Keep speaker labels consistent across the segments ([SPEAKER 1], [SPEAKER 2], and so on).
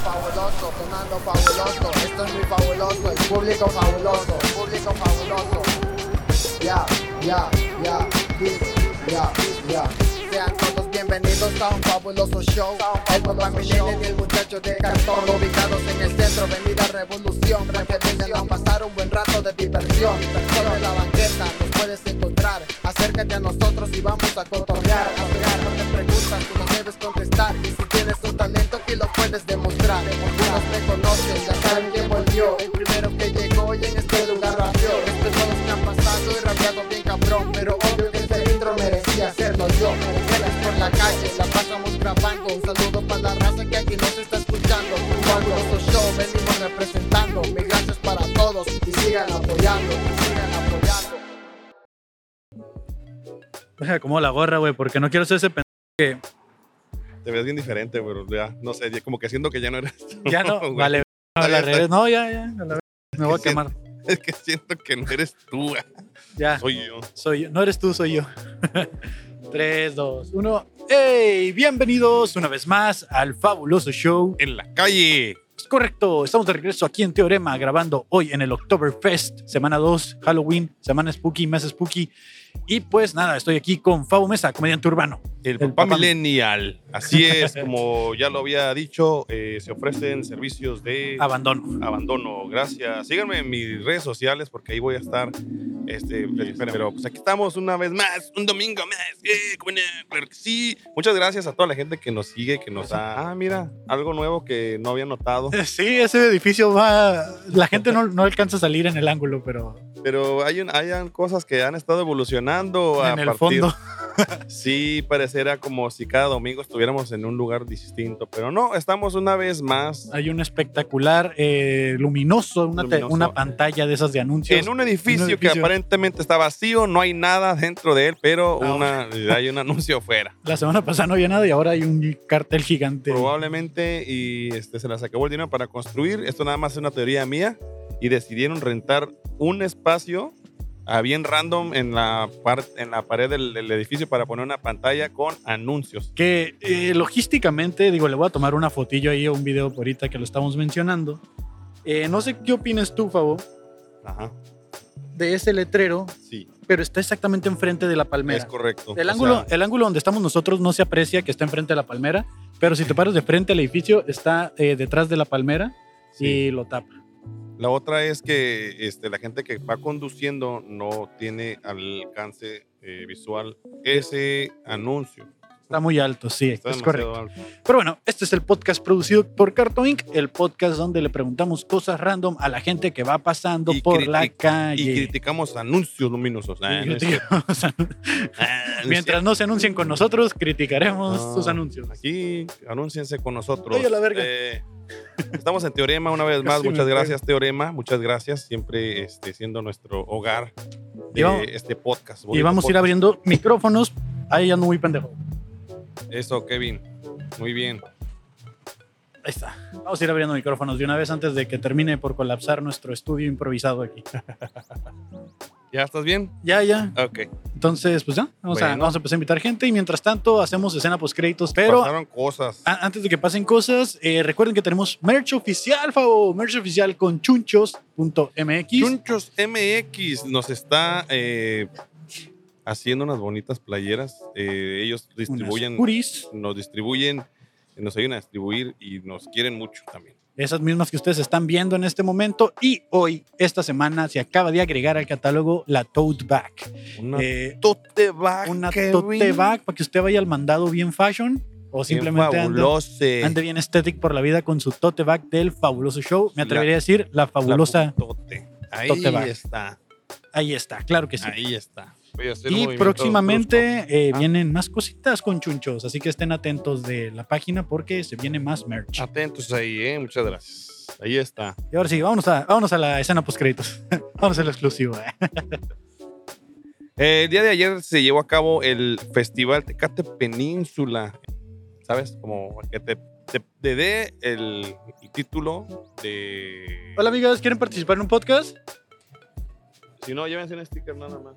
[SPEAKER 1] fabuloso, sonando fabuloso, esto es muy fabuloso, el público fabuloso, público fabuloso. Ya, ya, ya, this, ya, ya. Sean todos bienvenidos a un fabuloso show. El papá Milene y el muchacho de cartón, ubicados en el centro, Avenida Revolución, para que vengan a pasar un buen rato de diversión. Sobre la banqueta nos puedes encontrar, acércate a nosotros y vamos a cotorrear, a pegar, no te preguntas, tú no debes contestar, y si tienes un talento aquí lo puedes demostrar. Algunos me conocen, ya saben que volvió, el primero que llegó y en este lugar rabió. Estos son los que han pasado y rabiado bien cabrón, pero obvio que este intro merecía hacerlo yo. Mujeres por la calle, la pasamos grabando, un saludo para la raza que aquí nos está escuchando. Un fabuloso show venimos representando, mi gracias para todos y sigan apoyando, y sigan apoyando.
[SPEAKER 2] Deja Pues, eh, como la gorra, güey, porque no quiero ser ese pendejo que
[SPEAKER 3] Te ves bien diferente, pero ya, no sé, ya como que siento que ya no eres. tú,
[SPEAKER 2] ya no,
[SPEAKER 3] güey.
[SPEAKER 2] vale, a
[SPEAKER 3] Ya
[SPEAKER 2] la
[SPEAKER 3] está.
[SPEAKER 2] redes. No, ya, ya, a la verga. me voy a
[SPEAKER 3] que siento-
[SPEAKER 2] quemar.
[SPEAKER 3] Es que siento que no eres tú, güey.
[SPEAKER 2] Ya,
[SPEAKER 3] Soy yo.
[SPEAKER 2] soy yo. No eres tú, soy yo. 3, 2, 1. ¡Hey! Bienvenidos una vez más al fabuloso show.
[SPEAKER 3] En la calle.
[SPEAKER 2] Es correcto, estamos de regreso aquí en Teorema, grabando hoy en el Oktoberfest, semana 2, Halloween, semana spooky, más spooky. Y pues nada, estoy aquí con Fabo Mesa, comediante urbano.
[SPEAKER 3] El,
[SPEAKER 2] El
[SPEAKER 3] papá,
[SPEAKER 2] papá.
[SPEAKER 3] millennial. Así es, como ya lo había dicho, eh, se ofrecen servicios de
[SPEAKER 2] Abandono.
[SPEAKER 3] abandono. Gracias. Síganme en mis redes sociales porque ahí voy a estar. Este, pero, pero, pues aquí estamos una vez más, un domingo más. Eh, bueno, claro que sí. Muchas gracias a toda la gente que nos sigue, que nos ha. Ah, mira, algo nuevo que no había notado.
[SPEAKER 2] Sí, ese edificio va. La gente no, no alcanza a salir en el ángulo, pero
[SPEAKER 3] Pero hay, un- hayan cosas que han estado evolucionando. A
[SPEAKER 2] en el
[SPEAKER 3] partir-
[SPEAKER 2] fondo.
[SPEAKER 3] Sí, parecerá como si cada domingo estuviéramos en un lugar distinto. Pero no, estamos una vez más
[SPEAKER 2] Hay un espectacular eh, luminoso, una, te-
[SPEAKER 3] Luminoso.
[SPEAKER 2] una pantalla de esas de anuncios.
[SPEAKER 3] en un edificio,
[SPEAKER 2] en un
[SPEAKER 3] que
[SPEAKER 2] edificio.
[SPEAKER 3] aparentemente está vacío, no hay nada dentro de él, pero
[SPEAKER 2] Ah,
[SPEAKER 3] una, hay un anuncio afuera.
[SPEAKER 2] La semana pasada no había nada y ahora hay un cartel gigante.
[SPEAKER 3] Probablemente y este, se las acabó el dinero para construir. Esto nada más es una teoría mía. Y decidieron rentar un espacio a bien random en la, par- en la pared del, del edificio para poner una pantalla con anuncios.
[SPEAKER 2] Que eh, logísticamente, digo, le voy a tomar una fotillo ahí o un video por ahorita que lo estamos mencionando. Eh, no sé qué opinas tú, Fabo,
[SPEAKER 3] Ajá,
[SPEAKER 2] de ese letrero,
[SPEAKER 3] sí,
[SPEAKER 2] pero está exactamente enfrente de la
[SPEAKER 3] es
[SPEAKER 2] palmera.
[SPEAKER 3] correcto.
[SPEAKER 2] El
[SPEAKER 3] O
[SPEAKER 2] ángulo,
[SPEAKER 3] sea,
[SPEAKER 2] el ángulo donde estamos nosotros no se aprecia que está enfrente de la palmera, pero si te paras de frente al edificio, está eh, detrás de la palmera
[SPEAKER 3] sí.
[SPEAKER 2] y lo tapa.
[SPEAKER 3] La otra es que este, la gente que va conduciendo no tiene al alcance eh, visual ese anuncio.
[SPEAKER 2] Está muy alto, sí,
[SPEAKER 3] Está
[SPEAKER 2] es correcto.
[SPEAKER 3] demasiado alto.
[SPEAKER 2] Pero bueno, este es el podcast producido por Cartoon Inc., el podcast donde le preguntamos cosas random a la gente que va pasando
[SPEAKER 3] Y
[SPEAKER 2] por la
[SPEAKER 3] critic-
[SPEAKER 2] calle.
[SPEAKER 3] Y criticamos anuncios luminosos. Ah,
[SPEAKER 2] Y
[SPEAKER 3] no es
[SPEAKER 2] criticamos anun-
[SPEAKER 3] cierto. Ah, no es
[SPEAKER 2] Mientras no se anuncien con nosotros, criticaremos
[SPEAKER 3] No,
[SPEAKER 2] sus anuncios.
[SPEAKER 3] Ah, Aquí, anúnciense con nosotros.
[SPEAKER 2] Oye, la verga.
[SPEAKER 3] Eh, estamos en Teorema una vez más.
[SPEAKER 2] Casi me
[SPEAKER 3] Muchas
[SPEAKER 2] pego.
[SPEAKER 3] gracias, Teorema. Muchas gracias. Siempre este, siendo nuestro hogar de
[SPEAKER 2] Y vamos-
[SPEAKER 3] este podcast.
[SPEAKER 2] Y
[SPEAKER 3] bonito
[SPEAKER 2] vamos a ir
[SPEAKER 3] podcast.
[SPEAKER 2] abriendo micrófonos. Ahí ya no muy pendejo.
[SPEAKER 3] Eso, Kevin. Muy bien.
[SPEAKER 2] Ahí está. Vamos a ir abriendo micrófonos de una vez antes de que termine por colapsar nuestro estudio improvisado aquí.
[SPEAKER 3] ¿Ya estás bien?
[SPEAKER 2] Ya, ya.
[SPEAKER 3] Ok.
[SPEAKER 2] Entonces, pues ya. Vamos, a,
[SPEAKER 3] Bueno.
[SPEAKER 2] vamos a empezar a invitar gente y mientras tanto hacemos escena post créditos. Pero
[SPEAKER 3] Pasaron cosas.
[SPEAKER 2] A- Antes de que pasen cosas, eh, recuerden que tenemos merch oficial, Fabo. Merch oficial con chunchos.mx.
[SPEAKER 3] Chunchos MX nos está eh, haciendo unas bonitas playeras. Eh, ellos distribuyen,
[SPEAKER 2] unas hoodies,
[SPEAKER 3] nos distribuyen, nos ayudan a distribuir y nos quieren mucho también.
[SPEAKER 2] Esas mismas que ustedes están viendo en este momento. Y hoy, esta semana, se acaba de agregar al catálogo la tote bag.
[SPEAKER 3] Una
[SPEAKER 2] Eh,
[SPEAKER 3] tote bag.
[SPEAKER 2] una
[SPEAKER 3] Kevin.
[SPEAKER 2] tote bag para que usted vaya al mandado bien fashion o
[SPEAKER 3] Bien
[SPEAKER 2] simplemente ande,
[SPEAKER 3] fabuloso.
[SPEAKER 2] ande bien estético por la vida con su tote bag del fabuloso show.
[SPEAKER 3] La-
[SPEAKER 2] Me atrevería a decir la
[SPEAKER 3] La
[SPEAKER 2] fabulosa.
[SPEAKER 3] putote. Ahí
[SPEAKER 2] tote bag.
[SPEAKER 3] está.
[SPEAKER 2] Ahí está, claro que sí.
[SPEAKER 3] Ahí está. Voy a hacer un
[SPEAKER 2] Y
[SPEAKER 3] movimiento brusco.
[SPEAKER 2] próximamente eh,
[SPEAKER 3] Ah.
[SPEAKER 2] vienen más cositas con chunchos, así que estén atentos de la página porque se viene más merch.
[SPEAKER 3] Atentos ahí, ¿eh? Muchas gracias. Ahí está.
[SPEAKER 2] Y ahora sí, vámonos a, vámonos a la escena post créditos. vámonos al exclusivo. eh.
[SPEAKER 3] Eh, el día de ayer se llevó a cabo el Festival Tecate Península. ¿Sabes? Como que te, te- te dé el, el título de.
[SPEAKER 2] Hola amigas, ¿quieren participar en un podcast?
[SPEAKER 3] Si no, llévense un sticker nada más.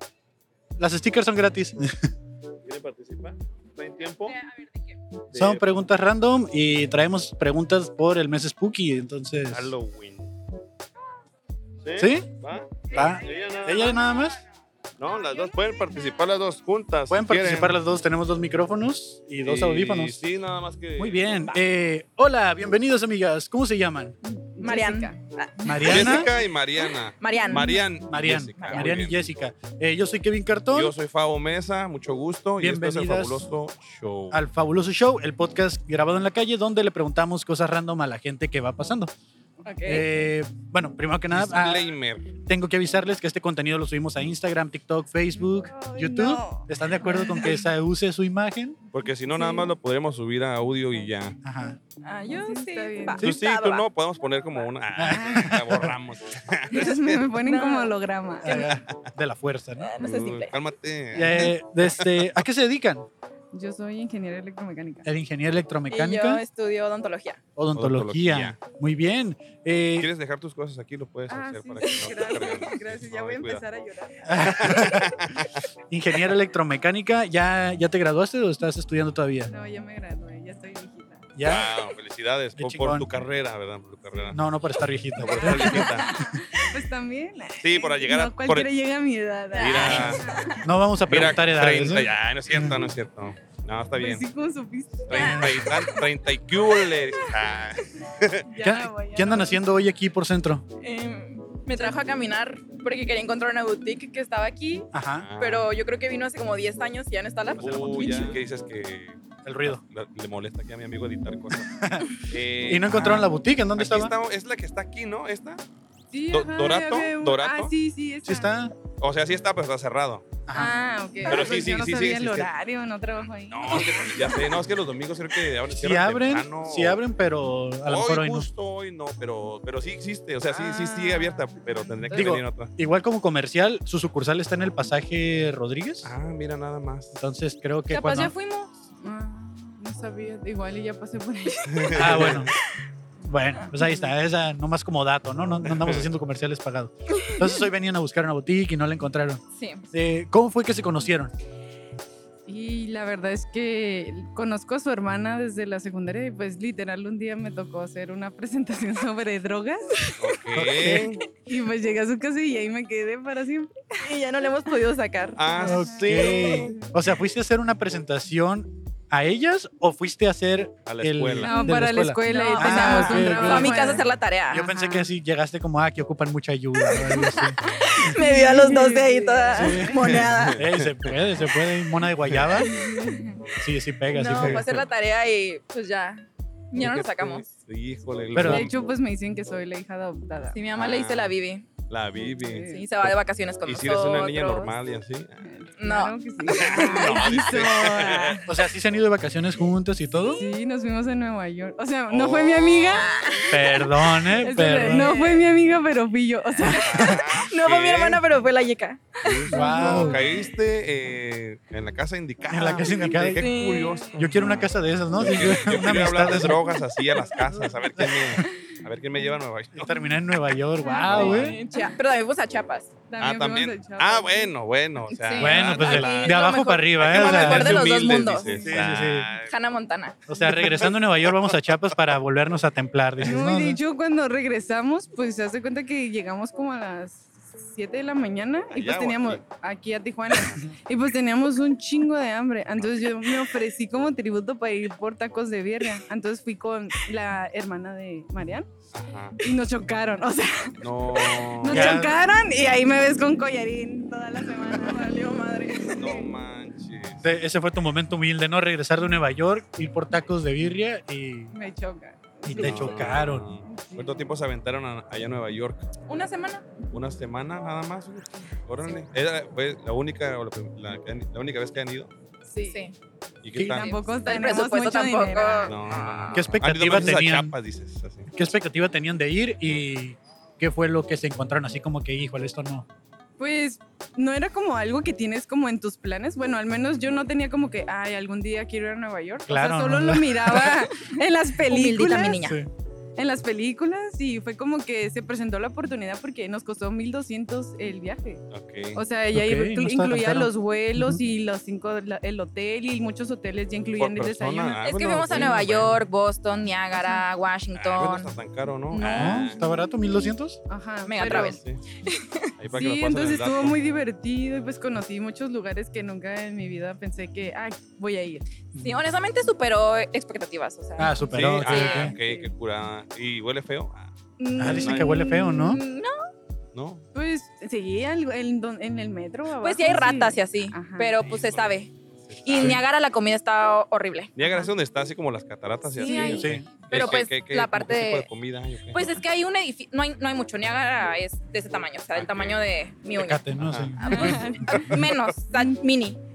[SPEAKER 2] Las stickers son gratis.
[SPEAKER 3] ¿Quieren participar? ¿Tienen tiempo?
[SPEAKER 4] Eh, a ver, ¿de qué?
[SPEAKER 3] De
[SPEAKER 2] Son preguntas random y traemos preguntas por el mes Spooky, entonces.
[SPEAKER 3] Halloween.
[SPEAKER 2] pues. ¿Sí?
[SPEAKER 3] ¿Va?
[SPEAKER 2] Va.
[SPEAKER 3] Ella nada
[SPEAKER 2] ¿Ella
[SPEAKER 3] más.
[SPEAKER 2] nada más?
[SPEAKER 3] No, las dos pueden participar las dos juntas.
[SPEAKER 2] Pueden
[SPEAKER 3] si quieren.
[SPEAKER 2] participar las dos, tenemos dos micrófonos y dos
[SPEAKER 3] Y-
[SPEAKER 2] audífonos.
[SPEAKER 3] Sí, nada más que.
[SPEAKER 2] Muy bien. Eh, hola, bienvenidos amigas. ¿Cómo se llaman?
[SPEAKER 4] Mariana. Ah,
[SPEAKER 2] Mariana.
[SPEAKER 3] Jessica y Mariana.
[SPEAKER 4] Mariana.
[SPEAKER 3] Marian.
[SPEAKER 2] Marian,
[SPEAKER 3] Jessica, muy
[SPEAKER 2] Marian y
[SPEAKER 3] bien.
[SPEAKER 2] Jessica. Eh, yo soy Kevin Cartón.
[SPEAKER 3] Yo soy Fabo Mesa, mucho gusto. Y esto
[SPEAKER 2] Bienvenidas
[SPEAKER 3] es el fabuloso show.
[SPEAKER 2] al Fabuloso Show, el podcast grabado en la calle donde le preguntamos cosas random a la gente que va pasando. Eh, bueno, primero que nada, ah,
[SPEAKER 3] Disclaimer.
[SPEAKER 2] tengo que avisarles que este contenido lo subimos a Instagram, TikTok, Facebook,
[SPEAKER 4] Ay,
[SPEAKER 2] YouTube.
[SPEAKER 4] no.
[SPEAKER 2] ¿Están de acuerdo con que se use su imagen?
[SPEAKER 3] Porque si no, nada más lo podremos subir a audio y ya.
[SPEAKER 2] Ajá.
[SPEAKER 4] Ah, yo sí.
[SPEAKER 5] Está bien.
[SPEAKER 4] va.
[SPEAKER 3] Tú sí,
[SPEAKER 4] Va, va,
[SPEAKER 3] tú
[SPEAKER 4] va.
[SPEAKER 3] no, podemos poner como una. Ah, la borramos.
[SPEAKER 5] me ponen
[SPEAKER 4] No.
[SPEAKER 5] como holograma.
[SPEAKER 2] Haga Eh, De la fuerza,
[SPEAKER 5] Eh,
[SPEAKER 2] ¿no?
[SPEAKER 4] Ah, No seas simple.
[SPEAKER 3] Mm, Cálmate.
[SPEAKER 2] Eh, desde- ¿A qué se dedican?
[SPEAKER 5] Yo soy ingeniera electromecánica.
[SPEAKER 2] El ingeniero
[SPEAKER 4] Y yo
[SPEAKER 2] electromecánica,
[SPEAKER 4] estudio odontología.
[SPEAKER 2] odontología. Muy bien. Eh,
[SPEAKER 3] ¿Quieres dejar tus cosas aquí? Lo puedes
[SPEAKER 5] Ah,
[SPEAKER 3] hacer
[SPEAKER 5] sí,
[SPEAKER 3] para que no te carguen más.
[SPEAKER 5] gracias, gracias. Ya
[SPEAKER 3] No,
[SPEAKER 5] voy a
[SPEAKER 3] cuidado.
[SPEAKER 5] empezar a llorar.
[SPEAKER 2] ingeniero electromecánica, ¿ya, ¿ya te graduaste o estás estudiando todavía?
[SPEAKER 5] No, ya me gradué, ya estoy viejita.
[SPEAKER 2] ¿Ya?
[SPEAKER 3] Wow, felicidades
[SPEAKER 2] Qué
[SPEAKER 3] por,
[SPEAKER 2] chingón.
[SPEAKER 3] por tu carrera, ¿verdad? Por tu carrera.
[SPEAKER 2] No, no para estar viejito.
[SPEAKER 3] Por estar viejita.
[SPEAKER 5] Pues también. ay,
[SPEAKER 3] Sí, para llegar a-
[SPEAKER 5] no cualquiera
[SPEAKER 3] por-
[SPEAKER 5] llega a mi edad. Ah, ay.
[SPEAKER 3] Mira,
[SPEAKER 2] No vamos a
[SPEAKER 3] mira,
[SPEAKER 2] preguntar edades.
[SPEAKER 3] 30.
[SPEAKER 2] ¿eh?
[SPEAKER 3] Ya, no es cierto, no es cierto. No, está
[SPEAKER 5] Pues
[SPEAKER 3] bien.
[SPEAKER 5] sí, como supiste.
[SPEAKER 3] 30 y tal, 30 y cúbales. Ah,
[SPEAKER 5] Ya
[SPEAKER 2] ¿Qué,
[SPEAKER 5] me voy, ya
[SPEAKER 2] qué
[SPEAKER 5] me
[SPEAKER 2] andan
[SPEAKER 5] voy.
[SPEAKER 2] haciendo hoy aquí por centro?
[SPEAKER 4] Eh, me trajo a caminar porque quería encontrar una boutique que estaba aquí,
[SPEAKER 2] Ajá,
[SPEAKER 4] pero yo creo que vino hace como 10 años y ya no está la.
[SPEAKER 3] Uh, Ah. ya, ¿qué dices que Ah,
[SPEAKER 2] el ruido.
[SPEAKER 3] la- le molesta aquí a mi amigo editar cosas? Eh,
[SPEAKER 2] ¿Y
[SPEAKER 3] Ah,
[SPEAKER 2] no encontraron la boutique? ¿En dónde
[SPEAKER 3] ¿Dónde
[SPEAKER 2] estaba?
[SPEAKER 3] está? Es la que está aquí, ¿no? ¿Esta?
[SPEAKER 5] Sí,
[SPEAKER 3] Do-
[SPEAKER 5] ajá,
[SPEAKER 3] Dorato,
[SPEAKER 5] había un-
[SPEAKER 3] Dorato.
[SPEAKER 5] Ah, sí, sí, esa.
[SPEAKER 2] Sí está.
[SPEAKER 3] O sea, sí está, pero está cerrado.
[SPEAKER 2] Ajá.
[SPEAKER 5] Ah, ok.
[SPEAKER 3] Pero
[SPEAKER 5] Pues
[SPEAKER 3] sí, sí,
[SPEAKER 5] yo no
[SPEAKER 3] sí, sí,
[SPEAKER 5] sabía
[SPEAKER 3] sí,
[SPEAKER 5] el
[SPEAKER 3] sí.
[SPEAKER 5] horario, no trabajo ahí.
[SPEAKER 3] No, es que- ya sé, no, es que los domingos creo que abren.
[SPEAKER 2] Si
[SPEAKER 3] cierran
[SPEAKER 2] abren,
[SPEAKER 3] temprano.
[SPEAKER 2] si abren, pero a lo
[SPEAKER 3] hoy,
[SPEAKER 2] mejor hoy no.
[SPEAKER 3] justo hoy no, pero, pero sí existe. O sea, sí, sí sigue
[SPEAKER 5] Ah.
[SPEAKER 3] abierta, pero tendría que
[SPEAKER 2] Digo-
[SPEAKER 3] venir otra.
[SPEAKER 2] Igual como comercial, su sucursal está en el pasaje Rodríguez.
[SPEAKER 3] Ah, mira, nada más.
[SPEAKER 2] Entonces creo que
[SPEAKER 4] Capaz
[SPEAKER 2] cuando...
[SPEAKER 4] ya fuimos.
[SPEAKER 5] Ah, no sabía, igual y ya pasé por ahí.
[SPEAKER 2] Ah, bueno. Bueno, pues ahí está, esa nomás como dato, ¿no? No, no andamos haciendo comerciales pagados. Entonces hoy venían a buscar una boutique y no la encontraron.
[SPEAKER 4] Sí.
[SPEAKER 2] Eh, ¿Cómo fue que se conocieron?
[SPEAKER 5] Y la verdad es que conozco a su hermana desde la secundaria y pues literal un día me tocó hacer una presentación sobre drogas
[SPEAKER 3] Ok.
[SPEAKER 5] y pues llegué a su casa y ahí me quedé para siempre.
[SPEAKER 4] Y ya no le hemos podido sacar.
[SPEAKER 3] Ah, sí.
[SPEAKER 2] Ok. O sea, ¿fuiste a hacer una presentación a ellas o fuiste a hacer...
[SPEAKER 3] A la
[SPEAKER 2] El-
[SPEAKER 3] escuela.
[SPEAKER 5] No,
[SPEAKER 2] De la
[SPEAKER 5] para la
[SPEAKER 2] escuela.
[SPEAKER 5] escuela,
[SPEAKER 4] No,
[SPEAKER 5] y pues, teníamos
[SPEAKER 2] Ah,
[SPEAKER 5] un
[SPEAKER 2] ok, ok.
[SPEAKER 5] trabajo.
[SPEAKER 4] Fue a mi casa a
[SPEAKER 5] en-
[SPEAKER 4] hacer la tarea.
[SPEAKER 2] Yo pensé
[SPEAKER 5] Ajá.
[SPEAKER 2] que así llegaste como, ah, que ocupan mucha ayuda. o algo así.
[SPEAKER 4] Me vio a los 12 ahí toda moneada.
[SPEAKER 2] Ey, Eh, se puede, se puede. Mona de guayaba. Sí, sí pega, sí
[SPEAKER 4] No, fue a
[SPEAKER 2] pega.
[SPEAKER 4] hacer la tarea y pues ya. Ya no lo sacamos.
[SPEAKER 3] Híjole, lo
[SPEAKER 2] Pero-
[SPEAKER 5] De
[SPEAKER 3] siento.
[SPEAKER 5] hecho, pues me dicen que soy la hija adoptada.
[SPEAKER 4] Sí, mi mamá le
[SPEAKER 3] Ah.
[SPEAKER 4] dice la Bibi.
[SPEAKER 3] La Bibi.
[SPEAKER 5] Sí.
[SPEAKER 4] Sí, se va de vacaciones con
[SPEAKER 3] ¿Y si eres
[SPEAKER 4] nosotros.
[SPEAKER 3] una niña normal y así?
[SPEAKER 4] No.
[SPEAKER 5] Claro que sí. Ay,
[SPEAKER 3] dice.
[SPEAKER 5] hizo.
[SPEAKER 2] O sea, ¿sí se han ido de vacaciones juntos y todo?
[SPEAKER 5] Sí, nos fuimos a Nueva York. O sea, no
[SPEAKER 3] Oh,
[SPEAKER 5] fue mi amiga.
[SPEAKER 2] Perdón, eh,
[SPEAKER 5] es que
[SPEAKER 2] perdón.
[SPEAKER 5] No fue mi amiga, pero fui yo. O sea,
[SPEAKER 3] Ah,
[SPEAKER 4] No fue mi hermana, pero fue la yeca.
[SPEAKER 2] Guau.
[SPEAKER 3] Wow. Caíste eh, en la casa indicada.
[SPEAKER 2] En la casa
[SPEAKER 3] fíjate,
[SPEAKER 2] indicada.
[SPEAKER 3] Qué
[SPEAKER 4] Sí.
[SPEAKER 3] curioso.
[SPEAKER 2] Yo quiero una casa de esas, ¿no?
[SPEAKER 3] Yo
[SPEAKER 2] Sí,
[SPEAKER 3] quiero-
[SPEAKER 2] yo-
[SPEAKER 3] yo
[SPEAKER 2] una
[SPEAKER 3] quiero hablar
[SPEAKER 2] amistad de
[SPEAKER 3] de
[SPEAKER 2] esas.
[SPEAKER 3] drogas así a las casas. A ver quién me, a ver quién me lleva a Nueva York.
[SPEAKER 2] Y Terminé en Nueva York, wow, güey.
[SPEAKER 4] Chia- Pero también fuimos a Chiapas.
[SPEAKER 3] Ah, también.
[SPEAKER 5] fuimos a Chiapas.
[SPEAKER 3] Ah, bueno, bueno. O sea,
[SPEAKER 4] Sí.
[SPEAKER 2] Bueno, pues de,
[SPEAKER 4] Aquí
[SPEAKER 2] de
[SPEAKER 4] es lo
[SPEAKER 2] abajo
[SPEAKER 4] mejor.
[SPEAKER 2] para arriba,
[SPEAKER 4] Aquí
[SPEAKER 2] ¿eh? O
[SPEAKER 4] lo mejor de
[SPEAKER 2] sea,
[SPEAKER 4] los dos mundos.
[SPEAKER 2] Sí, sí,
[SPEAKER 3] Ah,
[SPEAKER 2] sí.
[SPEAKER 4] Hannah Montana.
[SPEAKER 2] o sea, regresando a Nueva York vamos a Chiapas para volvernos a templar. Dices,
[SPEAKER 5] No,
[SPEAKER 2] no,
[SPEAKER 5] y de
[SPEAKER 2] no.
[SPEAKER 5] hecho, cuando regresamos, pues se hace cuenta que llegamos como a las 7 de la mañana y
[SPEAKER 3] Allá
[SPEAKER 5] pues
[SPEAKER 3] o
[SPEAKER 5] teníamos aquí, a Tijuana y pues teníamos un chingo de hambre. Entonces yo me ofrecí como tributo para ir por tacos de birria. Entonces fui con la hermana de Marian
[SPEAKER 3] Ajá.
[SPEAKER 5] y nos chocaron. O sea,
[SPEAKER 3] No.
[SPEAKER 5] nos
[SPEAKER 2] Ya.
[SPEAKER 5] chocaron y ahí me ves con collarín toda la semana. Valió madre.
[SPEAKER 3] No manches.
[SPEAKER 2] Ese ese fue tu momento humilde, ¿no? Regresar de Nueva York, ir por tacos de birria y,
[SPEAKER 5] Me choca.
[SPEAKER 2] y te
[SPEAKER 3] No.
[SPEAKER 2] chocaron.
[SPEAKER 3] ¿Cuánto tiempo se aventaron a- allá en Nueva York?
[SPEAKER 4] Una semana.
[SPEAKER 3] ¿Una semana nada más? Órale. ¿Era fue la única, o la, prim- la que han- la única vez que han ido?
[SPEAKER 4] Sí.
[SPEAKER 3] ¿Y qué
[SPEAKER 2] Sí.
[SPEAKER 3] tal?
[SPEAKER 5] Tampoco
[SPEAKER 4] El
[SPEAKER 5] tenemos
[SPEAKER 4] presupuesto
[SPEAKER 5] mucho
[SPEAKER 4] tampoco.
[SPEAKER 5] dinero.
[SPEAKER 3] No, no, no, no.
[SPEAKER 2] ¿Qué expectativa
[SPEAKER 3] Han ido más veces a
[SPEAKER 2] tenían?
[SPEAKER 3] Chiapas, dices, así.
[SPEAKER 2] ¿Qué expectativa tenían de ir y qué fue lo que se encontraron? Así como que, híjole, esto no.
[SPEAKER 5] Pues no era como algo que tienes como en tus planes. Bueno, al menos yo no tenía como que, ay, algún día quiero ir a Nueva York. O sea,
[SPEAKER 2] Claro,
[SPEAKER 5] solo
[SPEAKER 2] no,
[SPEAKER 5] lo
[SPEAKER 2] no.
[SPEAKER 5] miraba en las
[SPEAKER 4] Humildita mi
[SPEAKER 5] películas,
[SPEAKER 4] niña.
[SPEAKER 2] Sí.
[SPEAKER 5] en en las películas y fue como que se presentó la oportunidad porque nos costó 1200 el viaje.
[SPEAKER 3] Ok.
[SPEAKER 5] O sea, ya
[SPEAKER 2] Ok,
[SPEAKER 5] inclu-
[SPEAKER 2] no está tan
[SPEAKER 5] incluía
[SPEAKER 2] caro.
[SPEAKER 5] los vuelos
[SPEAKER 2] Ujú.
[SPEAKER 5] y los cinco, la- el hotel y muchos hoteles ya
[SPEAKER 3] Por
[SPEAKER 5] incluían el
[SPEAKER 3] persona,
[SPEAKER 5] desayuno.
[SPEAKER 3] ah,
[SPEAKER 4] Es que
[SPEAKER 3] bueno,
[SPEAKER 4] fuimos a
[SPEAKER 3] sí,
[SPEAKER 4] Nueva
[SPEAKER 3] bueno.
[SPEAKER 4] York, Boston, Niágara,
[SPEAKER 3] Ah, bueno,
[SPEAKER 4] Washington.
[SPEAKER 3] está tan caro, ¿no?
[SPEAKER 5] No.
[SPEAKER 2] Ah, ¿Está barato? ¿1200?
[SPEAKER 5] Ajá.
[SPEAKER 4] Mega
[SPEAKER 5] pero-
[SPEAKER 4] travel.
[SPEAKER 3] Sí, Ahí para que nos
[SPEAKER 5] Sí,
[SPEAKER 3] pasen el
[SPEAKER 5] entonces
[SPEAKER 3] dato.
[SPEAKER 5] estuvo muy divertido y pues conocí muchos lugares que nunca en mi vida pensé que, ay, voy a ir.
[SPEAKER 4] Sí, honestamente superó expectativas. O sea,
[SPEAKER 2] Ah,
[SPEAKER 3] Sí,
[SPEAKER 2] superó. ok,
[SPEAKER 3] ah,
[SPEAKER 2] ok.
[SPEAKER 3] ok, qué curada. ¿Y huele feo? Ah,
[SPEAKER 2] Ah, dicen que
[SPEAKER 5] Mm,
[SPEAKER 2] huele feo, ¿no?
[SPEAKER 4] No,
[SPEAKER 3] ¿No?
[SPEAKER 5] Pues seguí al- en, don- en el metro.
[SPEAKER 4] pues
[SPEAKER 5] abajo,
[SPEAKER 4] sí hay ratas y así,
[SPEAKER 5] Ajá.
[SPEAKER 4] pero
[SPEAKER 3] Sí,
[SPEAKER 4] pues se
[SPEAKER 3] bueno.
[SPEAKER 4] sabe.
[SPEAKER 3] Sí,
[SPEAKER 4] Y
[SPEAKER 3] está.
[SPEAKER 4] en Niágara la comida está horrible.
[SPEAKER 3] Niágara es donde está, así como las cataratas y
[SPEAKER 4] Sí,
[SPEAKER 3] así.
[SPEAKER 4] ahí.
[SPEAKER 3] ok.
[SPEAKER 2] Sí.
[SPEAKER 4] Pero,
[SPEAKER 3] ¿Qué-
[SPEAKER 4] pues,
[SPEAKER 3] qué- qué-
[SPEAKER 4] la
[SPEAKER 3] como qué
[SPEAKER 4] parte-
[SPEAKER 3] tipo de comida hay o qué?
[SPEAKER 4] Pues es que hay un edificio, no hay, no hay mucho, Niágara es de ese tamaño, o sea, del
[SPEAKER 3] Ok.
[SPEAKER 4] tamaño de mi uña.
[SPEAKER 2] Tecate, no
[SPEAKER 3] Ajá.
[SPEAKER 2] sé.
[SPEAKER 4] Menos, o sea, mini.
[SPEAKER 3] Ah,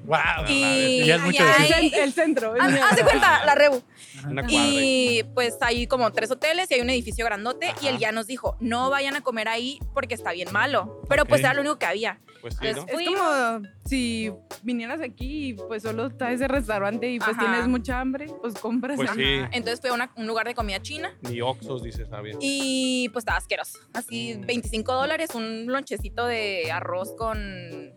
[SPEAKER 2] Wow.
[SPEAKER 4] Y
[SPEAKER 2] Ya es mucho
[SPEAKER 4] allá
[SPEAKER 5] El,
[SPEAKER 2] decir.
[SPEAKER 4] hay-
[SPEAKER 5] cen- el centro.
[SPEAKER 4] Haz haz de cuenta, la rebu.
[SPEAKER 3] Una cuadra.
[SPEAKER 4] Y pues hay como tres hoteles y hay un edificio grandote y él
[SPEAKER 3] Ajá.
[SPEAKER 4] ya nos dijo, no vayan a comer ahí porque está bien malo. Pero pues
[SPEAKER 2] Ok.
[SPEAKER 4] era lo único que había.
[SPEAKER 3] Pues sí,
[SPEAKER 4] pues,
[SPEAKER 3] ¿no?
[SPEAKER 5] Es como si vinieras aquí y pues solo está ese restaurante y pues
[SPEAKER 4] Ajá.
[SPEAKER 5] tienes mucha hambre, pues compras.
[SPEAKER 3] Pues
[SPEAKER 5] ajá.
[SPEAKER 3] sí.
[SPEAKER 4] Entonces fue a una- un lugar de comida china
[SPEAKER 3] Ni Oxos, dice, está bien.
[SPEAKER 4] y pues estaba asqueroso. Así
[SPEAKER 3] Mm.
[SPEAKER 4] 25 dólares, un lonchecito de arroz con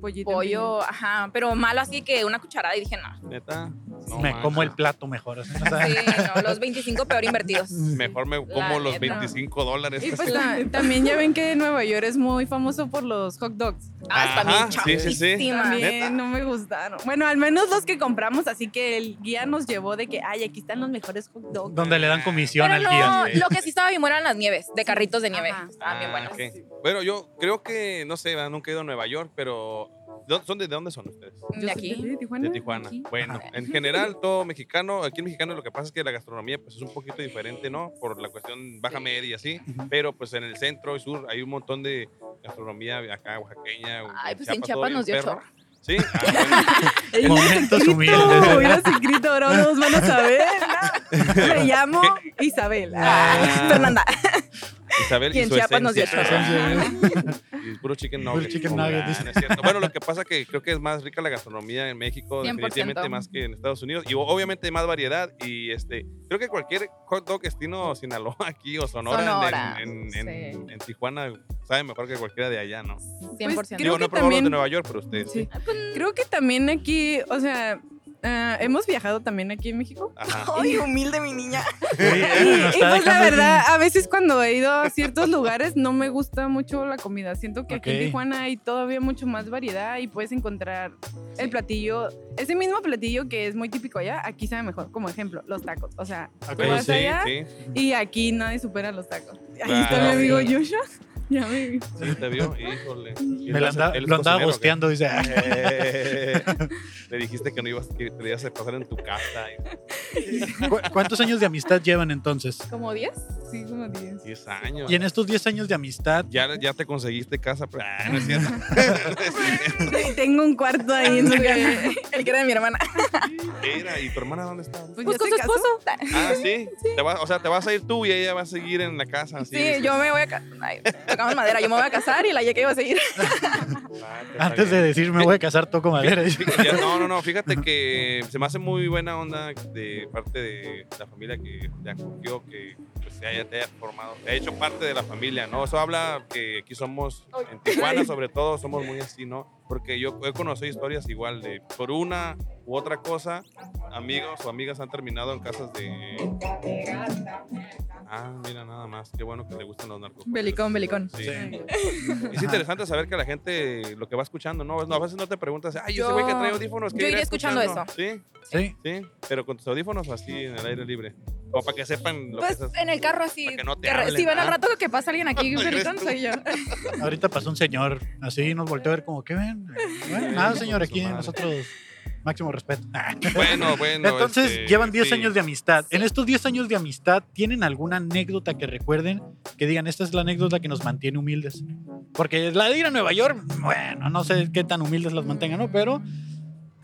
[SPEAKER 5] Pollito
[SPEAKER 4] pollo, ajá, pero malo así que una cucharada y dije, no,
[SPEAKER 3] Neta. no
[SPEAKER 2] Me
[SPEAKER 3] manches.
[SPEAKER 2] como el plato mejor. así, o sea,
[SPEAKER 4] sí, no, los 25 peor invertidos.
[SPEAKER 3] Mejor me como los
[SPEAKER 4] neta.
[SPEAKER 3] 25 dólares.
[SPEAKER 5] Y pues
[SPEAKER 4] Ah,
[SPEAKER 5] ta- también ya ven que Nueva York es muy famoso por los hot dogs.
[SPEAKER 4] Ah, está
[SPEAKER 3] Ajá,
[SPEAKER 4] bien
[SPEAKER 3] sí, sí, sí.
[SPEAKER 4] chafísima.
[SPEAKER 3] ¿Neta?
[SPEAKER 5] También no me gustaron. Bueno, al menos los que compramos, así que el guía nos llevó de que, ay, aquí están los mejores hot dogs.
[SPEAKER 2] donde le dan comisión
[SPEAKER 4] Pero
[SPEAKER 2] al
[SPEAKER 4] no,
[SPEAKER 2] guía.
[SPEAKER 4] lo que sí estaba bien bueno eran las nieves, de carritos de nieve.
[SPEAKER 5] Ajá.
[SPEAKER 4] Estaban bien
[SPEAKER 3] Ah,
[SPEAKER 4] buenos.
[SPEAKER 3] ok. Bueno, yo creo que, no sé, ¿verdad? nunca he ido a Nueva York, pero ¿dó- ¿son de, de dónde son ustedes?
[SPEAKER 5] Yo
[SPEAKER 4] De
[SPEAKER 5] soy
[SPEAKER 4] aquí.
[SPEAKER 5] de Tijuana.
[SPEAKER 3] De
[SPEAKER 2] Mm,
[SPEAKER 3] Tijuana.
[SPEAKER 5] aquí.
[SPEAKER 3] Bueno,
[SPEAKER 4] Ah.
[SPEAKER 3] en general, todo mexicano, aquí en mexicano lo que pasa es que la gastronomía pues, es un poquito diferente, ¿no? Por la cuestión baja media y así,
[SPEAKER 2] Ujú.
[SPEAKER 3] pero pues en el centro y sur hay un montón de gastronomía acá, oaxaqueña.
[SPEAKER 4] Ay, pues, en Chiapas
[SPEAKER 3] todo bien
[SPEAKER 4] nos dio
[SPEAKER 3] perro.
[SPEAKER 4] chorro.
[SPEAKER 3] Sí, ah, bueno.
[SPEAKER 2] Momentos
[SPEAKER 5] Tú,
[SPEAKER 2] humildes.
[SPEAKER 5] hubieras escrito, ahora todos van a saber. ¿no? Me llamo Isabel.
[SPEAKER 4] Ah, Fernanda.
[SPEAKER 3] Isabel
[SPEAKER 4] Y
[SPEAKER 3] y,
[SPEAKER 4] en
[SPEAKER 3] su
[SPEAKER 4] Chiapas nos dio
[SPEAKER 3] esencia.
[SPEAKER 2] chorro.
[SPEAKER 3] Ah, Y puro chicken
[SPEAKER 2] Puro
[SPEAKER 3] nugget.
[SPEAKER 2] chicken
[SPEAKER 3] Como,
[SPEAKER 2] nugget,
[SPEAKER 3] ah,
[SPEAKER 2] dice.
[SPEAKER 3] no es cierto. Bueno, lo que pasa que creo que es más rica la gastronomía en México,
[SPEAKER 4] 100%.
[SPEAKER 3] definitivamente más que en Estados Unidos. Y obviamente más variedad. Y este, creo que cualquier hot dog estilo Sinaloa aquí o Sonora, en-
[SPEAKER 4] Sonora,
[SPEAKER 3] en, en- en-
[SPEAKER 4] sí.
[SPEAKER 3] en Tijuana sabe mejor que cualquiera de allá, ¿no?
[SPEAKER 4] 100%.
[SPEAKER 5] Creo
[SPEAKER 3] Digo, no
[SPEAKER 5] que
[SPEAKER 3] he probado los de
[SPEAKER 5] también-
[SPEAKER 3] Nueva York, pero ustedes.
[SPEAKER 5] Sí.
[SPEAKER 3] Sí.
[SPEAKER 5] Creo que también aquí, o sea, ah, hemos viajado también aquí en México.
[SPEAKER 3] Ajá.
[SPEAKER 4] Ay, humilde mi niña.
[SPEAKER 5] Y pues la verdad, a veces cuando he ido a ciertos lugares no me gusta mucho la comida. Siento que aquí
[SPEAKER 2] Ok.
[SPEAKER 5] en Tijuana hay todavía mucho más variedad y puedes encontrar
[SPEAKER 4] Sí.
[SPEAKER 5] el platillo, ese mismo platillo que es muy típico allá, aquí sabe mejor. Como ejemplo, los tacos. O sea,
[SPEAKER 2] Ok,
[SPEAKER 5] tú vas
[SPEAKER 3] sí,
[SPEAKER 5] allá
[SPEAKER 3] sí,
[SPEAKER 5] y aquí nadie supera los tacos. Ahí
[SPEAKER 3] Claro,
[SPEAKER 5] está mi amigo
[SPEAKER 4] sí.
[SPEAKER 5] Joshua. Ya me-
[SPEAKER 3] sí, te vio. Híjole. Y
[SPEAKER 2] Me
[SPEAKER 3] él
[SPEAKER 2] lo
[SPEAKER 3] es-
[SPEAKER 2] andaba,
[SPEAKER 3] él es
[SPEAKER 2] lo andaba
[SPEAKER 3] cocinero, ¿o qué?
[SPEAKER 2] bosteando, dice. ah,
[SPEAKER 3] Eh, Le dijiste que no ibas, que te ibas a pasar en tu casa.
[SPEAKER 4] pues.
[SPEAKER 2] ¿cu- ¿Cuántos años de amistad llevan entonces?
[SPEAKER 4] ¿Como 10?
[SPEAKER 5] Sí, como 10.
[SPEAKER 3] 10 años.
[SPEAKER 2] Y en estos 10 años de amistad,
[SPEAKER 3] Ya, ya te conseguiste casa. pero- Ah, no es cierto.
[SPEAKER 5] Tengo un cuarto ahí en su casa.
[SPEAKER 4] El que era de mi hermana.
[SPEAKER 3] Era, ¿y tu hermana dónde está?
[SPEAKER 5] Pues
[SPEAKER 4] Pues
[SPEAKER 5] ya
[SPEAKER 4] con
[SPEAKER 5] se
[SPEAKER 4] su
[SPEAKER 5] casó.
[SPEAKER 4] esposo.
[SPEAKER 3] Ah, sí. Te vas- o sea, te vas a ir tú y ella va a seguir en la casa. Así,
[SPEAKER 4] Sí, yo me voy a casar. Tocamos madera, yo me voy a casar y la llegué iba a seguir.
[SPEAKER 3] Ah, te
[SPEAKER 2] antes de
[SPEAKER 3] pagué.
[SPEAKER 2] decir me voy a casar, toco madera. dice.
[SPEAKER 3] Fíjate, ya- no, no, no, fíjate que se me hace muy buena onda de parte de la familia que te acogió, que pues, se haya, te haya formado, te ha hecho parte de la familia, ¿no? Eso habla que aquí somos, en Tijuana sobre todo, somos muy así, ¿no? Porque yo he conocido historias igual de, por una u otra cosa, amigos o amigas han terminado en casas de... Ah, mira, nada más, qué bueno que le gustan los narcos.
[SPEAKER 4] Belicón, belicón.
[SPEAKER 3] Sí.
[SPEAKER 2] Sí.
[SPEAKER 3] Es interesante saber que la gente lo que va escuchando, ¿no? No, A veces no te preguntas, ay, yo
[SPEAKER 4] Yo-
[SPEAKER 3] ese güey que trae audífonos. ¿qué
[SPEAKER 4] yo
[SPEAKER 3] irá
[SPEAKER 4] iría escuchando eso.
[SPEAKER 3] Sí,
[SPEAKER 2] Sí.
[SPEAKER 3] sí, pero con tus audífonos o así en el aire libre. O para que sepan lo
[SPEAKER 4] Pues
[SPEAKER 3] que estás.
[SPEAKER 4] en el carro así.
[SPEAKER 3] Para que no te
[SPEAKER 4] re-
[SPEAKER 3] hablen,
[SPEAKER 4] si ven al
[SPEAKER 3] ¿ah?
[SPEAKER 4] rato que pasa alguien aquí,
[SPEAKER 3] Regresas
[SPEAKER 4] belicón
[SPEAKER 3] tú.
[SPEAKER 4] soy yo.
[SPEAKER 2] Ahorita pasó un señor así y nos volteó a ver como, ¿qué ven? Bueno,
[SPEAKER 4] Ah,
[SPEAKER 2] nada, señor, aquí nosotros máximo respeto. Ah.
[SPEAKER 3] Bueno, bueno.
[SPEAKER 2] Entonces,
[SPEAKER 3] este,
[SPEAKER 2] llevan 10
[SPEAKER 3] sí.
[SPEAKER 2] años de amistad. En estos 10 años de amistad, ¿tienen alguna anécdota que recuerden? Que digan, esta es la anécdota que nos mantiene humildes. Porque la de ir a Nueva York, bueno, no sé qué tan humildes las mantengan, ¿no? Pero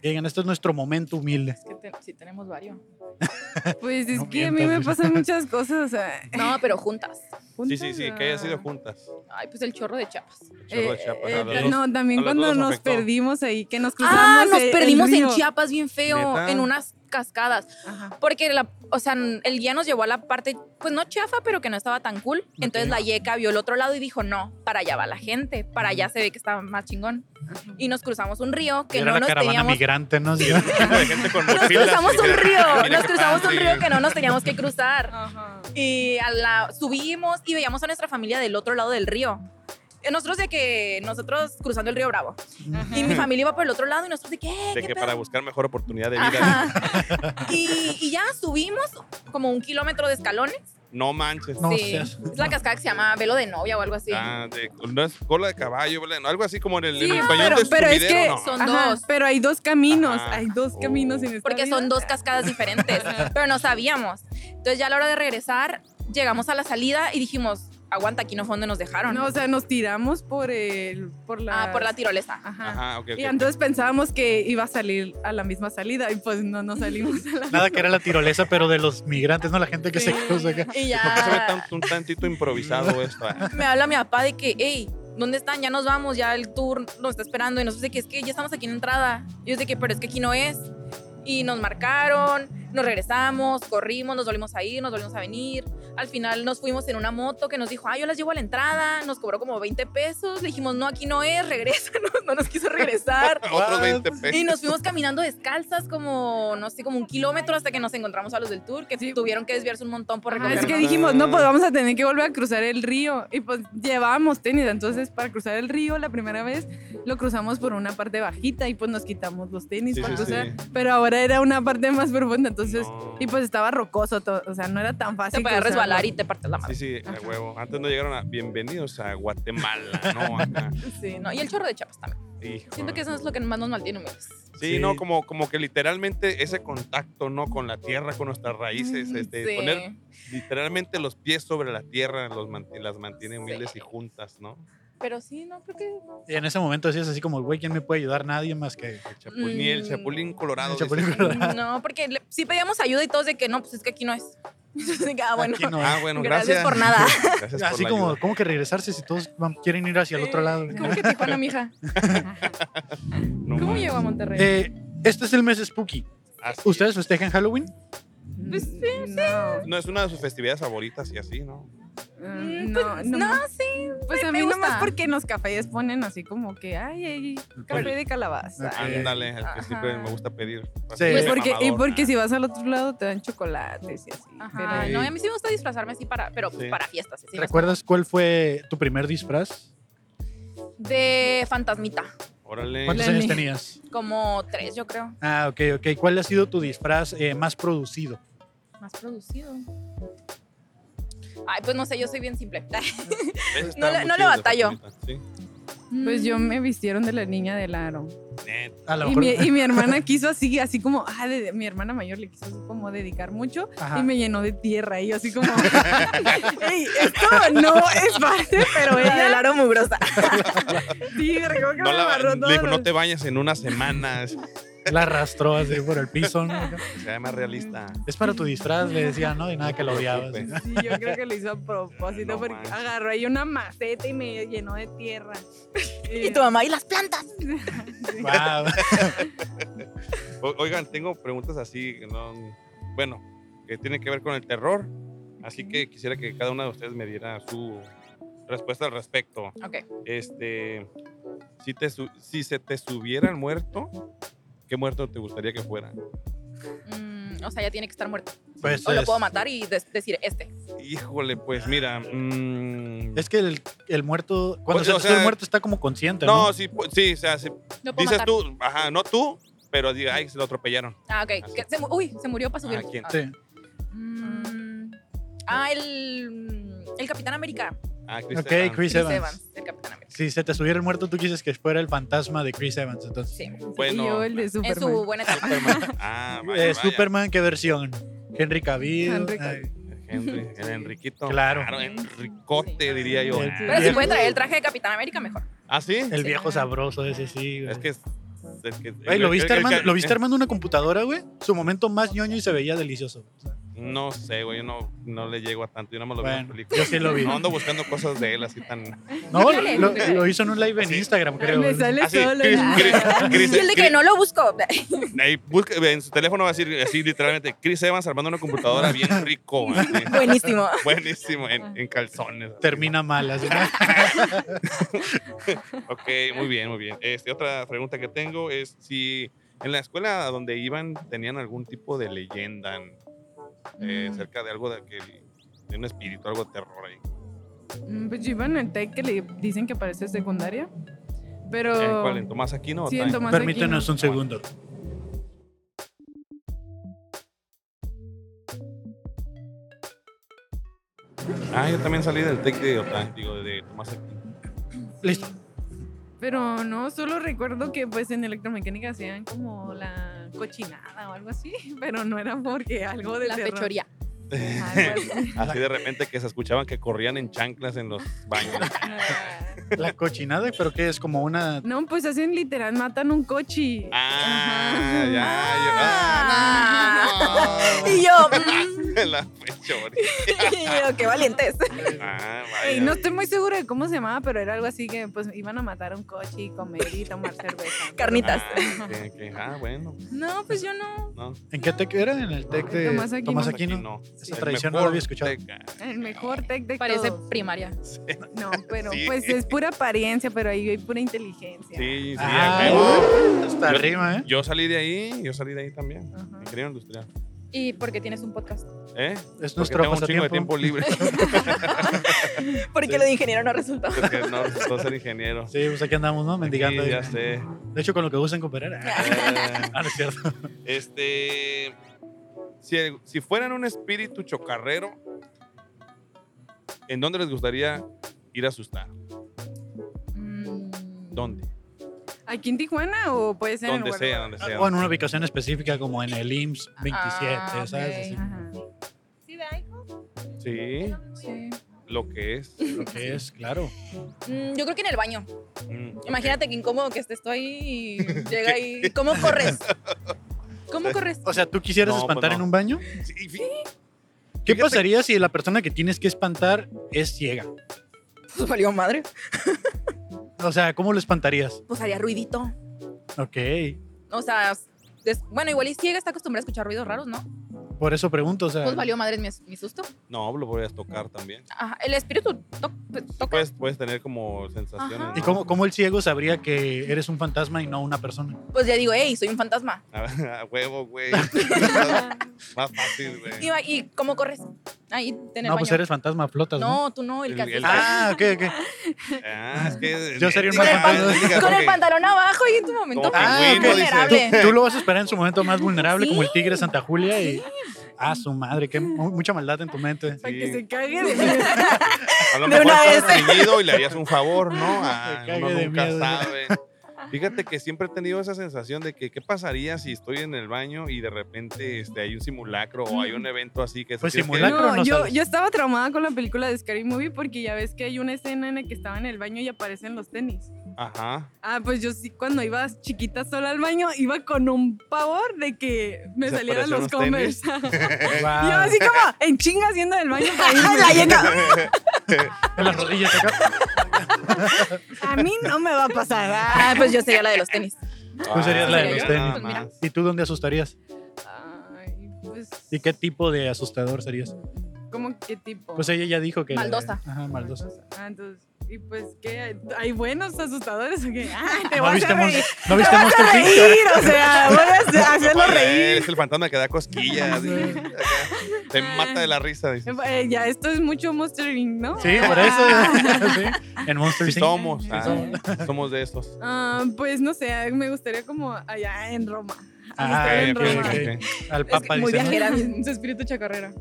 [SPEAKER 2] que digan, este es nuestro momento humilde.
[SPEAKER 4] Es que te- sí tenemos varios.
[SPEAKER 5] Pues es
[SPEAKER 2] No
[SPEAKER 5] que a mí
[SPEAKER 2] mientas,
[SPEAKER 5] me
[SPEAKER 2] dice.
[SPEAKER 5] pasan muchas cosas. O sea,
[SPEAKER 4] No, pero juntas.
[SPEAKER 3] Sí, sí, sí, que hayan sido juntas.
[SPEAKER 4] Ay, pues el chorro de chapas.
[SPEAKER 3] El
[SPEAKER 5] Eh,
[SPEAKER 3] chorro de Chiapas,
[SPEAKER 5] eh,
[SPEAKER 3] a los dos.
[SPEAKER 5] no, también
[SPEAKER 3] a los
[SPEAKER 5] cuando
[SPEAKER 3] dos nos
[SPEAKER 5] nos
[SPEAKER 3] afectó.
[SPEAKER 5] perdimos ahí, que nos cruzamos.
[SPEAKER 4] Ah, nos
[SPEAKER 5] el- el
[SPEAKER 4] perdimos en
[SPEAKER 5] río.
[SPEAKER 4] Chiapas bien feo.
[SPEAKER 3] ¿Neta?
[SPEAKER 4] En unas cascadas.
[SPEAKER 5] Ajá.
[SPEAKER 4] Porque, la, o sea, el guía nos llevó a la parte, pues no chafa, pero que no estaba tan cool. Entonces la yeca vio el otro lado y dijo, no, para allá va la gente, para allá se ve que está más chingón. Y nos cruzamos un río que
[SPEAKER 2] Era
[SPEAKER 4] no
[SPEAKER 2] la
[SPEAKER 4] nos
[SPEAKER 2] caravana
[SPEAKER 4] teníamos...
[SPEAKER 2] migrante, ¿no? Sí.
[SPEAKER 3] De gente con
[SPEAKER 4] Nos
[SPEAKER 3] mochilas
[SPEAKER 4] cruzamos
[SPEAKER 3] y
[SPEAKER 4] un
[SPEAKER 3] que-
[SPEAKER 4] río,
[SPEAKER 3] mira
[SPEAKER 4] nos
[SPEAKER 3] qué
[SPEAKER 4] cruzamos un
[SPEAKER 3] padre.
[SPEAKER 4] río que no nos teníamos que cruzar.
[SPEAKER 5] Ajá.
[SPEAKER 4] Y a la, subimos y veíamos a nuestra familia del otro lado del río. Eh, Nosotros de que, nosotros cruzando el río Bravo. Y mi familia iba por el otro lado y nosotros de que, "Eh,
[SPEAKER 3] De
[SPEAKER 4] ¿qué
[SPEAKER 3] que
[SPEAKER 4] pedo?".
[SPEAKER 3] para buscar mejor oportunidad de vida.
[SPEAKER 4] Ajá. y, y ya subimos como un kilómetro de escalones.
[SPEAKER 3] No manches.
[SPEAKER 2] No
[SPEAKER 4] sí.
[SPEAKER 2] seas-
[SPEAKER 4] Es la cascada que se llama Velo de Novia o algo así.
[SPEAKER 3] Ah, de, no es cola de caballo, ¿verdad? No, algo así como en el, en
[SPEAKER 4] Sí,
[SPEAKER 3] el
[SPEAKER 4] no,
[SPEAKER 3] pañón
[SPEAKER 5] pero-
[SPEAKER 3] de
[SPEAKER 5] pero es
[SPEAKER 3] sumidero,
[SPEAKER 5] que
[SPEAKER 3] no.
[SPEAKER 4] son-
[SPEAKER 5] Ajá,
[SPEAKER 4] dos.
[SPEAKER 5] Pero hay dos caminos,
[SPEAKER 3] Ajá.
[SPEAKER 5] hay dos
[SPEAKER 3] Oh.
[SPEAKER 5] caminos en este esta
[SPEAKER 4] Porque son
[SPEAKER 5] vida.
[SPEAKER 4] dos cascadas diferentes, pero no sabíamos. Entonces ya a la hora de regresar, llegamos a la salida y dijimos, aguanta, aquí no fue donde nos dejaron.
[SPEAKER 5] No, o sea, nos tiramos por el, por la.
[SPEAKER 4] Oh. ah, por la tirolesa.
[SPEAKER 5] Ajá.
[SPEAKER 3] Ajá, ok. ok.
[SPEAKER 5] Y entonces pensábamos que iba a salir a la misma salida y pues no, no salimos a la
[SPEAKER 2] Nada que era la tirolesa, pero de los migrantes, ¿no? La gente que se cruza acá.
[SPEAKER 4] Y
[SPEAKER 3] ¿Por qué se ve
[SPEAKER 4] ya
[SPEAKER 3] tan- un tantito
[SPEAKER 2] Mm.
[SPEAKER 3] improvisado esto? ah?
[SPEAKER 4] me habla mi papá de que, hey, ¿dónde están? Ya nos vamos, ya el tour nos está esperando. Y nosotros de que es que ya estamos aquí en la entrada. Y yo de que, pero es que aquí no es. Y nos marcaron, nos regresamos, corrimos, nos volvimos a ir, nos volvimos a venir. Al final nos fuimos en una moto que nos dijo, ah, yo las llevo a la entrada. Nos cobró como 20 pesos. Le dijimos, no, aquí no es, regrésanos. No nos quiso regresar.
[SPEAKER 3] Otros 20
[SPEAKER 4] Y
[SPEAKER 3] pesos.
[SPEAKER 4] nos fuimos caminando descalzas como, no sé, como un kilómetro hasta que nos encontramos a los del tour, que tuvieron que desviarse un montón por
[SPEAKER 5] Ah,
[SPEAKER 4] recogernos.
[SPEAKER 5] es que dijimos, no, pues vamos a tener que volver a cruzar el río. Y pues llevábamos tenis. Entonces, para cruzar el río la primera vez, lo cruzamos por una parte bajita y pues nos quitamos los tenis
[SPEAKER 3] Sí,
[SPEAKER 5] para
[SPEAKER 3] sí,
[SPEAKER 5] cruzar.
[SPEAKER 3] sí.
[SPEAKER 5] Pero ahora era una parte más profunda. Entonces,
[SPEAKER 3] No.
[SPEAKER 5] y pues estaba rocoso todo. O sea, no era tan fácil.
[SPEAKER 4] Te puedes
[SPEAKER 5] cruzarlo.
[SPEAKER 4] resbalar y te partes la mano.
[SPEAKER 3] Sí, sí, a
[SPEAKER 5] Ajá.
[SPEAKER 3] huevo. Antes no llegaron a bienvenidos a Guatemala, ¿no? Acá.
[SPEAKER 5] Sí,
[SPEAKER 4] No, y el chorro de chapas también.
[SPEAKER 3] Hijo,
[SPEAKER 4] Siento que eso es lo que más nos mantiene humildes.
[SPEAKER 3] Sí,
[SPEAKER 2] Sí.
[SPEAKER 3] no, como, como que literalmente ese contacto, ¿no? Con la tierra, con nuestras raíces, este,
[SPEAKER 4] Sí.
[SPEAKER 3] poner literalmente los pies sobre la tierra los mant- las mantiene
[SPEAKER 4] Sí.
[SPEAKER 3] humildes y juntas, ¿no?
[SPEAKER 4] Pero sí, no, creo que... no.
[SPEAKER 2] Y en ese momento decías así como, güey, ¿quién me puede ayudar? Nadie más que...
[SPEAKER 3] El chapulín, ni el
[SPEAKER 4] Mm.
[SPEAKER 3] chapulín colorado.
[SPEAKER 2] El
[SPEAKER 3] dice.
[SPEAKER 2] chapulín colorado.
[SPEAKER 4] No, porque le- sí pedíamos ayuda y todos de que no, pues es que aquí no es. Así que, ah, bueno.
[SPEAKER 2] Aquí no es.
[SPEAKER 3] Ah, bueno, gracias.
[SPEAKER 4] Gracias por nada.
[SPEAKER 3] Gracias por
[SPEAKER 2] Así
[SPEAKER 3] la
[SPEAKER 2] como,
[SPEAKER 3] ayuda.
[SPEAKER 2] ¿cómo que regresarse si todos van- quieren ir hacia el otro lado?
[SPEAKER 4] ¿Cómo que Tijuana, mija?
[SPEAKER 3] No
[SPEAKER 4] ¿Cómo
[SPEAKER 3] manches.
[SPEAKER 4] llegó a Monterrey?
[SPEAKER 2] Eh, este es el mes spooky.
[SPEAKER 3] Así
[SPEAKER 2] ¿Ustedes festejan Halloween?
[SPEAKER 4] Pues sí,
[SPEAKER 5] No,
[SPEAKER 3] es. No, es una de sus festividades favoritas y así, ¿no?
[SPEAKER 5] Mm,
[SPEAKER 4] Mm,
[SPEAKER 5] no,
[SPEAKER 4] pues,
[SPEAKER 5] no,
[SPEAKER 4] no, sí.
[SPEAKER 5] Pues
[SPEAKER 4] me-
[SPEAKER 5] a
[SPEAKER 4] me
[SPEAKER 5] mí
[SPEAKER 4] gusta.
[SPEAKER 5] nomás porque en los cafés ponen así como que, ay, ay, café de calabaza. Ah.
[SPEAKER 2] Ok.
[SPEAKER 3] Ándale, el que
[SPEAKER 4] Ajá.
[SPEAKER 3] siempre me gusta pedir.
[SPEAKER 2] Sí.
[SPEAKER 5] Y
[SPEAKER 2] Pues
[SPEAKER 5] porque, y
[SPEAKER 3] Mamador,
[SPEAKER 5] porque
[SPEAKER 3] ah.
[SPEAKER 5] si vas al otro lado te dan chocolates y así.
[SPEAKER 4] Ajá,
[SPEAKER 5] pero-
[SPEAKER 4] no, a mí sí me gusta disfrazarme así para, pero pues,
[SPEAKER 3] Sí.
[SPEAKER 4] para fiestas. así, no sé.
[SPEAKER 2] ¿Recuerdas cuál fue tu primer disfraz?
[SPEAKER 4] De fantasmita,
[SPEAKER 3] Órale.
[SPEAKER 2] ¿Cuántos
[SPEAKER 5] La
[SPEAKER 2] años
[SPEAKER 5] mía.
[SPEAKER 2] tenías?
[SPEAKER 4] como tres, yo creo.
[SPEAKER 2] Ah, ok, ok. ¿Cuál ha sido tu disfraz eh, más producido?
[SPEAKER 4] Más producido. Ay, pues no sé, yo soy bien simple.
[SPEAKER 3] Ese
[SPEAKER 4] No
[SPEAKER 3] estaba
[SPEAKER 4] le-
[SPEAKER 3] muy
[SPEAKER 4] no le
[SPEAKER 3] chido, ese
[SPEAKER 4] batallo. Mm.
[SPEAKER 3] favorito, Sí.
[SPEAKER 5] Pues yo me vistieron de la niña del aro.
[SPEAKER 3] Neta.
[SPEAKER 2] A lo
[SPEAKER 5] Y
[SPEAKER 2] mejor.
[SPEAKER 5] mi, y mi hermana quiso así, así como, ah, de- mi hermana mayor le quiso así como dedicar mucho
[SPEAKER 2] Ajá.
[SPEAKER 5] y me llenó de tierra. Y yo así como, "Ey, esto no es parte, pero
[SPEAKER 4] La
[SPEAKER 5] ella
[SPEAKER 4] del aro mugrosa.
[SPEAKER 5] sí, recuerdo que
[SPEAKER 3] No
[SPEAKER 5] me
[SPEAKER 3] la-
[SPEAKER 5] barró
[SPEAKER 3] le
[SPEAKER 5] todo
[SPEAKER 3] dijo,
[SPEAKER 5] lo-
[SPEAKER 3] no te bañes en unas semanas.
[SPEAKER 2] La arrastró así por el piso. ¿no?
[SPEAKER 3] Sea más realista.
[SPEAKER 2] Es para tu disfraz, le decía, ¿no? Y nada que lo odiabas.
[SPEAKER 3] Sí. pues.
[SPEAKER 5] Sí, yo creo que lo hizo a propósito
[SPEAKER 3] No
[SPEAKER 5] porque
[SPEAKER 3] manches.
[SPEAKER 5] agarró ahí una maceta y me llenó de tierra.
[SPEAKER 4] Y tu mamá y las plantas.
[SPEAKER 2] Guau.
[SPEAKER 3] O- Oigan, tengo preguntas así, que no- bueno, que tienen que ver con el terror. Así que quisiera que cada una de ustedes me diera su respuesta al respecto.
[SPEAKER 4] Ok.
[SPEAKER 3] Este, si, te su- si se te subiera el muerto, ¿qué muerto te gustaría que fuera?
[SPEAKER 4] Mm, o sea, ya tiene que estar muerto.
[SPEAKER 2] Pues
[SPEAKER 4] o lo
[SPEAKER 2] es-
[SPEAKER 4] puedo matar y des- decir este.
[SPEAKER 3] Híjole, pues mira. mm,
[SPEAKER 2] Es que el, el muerto, cuando
[SPEAKER 3] Pues,
[SPEAKER 2] se
[SPEAKER 3] o
[SPEAKER 2] te sube el
[SPEAKER 3] sea,
[SPEAKER 2] muerto está como consciente, ¿no?
[SPEAKER 3] no, sí, pu- sí, o sea, sí,
[SPEAKER 4] Lo puedo
[SPEAKER 3] dices
[SPEAKER 4] matar.
[SPEAKER 3] tú, ajá, no tú, pero di- ay, se lo atropellaron.
[SPEAKER 4] Ah, ok.
[SPEAKER 3] Así.
[SPEAKER 4] Que se mu- uy, se murió para subir.
[SPEAKER 3] Ah, ¿quién?
[SPEAKER 4] Ah,
[SPEAKER 2] Sí.
[SPEAKER 4] mm, ah, el, mm, el Capitán América.
[SPEAKER 3] Ah, Chris
[SPEAKER 2] Ok,
[SPEAKER 3] Evans.
[SPEAKER 2] Chris,
[SPEAKER 4] Chris
[SPEAKER 2] Evans.
[SPEAKER 4] Evans, el Capitán América.
[SPEAKER 2] Si se te subiera el muerto, tú quisieras que fuera el fantasma de Chris Evans. Entonces,
[SPEAKER 4] Sí.
[SPEAKER 3] Bueno,
[SPEAKER 5] y yo el de
[SPEAKER 4] En
[SPEAKER 5] Superman.
[SPEAKER 4] su buena etapa.
[SPEAKER 3] Superman. Ah, vaya,
[SPEAKER 2] Eh,
[SPEAKER 3] vaya.
[SPEAKER 2] Superman, ¿qué versión? Henry Cavill.
[SPEAKER 5] Henry
[SPEAKER 2] eh,
[SPEAKER 5] Cavill.
[SPEAKER 3] Henry, el Enriquito.
[SPEAKER 2] Claro.
[SPEAKER 3] Enricote, diría yo.
[SPEAKER 2] Sí.
[SPEAKER 4] Pero si
[SPEAKER 2] Bien.
[SPEAKER 4] puede traer el traje de Capitán América, mejor.
[SPEAKER 3] ¿Ah, sí?
[SPEAKER 2] el viejo
[SPEAKER 4] Sí.
[SPEAKER 2] sabroso ese, sí. güey.
[SPEAKER 3] Es que. es- es que-
[SPEAKER 2] Ay, ¿lo,
[SPEAKER 3] el-
[SPEAKER 2] viste
[SPEAKER 3] el- eh, el-
[SPEAKER 2] armando,
[SPEAKER 3] el-
[SPEAKER 2] ¿Lo viste armando una computadora, güey? Su momento más ñoño y se veía delicioso.
[SPEAKER 3] No sé, güey, yo no, no le llego a tanto. Yo no me lo veo en
[SPEAKER 2] Bueno,
[SPEAKER 3] películas.
[SPEAKER 2] yo sí lo vi.
[SPEAKER 3] No ando buscando cosas de él así tan.
[SPEAKER 2] No,
[SPEAKER 4] Dale,
[SPEAKER 2] lo,
[SPEAKER 4] dale.
[SPEAKER 2] lo hizo en un live en Instagram, creo.
[SPEAKER 5] Me sale
[SPEAKER 3] Así,
[SPEAKER 5] solo.
[SPEAKER 3] Chris, Chris, Chris,
[SPEAKER 4] Yo le dije,
[SPEAKER 3] Chris-
[SPEAKER 4] no lo busco.
[SPEAKER 3] ahí busca- en su teléfono va a decir así literalmente: Chris Evans armando una computadora bien rico. así.
[SPEAKER 4] Buenísimo.
[SPEAKER 3] Buenísimo, en, en calzones. así.
[SPEAKER 2] Termina mal. así, ¿no?
[SPEAKER 3] Ok, muy bien, muy bien. Este, otra pregunta que tengo es si en la escuela donde iban tenían algún tipo de leyenda eh,
[SPEAKER 5] Mm.
[SPEAKER 3] cerca de algo de, que, de un espíritu, algo de terror ahí.
[SPEAKER 5] Mm, Pues yo iba en el TEC que le dicen que parece secundaria. Pero.
[SPEAKER 3] ¿En cuál? ¿En Tomás Aquino? o
[SPEAKER 5] sí, en
[SPEAKER 3] Time?
[SPEAKER 5] Tomás
[SPEAKER 2] Permítanos un segundo.
[SPEAKER 3] Ah, yo también salí del TEC de Otán, digo, de Tomás Aquino.
[SPEAKER 2] Listo.
[SPEAKER 5] Pero no, solo recuerdo que pues en electromecánica hacían como la cochinada o algo así, pero no era porque algo de
[SPEAKER 4] La
[SPEAKER 5] terror.
[SPEAKER 4] fechoría.
[SPEAKER 5] Algo así.
[SPEAKER 3] Así de repente que se escuchaban que corrían en chanclas en los baños.
[SPEAKER 5] Ah.
[SPEAKER 2] La cochinada, pero que es como una.
[SPEAKER 5] No, pues hacen literal, matan un coche.
[SPEAKER 3] Ah, ya, yo,
[SPEAKER 4] Ah.
[SPEAKER 3] ah, no.
[SPEAKER 4] Y yo, mm,
[SPEAKER 3] La fechoría.
[SPEAKER 4] y yo, qué valientes.
[SPEAKER 3] Ah, vaya.
[SPEAKER 5] Ey, no estoy muy segura de cómo se llamaba, pero era algo así que pues iban a matar un coche y comer y tomar cerveza.
[SPEAKER 4] Carnitas.
[SPEAKER 3] Ah, ok, ok. Ah, bueno,
[SPEAKER 4] No, pues yo no.
[SPEAKER 3] no.
[SPEAKER 2] ¿En qué tec era? En el tec de
[SPEAKER 5] Tomás
[SPEAKER 2] Tomás
[SPEAKER 5] Aquino.
[SPEAKER 2] Aquino. Esa
[SPEAKER 3] El
[SPEAKER 2] tradición no
[SPEAKER 3] mejor
[SPEAKER 2] la había escuchado.
[SPEAKER 3] Tec. ah,
[SPEAKER 5] El mejor tech de
[SPEAKER 4] Parece
[SPEAKER 5] todos.
[SPEAKER 4] primaria.
[SPEAKER 5] No, pero
[SPEAKER 3] Sí.
[SPEAKER 5] pues es pura apariencia, pero ahí hay pura inteligencia.
[SPEAKER 3] Sí, sí,
[SPEAKER 2] Ah,
[SPEAKER 3] a huevo.
[SPEAKER 2] Hasta
[SPEAKER 3] Yo-
[SPEAKER 2] arriba, ¿eh?
[SPEAKER 3] Yo salí de ahí, yo salí de ahí también.
[SPEAKER 5] Ajá.
[SPEAKER 3] Ingeniero industrial.
[SPEAKER 4] Y porque tienes un podcast.
[SPEAKER 3] ¿Eh?
[SPEAKER 2] Es
[SPEAKER 3] Porque
[SPEAKER 2] nuestro
[SPEAKER 3] tengo un chingo de tiempo
[SPEAKER 2] pasatiempo.
[SPEAKER 3] libre. Eh,
[SPEAKER 4] Porque lo de ingeniero no resultó.
[SPEAKER 3] Porque no, puedo ser ingeniero.
[SPEAKER 2] Sí, pues aquí andamos, ¿no? Mendigando.
[SPEAKER 3] Sí, ya
[SPEAKER 2] ahí.
[SPEAKER 3] sé.
[SPEAKER 2] de hecho, con lo que usan cooperar. Ah,
[SPEAKER 3] Eh,
[SPEAKER 2] no es cierto.
[SPEAKER 3] Este. Si, el- si fueran un espíritu chocarrero, ¿en dónde les gustaría ir a asustar?
[SPEAKER 4] Mm.
[SPEAKER 3] ¿Dónde?
[SPEAKER 5] ¿Aquí en Tijuana o puede ser en
[SPEAKER 3] Donde
[SPEAKER 5] Guadalajara?
[SPEAKER 3] sea, donde sea.
[SPEAKER 2] O en una ubicación específica como en el IMSS 27,
[SPEAKER 4] Ah,
[SPEAKER 2] ¿sabes?
[SPEAKER 4] ok.
[SPEAKER 2] Así
[SPEAKER 5] Ajá.
[SPEAKER 4] Sí, de ahí.
[SPEAKER 3] Sí,
[SPEAKER 5] Sí.
[SPEAKER 3] lo que es.
[SPEAKER 2] lo que es, claro.
[SPEAKER 4] Mm, yo creo que en el baño.
[SPEAKER 3] Mm,
[SPEAKER 4] Imagínate que incómodo que estés tú ahí y llega ahí. ¿Cómo corres? ¿Cómo corres?
[SPEAKER 2] O sea, ¿tú quisieras
[SPEAKER 3] No, pues
[SPEAKER 2] espantar
[SPEAKER 3] no.
[SPEAKER 2] en un baño?
[SPEAKER 3] Sí, sí.
[SPEAKER 2] ¿Qué
[SPEAKER 3] Fíjate-
[SPEAKER 2] pasaría si la persona que tienes que espantar es ciega?
[SPEAKER 4] Pues valió madre.
[SPEAKER 2] O sea, ¿cómo lo espantarías?
[SPEAKER 4] Pues haría ruidito.
[SPEAKER 2] Ok.
[SPEAKER 4] O sea, des- bueno, igual y ciega está acostumbrada a escuchar ruidos raros, ¿no?
[SPEAKER 2] Por eso pregunto, o sea.
[SPEAKER 4] Pues valió madre mi, mi susto.
[SPEAKER 3] No, lo podrías tocar también.
[SPEAKER 4] Ajá, el espíritu to- toca.
[SPEAKER 3] Puedes, puedes tener como sensaciones.
[SPEAKER 4] Ajá.
[SPEAKER 2] ¿Y
[SPEAKER 3] ¿no?
[SPEAKER 2] cómo, cómo el ciego sabría que eres un fantasma y no una persona?
[SPEAKER 4] Pues ya digo, hey, soy un fantasma.
[SPEAKER 3] A huevo, güey. Más fácil, güey.
[SPEAKER 4] Y, va- y cómo corres? Ahí, en el
[SPEAKER 2] No,
[SPEAKER 4] baño.
[SPEAKER 2] pues eres fantasma, flotas. No.
[SPEAKER 4] No, tú no, el
[SPEAKER 3] El-
[SPEAKER 4] que
[SPEAKER 3] el-
[SPEAKER 4] haces-
[SPEAKER 2] Ah, ok, ok.
[SPEAKER 3] Ah, es que.
[SPEAKER 2] Yo sería un
[SPEAKER 4] con, el
[SPEAKER 2] Ah,
[SPEAKER 4] pan-
[SPEAKER 2] no
[SPEAKER 4] con el pantalón abajo y en tu momento
[SPEAKER 3] Como pingüino,
[SPEAKER 4] muy
[SPEAKER 3] dice.
[SPEAKER 4] vulnerable.
[SPEAKER 2] Tú lo vas a esperar en su momento más vulnerable,
[SPEAKER 4] Sí.
[SPEAKER 2] como el tigre de Santa Julia. Y... Ah, su madre, qué mu- mucha maldad en tu mente.
[SPEAKER 5] Para que
[SPEAKER 3] Sí.
[SPEAKER 5] se cague de miedo.
[SPEAKER 3] A lo
[SPEAKER 4] De
[SPEAKER 3] mejor
[SPEAKER 4] una
[SPEAKER 3] estás
[SPEAKER 4] vez.
[SPEAKER 3] reñido y le harías un favor, ¿no? Ah,
[SPEAKER 2] cague
[SPEAKER 3] uno
[SPEAKER 2] de
[SPEAKER 3] nunca
[SPEAKER 2] miedo.
[SPEAKER 3] sabe. Fíjate que siempre he tenido esa sensación de que qué pasaría si estoy en el baño y de repente este, hay un simulacro o hay un evento así que...
[SPEAKER 2] Pues
[SPEAKER 3] tienes que-
[SPEAKER 2] simulacro. Lacro
[SPEAKER 5] No,
[SPEAKER 2] no
[SPEAKER 5] yo,
[SPEAKER 2] sales.
[SPEAKER 5] yo estaba traumada con la película de Scary Movie porque ya ves que hay una escena en la que estaba en el baño y aparecen los tenis.
[SPEAKER 3] Ajá.
[SPEAKER 5] Ah, pues yo sí, cuando iba chiquita sola al baño, iba con un pavor de que me
[SPEAKER 3] Se
[SPEAKER 5] salieran los
[SPEAKER 3] aparecían
[SPEAKER 5] Converse.
[SPEAKER 3] los
[SPEAKER 5] yo
[SPEAKER 2] Wow.
[SPEAKER 5] así como en chinga haciendo del baño para irme.
[SPEAKER 4] La llena.
[SPEAKER 2] En las rodillas acá.
[SPEAKER 5] A mí no me va a pasar. ah.
[SPEAKER 4] Ah, pues yo sería la de los tenis.
[SPEAKER 2] Tú serías la de
[SPEAKER 3] Ah,
[SPEAKER 2] los
[SPEAKER 3] mira,
[SPEAKER 2] tenis.
[SPEAKER 3] nada
[SPEAKER 4] Pues mira.
[SPEAKER 3] más.
[SPEAKER 2] ¿Y tú dónde asustarías?
[SPEAKER 5] Ay, pues,
[SPEAKER 2] ¿Y qué tipo de asustador serías?
[SPEAKER 5] ¿Cómo qué tipo?
[SPEAKER 2] Pues ella ya dijo que.
[SPEAKER 4] Maldosa.
[SPEAKER 2] Ajá, maldosa.
[SPEAKER 5] Ah, entonces, y pues que hay buenos asustadores o qué? Ah, te
[SPEAKER 2] ¿No
[SPEAKER 5] vas
[SPEAKER 2] viste,
[SPEAKER 5] a
[SPEAKER 2] Mon-
[SPEAKER 5] reír.
[SPEAKER 2] ¿No viste
[SPEAKER 5] te vas
[SPEAKER 2] Monster
[SPEAKER 5] a
[SPEAKER 2] Inc?
[SPEAKER 5] reír, o sea, voy a hacer- hacerlo
[SPEAKER 3] Oye,
[SPEAKER 5] reír.
[SPEAKER 3] Es el fantasma que da cosquillas. dice. Acá. Te mata de la risa. dice.
[SPEAKER 5] Eh, ya, esto es mucho Monster Inc, ¿no? Ah.
[SPEAKER 2] Sí, por eso. Sí, En Monster
[SPEAKER 3] Sí
[SPEAKER 2] Inc.
[SPEAKER 3] somos.
[SPEAKER 5] Sí
[SPEAKER 3] ah,
[SPEAKER 5] somos.
[SPEAKER 3] somos de estos.
[SPEAKER 5] Ah, pues no sé, me gustaría como allá en Roma.
[SPEAKER 2] Ah,
[SPEAKER 5] Estar en
[SPEAKER 2] ok,
[SPEAKER 5] Roma.
[SPEAKER 2] ok, ok. Al
[SPEAKER 4] Es que
[SPEAKER 2] Papa
[SPEAKER 4] muy
[SPEAKER 2] dice, ¿no?
[SPEAKER 4] viajero. Era mi-
[SPEAKER 5] su espíritu chacarrera.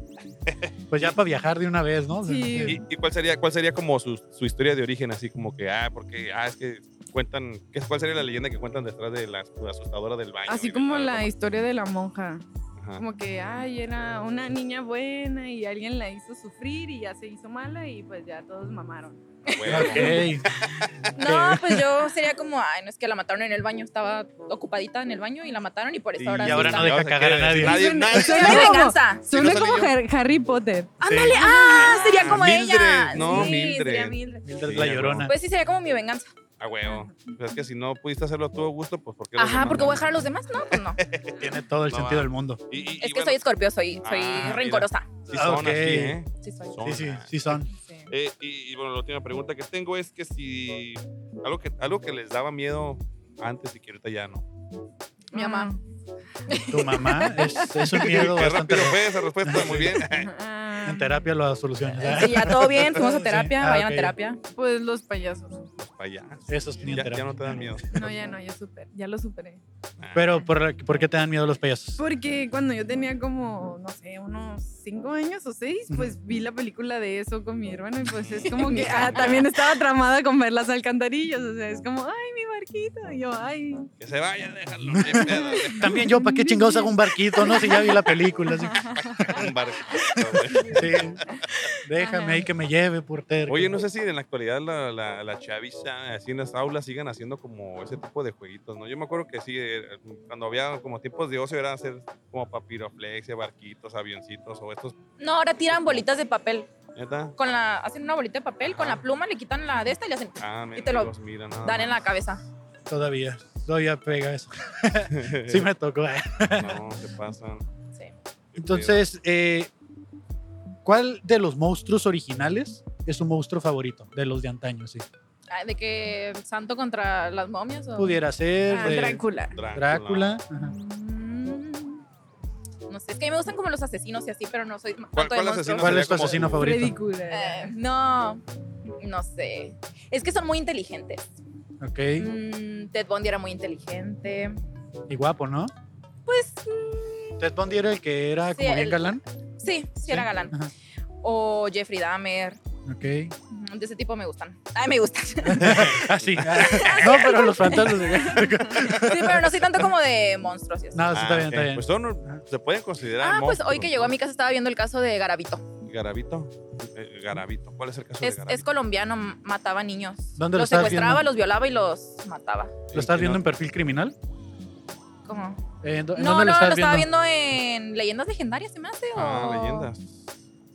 [SPEAKER 2] Pues ya para viajar de una vez, ¿no?
[SPEAKER 5] Sí.
[SPEAKER 3] ¿Y, y cuál sería, cuál sería como su, su historia de origen? Así como que, ah, porque, ah, es que cuentan, ¿qué- ¿cuál sería la leyenda que cuentan detrás de la asustadora del baño?
[SPEAKER 5] Así
[SPEAKER 3] y de
[SPEAKER 5] como
[SPEAKER 3] tal,
[SPEAKER 5] la
[SPEAKER 3] como-
[SPEAKER 5] historia de la monja.
[SPEAKER 3] Ajá.
[SPEAKER 5] Como que, ay, era una niña buena y alguien la hizo sufrir y ya se hizo mala y pues ya todos mamaron.
[SPEAKER 3] Bueno,
[SPEAKER 4] No, pues yo sería como, ay, no es que la mataron en el baño, estaba ocupadita en el baño y la mataron y por eso
[SPEAKER 3] y
[SPEAKER 4] ahora, sí
[SPEAKER 2] ahora
[SPEAKER 4] está-
[SPEAKER 2] no deja
[SPEAKER 3] vas
[SPEAKER 2] cagar a
[SPEAKER 3] querer-
[SPEAKER 5] nadie.
[SPEAKER 3] nadie-
[SPEAKER 5] pues, Suena-
[SPEAKER 4] ¡Era
[SPEAKER 5] suena
[SPEAKER 3] nadie-
[SPEAKER 5] como-
[SPEAKER 4] venganza!
[SPEAKER 5] Suena
[SPEAKER 3] no
[SPEAKER 5] como
[SPEAKER 3] salió.
[SPEAKER 5] Har- Harry Potter.
[SPEAKER 4] ¡Ándale! ¡Ah! Sería como
[SPEAKER 3] "Ah, Mildred,
[SPEAKER 4] ella.
[SPEAKER 3] no,
[SPEAKER 4] sí, sería
[SPEAKER 3] Mildred.
[SPEAKER 4] Mildred.
[SPEAKER 2] Mildred
[SPEAKER 3] Sí,
[SPEAKER 2] la
[SPEAKER 3] ya,
[SPEAKER 2] llorona.
[SPEAKER 4] Pues sí, sería como mi venganza.
[SPEAKER 3] A huevo. Pues es que si no pudiste hacerlo tú, Augusto, pues porque.
[SPEAKER 4] Ajá, porque voy a dejar a los demás. No, pues no.
[SPEAKER 2] Tiene todo el
[SPEAKER 3] No,
[SPEAKER 2] sentido
[SPEAKER 3] va.
[SPEAKER 2] del mundo.
[SPEAKER 3] Y, y- y
[SPEAKER 4] Es que
[SPEAKER 3] bueno,
[SPEAKER 4] soy escorpio, soy, soy
[SPEAKER 3] Ah, mira.
[SPEAKER 4] rencorosa.
[SPEAKER 3] Sí son
[SPEAKER 2] Ok.
[SPEAKER 3] así, ¿eh?
[SPEAKER 4] Sí, soy.
[SPEAKER 3] Son.
[SPEAKER 2] Sí, sí, sí son.
[SPEAKER 4] Sí.
[SPEAKER 3] Eh, y, y bueno, la última pregunta que tengo es que si algo que, algo que les daba miedo antes y que ahorita ya no.
[SPEAKER 4] Mi mamá.
[SPEAKER 2] Tu mamá es, es un miedo
[SPEAKER 3] Ah. Qué
[SPEAKER 2] bastante.
[SPEAKER 3] rápido fue esa respuesta, muy bien.
[SPEAKER 5] Ah,
[SPEAKER 2] En terapia lo solucionas. ¿eh?
[SPEAKER 4] Sí, ya todo bien, fuimos a
[SPEAKER 2] Sí.
[SPEAKER 4] terapia,
[SPEAKER 2] Ah,
[SPEAKER 4] vayan
[SPEAKER 2] ok.
[SPEAKER 4] a terapia.
[SPEAKER 5] Pues los payasos.
[SPEAKER 3] Payaso.
[SPEAKER 2] Esos ni
[SPEAKER 3] Ya,
[SPEAKER 2] en
[SPEAKER 3] ya
[SPEAKER 2] terapia.
[SPEAKER 3] no te dan miedo.
[SPEAKER 5] No, ya no, ya super, ya lo superé.
[SPEAKER 3] Ah,
[SPEAKER 2] Pero, ¿por, por qué te dan miedo los payasos?
[SPEAKER 5] Porque cuando yo tenía como, no sé, unos cinco años o seis, pues vi la película de eso con mi hermano y pues es como que ah, también estaba tramada con ver las alcantarillas, o sea, es como, ay, mi barquito, y yo, ay,
[SPEAKER 3] que se vaya, déjalo. no hay pedo, güey.
[SPEAKER 2] También yo, ¿para qué chingados hago un barquito? No, si ya vi la película. así que-
[SPEAKER 3] Un barco, güey.
[SPEAKER 2] sí. Déjame
[SPEAKER 5] Ajá.
[SPEAKER 2] ahí que me lleve, portero.
[SPEAKER 3] Oye, no sé si en la actualidad la, la, la chaviza, así en las aulas, sigan haciendo como ese tipo de jueguitos, ¿no? Yo me acuerdo que sí, eh, cuando había como tipos de ocio, era hacer como papiroflexia, barquitos, avioncitos o estos.
[SPEAKER 4] No, ahora tiran bolitas de papel.
[SPEAKER 3] ¿Neta?
[SPEAKER 4] Con la, hacen una bolita de papel, con
[SPEAKER 3] Ajá.
[SPEAKER 4] la pluma le quitan la de esta y le hacen
[SPEAKER 3] Ah,
[SPEAKER 4] Y te lo
[SPEAKER 3] mendigos, mira, nada
[SPEAKER 4] dar en la
[SPEAKER 3] más.
[SPEAKER 4] cabeza.
[SPEAKER 2] Todavía, todavía pega eso. Sí me tocó. ¿eh?
[SPEAKER 3] No, se pasan.
[SPEAKER 4] Sí.
[SPEAKER 2] Entonces, eh, ¿cuál de los monstruos originales es su monstruo favorito? De los de antaño, sí.
[SPEAKER 4] Ay, Ah, de que santo contra las momias o.
[SPEAKER 2] Pudiera ser
[SPEAKER 5] ah,
[SPEAKER 2] de
[SPEAKER 5] Drácula.
[SPEAKER 2] Drácula. ajá.
[SPEAKER 4] Mm, No sé, es que a mí me gustan como los asesinos y así, pero no soy tanto
[SPEAKER 3] ¿Cuál,
[SPEAKER 4] de
[SPEAKER 3] cuál
[SPEAKER 4] monstruos.
[SPEAKER 3] asesino
[SPEAKER 2] ¿Cuál
[SPEAKER 3] sería
[SPEAKER 2] es tu
[SPEAKER 3] como
[SPEAKER 2] asesino favorito?
[SPEAKER 5] Ridícula.
[SPEAKER 4] Eh, no, no sé. Es que son muy inteligentes.
[SPEAKER 2] Ok.
[SPEAKER 4] Mm, Ted Bundy era muy inteligente. Mm.
[SPEAKER 2] Y guapo, ¿no?
[SPEAKER 4] Pues mm,
[SPEAKER 2] Ted Bundy era el que era
[SPEAKER 4] Sí,
[SPEAKER 2] como bien
[SPEAKER 4] el-
[SPEAKER 2] galán.
[SPEAKER 4] sí, sí, era galán.
[SPEAKER 2] Ajá.
[SPEAKER 4] O Jeffrey Dahmer.
[SPEAKER 2] Ok.
[SPEAKER 4] Mm, De ese tipo me gustan. Ay, me gustan. sí,
[SPEAKER 2] Ah, sí. Ah, No, pero los fantasmas.
[SPEAKER 4] pero no soy tanto como de monstruos. y así.
[SPEAKER 2] No, sí,
[SPEAKER 3] Ah,
[SPEAKER 2] está bien,
[SPEAKER 3] ok.
[SPEAKER 2] está bien.
[SPEAKER 3] Pues son, se pueden considerar.
[SPEAKER 4] Ah, pues hoy que llegó a
[SPEAKER 3] monstruos,
[SPEAKER 4] mi casa estaba viendo el caso de Garavito.
[SPEAKER 3] ¿no? Garabito. eh, Garabito. ¿Cuál es el caso
[SPEAKER 4] Es,
[SPEAKER 3] de
[SPEAKER 4] es
[SPEAKER 3] Garabito?
[SPEAKER 4] colombiano, m- mataba niños.
[SPEAKER 2] ¿Dónde lo
[SPEAKER 4] los
[SPEAKER 2] estabas
[SPEAKER 4] secuestraba,
[SPEAKER 2] viendo?
[SPEAKER 4] los violaba y los mataba.
[SPEAKER 2] ¿Lo estás
[SPEAKER 3] pues, que
[SPEAKER 2] viendo
[SPEAKER 3] no-
[SPEAKER 2] en perfil criminal?
[SPEAKER 4] ¿Cómo?
[SPEAKER 2] Eh, ¿en dó- en
[SPEAKER 4] No, no,
[SPEAKER 2] dónde
[SPEAKER 4] lo,
[SPEAKER 2] estabas
[SPEAKER 4] estaba viendo en Leyendas Legendarias, se me hace.
[SPEAKER 3] Ah,
[SPEAKER 4] o...
[SPEAKER 3] leyendas.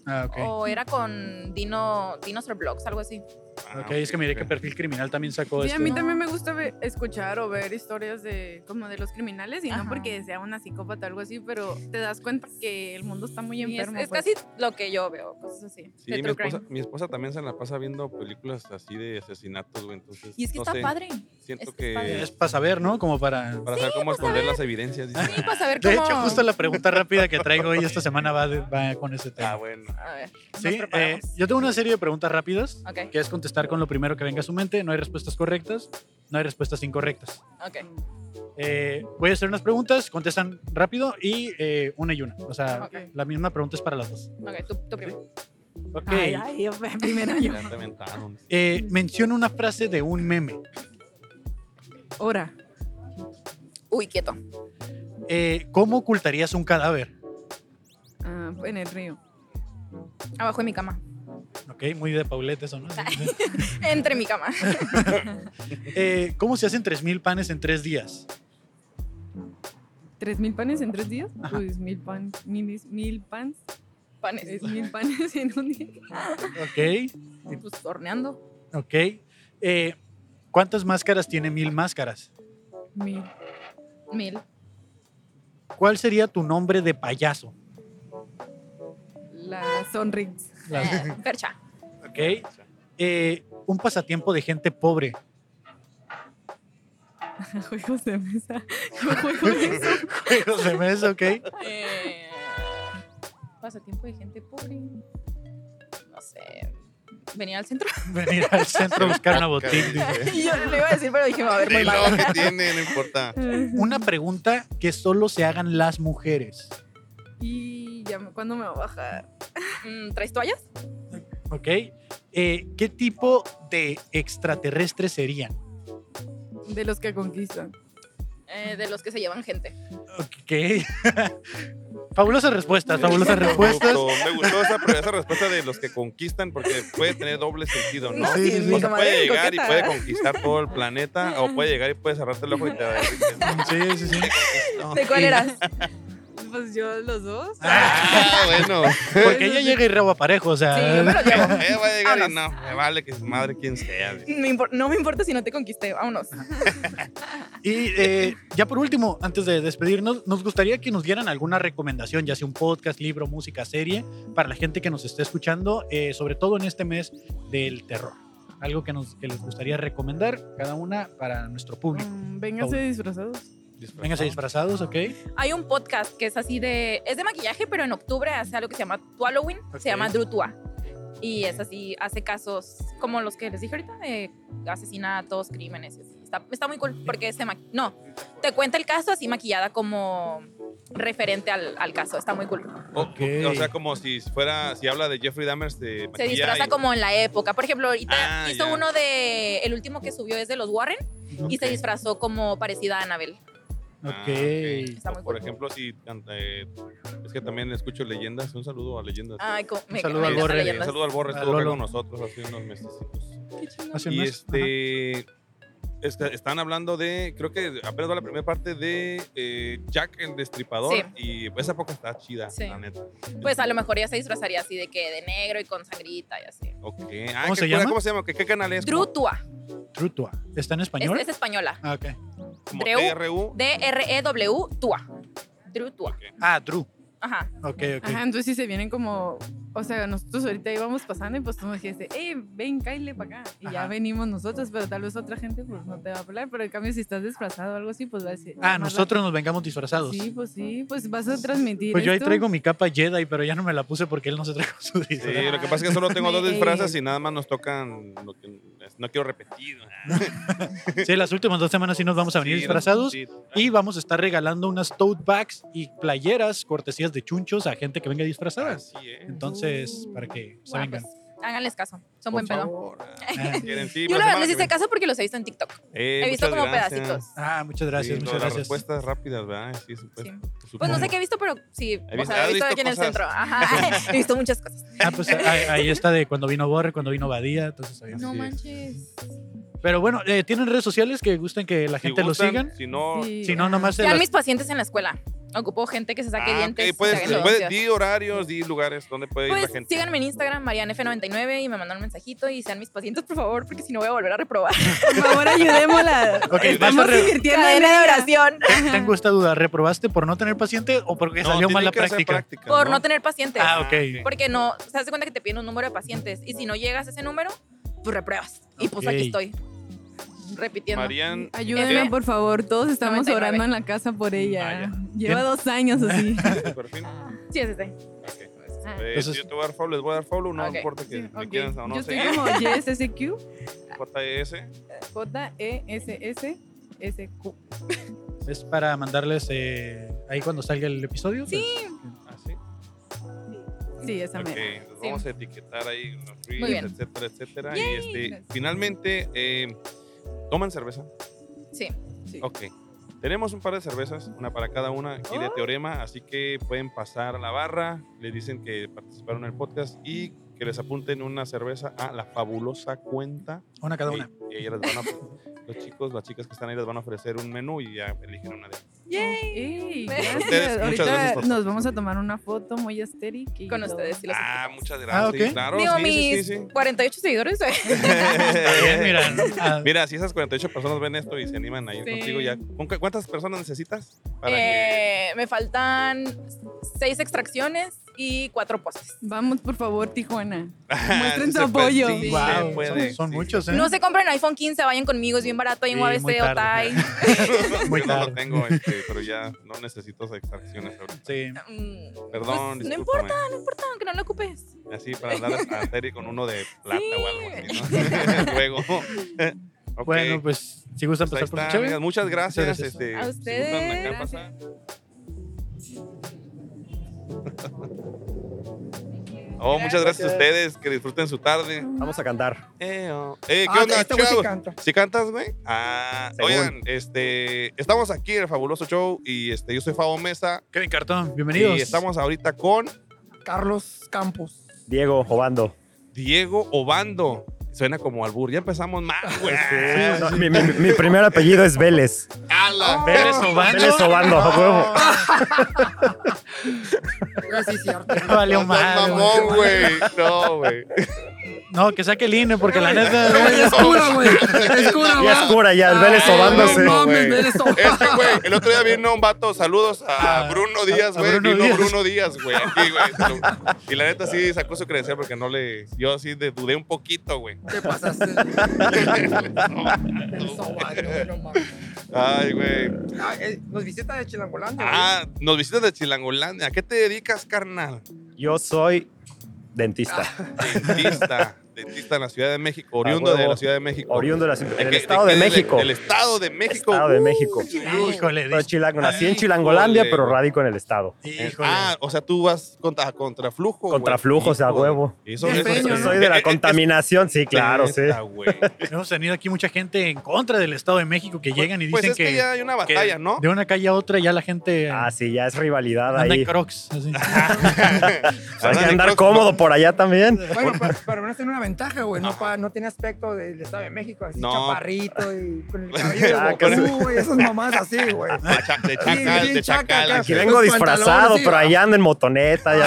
[SPEAKER 2] Ah, ok.
[SPEAKER 4] O era con Dino, Dinosaur Blogs, algo así.
[SPEAKER 3] Ah,
[SPEAKER 2] ok, es que miré que
[SPEAKER 3] ok.
[SPEAKER 2] perfil criminal también sacó
[SPEAKER 5] Sí,
[SPEAKER 2] este.
[SPEAKER 5] a mí
[SPEAKER 4] No.
[SPEAKER 5] también me gusta ve- escuchar o ver historias de como de los criminales y
[SPEAKER 4] Ajá.
[SPEAKER 5] no porque sea una psicópata o algo así, pero te das cuenta que el mundo está muy
[SPEAKER 4] Y es,
[SPEAKER 5] enfermo.
[SPEAKER 4] es
[SPEAKER 5] pues.
[SPEAKER 4] casi lo que yo veo, cosas así.
[SPEAKER 3] Sí,
[SPEAKER 4] de
[SPEAKER 3] mi
[SPEAKER 4] true crime.
[SPEAKER 3] esposa, mi esposa también se la pasa viendo películas así de asesinatos, güey. Entonces,
[SPEAKER 4] Y es que
[SPEAKER 3] no
[SPEAKER 4] está
[SPEAKER 3] sé,
[SPEAKER 4] padre.
[SPEAKER 3] Siento
[SPEAKER 4] es que
[SPEAKER 3] que,
[SPEAKER 4] está padre.
[SPEAKER 2] Es para saber, ¿no? Como para.
[SPEAKER 3] para saber cómo esconder las evidencias. dice.
[SPEAKER 4] Sí, para saber cómo.
[SPEAKER 2] De hecho, justo la pregunta rápida que traigo hoy esta semana va, de- va con ese
[SPEAKER 3] Ah,
[SPEAKER 2] tema.
[SPEAKER 3] bueno.
[SPEAKER 4] A ver, nos
[SPEAKER 2] Sí, eh,
[SPEAKER 4] preparamos.
[SPEAKER 2] yo tengo una serie de preguntas rápidas
[SPEAKER 4] Ok,
[SPEAKER 2] que es contestar con lo primero que venga a su mente. No hay respuestas correctas, no hay respuestas incorrectas.
[SPEAKER 4] ok.
[SPEAKER 2] Eh, voy a hacer unas preguntas, contestan rápido y eh, una y una. O sea,
[SPEAKER 4] Ok.
[SPEAKER 2] la misma pregunta es para las dos.
[SPEAKER 4] Ok, tú, tú primero.
[SPEAKER 2] Ok.
[SPEAKER 5] Ay, ay, yo- primero yo.
[SPEAKER 3] Ya te aventaron.
[SPEAKER 2] Eh, menciona una frase de un meme.
[SPEAKER 5] Ahora,
[SPEAKER 4] Uy, quieto.
[SPEAKER 2] Eh, ¿Cómo ocultarías un cadáver?
[SPEAKER 5] ah, en el río.
[SPEAKER 4] Abajo de mi cama.
[SPEAKER 2] Ok, muy de Paulette eso, ¿no?
[SPEAKER 4] Entre mi cama.
[SPEAKER 2] Eh, ¿Cómo se hacen 3.000 panes en 3 días?
[SPEAKER 5] ¿Tres mil panes en tres días?
[SPEAKER 2] Ajá.
[SPEAKER 5] Pues mil panes, mil, mil panes,
[SPEAKER 4] Panes.
[SPEAKER 5] es mil panes en un día.
[SPEAKER 2] Ok,
[SPEAKER 4] Pues horneando.
[SPEAKER 2] ok. Eh, ¿Cuántas máscaras tiene mil máscaras?
[SPEAKER 5] Mil.
[SPEAKER 4] Mil.
[SPEAKER 2] ¿Cuál sería tu nombre de payaso?
[SPEAKER 5] La sonrisa.
[SPEAKER 4] Eh, percha.
[SPEAKER 2] Ok. Eh, un pasatiempo de gente pobre.
[SPEAKER 5] Juegos de mesa. Yo juego eso.
[SPEAKER 2] Juegos de mesa, ok.
[SPEAKER 4] Eh, pasatiempo de gente pobre. No sé. Venir al centro.
[SPEAKER 2] Venir al centro a buscar una botín.
[SPEAKER 3] Dice,
[SPEAKER 4] Y yo le iba a decir, pero dije, va a ver muy
[SPEAKER 3] "Sí,
[SPEAKER 4] vago.
[SPEAKER 3] lo que tiene, no importa.
[SPEAKER 2] Una pregunta que solo se hagan las mujeres.
[SPEAKER 5] Y ya, me- ¿cuándo me va a bajar?
[SPEAKER 4] Mm, ¿Traes toallas?
[SPEAKER 2] ¿Ok? Eh, ¿Qué tipo de extraterrestres serían?
[SPEAKER 5] De los que conquistan.
[SPEAKER 4] Eh, de los que se llevan gente.
[SPEAKER 2] Ok. Fabulosas respuestas, fabulosas
[SPEAKER 3] Me
[SPEAKER 2] respuestas.
[SPEAKER 3] gustó, Me gustó esa, esa respuesta de los que conquistan porque puede tener doble sentido, ¿no?
[SPEAKER 4] No,
[SPEAKER 2] Sí, sí,
[SPEAKER 4] sí,
[SPEAKER 2] sí.
[SPEAKER 4] mi
[SPEAKER 3] O sea,
[SPEAKER 4] comadre
[SPEAKER 3] puede
[SPEAKER 4] bien
[SPEAKER 3] llegar y
[SPEAKER 4] coqueta.
[SPEAKER 3] puede conquistar todo el planeta o puede llegar y puede cerrarte el ojo y te da
[SPEAKER 2] Mm, Sí, sí, sí.
[SPEAKER 4] ¿De cuál eras?
[SPEAKER 5] Pues yo los dos.
[SPEAKER 3] Ah, bueno.
[SPEAKER 2] Porque ella llega y roba parejo, o sea.
[SPEAKER 4] Sí, yo me lo llevo.
[SPEAKER 3] Ella va a llegar y no, me vale que su madre quien sea. dice.
[SPEAKER 4] Me impor- no me importa si no te conquisté, vámonos.
[SPEAKER 2] Y eh, ya por último, antes de despedirnos, nos gustaría que nos dieran alguna recomendación, ya sea un podcast, libro, música, serie, para la gente que nos esté escuchando, eh, sobre todo en este mes del terror. Algo que, nos, que les gustaría recomendar cada una para nuestro público.
[SPEAKER 5] Mm, Vénganse
[SPEAKER 2] Paul.
[SPEAKER 5] disfrazados.
[SPEAKER 2] Vénganse disfrazados, ¿ok?
[SPEAKER 4] Hay un podcast que es así de. Es de maquillaje, pero en octubre hace algo que se llama Halloween,
[SPEAKER 2] Ok.
[SPEAKER 4] se llama Drutua. Y es así, hace casos como los que les dije ahorita, de asesinatos, crímenes. y así. Está, está muy cool porque se ma- No, te cuenta el caso así maquillada como referente al, al caso. Está muy cool.
[SPEAKER 3] O,
[SPEAKER 2] Ok.
[SPEAKER 3] o sea, como si fuera, si habla de Jeffrey Dahmer, se,
[SPEAKER 4] Se disfraza como en la época. Por ejemplo, ahorita
[SPEAKER 3] Ah,
[SPEAKER 4] hizo
[SPEAKER 3] ya.
[SPEAKER 4] uno de. El último que subió es de los Warren y se disfrazó como parecida a Annabelle.
[SPEAKER 3] Ah,
[SPEAKER 2] Ok.
[SPEAKER 4] Está
[SPEAKER 3] O,
[SPEAKER 4] muy
[SPEAKER 3] por
[SPEAKER 4] cool.
[SPEAKER 3] ejemplo, si canta- eh, es que también escucho leyendas, un saludo a leyendas.
[SPEAKER 4] Ay, co- me-
[SPEAKER 2] saludo
[SPEAKER 4] me
[SPEAKER 2] al Borre.
[SPEAKER 4] encantan las
[SPEAKER 3] Eh, un
[SPEAKER 4] leyendas.
[SPEAKER 3] saludo al Borre,
[SPEAKER 2] A
[SPEAKER 3] estuvo acá
[SPEAKER 2] Lolo.
[SPEAKER 3] con nosotros hace unos mesecitos.
[SPEAKER 2] Hace un
[SPEAKER 3] Y
[SPEAKER 2] mes,
[SPEAKER 3] este es que están hablando de, creo que apenas va la primera parte de eh, Jack el Destripador
[SPEAKER 4] Sí.
[SPEAKER 3] y pues esa poco está chida,
[SPEAKER 4] Sí.
[SPEAKER 3] la neta.
[SPEAKER 4] Pues a lo mejor ya se disfrazaría así de que de negro y con sangrita y así.
[SPEAKER 3] Ok. Ah,
[SPEAKER 2] ¿Cómo
[SPEAKER 3] ¿qué
[SPEAKER 2] se
[SPEAKER 3] cosa-
[SPEAKER 2] llama?
[SPEAKER 3] ¿Cómo se llama? ¿Qué, qué canal es?
[SPEAKER 4] Drutua.
[SPEAKER 2] ajá. Trutua. ah, ¿Está en
[SPEAKER 4] Es,
[SPEAKER 2] español? Eh,
[SPEAKER 4] es española.
[SPEAKER 2] Ah, ok.
[SPEAKER 3] Como
[SPEAKER 4] Dreu.
[SPEAKER 3] TRU.
[SPEAKER 4] D-R-E-W, E Tua. Drutua.
[SPEAKER 2] Ah, True.
[SPEAKER 4] Ajá.
[SPEAKER 2] Ok, ok.
[SPEAKER 5] Ajá, entonces si se vienen como, o sea, nosotros ahorita íbamos pasando y pues tú nos dijiste, eh, ven, cáile para acá. Y
[SPEAKER 2] Ajá.
[SPEAKER 5] ya venimos nosotros, pero tal vez otra gente pues no te va a hablar, pero en cambio si estás disfrazado o algo así, pues va a decir.
[SPEAKER 2] Ah,
[SPEAKER 5] más la-
[SPEAKER 2] nosotros nos vengamos disfrazados.
[SPEAKER 5] Sí, pues sí, pues vas a transmitir.
[SPEAKER 2] Pues yo ahí
[SPEAKER 5] esto.
[SPEAKER 2] traigo mi capa Jedi, pero ya no me la puse porque él no se trajo su
[SPEAKER 3] Sí,
[SPEAKER 2] disfraz.
[SPEAKER 3] lo que pasa es que solo tengo dos
[SPEAKER 5] Me-
[SPEAKER 3] disfrazas y nada más nos tocan lo que no quiero repetir.
[SPEAKER 2] Sí, las últimas dos semanas sí nos vamos a venir disfrazados. Y vamos a estar regalando unas tote bags y playeras cortesías de chunchos a gente que venga disfrazada.
[SPEAKER 3] Así es.
[SPEAKER 2] Entonces, para que se
[SPEAKER 4] Bueno,
[SPEAKER 2] vengan.
[SPEAKER 4] pues, háganles caso.
[SPEAKER 3] Por
[SPEAKER 4] Son buen pedo.
[SPEAKER 3] favor.
[SPEAKER 2] Ah,
[SPEAKER 3] Quieren, sí,
[SPEAKER 4] Yo
[SPEAKER 3] la
[SPEAKER 4] la verdad
[SPEAKER 3] semana
[SPEAKER 4] les
[SPEAKER 3] que
[SPEAKER 4] hice
[SPEAKER 3] viene.
[SPEAKER 4] caso porque los he visto en TikTok.
[SPEAKER 3] Eh,
[SPEAKER 4] He visto
[SPEAKER 3] muchas
[SPEAKER 4] como
[SPEAKER 3] gracias.
[SPEAKER 4] pedacitos.
[SPEAKER 2] ah, muchas gracias,
[SPEAKER 3] Sí, lo de
[SPEAKER 2] muchas
[SPEAKER 3] las
[SPEAKER 2] gracias.
[SPEAKER 3] respuestas rápidas, ¿verdad? Sí, supuesto.
[SPEAKER 4] Sí.
[SPEAKER 3] Supongo.
[SPEAKER 4] Pues no sé qué he visto, pero sí.
[SPEAKER 3] He
[SPEAKER 4] o
[SPEAKER 3] visto-
[SPEAKER 4] sea,
[SPEAKER 3] has
[SPEAKER 4] he visto
[SPEAKER 3] visto
[SPEAKER 4] aquí en el
[SPEAKER 3] cosas.
[SPEAKER 4] centro. Ajá. he visto muchas cosas.
[SPEAKER 2] Ah, pues ahí, ahí está de cuando vino Borre, cuando vino Badía, entonces ahí está.
[SPEAKER 3] No
[SPEAKER 4] manches.
[SPEAKER 2] Pero bueno, eh, ¿tienen redes sociales que gusten que la
[SPEAKER 3] Si
[SPEAKER 2] gente lo
[SPEAKER 3] gustan,
[SPEAKER 2] sigan?
[SPEAKER 3] Si no, pues,
[SPEAKER 5] Sí,
[SPEAKER 2] Si no,
[SPEAKER 5] ajá.
[SPEAKER 2] nomás se
[SPEAKER 4] Ya
[SPEAKER 2] las-
[SPEAKER 4] mis pacientes en la escuela. Ocupó gente que se saque
[SPEAKER 3] Ah,
[SPEAKER 4] dientes.
[SPEAKER 3] ok,
[SPEAKER 4] y
[SPEAKER 3] puedes-
[SPEAKER 4] se hagan
[SPEAKER 3] puedes-
[SPEAKER 4] negocios.
[SPEAKER 3] di horarios, di lugares donde puede ir
[SPEAKER 4] Pues
[SPEAKER 3] la gente.
[SPEAKER 4] síganme en Instagram, MarianF99, y me mandan un mensajito y sean mis pacientes, por favor, porque si no voy a volver a reprobar.
[SPEAKER 5] Por favor, ayudémosla.
[SPEAKER 2] Ok, vas
[SPEAKER 5] Estamos
[SPEAKER 2] a re-
[SPEAKER 5] invirtiendo en
[SPEAKER 4] Cadena de
[SPEAKER 5] ella.
[SPEAKER 4] oración.
[SPEAKER 2] Tengo esta duda, ¿reprobaste por no tener paciente o porque
[SPEAKER 3] No,
[SPEAKER 2] salió
[SPEAKER 3] tienen
[SPEAKER 2] mal la
[SPEAKER 3] que hacer
[SPEAKER 2] práctica?
[SPEAKER 3] práctica,
[SPEAKER 4] Por no tener pacientes.
[SPEAKER 2] Ah, ok.
[SPEAKER 4] Porque no, o sea, haz de cuenta que te piden un número de pacientes y si no llegas a ese número, pues repruebas. Y pues
[SPEAKER 2] Ok.
[SPEAKER 4] aquí estoy, repitiendo.
[SPEAKER 3] Marian,
[SPEAKER 5] Ayúdenme,
[SPEAKER 4] F-
[SPEAKER 5] por favor. Todos estamos
[SPEAKER 4] 99.
[SPEAKER 5] orando en la casa por
[SPEAKER 3] Ah,
[SPEAKER 5] ella.
[SPEAKER 3] ya.
[SPEAKER 5] Lleva
[SPEAKER 2] ¿Quién?
[SPEAKER 5] dos años así.
[SPEAKER 3] ¿tu Este
[SPEAKER 4] Ah.
[SPEAKER 3] perfil?
[SPEAKER 4] Sí, es ese.
[SPEAKER 3] Ok. Eh,
[SPEAKER 5] Ah.
[SPEAKER 2] Entonces-
[SPEAKER 3] yo te voy a dar follow, les voy a dar follow, no
[SPEAKER 4] Ah, Ok.
[SPEAKER 3] importa que
[SPEAKER 5] Sí,
[SPEAKER 3] me
[SPEAKER 5] ok.
[SPEAKER 3] quieran o
[SPEAKER 5] Yo
[SPEAKER 3] no
[SPEAKER 5] estoy
[SPEAKER 3] sé.
[SPEAKER 5] como JSSQ,
[SPEAKER 3] JS.
[SPEAKER 5] J-E-S-S-S-Q.
[SPEAKER 2] Es para mandarles eh, ahí cuando salga el episodio. pues.
[SPEAKER 4] Sí.
[SPEAKER 3] Así.
[SPEAKER 5] Sí, esa
[SPEAKER 3] Ok,
[SPEAKER 5] mera.
[SPEAKER 3] los vamos a etiquetar ahí en los reels,
[SPEAKER 4] Muy bien.
[SPEAKER 3] etcétera, etcétera.
[SPEAKER 5] Yay.
[SPEAKER 3] Y este, finalmente, eh, ¿toman cerveza?
[SPEAKER 4] Sí.
[SPEAKER 3] Ok. Tenemos un par de cervezas, una para cada una aquí de
[SPEAKER 2] Ah.
[SPEAKER 5] Oh.
[SPEAKER 3] Teorema, así que pueden pasar a la barra, le dicen que participaron en el podcast y que les apunten una cerveza a la fabulosa cuenta.
[SPEAKER 2] Una cada
[SPEAKER 3] Y-
[SPEAKER 2] una.
[SPEAKER 3] Y, ellas les van a, los chicos, las chicas que están ahí les van a ofrecer un menú y ya eligen una de ellas.
[SPEAKER 5] Ey,
[SPEAKER 4] Ustedes,
[SPEAKER 5] gracias.
[SPEAKER 3] muchas
[SPEAKER 5] Ahorita
[SPEAKER 3] gracias por-
[SPEAKER 5] nos vamos a tomar una foto muy estéril. y
[SPEAKER 4] Con
[SPEAKER 5] todo.
[SPEAKER 4] ustedes, sí los
[SPEAKER 3] Ah,
[SPEAKER 4] etiquetamos.
[SPEAKER 3] muchas gracias.
[SPEAKER 2] Ah,
[SPEAKER 3] Sí,
[SPEAKER 2] ok.
[SPEAKER 3] Claro,
[SPEAKER 4] Digo,
[SPEAKER 3] sí, sí,
[SPEAKER 4] mis
[SPEAKER 3] sí, sí.
[SPEAKER 4] 48 seguidores,
[SPEAKER 2] Bien, mira, ah,
[SPEAKER 3] Mira, si esas 48 personas ven esto y se animan a ir
[SPEAKER 4] Sí.
[SPEAKER 3] contigo ya. ¿con cu- ¿Cuántas personas necesitas? Para
[SPEAKER 4] eh, me faltan 6 extracciones y 4 postes.
[SPEAKER 5] Vamos, por favor, Tijuana.
[SPEAKER 3] que...
[SPEAKER 5] muestren
[SPEAKER 3] Sí
[SPEAKER 5] su
[SPEAKER 3] se puede,
[SPEAKER 5] apoyo.
[SPEAKER 3] sí se
[SPEAKER 2] guau,
[SPEAKER 3] puede,
[SPEAKER 2] son, son
[SPEAKER 3] sí se
[SPEAKER 2] muchos, ¿eh?
[SPEAKER 4] No se compren iPhone 15, vayan conmigo, es bien barato, hay en
[SPEAKER 2] Sí, muy
[SPEAKER 4] UABC,
[SPEAKER 2] tarde.
[SPEAKER 4] Otay.
[SPEAKER 2] Muy
[SPEAKER 3] Yo no
[SPEAKER 2] tarde.
[SPEAKER 3] lo tengo, este, pero ya no necesito esas extracciones ahorita.
[SPEAKER 2] Sí.
[SPEAKER 4] Mm,
[SPEAKER 3] Perdón,
[SPEAKER 4] pues,
[SPEAKER 3] discúlpame.
[SPEAKER 4] no importa, no importa, aunque no lo ocupes.
[SPEAKER 3] Así para andar a Terry con uno de plata o algo así,
[SPEAKER 4] Sí.
[SPEAKER 3] ¿no? Luego. Ok,
[SPEAKER 2] Bueno, pues si gustan
[SPEAKER 3] pues ahí
[SPEAKER 2] pasar por su
[SPEAKER 3] está,
[SPEAKER 2] chévere.
[SPEAKER 3] amigas. Muchas gracias.
[SPEAKER 2] Muchas gracias.
[SPEAKER 3] este,
[SPEAKER 4] A
[SPEAKER 3] si gustan
[SPEAKER 4] ustedes.
[SPEAKER 3] acá pasar. Oh, muchas gracias a ustedes. Que disfruten su tarde.
[SPEAKER 6] Vamos a cantar.
[SPEAKER 3] Eh, oh. Eh, ¿qué
[SPEAKER 6] Ah,
[SPEAKER 3] onda,
[SPEAKER 6] este güey sí
[SPEAKER 3] chavos?
[SPEAKER 6] canta.
[SPEAKER 3] ¿Sí cantas, güey? Ah,
[SPEAKER 6] Según.
[SPEAKER 3] oigan, este, estamos aquí en el fabuloso show y este, yo soy Fabo Mesa
[SPEAKER 2] Kevin Cartón, bienvenidos.
[SPEAKER 3] y estamos ahorita con
[SPEAKER 6] Carlos Campos. Diego Jobando.
[SPEAKER 3] Diego Obando. Suena como albur. Ya empezamos mal, güey.
[SPEAKER 6] Ah, No, mi, mi- mi primer apellido es Vélez.
[SPEAKER 3] ¡Hala!
[SPEAKER 2] Vélez Obando.
[SPEAKER 6] Vélez Obando, a huevo.
[SPEAKER 1] Sí, cierto.
[SPEAKER 2] Valió
[SPEAKER 3] No seas
[SPEAKER 2] madre,
[SPEAKER 3] mamón,
[SPEAKER 2] güey.
[SPEAKER 3] güey. No, güey.
[SPEAKER 2] No, que saque el INE, porque la neta.
[SPEAKER 7] Es cura, güey. Es cura, güey.
[SPEAKER 6] Ya es cura ya, el Vélez
[SPEAKER 3] Ay,
[SPEAKER 6] Obando
[SPEAKER 7] No
[SPEAKER 6] se-
[SPEAKER 3] no,
[SPEAKER 7] mames,
[SPEAKER 3] güey.
[SPEAKER 7] Vélez Obando.
[SPEAKER 3] Es que, güey, el otro día vino un vato, saludos a
[SPEAKER 2] Ah,
[SPEAKER 3] Bruno
[SPEAKER 2] a-
[SPEAKER 3] Díaz,
[SPEAKER 2] a
[SPEAKER 3] güey.
[SPEAKER 2] Bruno
[SPEAKER 3] Vino
[SPEAKER 2] Díaz.
[SPEAKER 3] Bruno Díaz, güey, aquí, güey. Y la neta sí sacó su credencial porque no le. Yo sí de- dudé un poquito, güey.
[SPEAKER 7] Te pasaste.
[SPEAKER 3] Ay, güey.
[SPEAKER 7] Ah, eh, Nos visita de Chilangolandia. güey.
[SPEAKER 3] Ah, nos visitas de Chilangolandia. ¿A qué te dedicas, carnal?
[SPEAKER 6] Yo soy dentista,
[SPEAKER 3] Dentista. Dentista en la Ciudad de México, oriundo
[SPEAKER 6] huevo.
[SPEAKER 3] de la Ciudad de México.
[SPEAKER 6] oriundo de la ciudad-
[SPEAKER 3] ¿De
[SPEAKER 6] del
[SPEAKER 3] qué-
[SPEAKER 6] Estado
[SPEAKER 3] qué
[SPEAKER 6] de
[SPEAKER 3] es?
[SPEAKER 6] México.
[SPEAKER 3] Del Estado de México. Uh,
[SPEAKER 6] Estado de México.
[SPEAKER 2] Híjole,
[SPEAKER 6] Soy
[SPEAKER 2] dice.
[SPEAKER 6] chilango, nací en Chilangolandia, pero
[SPEAKER 3] Híjole.
[SPEAKER 6] radico en el Estado.
[SPEAKER 2] Híjole.
[SPEAKER 3] Ah, o sea, tú vas contra, contra flujo.
[SPEAKER 6] Contra flujos, a huevo.
[SPEAKER 3] Eso,
[SPEAKER 5] Qué
[SPEAKER 3] eso-
[SPEAKER 5] sueño,
[SPEAKER 6] Yo
[SPEAKER 5] ¿no?
[SPEAKER 6] soy de
[SPEAKER 3] Eh, eh,
[SPEAKER 6] la
[SPEAKER 3] eh,
[SPEAKER 6] contaminación, sí, claro,
[SPEAKER 2] eh,
[SPEAKER 6] sí.
[SPEAKER 3] neta, güey.
[SPEAKER 2] Hemos tenido aquí mucha gente en contra del Estado de México que llegan y dicen
[SPEAKER 3] Pues es que,
[SPEAKER 2] que,
[SPEAKER 3] ya hay una
[SPEAKER 2] que
[SPEAKER 3] batalla, ¿no?
[SPEAKER 2] de una calle a otra ya la gente
[SPEAKER 6] Ah, sí, ya es rivalidad
[SPEAKER 2] anda en
[SPEAKER 6] ahí.
[SPEAKER 2] crocs. así.
[SPEAKER 6] Hay
[SPEAKER 3] Ahora
[SPEAKER 6] que
[SPEAKER 3] de
[SPEAKER 6] andar
[SPEAKER 3] crocs,
[SPEAKER 6] cómodo por allá también.
[SPEAKER 7] Bueno, pues, pero, pero no tiene una ventaja, güey. No,
[SPEAKER 3] Ajá.
[SPEAKER 7] pa- no tiene aspecto del Estado de México, así
[SPEAKER 3] No.
[SPEAKER 7] chaparrito y con el cabello de
[SPEAKER 6] Ah,
[SPEAKER 7] Goku, güey. Esas mamás así, güey.
[SPEAKER 3] no, de chacal, de chacal,
[SPEAKER 7] bien
[SPEAKER 3] de
[SPEAKER 7] chaca acá.
[SPEAKER 3] chacal.
[SPEAKER 6] Aquí
[SPEAKER 7] Los
[SPEAKER 6] vengo disfrazado,
[SPEAKER 7] pantalones, sí,
[SPEAKER 6] pero
[SPEAKER 7] va.
[SPEAKER 6] allá ando en motoneta. Ya,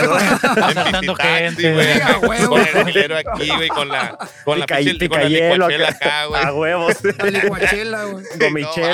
[SPEAKER 2] Asaltando gente, güey.
[SPEAKER 7] Sí, a huevo.
[SPEAKER 3] Ah, Con el hilero aquí, güey, con la, con la
[SPEAKER 6] Pica-
[SPEAKER 3] pinche- con la
[SPEAKER 6] picayelo
[SPEAKER 3] licuachela
[SPEAKER 6] acá.
[SPEAKER 3] acá, güey.
[SPEAKER 6] a huevos.
[SPEAKER 7] Licuachela, güey.
[SPEAKER 6] Gomichela,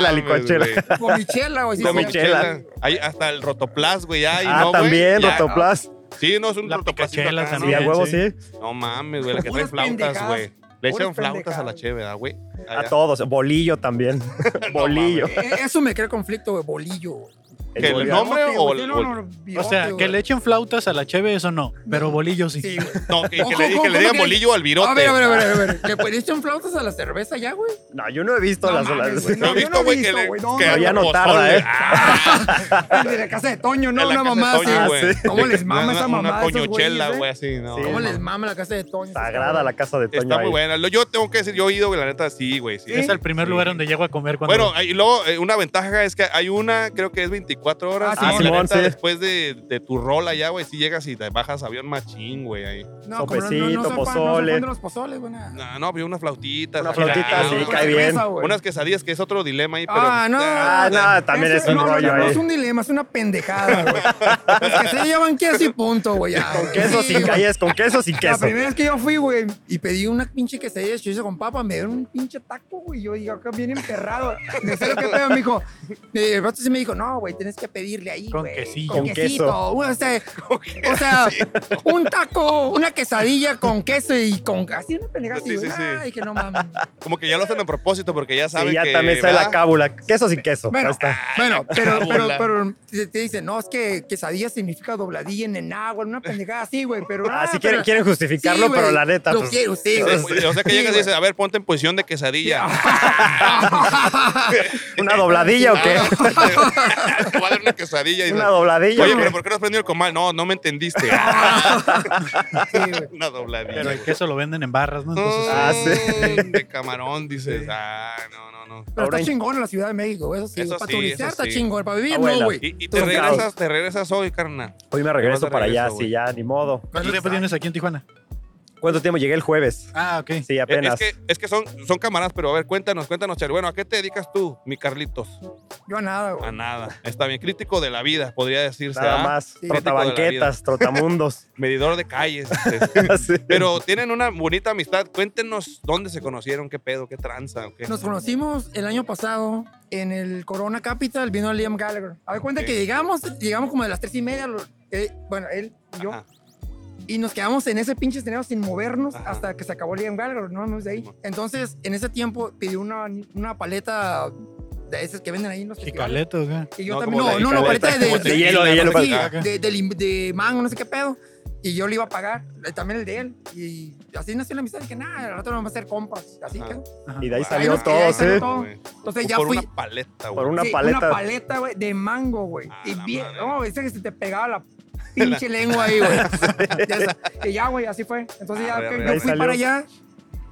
[SPEAKER 3] No mames,
[SPEAKER 6] licuachela.
[SPEAKER 3] güey.
[SPEAKER 7] Comichela, güey. sí,
[SPEAKER 6] Gomichela.
[SPEAKER 7] güey.
[SPEAKER 3] Gomichela. Hay hasta el rotoplas, güey, hay,
[SPEAKER 6] Ah,
[SPEAKER 3] ¿no, güey?
[SPEAKER 6] también,
[SPEAKER 3] Ya.
[SPEAKER 6] Rotoplas.
[SPEAKER 3] Sí, no, es un
[SPEAKER 2] La
[SPEAKER 3] rotoplacito
[SPEAKER 2] picachela
[SPEAKER 3] acá, ¿no?
[SPEAKER 6] Sí, a
[SPEAKER 2] También,
[SPEAKER 6] huevos,
[SPEAKER 2] sí.
[SPEAKER 6] sí.
[SPEAKER 3] No mames, güey, la que trae
[SPEAKER 7] Puras
[SPEAKER 3] flautas,
[SPEAKER 7] pendejadas.
[SPEAKER 3] güey. Le echan
[SPEAKER 7] Puras
[SPEAKER 3] flautas a la
[SPEAKER 7] pendejadas.
[SPEAKER 3] cheve, ¿verdad, güey.
[SPEAKER 6] A
[SPEAKER 3] Allá.
[SPEAKER 6] todos. Bolillo también. Bolillo.
[SPEAKER 7] Eh, Eso me crea conflicto, güey. Bolillo, güey.
[SPEAKER 3] ¿Que el
[SPEAKER 6] bolillo.
[SPEAKER 3] nombre
[SPEAKER 7] Bigote,
[SPEAKER 3] o
[SPEAKER 7] güey,
[SPEAKER 3] el-
[SPEAKER 7] tiene
[SPEAKER 3] o el-
[SPEAKER 7] unos
[SPEAKER 2] O
[SPEAKER 7] bigotes,
[SPEAKER 2] sea, que
[SPEAKER 7] güey.
[SPEAKER 2] le echen flautas a la cheve, eso no, pero bolillos sí.
[SPEAKER 7] Sí, güey.
[SPEAKER 3] No, que, que
[SPEAKER 7] Ojo,
[SPEAKER 3] le,
[SPEAKER 7] ojo,
[SPEAKER 3] que le
[SPEAKER 7] ¿cómo
[SPEAKER 3] digan
[SPEAKER 7] que-
[SPEAKER 3] bolillo al virote.
[SPEAKER 7] A ver, a ver, a ver, a ver. pues, ¿Le pusiste un flautas a la cerveza ya, güey?
[SPEAKER 6] No, yo no he visto
[SPEAKER 7] No
[SPEAKER 6] las
[SPEAKER 7] mames, güey,
[SPEAKER 6] olas.
[SPEAKER 3] No he
[SPEAKER 7] yo no
[SPEAKER 3] visto,
[SPEAKER 7] he
[SPEAKER 3] güey, que
[SPEAKER 7] visto,
[SPEAKER 3] le.
[SPEAKER 7] güey, no,
[SPEAKER 3] que
[SPEAKER 7] no, Ah,
[SPEAKER 6] no, ya no
[SPEAKER 3] pozole.
[SPEAKER 6] tarda, ¿eh?
[SPEAKER 7] De la casa de Toño,
[SPEAKER 3] En
[SPEAKER 7] ¿no?
[SPEAKER 3] la
[SPEAKER 7] Una
[SPEAKER 3] casa de
[SPEAKER 7] mamá así.
[SPEAKER 3] Toño,
[SPEAKER 6] Ah,
[SPEAKER 3] güey.
[SPEAKER 6] sí.
[SPEAKER 7] ¿Cómo les
[SPEAKER 3] Una-
[SPEAKER 7] mama esa mamá
[SPEAKER 3] Una
[SPEAKER 7] a esos
[SPEAKER 3] coñochela,
[SPEAKER 7] güeyes,
[SPEAKER 3] güey,
[SPEAKER 7] eh?
[SPEAKER 3] así, no.
[SPEAKER 6] Sí,
[SPEAKER 7] ¿Cómo
[SPEAKER 6] no.
[SPEAKER 7] les mama la casa de Toño?
[SPEAKER 6] Sagrada Pues, la casa de Toño.
[SPEAKER 3] Está muy
[SPEAKER 6] ahí.
[SPEAKER 3] buena. Lo- Yo tengo que decir, yo he ido, güey, la neta, sí, güey. sí.
[SPEAKER 2] Es el primer lugar donde llego a comer cuando
[SPEAKER 3] Bueno, y luego eh, una ventaja es que hay una, creo que es 24 horas.
[SPEAKER 7] Ah, sí,
[SPEAKER 3] y
[SPEAKER 6] sí.
[SPEAKER 3] la
[SPEAKER 6] Simón,
[SPEAKER 3] neta,
[SPEAKER 6] sí.
[SPEAKER 3] después de, de tu rol allá, güey, si llegas y te bajas avión machín, güey, ahí.
[SPEAKER 7] No, como no- no-
[SPEAKER 6] Sopecito,
[SPEAKER 7] no soy fan- No soy
[SPEAKER 6] pozole.
[SPEAKER 7] fan de los pozoles, güey. nada.
[SPEAKER 3] No, no, pero una flautita.
[SPEAKER 6] Una
[SPEAKER 3] saca-
[SPEAKER 6] flautita,
[SPEAKER 3] Ah,
[SPEAKER 6] sí,
[SPEAKER 3] una-
[SPEAKER 7] una
[SPEAKER 6] cae bien.
[SPEAKER 7] cerveza, güey.
[SPEAKER 3] Unas quesadillas, que es otro dilema ahí, pero.
[SPEAKER 7] Ah, no.
[SPEAKER 6] Ah, no, también
[SPEAKER 7] Ese-
[SPEAKER 6] es un
[SPEAKER 7] no, no,
[SPEAKER 6] rollo
[SPEAKER 7] no, No es
[SPEAKER 6] ahí.
[SPEAKER 7] un dilema, es una pendejada, güey. Los que se llevan queso y punto, güey. ya,
[SPEAKER 6] Con
[SPEAKER 7] güey.
[SPEAKER 6] queso
[SPEAKER 7] Sí,
[SPEAKER 6] sin
[SPEAKER 7] güey.
[SPEAKER 6] calles, con queso sin
[SPEAKER 7] La
[SPEAKER 6] queso.
[SPEAKER 7] primera vez que yo fui, güey, y pedí una pinche quesadilla de chorizo con papa, me dieron un pinche taco, güey. Yo digo, acá bien emperrado. Me sé lo que pedo, me dijo. eh, El vato sí me dijo, no, güey, tienes que pedirle ahí,
[SPEAKER 2] Con
[SPEAKER 7] güey,
[SPEAKER 2] quesillo.
[SPEAKER 6] Con
[SPEAKER 7] Con quesito.
[SPEAKER 6] queso.
[SPEAKER 7] O sea, o sea, un taco, una quesadilla con queso y con... Así una pendeja así,
[SPEAKER 3] Sí,
[SPEAKER 7] güey.
[SPEAKER 3] sí, sí.
[SPEAKER 7] Ay, que no mames.
[SPEAKER 3] Como que ya lo hacen a propósito porque ya saben
[SPEAKER 6] Sí, ya
[SPEAKER 3] que.
[SPEAKER 6] también sale la
[SPEAKER 3] ¿verdad?
[SPEAKER 6] cábula. Queso sin queso.
[SPEAKER 7] Bueno,
[SPEAKER 6] Ahí está.
[SPEAKER 7] Bueno,
[SPEAKER 3] Ah,
[SPEAKER 7] pero, pero,
[SPEAKER 3] cábula.
[SPEAKER 7] pero te, te dicen, no, es que quesadilla significa dobladilla en enagua, una pendejada así, güey, pero... ah,
[SPEAKER 6] Así
[SPEAKER 7] pero-
[SPEAKER 6] quieren, quieren justificarlo,
[SPEAKER 7] Sí, güey,
[SPEAKER 6] pero la neta.
[SPEAKER 7] Lo
[SPEAKER 6] pues,
[SPEAKER 7] quiero, sí,
[SPEAKER 3] Sí,
[SPEAKER 7] güey.
[SPEAKER 3] güey, O sea que
[SPEAKER 7] Sí,
[SPEAKER 3] llegas y
[SPEAKER 7] güey.
[SPEAKER 3] dices, a ver, ponte en posición de quesadilla.
[SPEAKER 6] ¿Una dobladilla o qué?
[SPEAKER 7] Ah,
[SPEAKER 3] Te voy a dar una quesadilla. y dices,
[SPEAKER 6] Una dobladilla.
[SPEAKER 3] Oye,
[SPEAKER 6] o qué?
[SPEAKER 3] pero ¿por qué no has prendido el comal? No, no me entendiste. Ah.
[SPEAKER 7] Sí, güey.
[SPEAKER 3] una dobladilla.
[SPEAKER 2] Pero el queso lo venden en barras, ¿no? Entonces,
[SPEAKER 6] Ah, sí.
[SPEAKER 3] Mm, De camarón, dices. Ah, no, no, no.
[SPEAKER 7] Pero
[SPEAKER 6] Ahora
[SPEAKER 7] está
[SPEAKER 6] en-
[SPEAKER 7] chingón en la Ciudad de México, eso sí.
[SPEAKER 3] Eso
[SPEAKER 7] para
[SPEAKER 3] sí, eso
[SPEAKER 7] turistear está
[SPEAKER 3] sí.
[SPEAKER 7] chingón, para vivir
[SPEAKER 6] Abuela.
[SPEAKER 7] no, güey.
[SPEAKER 3] Y, y te
[SPEAKER 6] Todo
[SPEAKER 3] regresas,
[SPEAKER 6] caos.
[SPEAKER 3] te regresas hoy, carnal.
[SPEAKER 6] Hoy me regreso
[SPEAKER 3] Vas de
[SPEAKER 6] para allá,
[SPEAKER 3] regreso,
[SPEAKER 6] sí,
[SPEAKER 3] güey.
[SPEAKER 6] ya, ni modo.
[SPEAKER 2] ¿Cuánto tiempo tienes aquí en Tijuana?
[SPEAKER 6] ¿Cuánto tiempo llegué el jueves?
[SPEAKER 2] Ah, ok.
[SPEAKER 6] Sí,
[SPEAKER 3] Eh, Es-
[SPEAKER 6] apenas.
[SPEAKER 3] Es que, es que son, son camaradas, pero a ver, cuéntanos, cuéntanos, Char. Bueno, ¿a qué te dedicas tú, mi Carlitos?
[SPEAKER 7] Yo nada,
[SPEAKER 3] A
[SPEAKER 7] güey.
[SPEAKER 3] nada. Está bien, crítico de la vida, podría decirse.
[SPEAKER 6] Nada
[SPEAKER 3] ¿ah?
[SPEAKER 6] más.
[SPEAKER 7] Sí.
[SPEAKER 6] Trotabanquetas, trotamundos.
[SPEAKER 3] Medidor de calles. este,
[SPEAKER 6] Ah, Sí.
[SPEAKER 3] pero tienen una bonita amistad. Cuéntenos dónde se conocieron, qué pedo, qué tranza. o qué.
[SPEAKER 7] Nos conocimos el año pasado en el Corona Capital, vino Liam Gallagher. A ver, cuenta
[SPEAKER 3] Ok.
[SPEAKER 7] que llegamos, llegamos como de las tres y media, lo- eh, bueno, él y yo,
[SPEAKER 3] Ajá.
[SPEAKER 7] y nos quedamos en ese pinche escenario sin movernos
[SPEAKER 3] Ajá.
[SPEAKER 7] hasta que se acabó Liam Gallagher, no nos de ahí.
[SPEAKER 3] Simón.
[SPEAKER 7] Entonces, en ese tiempo pedí una, una paleta de esas que venden ahí en los festivales.
[SPEAKER 2] Chicaleto, güey.
[SPEAKER 7] Y yo
[SPEAKER 3] No,
[SPEAKER 7] también.
[SPEAKER 3] como
[SPEAKER 7] No,
[SPEAKER 3] de-
[SPEAKER 7] no, no,
[SPEAKER 6] como
[SPEAKER 7] paleta
[SPEAKER 6] de-
[SPEAKER 7] de,
[SPEAKER 6] como de hielo, de
[SPEAKER 7] sí,
[SPEAKER 6] hielo,
[SPEAKER 7] sí,
[SPEAKER 3] paleta.
[SPEAKER 7] de- de lim- de mango, no sé qué pedo. Y yo le iba a pagar, eh, también el de él. Y así nació la amistad. Dije, nada, al rato vamos a hacer compras. Así
[SPEAKER 3] Ajá.
[SPEAKER 7] que.
[SPEAKER 6] Y de ahí
[SPEAKER 3] Wow.
[SPEAKER 6] salió
[SPEAKER 7] Ahí
[SPEAKER 6] todo,
[SPEAKER 7] nos
[SPEAKER 6] sí.
[SPEAKER 7] quedamos. todo.
[SPEAKER 3] Güey.
[SPEAKER 7] Entonces ya
[SPEAKER 3] por
[SPEAKER 7] fui.
[SPEAKER 3] una paleta, güey.
[SPEAKER 6] Por una
[SPEAKER 7] sí,
[SPEAKER 6] paleta.
[SPEAKER 7] Una paleta, güey, de mango, güey.
[SPEAKER 3] A
[SPEAKER 7] Y
[SPEAKER 3] Ah, la
[SPEAKER 7] bien,
[SPEAKER 3] madre.
[SPEAKER 7] no, ese que se te pegaba la pinche lengua ahí, güey. ya está. Y ya, güey, así fue. Entonces ya
[SPEAKER 3] Arre,
[SPEAKER 7] que
[SPEAKER 3] arre,
[SPEAKER 7] yo
[SPEAKER 3] ahí
[SPEAKER 7] fui
[SPEAKER 6] salió.
[SPEAKER 7] para allá,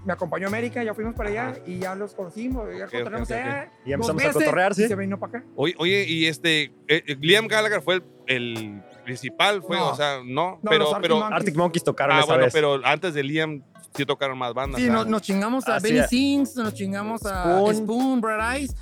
[SPEAKER 7] me acompañó América, ya fuimos para allá
[SPEAKER 3] Ajá.
[SPEAKER 7] y ya los conocimos, ya
[SPEAKER 3] ok,
[SPEAKER 7] cotorreamos
[SPEAKER 3] ok, ok.
[SPEAKER 7] allá.
[SPEAKER 6] Y ya
[SPEAKER 7] dos
[SPEAKER 6] empezamos a
[SPEAKER 7] veces,
[SPEAKER 6] cotorrear, ¿sí?
[SPEAKER 7] y se vino para acá.
[SPEAKER 3] Oye, oye, y este, eh, eh, Liam Gallagher fue el, el principal, fue,
[SPEAKER 7] No.
[SPEAKER 3] o sea, no,
[SPEAKER 7] No,
[SPEAKER 3] pero,
[SPEAKER 7] los Arctic
[SPEAKER 3] pero,
[SPEAKER 7] Monkeys.
[SPEAKER 6] Arctic Monkeys tocaron
[SPEAKER 3] ah,
[SPEAKER 6] esa
[SPEAKER 3] bueno,
[SPEAKER 6] vez.
[SPEAKER 3] pero antes de Liam sí tocaron más bandas.
[SPEAKER 7] Sí,
[SPEAKER 3] ah.
[SPEAKER 7] nos, nos chingamos a
[SPEAKER 6] Así
[SPEAKER 7] Benny
[SPEAKER 6] es.
[SPEAKER 7] Sings, nos chingamos a
[SPEAKER 6] Spoon.
[SPEAKER 7] Spoon, Brad Eyes,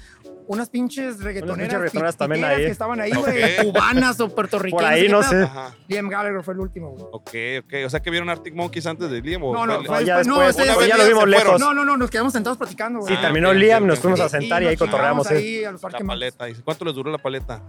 [SPEAKER 7] unas pinches reggaetoneras,
[SPEAKER 6] reggaetoneras
[SPEAKER 7] pit-
[SPEAKER 6] también
[SPEAKER 7] piteras
[SPEAKER 6] ahí.
[SPEAKER 7] que estaban ahí, güey,
[SPEAKER 3] Ok.
[SPEAKER 7] cubanas o puertorriqueñas.
[SPEAKER 6] Por ahí,
[SPEAKER 7] ¿qué
[SPEAKER 6] no
[SPEAKER 7] pedo?
[SPEAKER 6] sé.
[SPEAKER 3] Ajá.
[SPEAKER 7] Liam Gallagher fue el último, güey.
[SPEAKER 3] Ok, ok. O sea, que vieron Arctic Monkeys antes de Liam. ¿o
[SPEAKER 7] No, no,
[SPEAKER 3] fue-
[SPEAKER 6] No,
[SPEAKER 7] fue-
[SPEAKER 6] Ah, ya
[SPEAKER 7] pues, no,
[SPEAKER 6] después,
[SPEAKER 7] ese-
[SPEAKER 6] porque ya
[SPEAKER 7] ese-
[SPEAKER 6] lo vimos
[SPEAKER 3] se fueron.
[SPEAKER 6] lejos.
[SPEAKER 7] No, no, no, nos quedamos sentados platicando,
[SPEAKER 6] Sí,
[SPEAKER 7] güey.
[SPEAKER 3] Ah,
[SPEAKER 6] terminó
[SPEAKER 3] ok,
[SPEAKER 6] Liam,
[SPEAKER 3] ok,
[SPEAKER 6] nos
[SPEAKER 3] ok.
[SPEAKER 6] fuimos a
[SPEAKER 3] Y-
[SPEAKER 6] sentar y,
[SPEAKER 7] nos
[SPEAKER 6] ahí cotorreamos.
[SPEAKER 7] chingamos
[SPEAKER 6] sí.
[SPEAKER 7] ahí a los
[SPEAKER 3] La
[SPEAKER 7] Arctic Monkeys.
[SPEAKER 3] paleta. dice, ¿Cuánto les duró la paleta?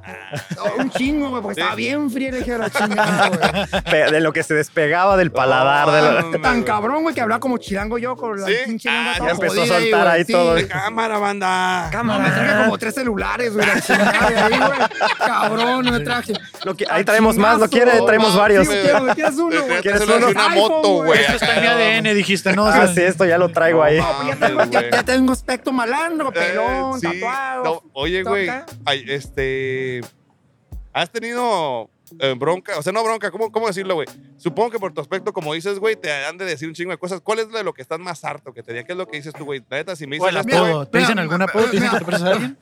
[SPEAKER 7] No, un chingo, güey, porque
[SPEAKER 3] Sí.
[SPEAKER 7] estaba bien fría, le dije a la chingada, güey.
[SPEAKER 6] Pe- De lo que se despegaba del paladar. de la-
[SPEAKER 3] Ah, no,
[SPEAKER 7] Tan
[SPEAKER 3] güey.
[SPEAKER 7] cabrón, güey, que hablaba como chilango yo con la
[SPEAKER 3] ¿Sí?
[SPEAKER 7] pinche
[SPEAKER 3] Ah,
[SPEAKER 7] lengua
[SPEAKER 3] ya
[SPEAKER 7] toda
[SPEAKER 6] empezó a
[SPEAKER 7] jodida ahí,
[SPEAKER 6] soltar
[SPEAKER 7] güey,
[SPEAKER 6] ahí
[SPEAKER 7] sí.
[SPEAKER 6] todo.
[SPEAKER 3] De cámara, banda.
[SPEAKER 7] Cámara, me traje como tres celulares, güey, la chingada de ahí, güey. Cabrón, me traje. Ah,
[SPEAKER 6] Lo que- ahí traemos más, ¿no quiere?
[SPEAKER 7] Chingazo,
[SPEAKER 6] Traemos
[SPEAKER 7] no,
[SPEAKER 6] varios.
[SPEAKER 7] sí, me quiero, me quieres uno, güey.
[SPEAKER 6] ¿Quieres
[SPEAKER 3] Ah, Te lo
[SPEAKER 6] uno?
[SPEAKER 3] hace una
[SPEAKER 7] iPhone,
[SPEAKER 3] moto,
[SPEAKER 7] güey.
[SPEAKER 3] güey.
[SPEAKER 2] Esto está en mi
[SPEAKER 3] acá,
[SPEAKER 2] ADN, dijiste, ¿no? O sea,
[SPEAKER 6] Ah, sí, esto ya lo traigo ahí.
[SPEAKER 7] No, pues ya tengo,
[SPEAKER 3] Mames, Ah, güey.
[SPEAKER 7] ya, ya tengo aspecto malandro,
[SPEAKER 3] Eh,
[SPEAKER 7] pelón,
[SPEAKER 3] sí.
[SPEAKER 7] tatuado.
[SPEAKER 3] No, oye,
[SPEAKER 7] todo
[SPEAKER 3] güey,
[SPEAKER 7] acá.
[SPEAKER 3] ay, este, has tenido eh, bronca, o sea, no bronca, ¿cómo, cómo decirlo, güey? Supongo que por tu aspecto, como dices, güey, te han de decir un chingo de cosas. ¿Cuál es de lo que estás más harto que te diga? ¿Qué es lo que dices tú, güey? La neta, si me dices
[SPEAKER 2] o el
[SPEAKER 3] esto,
[SPEAKER 7] mira,
[SPEAKER 2] apodo.
[SPEAKER 3] güey,
[SPEAKER 2] ¿Te dicen
[SPEAKER 7] mira,
[SPEAKER 2] algún apodo? ¿Te dicen
[SPEAKER 7] mira.
[SPEAKER 2] que te pareces a alguien?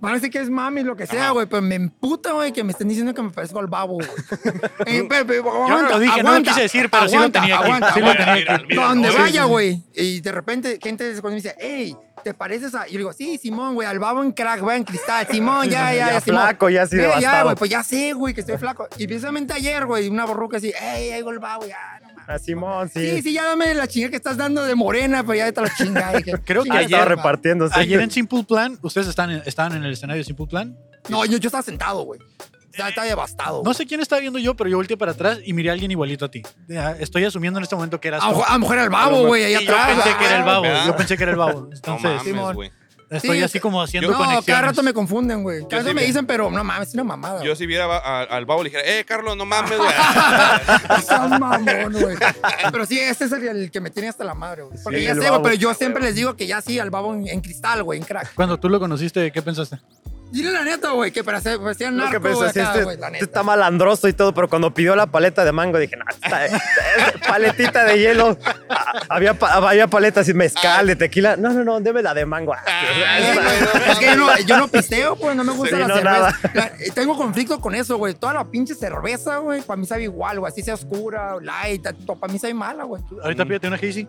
[SPEAKER 7] Parece que es mami, lo que sea,
[SPEAKER 3] Ajá.
[SPEAKER 7] güey, pero me emputa, güey, que me estén diciendo que me parezco al babo, güey. Eh, pero- pero-
[SPEAKER 2] Yo no lo dije, no lo quise decir, pero sí lo
[SPEAKER 7] aguanta,
[SPEAKER 2] tenía aquí.
[SPEAKER 7] aguanta,
[SPEAKER 2] Sí lo
[SPEAKER 7] aguanta.
[SPEAKER 2] tenía aquí.
[SPEAKER 3] Mira,
[SPEAKER 7] Donde
[SPEAKER 3] oye.
[SPEAKER 7] vaya, güey. Y de repente, gente desde cuando me dice, hey, ¿te pareces a...? Y yo digo, sí, Simón, güey, al babo en crack, va en cristal. Simón, ya, ya,
[SPEAKER 6] Ya
[SPEAKER 7] ya, Simón.
[SPEAKER 6] flaco, ya así
[SPEAKER 7] Eh, Ya,
[SPEAKER 6] devastado.
[SPEAKER 7] güey, pues ya sé, güey, que estoy flaco. Y precisamente ayer, güey, una borruca así, hey, ahí va el babo, ya, no mames.
[SPEAKER 6] Ah, Simón, sí.
[SPEAKER 7] Sí, sí, ya dame la chingada que estás dando de morena, pero ya te la chingada. dije,
[SPEAKER 2] Creo que
[SPEAKER 7] chingada,
[SPEAKER 6] Ahí estaba
[SPEAKER 2] ayer-
[SPEAKER 7] madre.
[SPEAKER 6] repartiendo. sí.
[SPEAKER 2] Ayer en Simple Plan, ustedes están en- estaban en el escenario de Simple Plan.
[SPEAKER 7] No, yo, yo estaba sentado, güey. Estaba, estaba devastado.
[SPEAKER 2] No
[SPEAKER 7] güey.
[SPEAKER 2] sé quién estaba viendo yo, pero yo volteé para atrás y miré a alguien igualito a ti. Ya, Estoy asumiendo en este momento que eras
[SPEAKER 7] A lo
[SPEAKER 2] tú.
[SPEAKER 7] mejor- a lo mejor era el babo, güey, ahí
[SPEAKER 2] Sí, yo
[SPEAKER 7] atrás.
[SPEAKER 2] pensé que era el babo.
[SPEAKER 3] Ah, ¿verdad?
[SPEAKER 2] Yo pensé que era el babo.
[SPEAKER 3] No
[SPEAKER 2] Entonces,
[SPEAKER 3] mames,
[SPEAKER 7] Simón.
[SPEAKER 3] güey.
[SPEAKER 2] estoy
[SPEAKER 7] Sí,
[SPEAKER 2] así como haciendo
[SPEAKER 7] No,
[SPEAKER 2] conexiones.
[SPEAKER 7] cada rato me confunden, güey. Cada
[SPEAKER 3] sí
[SPEAKER 7] rato me
[SPEAKER 3] vi.
[SPEAKER 7] dicen, pero no mames, es una mamada.
[SPEAKER 3] Yo
[SPEAKER 7] Yo
[SPEAKER 3] si viera a- al babo le dijera, eh, Carlos, no mames, güey.
[SPEAKER 7] mamón, güey. Pero sí, este es el, el que me tiene hasta la madre, güey. Porque
[SPEAKER 6] Sí,
[SPEAKER 7] ya
[SPEAKER 6] el
[SPEAKER 7] sé, güey,
[SPEAKER 6] babo.
[SPEAKER 7] pero yo siempre les digo que ya sí, al babo en, en cristal, güey, en crack.
[SPEAKER 2] Cuando tú lo conociste, ¿qué pensaste?
[SPEAKER 7] Dile la neta, güey, que para ser, para ser
[SPEAKER 6] Lo que
[SPEAKER 7] narco,
[SPEAKER 6] pensé,
[SPEAKER 7] güey,
[SPEAKER 6] sí,
[SPEAKER 7] acá,
[SPEAKER 6] este,
[SPEAKER 7] güey, la
[SPEAKER 6] este
[SPEAKER 7] neta.
[SPEAKER 6] está malandroso y todo, pero cuando pidió la paleta de mango dije, no, esta, esta paletita de hielo. Ah, Había, pa- había paletas y mezcal, de tequila. No, no, no, deme la de mango. Ah,
[SPEAKER 7] Sí,
[SPEAKER 6] esta-
[SPEAKER 7] güey,
[SPEAKER 3] no
[SPEAKER 7] es que yo no, yo no pisteo, pues no me gusta
[SPEAKER 6] Sí,
[SPEAKER 7] la
[SPEAKER 6] no,
[SPEAKER 7] cerveza.
[SPEAKER 6] nada.
[SPEAKER 7] La- eh, tengo conflicto con eso, güey. Toda la pinche cerveza, güey, para mí sabe igual, güey. Así sea oscura, light, para mí sabe mala, güey.
[SPEAKER 2] Ahorita
[SPEAKER 3] Mm.
[SPEAKER 2] pídete una Hazy.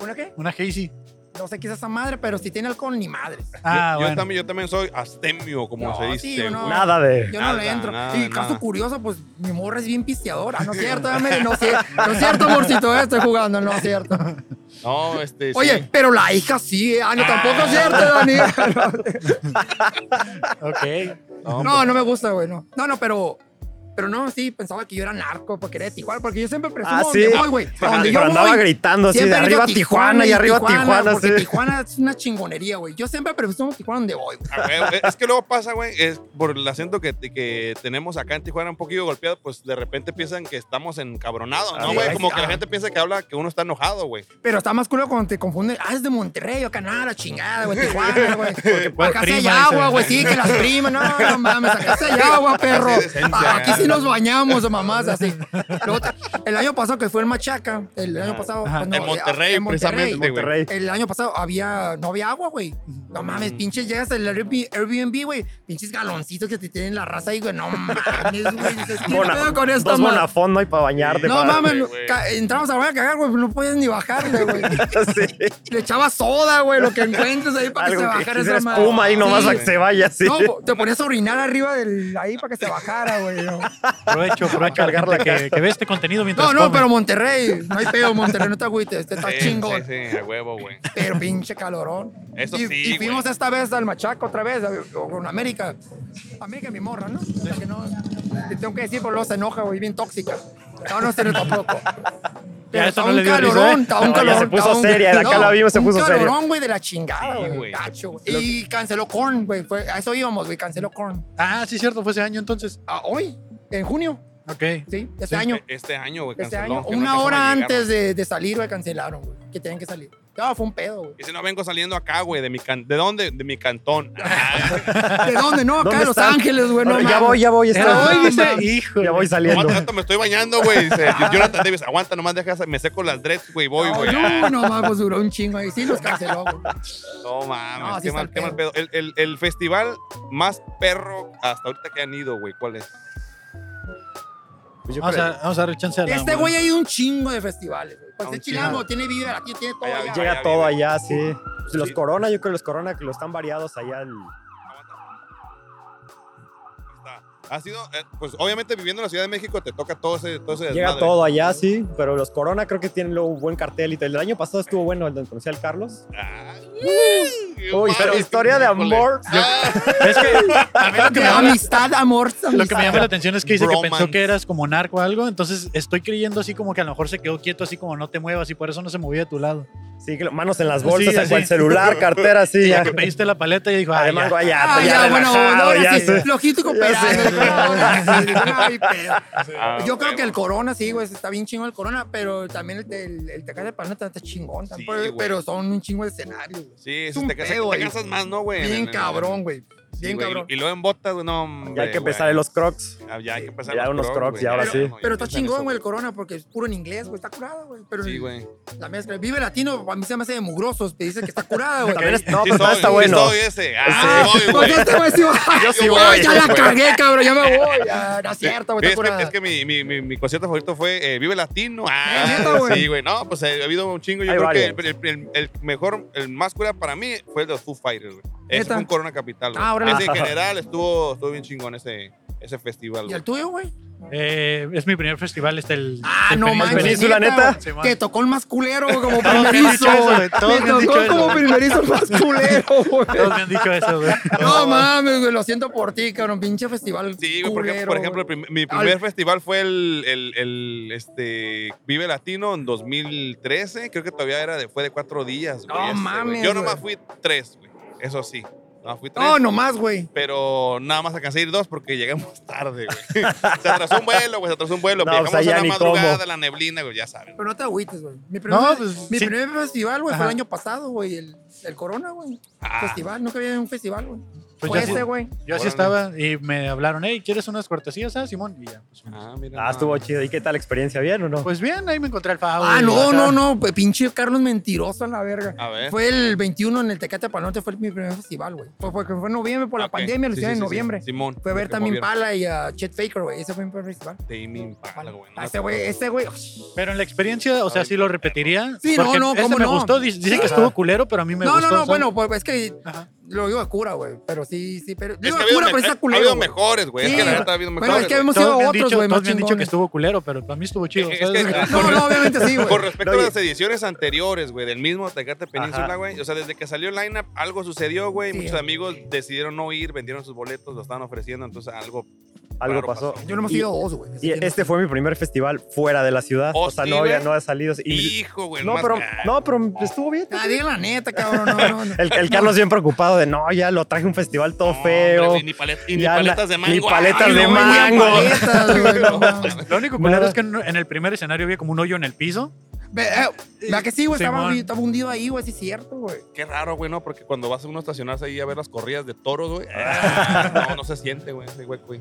[SPEAKER 7] ¿Una qué?
[SPEAKER 2] Una Hazy.
[SPEAKER 7] No sé qué es esa madre, pero si tiene alcohol, ni madres.
[SPEAKER 2] Ah,
[SPEAKER 3] yo,
[SPEAKER 2] bueno.
[SPEAKER 3] yo también, yo también soy astemio, como
[SPEAKER 7] No,
[SPEAKER 3] se
[SPEAKER 7] sí,
[SPEAKER 3] dice.
[SPEAKER 7] uno-
[SPEAKER 3] güey.
[SPEAKER 6] Nada de.
[SPEAKER 7] Yo no
[SPEAKER 3] Nada,
[SPEAKER 7] le entro.
[SPEAKER 3] nada,
[SPEAKER 7] y caso
[SPEAKER 3] nada.
[SPEAKER 7] curioso, pues mi morra es bien pisteadora. No es cierto, dame, no, es cier- no es cierto, amorcito, eh, estoy jugando, no es cierto.
[SPEAKER 3] No, este. sí.
[SPEAKER 7] Oye, pero la hija sí, eh. ah, no, tampoco es cierto, Dani.
[SPEAKER 2] Ok.
[SPEAKER 3] Ah. No, pues.
[SPEAKER 7] No, no me gusta, güey, no. No, no, pero. Pero no, sí, pensaba que yo era narco, porque era de Tijuana, porque yo siempre presumo
[SPEAKER 6] Ah, sí.
[SPEAKER 7] donde voy, güey. A
[SPEAKER 6] Pero
[SPEAKER 7] donde yo
[SPEAKER 6] andaba
[SPEAKER 7] voy,
[SPEAKER 6] gritando así, de
[SPEAKER 7] siempre digo
[SPEAKER 6] arriba Tijuana y arriba Tijuana.
[SPEAKER 7] porque
[SPEAKER 6] así.
[SPEAKER 7] Tijuana es una chingonería, güey. Yo siempre presumo Tijuana donde voy, güey.
[SPEAKER 3] A huevo. Es que luego pasa, güey, es por el acento que, que tenemos acá en Tijuana un poquito golpeado, pues de repente piensan que estamos encabronados, ¿no,
[SPEAKER 7] Así
[SPEAKER 3] güey?
[SPEAKER 7] es.
[SPEAKER 3] Como que la
[SPEAKER 7] Ah.
[SPEAKER 3] gente piensa que habla que uno está enojado, güey.
[SPEAKER 7] Pero está más culo cuando te confunden. Ah, es de Monterrey, acá nada, la chingada, güey, Tijuana, güey. Acá sí hay
[SPEAKER 2] prima,
[SPEAKER 7] agua,
[SPEAKER 2] dice.
[SPEAKER 7] güey, sí, que las primas, no, no mames, acá sí hay agua, perro. Ah,
[SPEAKER 3] Así de esencia,
[SPEAKER 7] Aquí
[SPEAKER 3] ¿eh?
[SPEAKER 7] sí nos bañamos, o mamás, así. Luego te- el año pasado que fue el Machaca, el año pasado.
[SPEAKER 2] Ajá.
[SPEAKER 7] cuando-
[SPEAKER 3] en Monterrey,
[SPEAKER 7] en Monterrey.
[SPEAKER 3] precisamente, güey.
[SPEAKER 6] Monterrey.
[SPEAKER 7] El año pasado había, no había agua, güey. No mames, pinches llegas al Airbnb, Airbnb, güey. Pinches galoncitos que te tienen la raza ahí, güey. No mames, güey. Dices, ¿Qué
[SPEAKER 6] Bona-
[SPEAKER 7] pedo con esta
[SPEAKER 6] dos
[SPEAKER 7] madre?
[SPEAKER 6] bonafón no hay para bañarte.
[SPEAKER 7] No
[SPEAKER 6] para-
[SPEAKER 7] mames,
[SPEAKER 3] güey.
[SPEAKER 7] ca- entramos a la baña a cagar, güey. pues No podías ni bajarle, güey.
[SPEAKER 6] Sí.
[SPEAKER 7] Le echaba soda, güey, lo que encuentres ahí para que se
[SPEAKER 6] Algo que
[SPEAKER 7] bajara
[SPEAKER 6] quisiera
[SPEAKER 7] esa madre.
[SPEAKER 6] espuma ahí nomás
[SPEAKER 7] Sí,
[SPEAKER 6] a que
[SPEAKER 7] güey.
[SPEAKER 6] se vaya así.
[SPEAKER 7] No, po- te ponías a orinar arriba del ahí para que se bajara, güey. No,
[SPEAKER 2] Provecho, provecho a la
[SPEAKER 6] cargar la
[SPEAKER 2] gente que, que ve este contenido mientras
[SPEAKER 7] no, no,
[SPEAKER 2] come.
[SPEAKER 7] pero Monterrey, no hay pedo, Monterrey, no te agüites, este está
[SPEAKER 3] Sí,
[SPEAKER 7] chingón.
[SPEAKER 3] Sí, sí, a huevo, güey.
[SPEAKER 7] Pero pinche calorón.
[SPEAKER 3] Eso
[SPEAKER 7] y,
[SPEAKER 3] sí,
[SPEAKER 7] Y fuimos
[SPEAKER 3] güey.
[SPEAKER 7] esta vez al Machaco otra vez, a- con América. América es mi morra, ¿no? O sea que no. Te tengo que decir, por luego se enoja, güey, bien tóxica. No, no se enoja tampoco.
[SPEAKER 2] Ya, eso
[SPEAKER 7] está
[SPEAKER 2] no
[SPEAKER 7] un
[SPEAKER 2] le dio risa, ¿eh?
[SPEAKER 7] calorón, está un
[SPEAKER 6] No, ya
[SPEAKER 7] calorón.
[SPEAKER 6] se puso
[SPEAKER 7] está un-
[SPEAKER 6] seria, de acá la vimos, se puso
[SPEAKER 7] un
[SPEAKER 6] seria.
[SPEAKER 7] calorón, güey, de la chingada,
[SPEAKER 3] Sí, güey.
[SPEAKER 7] güey. gacho, güey. Y canceló Korn, güey. fue- A eso íbamos, güey, canceló Korn.
[SPEAKER 2] Ah, sí, cierto, fue ese año entonces.
[SPEAKER 7] A hoy, en junio,
[SPEAKER 2] Ok.
[SPEAKER 7] ¿sí? Este
[SPEAKER 2] Sí.
[SPEAKER 7] año.
[SPEAKER 3] Este año, güey,
[SPEAKER 7] Este
[SPEAKER 3] canceló.
[SPEAKER 7] año,
[SPEAKER 3] que
[SPEAKER 7] una
[SPEAKER 3] no alcanzaron
[SPEAKER 7] hora
[SPEAKER 3] a llegar.
[SPEAKER 7] antes de, de salir, güey, cancelaron, güey. Que tenían que salir. No, fue un pedo, güey.
[SPEAKER 3] Dice, no vengo saliendo acá, güey, de mi can- ¿De dónde? De mi cantón. Ah.
[SPEAKER 7] ¿De dónde? No, acá
[SPEAKER 6] ¿Dónde
[SPEAKER 7] de Los
[SPEAKER 6] estás?
[SPEAKER 7] Ángeles, güey. No,
[SPEAKER 6] Ahora, ya
[SPEAKER 7] mames.
[SPEAKER 6] voy, ya voy.
[SPEAKER 2] Ya
[SPEAKER 6] está-
[SPEAKER 2] voy, dice, hijo.
[SPEAKER 6] ya voy saliendo.
[SPEAKER 3] Aguanta, rato, me estoy bañando, güey. Dice, Jonathan Davis, aguanta, nomás deja, me seco las dreads, güey, voy, güey.
[SPEAKER 7] No, no, mames, pues duró un chingo ahí. Sí, los canceló, güey.
[SPEAKER 3] No mames,
[SPEAKER 7] No, sí
[SPEAKER 3] qué,
[SPEAKER 7] está
[SPEAKER 3] mal,
[SPEAKER 7] el
[SPEAKER 3] qué mal pedo. El, el- el festival más perro hasta ahorita que han ido, güey, ¿cuál es?
[SPEAKER 6] Pues yo
[SPEAKER 2] Vamos a,
[SPEAKER 6] creo-
[SPEAKER 2] vamos a darle chance a la
[SPEAKER 7] Este güey ha ido a un chingo de festivales, güey.
[SPEAKER 3] A
[SPEAKER 7] Pues
[SPEAKER 3] un
[SPEAKER 7] es chilango, tiene vida, la tiene todo
[SPEAKER 3] Allá,
[SPEAKER 7] allá.
[SPEAKER 3] allá.
[SPEAKER 6] Llega
[SPEAKER 3] ya
[SPEAKER 6] todo
[SPEAKER 3] viene.
[SPEAKER 6] allá, sí. Pues Los
[SPEAKER 3] Sí.
[SPEAKER 6] Corona, yo creo que los Corona que lo están variados allá. el-
[SPEAKER 3] Está. Ha sido, eh, pues obviamente viviendo en la Ciudad de México te toca todo ese, todo ese
[SPEAKER 6] Llega
[SPEAKER 3] desmadre.
[SPEAKER 6] todo allá, sí. Pero los Corona creo que tienen luego un buen cartel y todo. El año pasado estuvo bueno el donde conocí al Carlos.
[SPEAKER 3] Ay,
[SPEAKER 6] Uy,
[SPEAKER 3] madre,
[SPEAKER 6] pero historia de
[SPEAKER 3] híjole.
[SPEAKER 6] amor.
[SPEAKER 3] Ah,
[SPEAKER 2] Es que a mí lo que me llama,
[SPEAKER 7] amistad, amor,
[SPEAKER 2] lo que me llama la atención es que dice que
[SPEAKER 3] Bromance.
[SPEAKER 2] pensó que eras como narco o algo, entonces estoy creyendo así como que a lo mejor se quedó quieto, así como no te muevas y por eso no se movía a tu lado.
[SPEAKER 6] Sí, que lo- manos en las bolsas,
[SPEAKER 2] Sí,
[SPEAKER 6] sacó el
[SPEAKER 2] sí.
[SPEAKER 6] celular, cartera, sí.
[SPEAKER 2] Ya
[SPEAKER 6] Ya.
[SPEAKER 2] que pediste la paleta y dijo, ah,
[SPEAKER 6] Además,
[SPEAKER 2] ya.
[SPEAKER 6] allá,
[SPEAKER 7] Ah, ya, bueno, ahora
[SPEAKER 6] ya,
[SPEAKER 7] sí,
[SPEAKER 6] estoy-
[SPEAKER 7] lojito y cooperando,
[SPEAKER 6] sé.
[SPEAKER 7] güey, ahora sí, no hay pedo.
[SPEAKER 3] ah,
[SPEAKER 7] Yo creo que el
[SPEAKER 3] bueno.
[SPEAKER 7] Corona, sí, güey, está bien chingo el Corona, pero también el, del, el Tecate de Planeta está chingón,
[SPEAKER 3] Sí,
[SPEAKER 7] pero,
[SPEAKER 3] güey.
[SPEAKER 7] pero son un chingo de escenarios, güey.
[SPEAKER 3] Sí,
[SPEAKER 7] Es
[SPEAKER 3] si
[SPEAKER 7] un
[SPEAKER 3] te, casas-
[SPEAKER 7] pedo,
[SPEAKER 3] te
[SPEAKER 7] güey.
[SPEAKER 3] casas más, ¿no, güey? En-
[SPEAKER 7] Bien
[SPEAKER 3] en-
[SPEAKER 7] cabrón, güey.
[SPEAKER 3] Sí,
[SPEAKER 7] Bien
[SPEAKER 3] güey,
[SPEAKER 7] cabrón.
[SPEAKER 3] Y, y luego en botas, güey, no,
[SPEAKER 6] Ya hay
[SPEAKER 3] hombre,
[SPEAKER 6] que
[SPEAKER 3] güey.
[SPEAKER 6] empezar en los crocs.
[SPEAKER 3] Ah, Ya hay que empezar
[SPEAKER 6] Ya
[SPEAKER 3] en
[SPEAKER 6] unos crocs,
[SPEAKER 3] güey.
[SPEAKER 6] ya ahora
[SPEAKER 3] Ya,
[SPEAKER 6] sí.
[SPEAKER 3] no, ya
[SPEAKER 7] Pero está
[SPEAKER 3] empiezan eso,
[SPEAKER 7] chingón, güey, el Corona, porque es puro en inglés, güey, está curado, güey. Pero
[SPEAKER 3] Sí, güey.
[SPEAKER 7] la mezcla, vive latino, a mí se me hace de mugrosos, te dice que está curada, güey.
[SPEAKER 6] También es- no,
[SPEAKER 3] Sí soy,
[SPEAKER 6] pero también está
[SPEAKER 3] sí
[SPEAKER 6] bueno.
[SPEAKER 3] soy ese. Ah,
[SPEAKER 6] Sí.
[SPEAKER 3] soy, güey.
[SPEAKER 7] Pues este güey sí va.
[SPEAKER 6] Yo sí
[SPEAKER 7] Ay,
[SPEAKER 6] voy.
[SPEAKER 7] ya la cagué, cabrón, ya me voy. Ya, no es cierto, güey,
[SPEAKER 3] Sí,
[SPEAKER 7] está
[SPEAKER 3] es,
[SPEAKER 7] curada.
[SPEAKER 3] que, es que mi, mi, mi, mi concierto favorito fue eh, Vive Latino.
[SPEAKER 7] ¿Eh,
[SPEAKER 3] Ah,
[SPEAKER 7] neta, güey?
[SPEAKER 3] sí, güey. No, pues eh, ha habido un chingo. Yo
[SPEAKER 6] Hay
[SPEAKER 3] creo que el, el- el- el mejor, el más cura para mí fue el de los Foo Fighters, güey. Ese
[SPEAKER 7] ¿Neta?
[SPEAKER 3] fue un Corona Capital, güey.
[SPEAKER 7] Ah, órale.
[SPEAKER 3] ese en general estuvo, estuvo bien chingón ese, ese festival,
[SPEAKER 7] ¿Y
[SPEAKER 3] güey.
[SPEAKER 7] el tuyo, güey?
[SPEAKER 2] Eh, es mi primer festival, este el.
[SPEAKER 7] Ah,
[SPEAKER 2] el
[SPEAKER 7] no
[SPEAKER 2] primer
[SPEAKER 7] manches.
[SPEAKER 2] festival.
[SPEAKER 6] Península, neta.
[SPEAKER 2] Sí, man.
[SPEAKER 7] Que tocó el más culero, güey, como
[SPEAKER 2] Todos me han
[SPEAKER 7] primerizo.
[SPEAKER 2] dicho eso, güey, todos me han
[SPEAKER 7] Me
[SPEAKER 2] dicho
[SPEAKER 7] tocó
[SPEAKER 2] eso,
[SPEAKER 7] como
[SPEAKER 2] güey.
[SPEAKER 7] primerizo el más culero, güey.
[SPEAKER 2] Todos me han dicho eso, güey.
[SPEAKER 7] No mames, güey, lo siento por ti, cabrón. Pinche festival.
[SPEAKER 3] Sí, güey, por ejemplo,
[SPEAKER 7] culero,
[SPEAKER 3] por ejemplo el
[SPEAKER 7] güey.
[SPEAKER 3] prim- mi primer festival fue el, el, el, este, Vive Latino en 2013. Creo que todavía era de, fue de cuatro días, güey.
[SPEAKER 7] No
[SPEAKER 3] ese, güey.
[SPEAKER 7] mames,
[SPEAKER 3] Yo nomás fui tres, güey. Eso sí. Nomás fui tres.
[SPEAKER 7] No, nomás, güey.
[SPEAKER 3] pero nada más alcancé a ir dos porque llegamos tarde, güey. se atrasó un vuelo, güey, se atrasó un vuelo.
[SPEAKER 6] No,
[SPEAKER 3] pues, llegamos
[SPEAKER 6] o sea, ya
[SPEAKER 3] a la
[SPEAKER 6] ni
[SPEAKER 3] madrugada,
[SPEAKER 6] cómo.
[SPEAKER 3] la neblina, güey, ya saben.
[SPEAKER 7] Pero no te agüites, güey. Mi, primer,
[SPEAKER 2] No, pues,
[SPEAKER 7] mi
[SPEAKER 2] sí.
[SPEAKER 7] primer festival, güey, fue el
[SPEAKER 2] Ajá.
[SPEAKER 7] año pasado, güey. El, el Corona, güey.
[SPEAKER 3] Ah.
[SPEAKER 7] Festival, nunca había un festival, güey.
[SPEAKER 2] Pues
[SPEAKER 7] fue
[SPEAKER 2] yo sí-
[SPEAKER 7] ese, güey.
[SPEAKER 2] Yo así estaba y me hablaron, hey, ¿quieres unas cortesías, ah, Simón? Y ya, pues,
[SPEAKER 3] mira.
[SPEAKER 6] Ah, estuvo chido. ¿Y qué tal la experiencia? ¿Bien o no?
[SPEAKER 2] pues bien, ahí me encontré al Fabo.
[SPEAKER 7] Ah,
[SPEAKER 2] y-
[SPEAKER 7] no,
[SPEAKER 2] Ajá.
[SPEAKER 7] no, no. pues, Pinche Carlos mentiroso a la verga.
[SPEAKER 3] A ver.
[SPEAKER 7] Fue el 21 en el Tecate Panote, fue mi primer festival, güey. Fue porque fue en noviembre por la
[SPEAKER 3] Ok.
[SPEAKER 7] pandemia, lo
[SPEAKER 3] Sí,
[SPEAKER 7] hicieron
[SPEAKER 3] sí,
[SPEAKER 7] en
[SPEAKER 3] sí,
[SPEAKER 7] noviembre.
[SPEAKER 3] sí. Simón.
[SPEAKER 7] Fue a ver
[SPEAKER 3] Porque
[SPEAKER 7] también
[SPEAKER 3] movieron.
[SPEAKER 7] Pala y a Chet Faker, güey. Ese fue mi primer festival.
[SPEAKER 3] Tame Impala, güey.
[SPEAKER 7] A ese Este güey, ese güey.
[SPEAKER 2] Pero en la experiencia, o sea, sí lo repetiría.
[SPEAKER 7] Sí, no,
[SPEAKER 2] porque
[SPEAKER 7] no,
[SPEAKER 2] ese
[SPEAKER 7] ¿cómo
[SPEAKER 2] me
[SPEAKER 7] no?
[SPEAKER 2] gustó. Dic- Dicen que
[SPEAKER 7] Sí.
[SPEAKER 2] estuvo culero, pero a mí me
[SPEAKER 7] No,
[SPEAKER 2] gustó.
[SPEAKER 7] no, no,
[SPEAKER 2] ¿sabes?
[SPEAKER 7] bueno, pues es que
[SPEAKER 2] Ajá.
[SPEAKER 7] lo digo de cura, güey. Pero sí, sí, pero.
[SPEAKER 3] Es
[SPEAKER 7] Digo
[SPEAKER 3] que ha
[SPEAKER 7] de
[SPEAKER 3] habido,
[SPEAKER 7] cura,
[SPEAKER 3] me-
[SPEAKER 7] pues, pero está
[SPEAKER 3] ha
[SPEAKER 7] culero.
[SPEAKER 3] habido
[SPEAKER 7] güey.
[SPEAKER 3] mejores, güey.
[SPEAKER 7] Sí,
[SPEAKER 3] Es que la
[SPEAKER 7] güey.
[SPEAKER 3] neta ha habido
[SPEAKER 7] Bueno,
[SPEAKER 3] mejores.
[SPEAKER 7] es que
[SPEAKER 3] güey.
[SPEAKER 7] hemos ido
[SPEAKER 2] Todos me
[SPEAKER 7] a
[SPEAKER 2] han
[SPEAKER 7] otros,
[SPEAKER 2] dicho,
[SPEAKER 7] güey,
[SPEAKER 2] todos
[SPEAKER 7] más
[SPEAKER 2] me han dicho que
[SPEAKER 7] chingones.
[SPEAKER 2] estuvo culero, pero para mí estuvo chido.
[SPEAKER 3] Es- es
[SPEAKER 2] ¿sabes?
[SPEAKER 3] que-
[SPEAKER 7] No, no, obviamente sí, güey.
[SPEAKER 3] Con respecto
[SPEAKER 6] No,
[SPEAKER 3] a
[SPEAKER 6] y-
[SPEAKER 3] las ediciones anteriores, güey, del mismo Tecate Península,
[SPEAKER 6] Ajá.
[SPEAKER 3] güey. O sea, desde que salió el lineup, algo sucedió, güey.
[SPEAKER 7] Sí.
[SPEAKER 3] Muchos amigos decidieron no ir, vendieron sus boletos, lo estaban ofreciendo, entonces algo.
[SPEAKER 6] Algo
[SPEAKER 3] raro
[SPEAKER 6] pasó.
[SPEAKER 7] Yo no he
[SPEAKER 6] Y-
[SPEAKER 7] ido a dos, güey.
[SPEAKER 6] Y este fue mi primer festival fuera de la ciudad.
[SPEAKER 3] Oh,
[SPEAKER 6] o sea,
[SPEAKER 3] sí,
[SPEAKER 6] no había,
[SPEAKER 3] güey.
[SPEAKER 6] no había salido. Y,
[SPEAKER 3] Hijo, güey.
[SPEAKER 6] no,
[SPEAKER 3] más-
[SPEAKER 6] pero,
[SPEAKER 3] Ah,
[SPEAKER 6] no, pero estuvo bien.
[SPEAKER 7] Ah, diga la neta, cabrón. No, no, no.
[SPEAKER 6] El, el Carlos bien preocupado de no, ya lo traje a un festival todo
[SPEAKER 3] no,
[SPEAKER 6] feo.
[SPEAKER 3] hombre, Ni palet- y ni
[SPEAKER 6] Ya na-
[SPEAKER 3] paletas de
[SPEAKER 6] ni
[SPEAKER 3] mango.
[SPEAKER 6] paletas
[SPEAKER 3] Ay,
[SPEAKER 6] de
[SPEAKER 3] no, güey,
[SPEAKER 6] mango.
[SPEAKER 7] Paletas, güey, no mames.
[SPEAKER 2] Lo único culero
[SPEAKER 6] Nada.
[SPEAKER 2] es que en, en el primer escenario había como un hoyo en el piso.
[SPEAKER 7] Ve- eh, ¿Verdad que sí, güey? Estaba,
[SPEAKER 2] Simón.
[SPEAKER 7] estaba hundido ahí, güey, sí es cierto, güey.
[SPEAKER 3] Qué raro, güey, ¿no? Porque cuando vas a uno a estacionarse ahí a ver las corridas de toros, güey. ah, no, no se siente, güey, ese hueco, güey.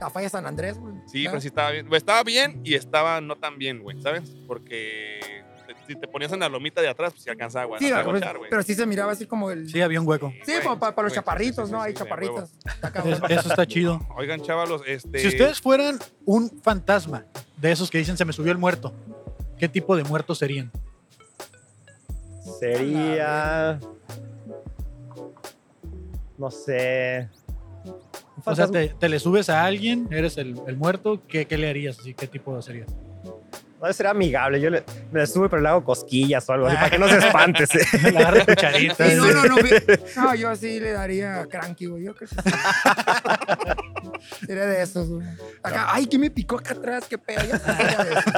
[SPEAKER 7] La falla San Andrés, güey.
[SPEAKER 3] Sí,
[SPEAKER 7] Ya.
[SPEAKER 3] pero sí estaba bien. Estaba bien y estaba no tan bien, güey, ¿sabes? Porque te- si te ponías en la lomita de atrás, pues si alcanzaba, güey.
[SPEAKER 7] Sí,
[SPEAKER 3] a
[SPEAKER 7] güey,
[SPEAKER 3] agachar, güey.
[SPEAKER 7] pero sí se miraba así como el.
[SPEAKER 2] Sí, había un hueco.
[SPEAKER 7] Sí,
[SPEAKER 3] güey,
[SPEAKER 7] para,
[SPEAKER 3] güey,
[SPEAKER 7] los
[SPEAKER 3] sí,
[SPEAKER 7] chaparritos,
[SPEAKER 3] sí,
[SPEAKER 7] ¿no?
[SPEAKER 3] sí,
[SPEAKER 7] Hay
[SPEAKER 3] sí,
[SPEAKER 7] chaparritos. Está
[SPEAKER 2] Es-
[SPEAKER 7] Ah, cabrón.
[SPEAKER 2] eso está chido.
[SPEAKER 3] huevo. Oigan, chavalos, este.
[SPEAKER 2] Si ustedes fueran un fantasma de esos que dicen se me subió el muerto, ¿qué tipo de muertos serían?
[SPEAKER 6] Sería. No sé. Un
[SPEAKER 2] O sea,
[SPEAKER 6] fantasma.
[SPEAKER 2] te, te le subes a alguien, eres el, el muerto, ¿qué, qué le harías? Así, ¿Qué tipo serías?
[SPEAKER 6] No, será amigable. Yo le, me la sube, pero le hago cosquillas o algo
[SPEAKER 7] Ah.
[SPEAKER 6] así, para que no se espante. sí.
[SPEAKER 2] Le agarras cucharitas.
[SPEAKER 7] Sí, no, no, no, vi- no, yo sí le daría a cranky, güey. Yo creo que sí. Sería de esos, güey. Acá, ay, que me picó acá atrás, qué pedo. Yo sí sería de esos.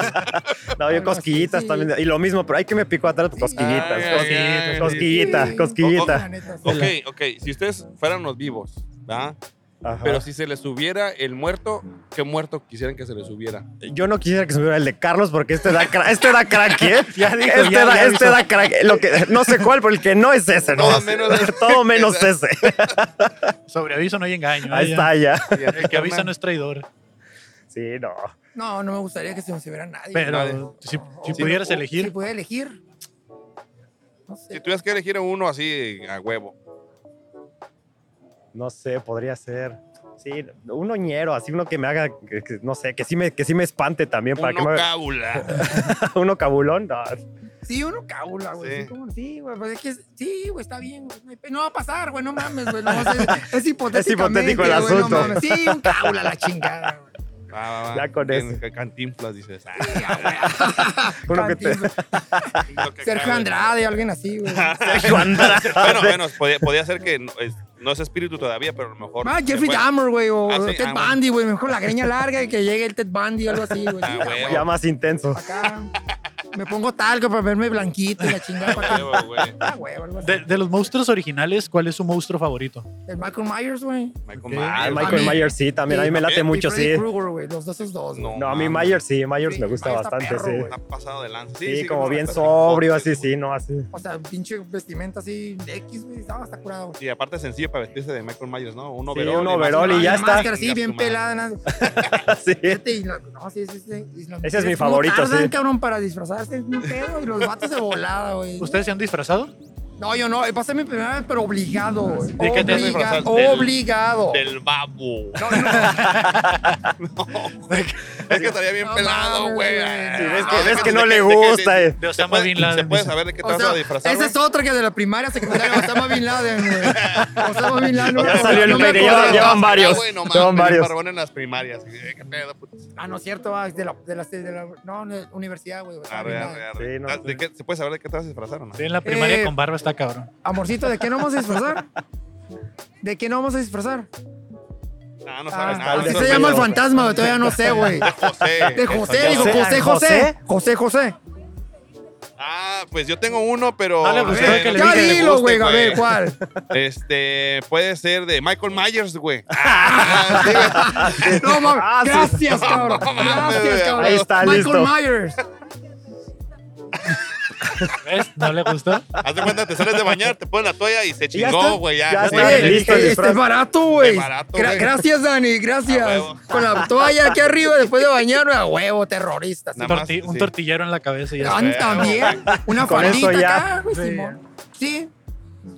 [SPEAKER 6] No, yo
[SPEAKER 7] Algo así,
[SPEAKER 6] cosquillitas
[SPEAKER 7] sí.
[SPEAKER 6] también. Y lo mismo, pero hay que me picó atrás
[SPEAKER 7] Sí.
[SPEAKER 6] cosquillitas.
[SPEAKER 3] Ay, ay, ay,
[SPEAKER 6] cosquillitas, cosquillita,
[SPEAKER 7] Sí.
[SPEAKER 6] cosquillita.
[SPEAKER 7] La neta, sí.
[SPEAKER 3] Ok, ok. Si ustedes fueran los vivos, ¿verdad?
[SPEAKER 6] Ajá.
[SPEAKER 3] Pero si se les subiera el muerto, ¿qué muerto quisieran que se les subiera?
[SPEAKER 6] Yo no quisiera que se me hubiera el de Carlos porque este da crack. Este da crack, ¿eh?
[SPEAKER 2] Ya dijo,
[SPEAKER 6] este
[SPEAKER 2] ya-
[SPEAKER 6] da,
[SPEAKER 2] ya
[SPEAKER 6] este
[SPEAKER 2] avisó.
[SPEAKER 6] da crack. Lo que, no sé cuál, pero el que no es ese, ¿no?
[SPEAKER 3] Todo menos ese.
[SPEAKER 6] Todo menos ese.
[SPEAKER 2] Sobre aviso no hay engaño.
[SPEAKER 6] Ahí
[SPEAKER 2] ¿eh?
[SPEAKER 6] está, ya.
[SPEAKER 2] El que avisa no es traidor.
[SPEAKER 6] Sí, no.
[SPEAKER 7] No, no me gustaría que se me subiera nadie.
[SPEAKER 2] Pero si, si
[SPEAKER 7] Sí,
[SPEAKER 2] pudieras
[SPEAKER 7] no, Si
[SPEAKER 2] elegir,
[SPEAKER 7] pudiera elegir. No sé.
[SPEAKER 3] Si tuvieras que elegir a uno así a huevo.
[SPEAKER 6] No sé, podría ser. Sí, un oñero, así uno que me haga, que- que- no sé, que sí me, que sí me espante también. Para
[SPEAKER 3] Uno
[SPEAKER 6] que me haga-
[SPEAKER 3] cábula.
[SPEAKER 6] uno cabulón. no.
[SPEAKER 7] Sí, uno cabula, güey.
[SPEAKER 3] Sí.
[SPEAKER 7] Sí, como- Sí, güey. pues es que sí, güey, está bien, güey. no hay pe- No va a pasar, güey, no mames, güey. No, o sea, es, es hipotético.
[SPEAKER 6] hipotético el asunto.
[SPEAKER 7] Sí, un cabula la chingada, güey.
[SPEAKER 3] Va, va, va.
[SPEAKER 6] Ya con
[SPEAKER 3] En-
[SPEAKER 6] eso.
[SPEAKER 3] ca- Cantinflas, dices. Ah,
[SPEAKER 6] Uno que te.
[SPEAKER 7] Cantinflas.
[SPEAKER 3] lo que
[SPEAKER 7] Sergio
[SPEAKER 3] cabe.
[SPEAKER 7] Andrade, alguien así, güey.
[SPEAKER 6] Sergio Andrade.
[SPEAKER 3] Bueno, bueno, podía, podía ser que no es, no es espíritu todavía, pero a lo mejor.
[SPEAKER 7] Ah, Jeffrey
[SPEAKER 3] Bueno,
[SPEAKER 7] Dahmer, güey, o
[SPEAKER 3] Ah, sí,
[SPEAKER 7] Ted
[SPEAKER 3] ah, bueno.
[SPEAKER 7] Bundy, güey. Mejor la greña larga y que llegue el Ted Bundy o algo así, güey.
[SPEAKER 3] Ah, güey.
[SPEAKER 6] Ya más intenso.
[SPEAKER 7] Acá me pongo talco para verme blanquito y la chingada para que...
[SPEAKER 3] huevo, güey.
[SPEAKER 7] Ah, güey, algo así.
[SPEAKER 2] de, de los monstruos originales, ¿cuál es su monstruo favorito?
[SPEAKER 7] El Michael Myers, güey.
[SPEAKER 3] Michael
[SPEAKER 2] Ok.
[SPEAKER 3] Myers.
[SPEAKER 6] Ah,
[SPEAKER 7] A mí-
[SPEAKER 6] Michael Myers sí, también. A mí me late
[SPEAKER 3] también,
[SPEAKER 6] mucho,
[SPEAKER 7] Y Freddy
[SPEAKER 6] sí.
[SPEAKER 7] Krueger, güey. Los dos, esos dos, güey.
[SPEAKER 6] No, a
[SPEAKER 3] Ah,
[SPEAKER 6] mí Myers sí, Myers me gusta
[SPEAKER 7] Myers está
[SPEAKER 6] bastante,
[SPEAKER 7] perro,
[SPEAKER 6] sí.
[SPEAKER 7] güey.
[SPEAKER 3] Está pasado de lanza. Sí,
[SPEAKER 6] Sí,
[SPEAKER 3] sí,
[SPEAKER 6] como
[SPEAKER 3] no,
[SPEAKER 6] bien
[SPEAKER 3] está-
[SPEAKER 6] sobrio, así, sí, no, así.
[SPEAKER 7] O sea, pinche vestimenta así de X, güey. Estaba hasta curado, güey.
[SPEAKER 3] Y aparte sencillo para vestirse de Michael Myers, ¿no? Un
[SPEAKER 6] Sí,
[SPEAKER 3] overol.
[SPEAKER 6] un
[SPEAKER 3] más
[SPEAKER 6] overol
[SPEAKER 3] una
[SPEAKER 6] y ya
[SPEAKER 7] Una
[SPEAKER 6] está.
[SPEAKER 7] máscara así, bien
[SPEAKER 3] Chinga tu madre.
[SPEAKER 7] pelada. nada.
[SPEAKER 6] Sí.
[SPEAKER 7] Fíjate, y la- no, sí, sí, sí, y la-
[SPEAKER 6] Ese es mi
[SPEAKER 7] ¿cómo
[SPEAKER 6] favorito,
[SPEAKER 7] tardan,
[SPEAKER 6] sí.
[SPEAKER 7] cabrón, para disfrazarse. No pedo, y los vatos de volada, güey.
[SPEAKER 6] Pues
[SPEAKER 2] ¿Ustedes se han disfrazado?
[SPEAKER 7] No, yo no. Pasé mi primera vez, pero obligado, güey.
[SPEAKER 2] ¿De qué te has
[SPEAKER 7] Obliga-
[SPEAKER 3] disfrazado? Del-
[SPEAKER 7] Obligado.
[SPEAKER 3] Del babo.
[SPEAKER 7] No, no,
[SPEAKER 3] Es que estaría bien
[SPEAKER 7] No
[SPEAKER 3] pelado,
[SPEAKER 7] mames,
[SPEAKER 3] güey.
[SPEAKER 7] güey.
[SPEAKER 6] Sí, ves
[SPEAKER 3] Ah,
[SPEAKER 6] que- ves
[SPEAKER 3] de
[SPEAKER 6] que no
[SPEAKER 3] de
[SPEAKER 6] le
[SPEAKER 3] de
[SPEAKER 6] gusta,
[SPEAKER 3] de-
[SPEAKER 6] eh.
[SPEAKER 2] De
[SPEAKER 3] Se
[SPEAKER 2] Osama
[SPEAKER 3] puede,
[SPEAKER 2] Bin Laden,
[SPEAKER 3] se puede
[SPEAKER 2] dice.
[SPEAKER 3] saber de qué te
[SPEAKER 7] o
[SPEAKER 3] vas
[SPEAKER 7] sea,
[SPEAKER 3] a disfrazar.
[SPEAKER 7] esa
[SPEAKER 3] güey?
[SPEAKER 7] es otra que de la primaria, secundaria, Osama Bin Laden, güey. Osama Bin Laden.
[SPEAKER 6] Ya
[SPEAKER 7] güey,
[SPEAKER 6] salió el
[SPEAKER 7] no me
[SPEAKER 6] pene,
[SPEAKER 7] acuerdo.
[SPEAKER 6] ya- llevan varios,
[SPEAKER 3] Ah, güey, no mames,
[SPEAKER 6] llevan varios.
[SPEAKER 3] barbón en las primarias. Eh, qué pedo, puto.
[SPEAKER 7] Ah, no, es cierto, va, es de la, de la, de la no, de la universidad, güey. Osama
[SPEAKER 3] Arre,
[SPEAKER 7] Bin
[SPEAKER 3] arre,
[SPEAKER 7] Laden.
[SPEAKER 3] arre.
[SPEAKER 6] Sí, no,
[SPEAKER 3] Ah, ¿De
[SPEAKER 6] sí.
[SPEAKER 3] qué- ¿Se puede saber de qué te vas a disfrazar o no?
[SPEAKER 2] Sí, en la primaria
[SPEAKER 7] Eh.
[SPEAKER 2] con barba está cabrón.
[SPEAKER 7] Amorcito, ¿de qué no vamos a disfrazar? ¿De qué no vamos a disfrazar?
[SPEAKER 3] No, no
[SPEAKER 7] Ah,
[SPEAKER 3] sabes nada.
[SPEAKER 7] así
[SPEAKER 3] no
[SPEAKER 6] de
[SPEAKER 7] se
[SPEAKER 3] sabes.
[SPEAKER 6] José.
[SPEAKER 7] llama el fantasma,
[SPEAKER 3] Ah,
[SPEAKER 7] güey, todavía no sé, güey.
[SPEAKER 3] De José.
[SPEAKER 7] De José, digo,
[SPEAKER 6] José,
[SPEAKER 7] José, José. José, José.
[SPEAKER 3] Ah, pues yo tengo uno, pero.
[SPEAKER 2] No le gustó
[SPEAKER 3] Eh,
[SPEAKER 2] Ah, pues, que le
[SPEAKER 7] Ya
[SPEAKER 2] dije que le
[SPEAKER 7] dilo,
[SPEAKER 3] guste,
[SPEAKER 7] güey, a ver, ¿cuál?
[SPEAKER 3] Este, puede ser de Michael Myers, güey. Ah, sí, güey.
[SPEAKER 7] No, mames.
[SPEAKER 6] Ah, sí.
[SPEAKER 7] Gracias, cabrón. Gracias, cabrón.
[SPEAKER 6] Ahí está,
[SPEAKER 7] Michael
[SPEAKER 6] listo.
[SPEAKER 7] Myers.
[SPEAKER 2] ¿Ves? ¿No le gustó?
[SPEAKER 3] Haz de cuenta, te sales de bañar, te pones la toalla y se
[SPEAKER 6] Y ya está,
[SPEAKER 3] chingó, güey. Ya,
[SPEAKER 6] ya
[SPEAKER 3] Sí,
[SPEAKER 6] está,
[SPEAKER 7] Oye,
[SPEAKER 2] le
[SPEAKER 6] listo el
[SPEAKER 7] este
[SPEAKER 6] disfraz.
[SPEAKER 7] es barato, güey.
[SPEAKER 3] De barato,
[SPEAKER 7] Gra-
[SPEAKER 3] güey.
[SPEAKER 7] gracias, Dani,
[SPEAKER 3] A
[SPEAKER 7] gracias.
[SPEAKER 3] huevo.
[SPEAKER 7] Con la toalla aquí arriba después de bañarme, a huevo, terrorista.
[SPEAKER 3] Nada más,
[SPEAKER 2] Torti- Un
[SPEAKER 3] sí.
[SPEAKER 2] tortillero en la cabeza y ya.
[SPEAKER 7] Ah,
[SPEAKER 3] huevo,
[SPEAKER 7] También, una
[SPEAKER 6] Con eso
[SPEAKER 7] faldita
[SPEAKER 6] ya.
[SPEAKER 7] acá, güey,
[SPEAKER 2] Sí.
[SPEAKER 7] Simón. Sí,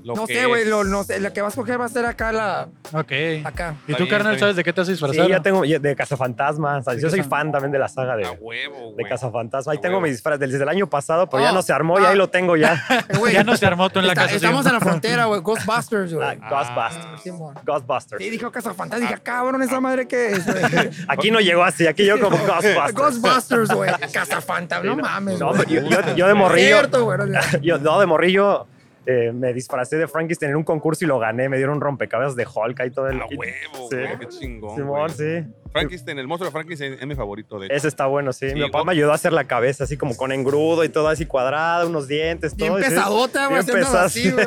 [SPEAKER 3] lo
[SPEAKER 7] no
[SPEAKER 3] que
[SPEAKER 7] sé, güey,
[SPEAKER 3] es.
[SPEAKER 7] lo, no sé, la que vas a coger va a ser acá, la,
[SPEAKER 2] Ok.
[SPEAKER 7] acá.
[SPEAKER 2] ¿Y
[SPEAKER 3] Está
[SPEAKER 2] tú,
[SPEAKER 3] bien,
[SPEAKER 2] carnal,
[SPEAKER 3] está
[SPEAKER 2] sabes de qué te has disfrazado?
[SPEAKER 6] Sí, ya tengo ya- de Cazafantasmas. o sea,
[SPEAKER 2] Sí,
[SPEAKER 6] Yo soy
[SPEAKER 2] Casa-
[SPEAKER 6] fan también de la saga de,
[SPEAKER 3] A huevo,
[SPEAKER 6] de
[SPEAKER 3] güey.
[SPEAKER 6] Cazafantasmas.
[SPEAKER 3] A
[SPEAKER 6] Ahí tengo
[SPEAKER 3] huevo.
[SPEAKER 6] mi disfraz del- desde el año pasado, pero ya
[SPEAKER 7] Oh,
[SPEAKER 6] no se armó y
[SPEAKER 7] ah.
[SPEAKER 6] ahí lo tengo ya.
[SPEAKER 7] Eh, güey,
[SPEAKER 2] Ya no se armó tú en la
[SPEAKER 7] está-
[SPEAKER 2] casa. ¿sí?
[SPEAKER 7] Estamos en la frontera, güey, Ghostbusters,
[SPEAKER 6] Ah,
[SPEAKER 7] güey.
[SPEAKER 6] Ghostbusters.
[SPEAKER 7] Simón.
[SPEAKER 6] Ghostbusters.
[SPEAKER 7] Sí, dijo Casa Fantástica, cabrón, esa madre que es, güey.
[SPEAKER 6] Aquí no llegó así, aquí llegó Ah. como Ghostbusters.
[SPEAKER 7] Ghostbusters, güey. Casa Fanta, no mames.
[SPEAKER 6] No,
[SPEAKER 7] güey.
[SPEAKER 6] pero yo, yo- yo de morrillo,
[SPEAKER 7] Cierto, güey.
[SPEAKER 6] yo no, de morrillo eh, me disfracé de Frankenstein en un concurso y lo gané. Me dieron rompecabezas de Hulk y todo el.
[SPEAKER 3] A huevo,
[SPEAKER 6] Sí.
[SPEAKER 3] güey. Qué chingón.
[SPEAKER 6] Simón,
[SPEAKER 3] güey.
[SPEAKER 6] sí.
[SPEAKER 3] Frankenstein, el monstruo de Frankenstein es mi favorito, de hecho.
[SPEAKER 6] Ese está bueno, sí.
[SPEAKER 3] Sí,
[SPEAKER 6] Mi papá
[SPEAKER 3] Hulk.
[SPEAKER 6] me ayudó a hacer la cabeza así como con engrudo y todo así cuadrado, unos dientes,
[SPEAKER 7] Bien
[SPEAKER 6] todo. y sí.
[SPEAKER 7] pesadota, güey,
[SPEAKER 6] Bien
[SPEAKER 7] haciéndolo
[SPEAKER 6] pesada,
[SPEAKER 7] así, güey.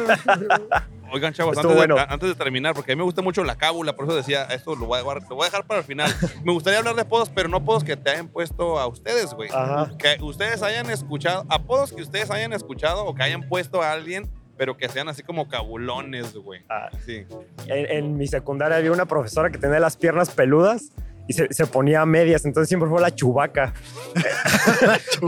[SPEAKER 3] Oigan, chavos,
[SPEAKER 6] Estuvo
[SPEAKER 3] antes, de,
[SPEAKER 6] bueno.
[SPEAKER 3] a- antes de terminar, porque a mí me gusta mucho la cábula, por eso decía, esto lo voy a, guardar- lo voy a dejar para el final. me gustaría hablar de apodos, pero no apodos que te hayan puesto a ustedes, güey.
[SPEAKER 6] Ajá.
[SPEAKER 3] Que ustedes hayan escuchado, apodos que ustedes hayan escuchado o que hayan puesto a alguien, pero que sean así como cabulones, güey.
[SPEAKER 6] Ah,
[SPEAKER 3] Sí.
[SPEAKER 6] en, en mi secundaria había una profesora que tenía las piernas peludas y se, se ponía medias, entonces siempre fue la chubaca.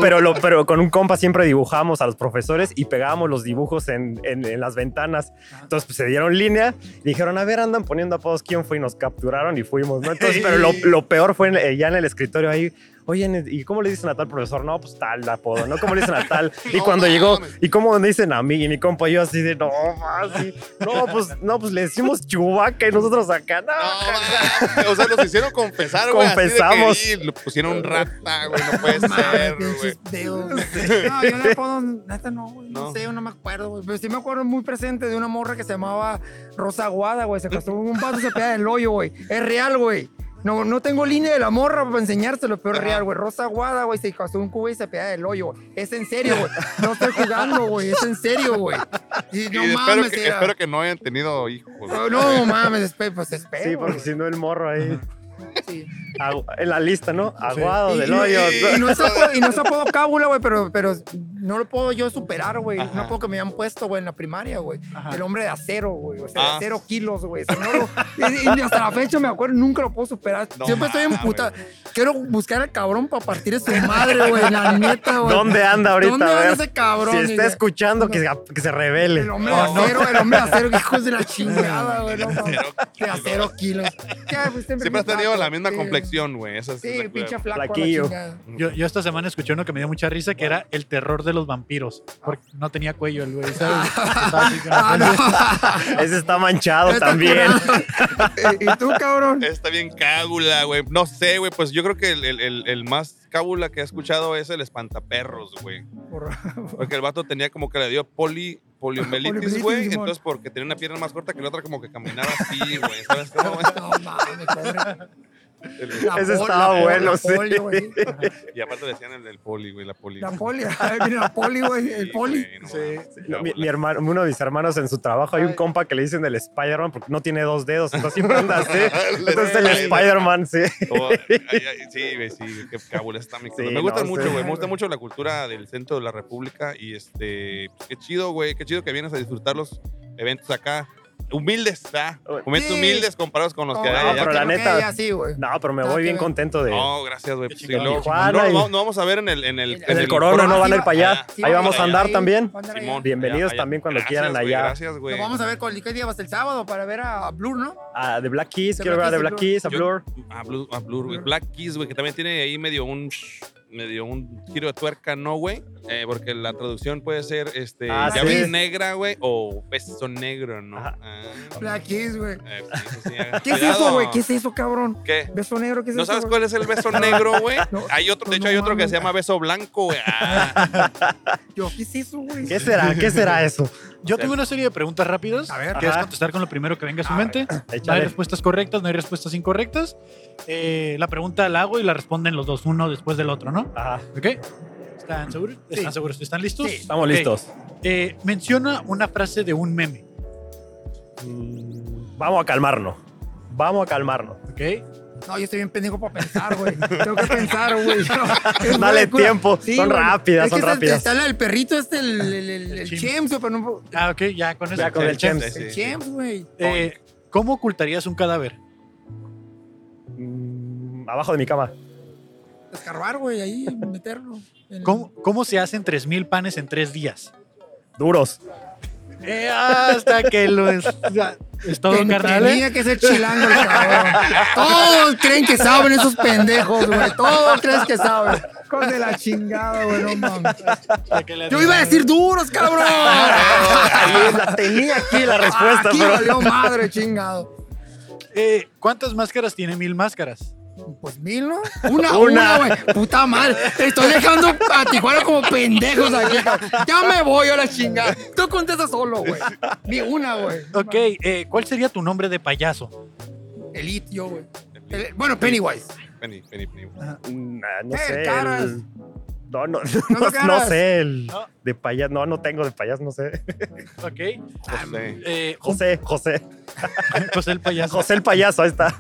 [SPEAKER 6] pero, lo, pero con un compa siempre dibujamos a los profesores y pegábamos los dibujos en, en- en las ventanas. Entonces pues, se dieron línea y dijeron, a ver, andan poniendo apodos, ¿quién fue? Y nos capturaron y fuimos, ¿no? Entonces, pero lo, lo peor fue en- eh, ya en el escritorio ahí. Oye, ¿y cómo le dicen a tal profesor? No, pues tal apodo, ¿no? ¿Cómo le dicen a tal? Y
[SPEAKER 3] No
[SPEAKER 6] cuando llegó,
[SPEAKER 3] mames.
[SPEAKER 6] ¿y cómo le dicen a mí? Y mi compa, yo así de, no, ma, Ah, sí. no, pues, no, pues le decimos chubaca y nosotros acá, no.
[SPEAKER 3] No, mames, o sea, los hicieron confesar, güey. así de que,
[SPEAKER 6] Confesamos.
[SPEAKER 3] "Y, le pusieron un rata, güey, no puede ser, güey.
[SPEAKER 7] Pinches dedos, güey. No, yo de apodos, neta, no, güey. No,
[SPEAKER 3] No.
[SPEAKER 7] sé, no me acuerdo, güey. Pero sí me acuerdo muy presente de una morra que se llamaba Rosa Aguada, güey. Se acostó un vaso y se pega del hoyo, güey. Es real, güey. No, no tengo línea de la morra para enseñárselo, pero real, güey. Rosa Aguada, güey, se casó un cubo y se pega del hoyo. güey. Es en serio, güey. No estoy jugando, güey. Es en serio, güey. Y
[SPEAKER 3] Y
[SPEAKER 7] no
[SPEAKER 3] espero,
[SPEAKER 7] mames,
[SPEAKER 3] que,
[SPEAKER 7] era-
[SPEAKER 3] espero que no hayan tenido hijos.
[SPEAKER 7] Oh, No mames, espe- pues espero.
[SPEAKER 6] Sí, porque
[SPEAKER 7] güey.
[SPEAKER 6] si no el morro ahí.
[SPEAKER 7] Sí.
[SPEAKER 6] agu- En la lista, ¿no? Aguado
[SPEAKER 7] Y-
[SPEAKER 6] del
[SPEAKER 7] y-
[SPEAKER 6] hoyo.
[SPEAKER 7] Y, y no es apodo, y no es apodo cábula, güey, pero, pero no lo puedo yo superar, güey.
[SPEAKER 2] Ajá.
[SPEAKER 7] No puedo que me hayan puesto, güey, en la primaria, güey.
[SPEAKER 2] Ajá.
[SPEAKER 7] El hombre de acero, güey. O sea,
[SPEAKER 3] Ah.
[SPEAKER 7] de acero kilos, güey. Si no lo- y, y hasta la fecha me acuerdo, nunca lo puedo superar.
[SPEAKER 3] No
[SPEAKER 7] Siempre estoy
[SPEAKER 3] mames,
[SPEAKER 7] emputado.
[SPEAKER 3] güey.
[SPEAKER 7] Quiero buscar al cabrón para partir de su madre, güey. La neta, güey.
[SPEAKER 6] ¿Dónde anda ahorita?
[SPEAKER 7] ¿Dónde
[SPEAKER 6] A
[SPEAKER 7] anda
[SPEAKER 6] ver,
[SPEAKER 7] ese cabrón?
[SPEAKER 6] Si está escuchando, que, se- que se revele.
[SPEAKER 7] El hombre de acero, el hombre de acero, hijos de la chingada, güey. no mames. De acero kilos. Ya, pues,
[SPEAKER 3] Siempre has
[SPEAKER 7] me
[SPEAKER 3] tenido
[SPEAKER 7] trato,
[SPEAKER 3] la misma
[SPEAKER 7] sí.
[SPEAKER 3] complexión, güey. Esa es la
[SPEAKER 7] Sí,
[SPEAKER 3] cura.
[SPEAKER 7] pinche flaco. a la
[SPEAKER 6] Flaquillo.
[SPEAKER 7] chingada.
[SPEAKER 2] Yo, yo esta semana escuché uno que me dio mucha risa que era el terror de los vampiros. Porque no tenía cuello el güey, ¿sabes? Estaba así con la
[SPEAKER 7] Ah, no.
[SPEAKER 2] frente.
[SPEAKER 6] Ese está manchado
[SPEAKER 7] Está
[SPEAKER 6] también.
[SPEAKER 7] curado. ¿Y y tú, cabrón?
[SPEAKER 3] Está bien cábula, güey. No sé, güey. Pues yo creo que el, el- el- el más cábula que he escuchado es el espantaperros, güey.
[SPEAKER 7] Por-
[SPEAKER 3] Porque el vato tenía como que le dio poli, poliomielitis,
[SPEAKER 7] Poliomielitis,
[SPEAKER 3] güey.
[SPEAKER 7] mon.
[SPEAKER 3] Entonces, porque tenía una pierna más corta que la otra, como que caminaba así, güey. ¿Sabes cómo, güey?
[SPEAKER 7] No mames, pobre.
[SPEAKER 3] El-
[SPEAKER 7] La
[SPEAKER 6] Ese
[SPEAKER 7] poli,
[SPEAKER 6] estaba
[SPEAKER 7] la
[SPEAKER 6] bueno,
[SPEAKER 7] poli,
[SPEAKER 6] sí.
[SPEAKER 7] La poli, güey.
[SPEAKER 3] Y aparte le decían el, el poli, güey, la poli.
[SPEAKER 7] La poli, ay, mira, la poli, güey, el
[SPEAKER 3] Sí,
[SPEAKER 7] poli.
[SPEAKER 3] güey, no
[SPEAKER 2] Sí.
[SPEAKER 3] mames, la
[SPEAKER 6] Mi,
[SPEAKER 3] bola.
[SPEAKER 6] mi hermano, uno de mis hermanos en su trabajo, hay un
[SPEAKER 7] Ay.
[SPEAKER 6] compa que le dicen el Spider-Man porque no tiene dos dedos, entonces siempre anda así. ¿eh?
[SPEAKER 3] El
[SPEAKER 6] Entonces el
[SPEAKER 3] Spider-Man.
[SPEAKER 6] Spider-Man, sí.
[SPEAKER 3] Oh, ay, ay, sí, güey, sí, qué cábula está mi
[SPEAKER 6] Sí,
[SPEAKER 3] cultura. Me
[SPEAKER 6] no,
[SPEAKER 3] gusta
[SPEAKER 6] sí.
[SPEAKER 3] mucho, güey. Me gusta mucho la cultura del centro de la República y este, pues, qué chido, güey, qué chido que vienes a disfrutar los eventos acá. Humildes, ¿ah? Momentos
[SPEAKER 7] Sí.
[SPEAKER 3] humildes comparados con los que hay
[SPEAKER 6] no,
[SPEAKER 3] allá.
[SPEAKER 6] pero la
[SPEAKER 7] Creo que
[SPEAKER 6] neta-
[SPEAKER 7] hay así, güey.
[SPEAKER 6] No, pero me
[SPEAKER 7] Nada
[SPEAKER 6] voy
[SPEAKER 7] que
[SPEAKER 6] bien
[SPEAKER 7] ver.
[SPEAKER 6] contento de...
[SPEAKER 3] No, gracias, güey.
[SPEAKER 2] Qué
[SPEAKER 3] pues,
[SPEAKER 2] chingón.
[SPEAKER 3] y luego-
[SPEAKER 6] Tijuana
[SPEAKER 3] no,
[SPEAKER 6] y-
[SPEAKER 3] no, no vamos a ver en el... En el,
[SPEAKER 7] En
[SPEAKER 6] En
[SPEAKER 7] el
[SPEAKER 6] el Corona no van a ir para allá.
[SPEAKER 3] Ah,
[SPEAKER 7] sí,
[SPEAKER 6] Ahí vamos
[SPEAKER 3] allá.
[SPEAKER 6] a andar también.
[SPEAKER 7] Anda, ya.
[SPEAKER 3] Simón.
[SPEAKER 6] Bienvenidos
[SPEAKER 3] Allá,
[SPEAKER 6] también cuando
[SPEAKER 3] gracias,
[SPEAKER 6] quieran
[SPEAKER 3] güey,
[SPEAKER 6] allá.
[SPEAKER 3] Gracias, güey.
[SPEAKER 7] Nos vamos a ver, con- ¿qué día vas el sábado para ver a Blur, no?
[SPEAKER 6] Ah, de Black Keys,
[SPEAKER 7] De
[SPEAKER 6] quiero ver
[SPEAKER 7] Black
[SPEAKER 6] a de
[SPEAKER 7] Keys,
[SPEAKER 6] Black
[SPEAKER 7] Blur.
[SPEAKER 6] Keys, a
[SPEAKER 3] Yo-
[SPEAKER 6] Blur.
[SPEAKER 3] A Blue- a Blur, güey. Black Keys, güey, que también tiene ahí medio un... medio un giro de tuerca, ¿no, güey? Eh, porque la traducción puede ser, este,
[SPEAKER 6] Ah,
[SPEAKER 3] llave
[SPEAKER 6] sí.
[SPEAKER 3] negra, güey, o beso negro, ¿no?
[SPEAKER 6] Ajá.
[SPEAKER 3] Ah.
[SPEAKER 7] Black Keys, güey.
[SPEAKER 3] Eh, pues, sí, sí, sí, hagan
[SPEAKER 7] ¿Qué es
[SPEAKER 3] cuidado.
[SPEAKER 7] eso, güey? ¿Qué es eso, cabrón?
[SPEAKER 3] ¿Qué?
[SPEAKER 7] Beso negro, ¿qué es
[SPEAKER 3] ¿No
[SPEAKER 7] eso?
[SPEAKER 3] sabes
[SPEAKER 7] güey?
[SPEAKER 3] cuál es el beso negro, güey?
[SPEAKER 7] No,
[SPEAKER 3] hay otro, de
[SPEAKER 7] no,
[SPEAKER 3] hecho, hay
[SPEAKER 7] no
[SPEAKER 3] otro que
[SPEAKER 7] mames.
[SPEAKER 3] se llama beso blanco, güey. Ah,
[SPEAKER 7] Yo, ¿qué es eso, güey?
[SPEAKER 6] ¿Qué será? ¿Qué será eso?
[SPEAKER 2] Yo tengo una serie de preguntas rápidas.
[SPEAKER 7] A ver.
[SPEAKER 2] ¿Quieres
[SPEAKER 6] Ajá.
[SPEAKER 2] contestar con lo primero que venga a su mente? No hay
[SPEAKER 6] Échale.
[SPEAKER 2] respuestas correctas, no hay respuestas incorrectas. Eh, la pregunta la hago y la responden los dos, uno después del otro, ¿no?
[SPEAKER 6] Ajá,
[SPEAKER 2] ¿Ok? ¿Están seguros? ¿Están seguros? ¿Están listos?
[SPEAKER 7] Sí.
[SPEAKER 6] estamos
[SPEAKER 2] Ok.
[SPEAKER 6] listos.
[SPEAKER 2] Eh, menciona una frase de un meme,
[SPEAKER 6] Mm, Vamos a calmarnos. Vamos a calmarnos.
[SPEAKER 2] ¿ok?
[SPEAKER 7] No, yo estoy bien pendejo para pensar, güey. Tengo que pensar, güey.
[SPEAKER 6] Dale tiempo, son
[SPEAKER 7] güey.
[SPEAKER 6] rápidas,
[SPEAKER 7] Es
[SPEAKER 6] son
[SPEAKER 7] que está-
[SPEAKER 6] rápidas.
[SPEAKER 7] Está la del perrito, este, el, el, el, el
[SPEAKER 2] Chimps.
[SPEAKER 7] Chimps, pero no.
[SPEAKER 2] Ah, ok, ya con eso.
[SPEAKER 6] Ya con el
[SPEAKER 2] Chef.
[SPEAKER 6] Chems.
[SPEAKER 7] El
[SPEAKER 3] sí, sí.
[SPEAKER 7] Chimps, güey.
[SPEAKER 2] Eh, ¿Cómo ocultarías un cadáver?
[SPEAKER 6] Mm, Abajo de mi cama.
[SPEAKER 7] Escarbar, güey, ahí, meterlo. En-
[SPEAKER 2] ¿Cómo, cómo se hacen 3.000 panes en tres días?
[SPEAKER 6] Duros.
[SPEAKER 2] Eh, hasta que lo es, ya, es todo,
[SPEAKER 7] Ten-
[SPEAKER 2] carnal. ¿eh?
[SPEAKER 7] Tenía que ser chilango el cabrón. Todos creen que saben esos pendejos, güey. Todos creen que saben. Con de la chingada, güey, no mames.
[SPEAKER 2] Hasta que le-
[SPEAKER 7] Yo iba a decir duros, cabrón.
[SPEAKER 6] Ahí la tenía aquí la respuesta,
[SPEAKER 7] Aquí
[SPEAKER 6] pero-
[SPEAKER 7] valió madre, chingado.
[SPEAKER 2] Eh, ¿Cuántas máscaras tiene mil máscaras?
[SPEAKER 7] Pues mil, ¿no?
[SPEAKER 6] Una.
[SPEAKER 7] Una, una, güey. Puta madre. Estoy dejando a Tijuana como pendejos aquí. cabrón. Ya me voy a la chingada. Tú contestas solo, güey. Ni una, güey.
[SPEAKER 2] Ok, eh, ¿cuál sería tu nombre de payaso?
[SPEAKER 7] Elite, yo, güey. El- Bueno, Pennywise.
[SPEAKER 3] Penny, Penny, Penny.
[SPEAKER 6] Mm, ah, No
[SPEAKER 7] Eh,
[SPEAKER 6] sé.
[SPEAKER 7] caras.
[SPEAKER 6] el- No, no, no,
[SPEAKER 7] No me
[SPEAKER 6] no
[SPEAKER 7] caras.
[SPEAKER 6] sé. El
[SPEAKER 2] No.
[SPEAKER 6] de payas. No, no tengo de payas, no sé.
[SPEAKER 2] Ok.
[SPEAKER 3] José.
[SPEAKER 2] eh, un-
[SPEAKER 6] José, José.
[SPEAKER 2] José el payaso.
[SPEAKER 6] José el payaso, ahí está.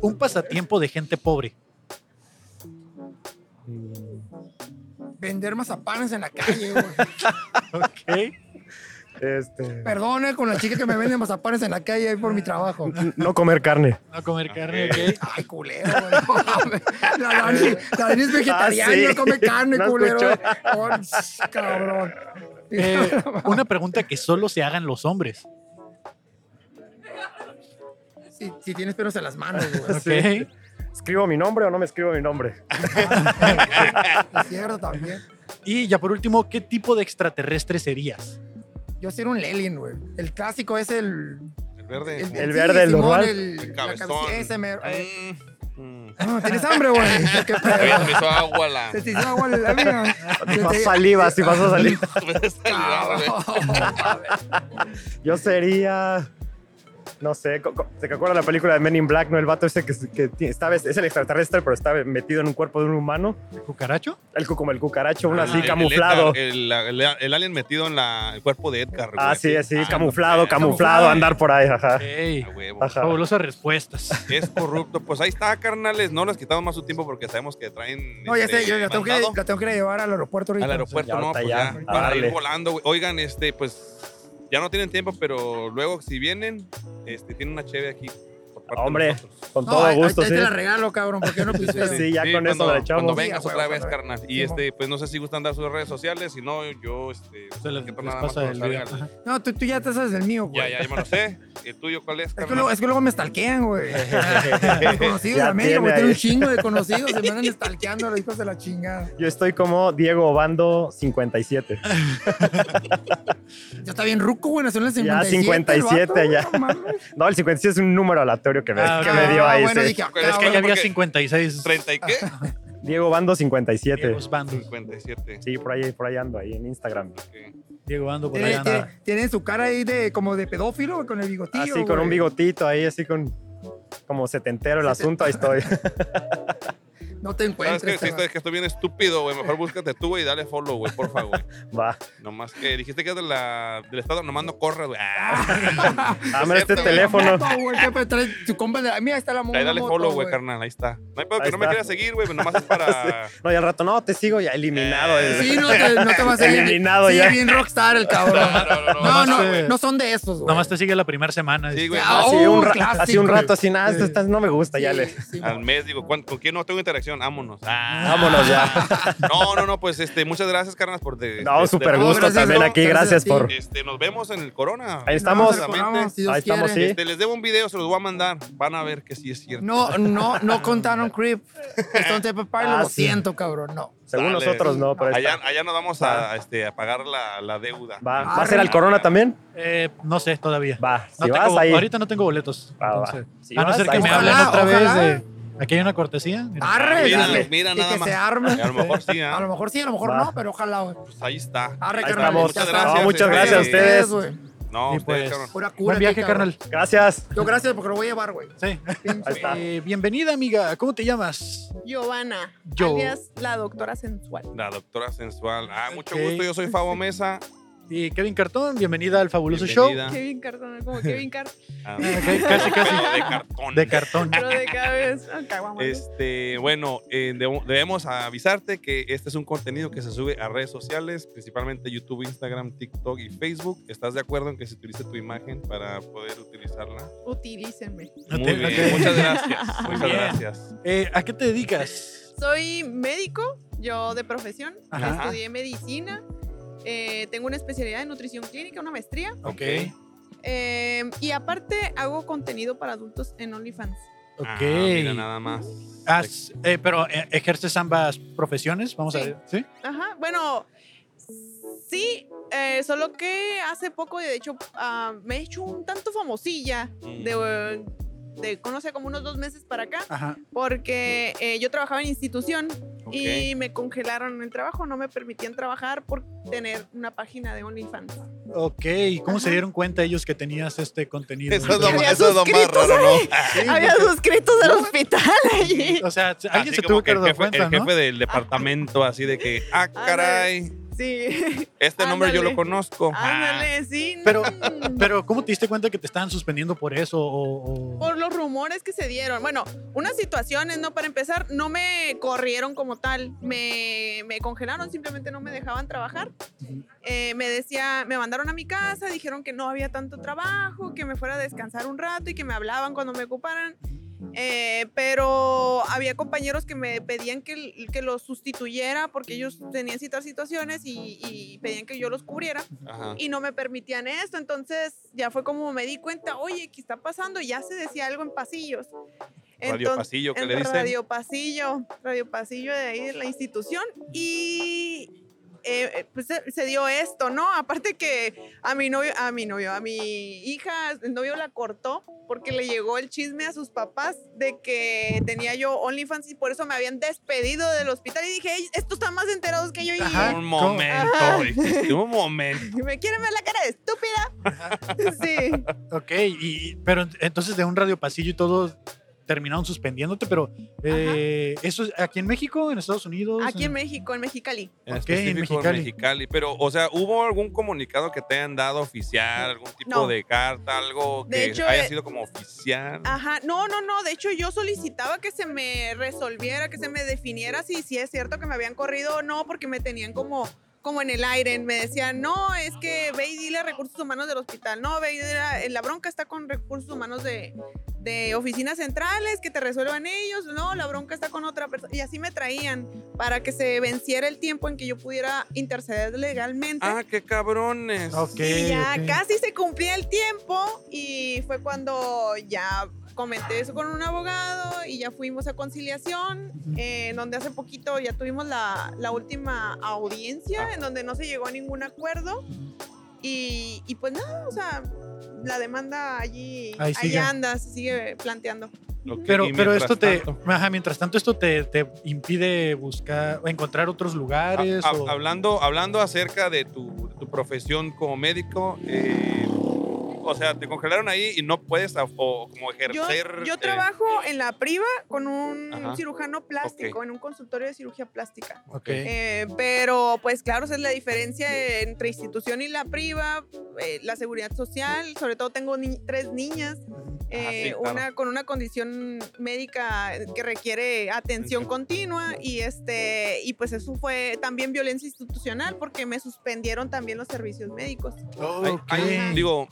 [SPEAKER 2] Un pasatiempo de gente pobre.
[SPEAKER 7] Vender mazapanes en la calle, güey.
[SPEAKER 2] Ok.
[SPEAKER 6] Este,
[SPEAKER 7] Perdone eh, con la chica que me vende mazapanes en la calle ahí por mi trabajo.
[SPEAKER 6] no comer carne.
[SPEAKER 2] No comer carne,
[SPEAKER 3] Ok.
[SPEAKER 2] ok.
[SPEAKER 7] Ay, culero, güey. no mames. La Dani, la Dani es vegetariana,
[SPEAKER 6] Ah, sí.
[SPEAKER 7] no come carne,
[SPEAKER 6] No
[SPEAKER 7] culero.
[SPEAKER 6] escuchó.
[SPEAKER 7] Oh, cabrón.
[SPEAKER 2] Eh, una pregunta que solo se hagan los hombres.
[SPEAKER 7] Si, si tienes pelos en las manos, güey.
[SPEAKER 2] Ok.
[SPEAKER 6] Sí. ¿Escribo mi nombre o no me escribo mi nombre?
[SPEAKER 7] Es cierto también.
[SPEAKER 2] Y ya por último, ¿qué tipo de extraterrestre serías?
[SPEAKER 7] Yo soy un Lelin, güey. El clásico es el.
[SPEAKER 3] El verde.
[SPEAKER 6] el verde, el
[SPEAKER 7] Simón,
[SPEAKER 6] normal.
[SPEAKER 7] El,
[SPEAKER 3] El
[SPEAKER 7] la
[SPEAKER 3] cabezón.
[SPEAKER 7] cabecilla, ese mero. Eh,
[SPEAKER 3] Mm, mm.
[SPEAKER 7] no, ¿Tienes hambre, güey? ¿Qué
[SPEAKER 3] Todavía
[SPEAKER 7] pedo?
[SPEAKER 3] se me hizo agua la...
[SPEAKER 7] Se te hizo agua la vida.
[SPEAKER 6] Si vas saliva, si vas a salir.
[SPEAKER 3] me salió, güey.
[SPEAKER 6] Yo sería. No sé, co- co- ¿se acuerda la película de Men in Black? No, el vato ese que, que tiene- está, es el extraterrestre, pero está metido en un cuerpo de un humano.
[SPEAKER 2] ¿Cucaracho?
[SPEAKER 6] El, cu- como el cucaracho, uno
[SPEAKER 3] Ah,
[SPEAKER 6] así
[SPEAKER 3] el- el
[SPEAKER 6] camuflado.
[SPEAKER 3] Edgar, El, la- el- el alien metido en la- el cuerpo de Edgar. güey.
[SPEAKER 6] ah, sí, así,
[SPEAKER 3] Ah,
[SPEAKER 6] camuflado,
[SPEAKER 3] no,
[SPEAKER 6] camuflado, andar por ahí, ajá.
[SPEAKER 2] Ey,
[SPEAKER 3] a huevo.
[SPEAKER 6] Ajá.
[SPEAKER 2] fabulosas respuestas.
[SPEAKER 3] Es corrupto. Pues ahí está, carnales. No les quitamos más su tiempo porque sabemos que traen.
[SPEAKER 7] No, ya
[SPEAKER 3] este,
[SPEAKER 7] sé, yo la tengo, que,
[SPEAKER 3] mandado
[SPEAKER 7] la tengo que llevar al aeropuerto ahorita.
[SPEAKER 3] Al aeropuerto,
[SPEAKER 6] Ya,
[SPEAKER 3] no,
[SPEAKER 6] ahorita
[SPEAKER 3] pues
[SPEAKER 6] ya, Ah,
[SPEAKER 3] ya.
[SPEAKER 6] a
[SPEAKER 3] Para
[SPEAKER 6] darle.
[SPEAKER 3] ir volando, güey. Oigan, este, pues ya no tienen tiempo, pero luego si vienen, este, tienen una cheve aquí. por parte de
[SPEAKER 6] Hombre,
[SPEAKER 3] nosotros.
[SPEAKER 6] Con
[SPEAKER 7] No,
[SPEAKER 6] todo
[SPEAKER 7] ahí-
[SPEAKER 6] gusto,
[SPEAKER 7] ahí
[SPEAKER 6] sí.
[SPEAKER 7] te la regalo, cabrón, porque yo no piseo.
[SPEAKER 6] Sí, ya con eso
[SPEAKER 3] cuando-
[SPEAKER 6] la echamos.
[SPEAKER 3] Cuando vengas
[SPEAKER 7] Sí, a
[SPEAKER 3] otra
[SPEAKER 7] huevo,
[SPEAKER 3] vez,
[SPEAKER 7] otra vez.
[SPEAKER 3] carnal.
[SPEAKER 7] Sí,
[SPEAKER 3] Y este, pues no sé si gustan dar sus redes sociales, si no, yo, este.
[SPEAKER 2] Se les,
[SPEAKER 3] ¿qué
[SPEAKER 2] les
[SPEAKER 3] tal nada más
[SPEAKER 2] pasa
[SPEAKER 3] cuando
[SPEAKER 2] el
[SPEAKER 3] salga
[SPEAKER 2] video.
[SPEAKER 3] el-
[SPEAKER 2] Ajá.
[SPEAKER 7] No, tú, tú ya te sabes el mío,
[SPEAKER 3] Ya,
[SPEAKER 7] güey.
[SPEAKER 3] ya, ya me lo sé. ¿El tuyo cuál es,
[SPEAKER 7] Es que,
[SPEAKER 3] carnal?
[SPEAKER 7] luego, es que luego me stalkean, güey. Los conocidos
[SPEAKER 6] Ya
[SPEAKER 7] la media,
[SPEAKER 6] tiene
[SPEAKER 7] güey. Tengo
[SPEAKER 6] ahí.
[SPEAKER 7] un chingo de conocidos. Se me andan stalkeando a los hijos de la chingada.
[SPEAKER 6] Yo estoy como Diego Obando 57.
[SPEAKER 7] Ya está bien ruco, güey. Nació en el
[SPEAKER 6] Ya
[SPEAKER 7] 57.
[SPEAKER 6] 57
[SPEAKER 7] el
[SPEAKER 6] ya.
[SPEAKER 7] vato, güey, no mames.
[SPEAKER 6] No, el 57 es un número aleatorio que me,
[SPEAKER 2] Ah,
[SPEAKER 6] que
[SPEAKER 2] ok.
[SPEAKER 6] me dio
[SPEAKER 7] Ah,
[SPEAKER 6] ahí.
[SPEAKER 7] bueno,
[SPEAKER 6] sí.
[SPEAKER 7] dije, ah,
[SPEAKER 3] Es
[SPEAKER 2] Es que
[SPEAKER 3] bueno,
[SPEAKER 2] ya había
[SPEAKER 3] porque-
[SPEAKER 2] 56
[SPEAKER 3] ¿30 y qué?
[SPEAKER 6] Diego Obando 57.
[SPEAKER 2] Diego Bando.
[SPEAKER 3] 57.
[SPEAKER 6] Sí, por ahí, por ahí ando, ahí en Instagram.
[SPEAKER 3] Ok.
[SPEAKER 2] Diego Bando por ahí
[SPEAKER 7] tiene,
[SPEAKER 2] anda.
[SPEAKER 7] tiene- tiene su cara ahí de como de pedófilo, güey, con el bigotillo.
[SPEAKER 6] Así con
[SPEAKER 7] güey.
[SPEAKER 6] un bigotito ahí, así con como setentero el asunto, ahí estoy.
[SPEAKER 7] No te
[SPEAKER 3] ¿Sabes
[SPEAKER 7] encuentras.
[SPEAKER 3] qué? Sí,
[SPEAKER 7] cabrón.
[SPEAKER 3] estoy, es que estoy bien estúpido, güey. Mejor búscate tú, güey, y dale follow, güey, porfa, güey.
[SPEAKER 6] Va.
[SPEAKER 3] Nomás que dijiste que es de la, del estado, nomás no corras, güey. Ah,
[SPEAKER 6] Dame este
[SPEAKER 3] cierto,
[SPEAKER 6] teléfono.
[SPEAKER 7] Moto, güey, que pues trae tu compa de- Mira, ahí está la moto.
[SPEAKER 3] ahí dale follow, güey, carnal, ahí está. No hay pedo
[SPEAKER 6] Ahí
[SPEAKER 3] que no me
[SPEAKER 6] está.
[SPEAKER 3] quieras seguir, güey, pues nomás es
[SPEAKER 2] Ah.
[SPEAKER 3] para...
[SPEAKER 6] No, y al rato, no, te sigo ya eliminado.
[SPEAKER 2] Eh.
[SPEAKER 6] eh. el-
[SPEAKER 7] Sí, no te, no te vas a ir.
[SPEAKER 6] Eliminado
[SPEAKER 7] sí,
[SPEAKER 6] ya.
[SPEAKER 7] bien rockstar el cabrón. No,
[SPEAKER 2] nomás
[SPEAKER 7] no,
[SPEAKER 2] te-
[SPEAKER 7] no son de esos, güey.
[SPEAKER 2] Nomás te sigue la primera semana.
[SPEAKER 3] Sí, güey.
[SPEAKER 7] Ah,
[SPEAKER 6] Así
[SPEAKER 7] oh,
[SPEAKER 6] un, ra-
[SPEAKER 7] clásico.
[SPEAKER 6] así un rato, así nada, esto está- no me gusta, ya
[SPEAKER 7] Sí,
[SPEAKER 6] le.
[SPEAKER 7] sí,
[SPEAKER 3] Al mes, digo, ¿cuán- ¿con quién no tengo interacción? Vámonos. Ah.
[SPEAKER 6] Vámonos ya.
[SPEAKER 3] No, no, no, pues este, muchas gracias, carnal, por... De,
[SPEAKER 6] No,
[SPEAKER 3] de-
[SPEAKER 6] súper
[SPEAKER 3] de-
[SPEAKER 7] no,
[SPEAKER 6] gusto
[SPEAKER 7] gracias,
[SPEAKER 6] también
[SPEAKER 7] no,
[SPEAKER 6] aquí,
[SPEAKER 7] gracias
[SPEAKER 6] gracias
[SPEAKER 7] a ti.
[SPEAKER 6] por.
[SPEAKER 3] Este, nos vemos en el Corona.
[SPEAKER 6] Ahí
[SPEAKER 7] Estamos.
[SPEAKER 6] estamos.
[SPEAKER 3] Exactamente.
[SPEAKER 6] Ahí estamos, sí.
[SPEAKER 3] Este, les debo un video, se los voy a mandar. Van a ver que sí es cierto.
[SPEAKER 7] No, no, no contaron Creep. Entonces, papá,
[SPEAKER 6] Ah,
[SPEAKER 7] lo
[SPEAKER 6] sí.
[SPEAKER 7] siento, cabrón, no.
[SPEAKER 6] Según
[SPEAKER 3] Dale.
[SPEAKER 6] nosotros, no, pero ahí
[SPEAKER 3] Allá,
[SPEAKER 6] está.
[SPEAKER 3] allá nos vamos a, a, este, a pagar la, la deuda.
[SPEAKER 6] Va.
[SPEAKER 7] Ah,
[SPEAKER 6] ¿Va a ser al Corona también?
[SPEAKER 2] Eh, no sé todavía.
[SPEAKER 6] Va.
[SPEAKER 2] No
[SPEAKER 6] Si vas
[SPEAKER 2] tengo-
[SPEAKER 6] ahí.
[SPEAKER 2] Ahorita no tengo boletos.
[SPEAKER 6] Va, va.
[SPEAKER 2] entonces,
[SPEAKER 6] Si
[SPEAKER 2] a no
[SPEAKER 6] vas,
[SPEAKER 2] ser que
[SPEAKER 6] ahí
[SPEAKER 2] me
[SPEAKER 6] está.
[SPEAKER 2] hablen
[SPEAKER 7] Ojalá,
[SPEAKER 2] otra
[SPEAKER 7] ojalá.
[SPEAKER 2] vez de... Aquí hay una cortesía. Mira.
[SPEAKER 7] Ah, Arre,
[SPEAKER 3] Mira,
[SPEAKER 7] dale.
[SPEAKER 3] mira
[SPEAKER 7] Y
[SPEAKER 3] nada
[SPEAKER 7] que
[SPEAKER 3] más.
[SPEAKER 7] se arme.
[SPEAKER 3] A lo mejor sí, ¿ah?
[SPEAKER 7] A lo mejor sí, a lo mejor
[SPEAKER 6] Va.
[SPEAKER 7] no, pero ojalá, güey.
[SPEAKER 3] Pues ahí está.
[SPEAKER 7] Arre,
[SPEAKER 3] Ahí
[SPEAKER 7] Ah, carnal,
[SPEAKER 3] estamos.
[SPEAKER 7] ya
[SPEAKER 3] Muchas
[SPEAKER 7] está.
[SPEAKER 3] gracias.
[SPEAKER 6] No, muchas gracias a
[SPEAKER 3] este,
[SPEAKER 6] ustedes.
[SPEAKER 7] güey.
[SPEAKER 3] No,
[SPEAKER 2] Y
[SPEAKER 3] ustedes,
[SPEAKER 2] pues,
[SPEAKER 3] cabrón.
[SPEAKER 7] Pura cura.
[SPEAKER 2] Buen
[SPEAKER 7] aquí,
[SPEAKER 2] viaje,
[SPEAKER 7] cabrón.
[SPEAKER 2] carnal.
[SPEAKER 6] Gracias.
[SPEAKER 7] Yo gracias porque lo voy a llevar, güey.
[SPEAKER 2] Sí.
[SPEAKER 6] Ahí está.
[SPEAKER 2] Eh, bienvenida, amiga. ¿Cómo te llamas?
[SPEAKER 8] Giovanna,
[SPEAKER 2] Yo.
[SPEAKER 8] alias la doctora sensual.
[SPEAKER 3] La doctora sensual. Ah, mucho
[SPEAKER 2] Ok.
[SPEAKER 3] gusto. Yo soy Fabo Mesa.
[SPEAKER 2] Y Kevin Cartón, bienvenida al fabuloso
[SPEAKER 3] Bienvenida.
[SPEAKER 8] Kevin Cartón, como Kevin Cartón,
[SPEAKER 3] Ah,
[SPEAKER 2] show. Ok, casi, casi.
[SPEAKER 3] pero de cartón.
[SPEAKER 2] De cartón.
[SPEAKER 8] pero de cabeza. Caguama, ¿no?
[SPEAKER 3] Este, bueno, eh, deb- debemos avisarte que este es un contenido que se sube a redes sociales, principalmente YouTube, Instagram, TikTok y Facebook. ¿Estás de acuerdo en que se utilice tu imagen para poder utilizarla?
[SPEAKER 8] Utilícenme.
[SPEAKER 2] Ok,
[SPEAKER 3] Muy bien,
[SPEAKER 2] ok.
[SPEAKER 3] muchas gracias.
[SPEAKER 2] Muy
[SPEAKER 3] Muchas
[SPEAKER 2] bien.
[SPEAKER 3] gracias.
[SPEAKER 2] Eh, ¿A qué te dedicas?
[SPEAKER 8] Soy médico, yo de profesión,
[SPEAKER 2] Ajá.
[SPEAKER 8] estudié medicina, eh, tengo una especialidad en nutrición clínica, una maestría,
[SPEAKER 2] Ok.
[SPEAKER 8] eh, y aparte hago contenido para adultos en OnlyFans.
[SPEAKER 2] Ok.
[SPEAKER 3] Ah, mira nada más.
[SPEAKER 2] Has- eh, pero eh, ejerces ambas profesiones, vamos a
[SPEAKER 8] Sí.
[SPEAKER 2] ver. ¿Sí?
[SPEAKER 8] Ajá, bueno, sí, eh, solo que hace poco, de hecho, ah, me he hecho un tanto famosilla
[SPEAKER 3] Mm.
[SPEAKER 8] de, de, conoce como unos dos meses para acá,
[SPEAKER 2] Ajá.
[SPEAKER 8] porque eh, yo trabajaba en institución
[SPEAKER 3] Ok.
[SPEAKER 8] y me congelaron el trabajo, no me permitían trabajar por tener una página de OnlyFans.
[SPEAKER 2] Ok, ¿y cómo se dieron cuenta ellos que tenías este contenido?
[SPEAKER 3] Eso es lo,
[SPEAKER 8] Había
[SPEAKER 3] eso es lo más
[SPEAKER 8] suscritos
[SPEAKER 3] raro, ¿no?
[SPEAKER 8] Había suscritos del hospital allí.
[SPEAKER 2] O sea, alguien
[SPEAKER 3] Así
[SPEAKER 2] se
[SPEAKER 3] como
[SPEAKER 2] tuvo que
[SPEAKER 3] el
[SPEAKER 2] dar
[SPEAKER 3] jefe,
[SPEAKER 2] cuenta,
[SPEAKER 3] el
[SPEAKER 2] ¿no?
[SPEAKER 3] jefe del departamento, así de que, ah, caray,
[SPEAKER 8] Sí,
[SPEAKER 3] este nombre yo
[SPEAKER 8] Ándale.
[SPEAKER 3] lo conozco. Ah,
[SPEAKER 8] ándale, sí.
[SPEAKER 2] Pero-
[SPEAKER 8] mm.
[SPEAKER 2] Pero, ¿cómo te diste cuenta que te estaban suspendiendo por eso? O, o-
[SPEAKER 8] Por los rumores que se dieron. Bueno, unas situaciones, ¿no? Para empezar, no me corrieron como tal. Me, me congelaron, simplemente no me dejaban trabajar. Eh, me decía, me mandaron a mi casa, dijeron que no había tanto trabajo, que me fuera a descansar un rato y que me hablaban cuando me ocuparan. Eh, pero había compañeros que me pedían que, que los sustituyera porque ellos tenían ciertas situaciones y- y pedían que yo los cubriera
[SPEAKER 3] ajá.
[SPEAKER 8] y no me permitían esto. Entonces ya fue como me di cuenta, oye, ¿qué está pasando? Ya se decía algo en pasillos.
[SPEAKER 3] Radio Pasillo, que
[SPEAKER 8] en
[SPEAKER 3] le dicen.
[SPEAKER 8] Radio Pasillo, Radio Pasillo de ahí de la institución. Y eh, eh, pues se, se dio esto, ¿no? Aparte que a mi novio, a mi novio, a mi hija, el novio la cortó porque le llegó el chisme a sus papás de que tenía yo OnlyFans y por eso me habían despedido del hospital y dije, "Ey, estos están más enterados que yo y
[SPEAKER 2] Ajá.
[SPEAKER 3] Ah, Un
[SPEAKER 2] ¿cómo?
[SPEAKER 3] momento,
[SPEAKER 8] Ajá.
[SPEAKER 3] güey. Un momento.
[SPEAKER 8] me quieren ver la cara de estúpida. Sí.
[SPEAKER 2] Ok, y, pero ent- entonces de un radio pasillo y todo terminaron suspendiéndote, pero eh, ¿eso es aquí en México, en Estados Unidos?
[SPEAKER 8] Aquí en México, en Mexicali.
[SPEAKER 3] En
[SPEAKER 2] Ok,
[SPEAKER 3] específico en
[SPEAKER 2] Mexicali.
[SPEAKER 3] Mexicali. Pero, o sea, ¿hubo algún comunicado que te hayan dado oficial? ¿Algún tipo
[SPEAKER 8] No.
[SPEAKER 3] de carta? ¿Algo que
[SPEAKER 8] De hecho,
[SPEAKER 3] haya
[SPEAKER 8] eh,
[SPEAKER 3] sido como oficial?
[SPEAKER 8] Ajá, no, no, no. De hecho, yo solicitaba que se me resolviera, que se me definiera si, si es cierto que me habían corrido o no, porque me tenían como, como en el aire. Me decían, no, es que ve y dile a recursos humanos del hospital. No, ve y dile a- la bronca está con recursos humanos de, de oficinas centrales, que te resuelvan ellos. No, la bronca está con otra persona. Y así me traían para que se venciera el tiempo en que yo pudiera interceder legalmente.
[SPEAKER 3] Ah, qué cabrones.
[SPEAKER 2] Ok.
[SPEAKER 8] y ya
[SPEAKER 2] ok.
[SPEAKER 8] casi se cumplía el tiempo y fue cuando ya comenté eso con un abogado y ya fuimos a conciliación, eh, en donde hace poquito ya tuvimos la, la última audiencia,
[SPEAKER 2] Ah.
[SPEAKER 8] en donde no se llegó a ningún acuerdo y, y pues nada, o sea, la demanda allí,
[SPEAKER 2] Ahí
[SPEAKER 8] allí
[SPEAKER 2] sigue.
[SPEAKER 8] anda, se sigue planteando.
[SPEAKER 3] Ok,
[SPEAKER 2] Pero,
[SPEAKER 3] y
[SPEAKER 2] pero
[SPEAKER 3] mientras
[SPEAKER 2] esto te,
[SPEAKER 3] tanto-
[SPEAKER 2] ajá, mientras tanto esto te, te impide buscar, o encontrar otros lugares.
[SPEAKER 3] Ha- ha-
[SPEAKER 2] o-
[SPEAKER 3] hablando, hablando acerca de tu, tu profesión como médico, eh, o sea, te congelaron ahí y no puedes af- o como
[SPEAKER 8] Yo,
[SPEAKER 3] ejercer.
[SPEAKER 8] yo
[SPEAKER 3] eh,
[SPEAKER 8] trabajo en la priva con un
[SPEAKER 3] Ajá.
[SPEAKER 8] cirujano plástico, en un consultorio de cirugía plástica.
[SPEAKER 2] ok.
[SPEAKER 8] Eh, pero pues claro, esa es la diferencia entre institución y la priva, eh, la seguridad social, sobre todo tengo ni- tres niñas, eh,
[SPEAKER 3] sí, claro.
[SPEAKER 8] una con una condición médica que requiere atención continua y este y pues eso fue también violencia institucional porque me suspendieron también los servicios médicos.
[SPEAKER 3] hay-
[SPEAKER 2] Ok.
[SPEAKER 3] hay- digo,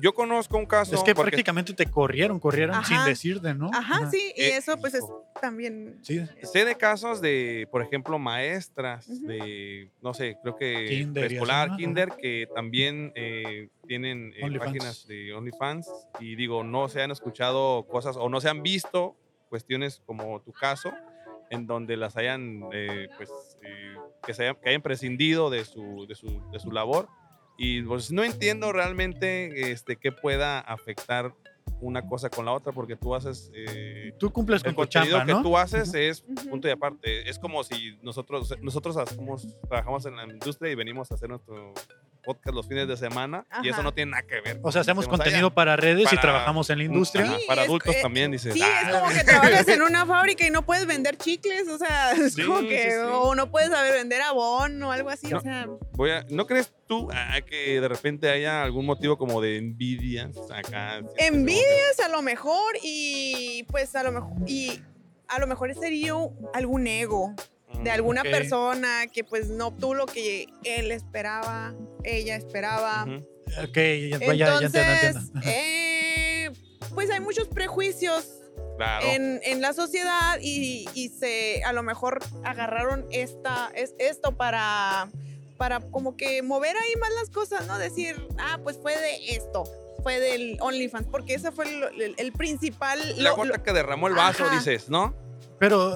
[SPEAKER 3] yo conozco un caso.
[SPEAKER 2] es que
[SPEAKER 3] porque-
[SPEAKER 2] prácticamente te corrieron, corrieron
[SPEAKER 8] Ajá.
[SPEAKER 2] sin decirte, ¿no?
[SPEAKER 8] Ajá, sí, y
[SPEAKER 3] Eh,
[SPEAKER 8] eso pues es
[SPEAKER 3] hijo.
[SPEAKER 8] también
[SPEAKER 2] Sí.
[SPEAKER 3] Sé de casos de, por ejemplo, maestras
[SPEAKER 8] Ujú.
[SPEAKER 3] de, no sé, creo que
[SPEAKER 2] Kinder y así,
[SPEAKER 3] escolar,
[SPEAKER 2] ¿no?
[SPEAKER 3] kinder, que también eh, tienen eh,
[SPEAKER 2] OnlyFans.
[SPEAKER 3] páginas de OnlyFans y digo, no se han escuchado cosas o no se han visto cuestiones como tu caso, en donde las hayan, eh, pues, eh, que, se hayan, que hayan prescindido de su, de su, de su labor. Y pues no entiendo realmente este, qué pueda afectar una cosa con la otra, porque tú haces... eh,
[SPEAKER 2] Tú cumples con
[SPEAKER 3] el
[SPEAKER 2] tu
[SPEAKER 3] contenido
[SPEAKER 2] chamba,
[SPEAKER 3] que
[SPEAKER 2] ¿no?
[SPEAKER 3] tú haces es
[SPEAKER 8] Ujú.
[SPEAKER 3] punto y aparte. Es como si nosotros, nosotros hacemos- trabajamos en la industria y venimos a hacer nuestro podcast los fines de semana y eso
[SPEAKER 8] Ajá.
[SPEAKER 3] no tiene nada que ver.
[SPEAKER 2] O sea, hacemos
[SPEAKER 3] Decimos,
[SPEAKER 2] contenido
[SPEAKER 3] "Ay,
[SPEAKER 2] para redes y
[SPEAKER 3] para-
[SPEAKER 2] trabajamos en la
[SPEAKER 3] ya".
[SPEAKER 2] industria.
[SPEAKER 3] Ajá,
[SPEAKER 8] Sí,
[SPEAKER 3] para
[SPEAKER 8] es-
[SPEAKER 3] adultos
[SPEAKER 8] eh,
[SPEAKER 3] también dices.
[SPEAKER 8] Sí,
[SPEAKER 3] "Ah,
[SPEAKER 8] es como que trabajas en una fábrica y no puedes vender chicles, o sea, es
[SPEAKER 3] Sí,
[SPEAKER 8] como
[SPEAKER 3] sí,
[SPEAKER 8] que
[SPEAKER 3] sí.
[SPEAKER 8] o no puedes saber vender abono o algo así,
[SPEAKER 3] No.
[SPEAKER 8] o sea,
[SPEAKER 3] voy a- ¿No crees tú ah, que de repente haya algún motivo como de envidia acá? Sientes como que-
[SPEAKER 8] envidias a lo mejor y pues a lo mejor y a lo mejor sería un- algún ego
[SPEAKER 3] Mm,
[SPEAKER 8] de alguna
[SPEAKER 3] ok.
[SPEAKER 8] persona que pues no obtuvo lo que él esperaba, ella esperaba.
[SPEAKER 3] Ujú.
[SPEAKER 2] Ok, ya, ya- ya
[SPEAKER 8] Entonces,
[SPEAKER 2] entiendo, entiendo.
[SPEAKER 8] eh, pues hay muchos prejuicios
[SPEAKER 3] Claro.
[SPEAKER 8] en, en la sociedad y, y se a lo mejor agarraron esta, es, esto para, para como que mover ahí más las cosas, ¿no? Decir, ah, pues fue de esto, fue del OnlyFans, porque ese fue el, el- el principal...
[SPEAKER 3] la
[SPEAKER 8] lo-
[SPEAKER 3] gota
[SPEAKER 8] lo-
[SPEAKER 3] que derramó el vaso,
[SPEAKER 8] Ajá.
[SPEAKER 3] dices, ¿no?
[SPEAKER 2] Pero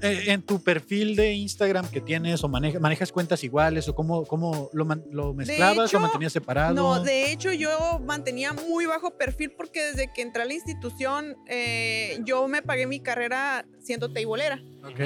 [SPEAKER 2] eh, en tu perfil de Instagram que tienes o maneja- manejas cuentas iguales o cómo, cómo lo, man- lo mezclabas
[SPEAKER 8] hecho,
[SPEAKER 2] o mantenías separado.
[SPEAKER 8] no, de hecho yo mantenía muy bajo perfil porque desde que entré a la institución eh, yo me pagué mi carrera siendo teibolera.
[SPEAKER 2] Ok.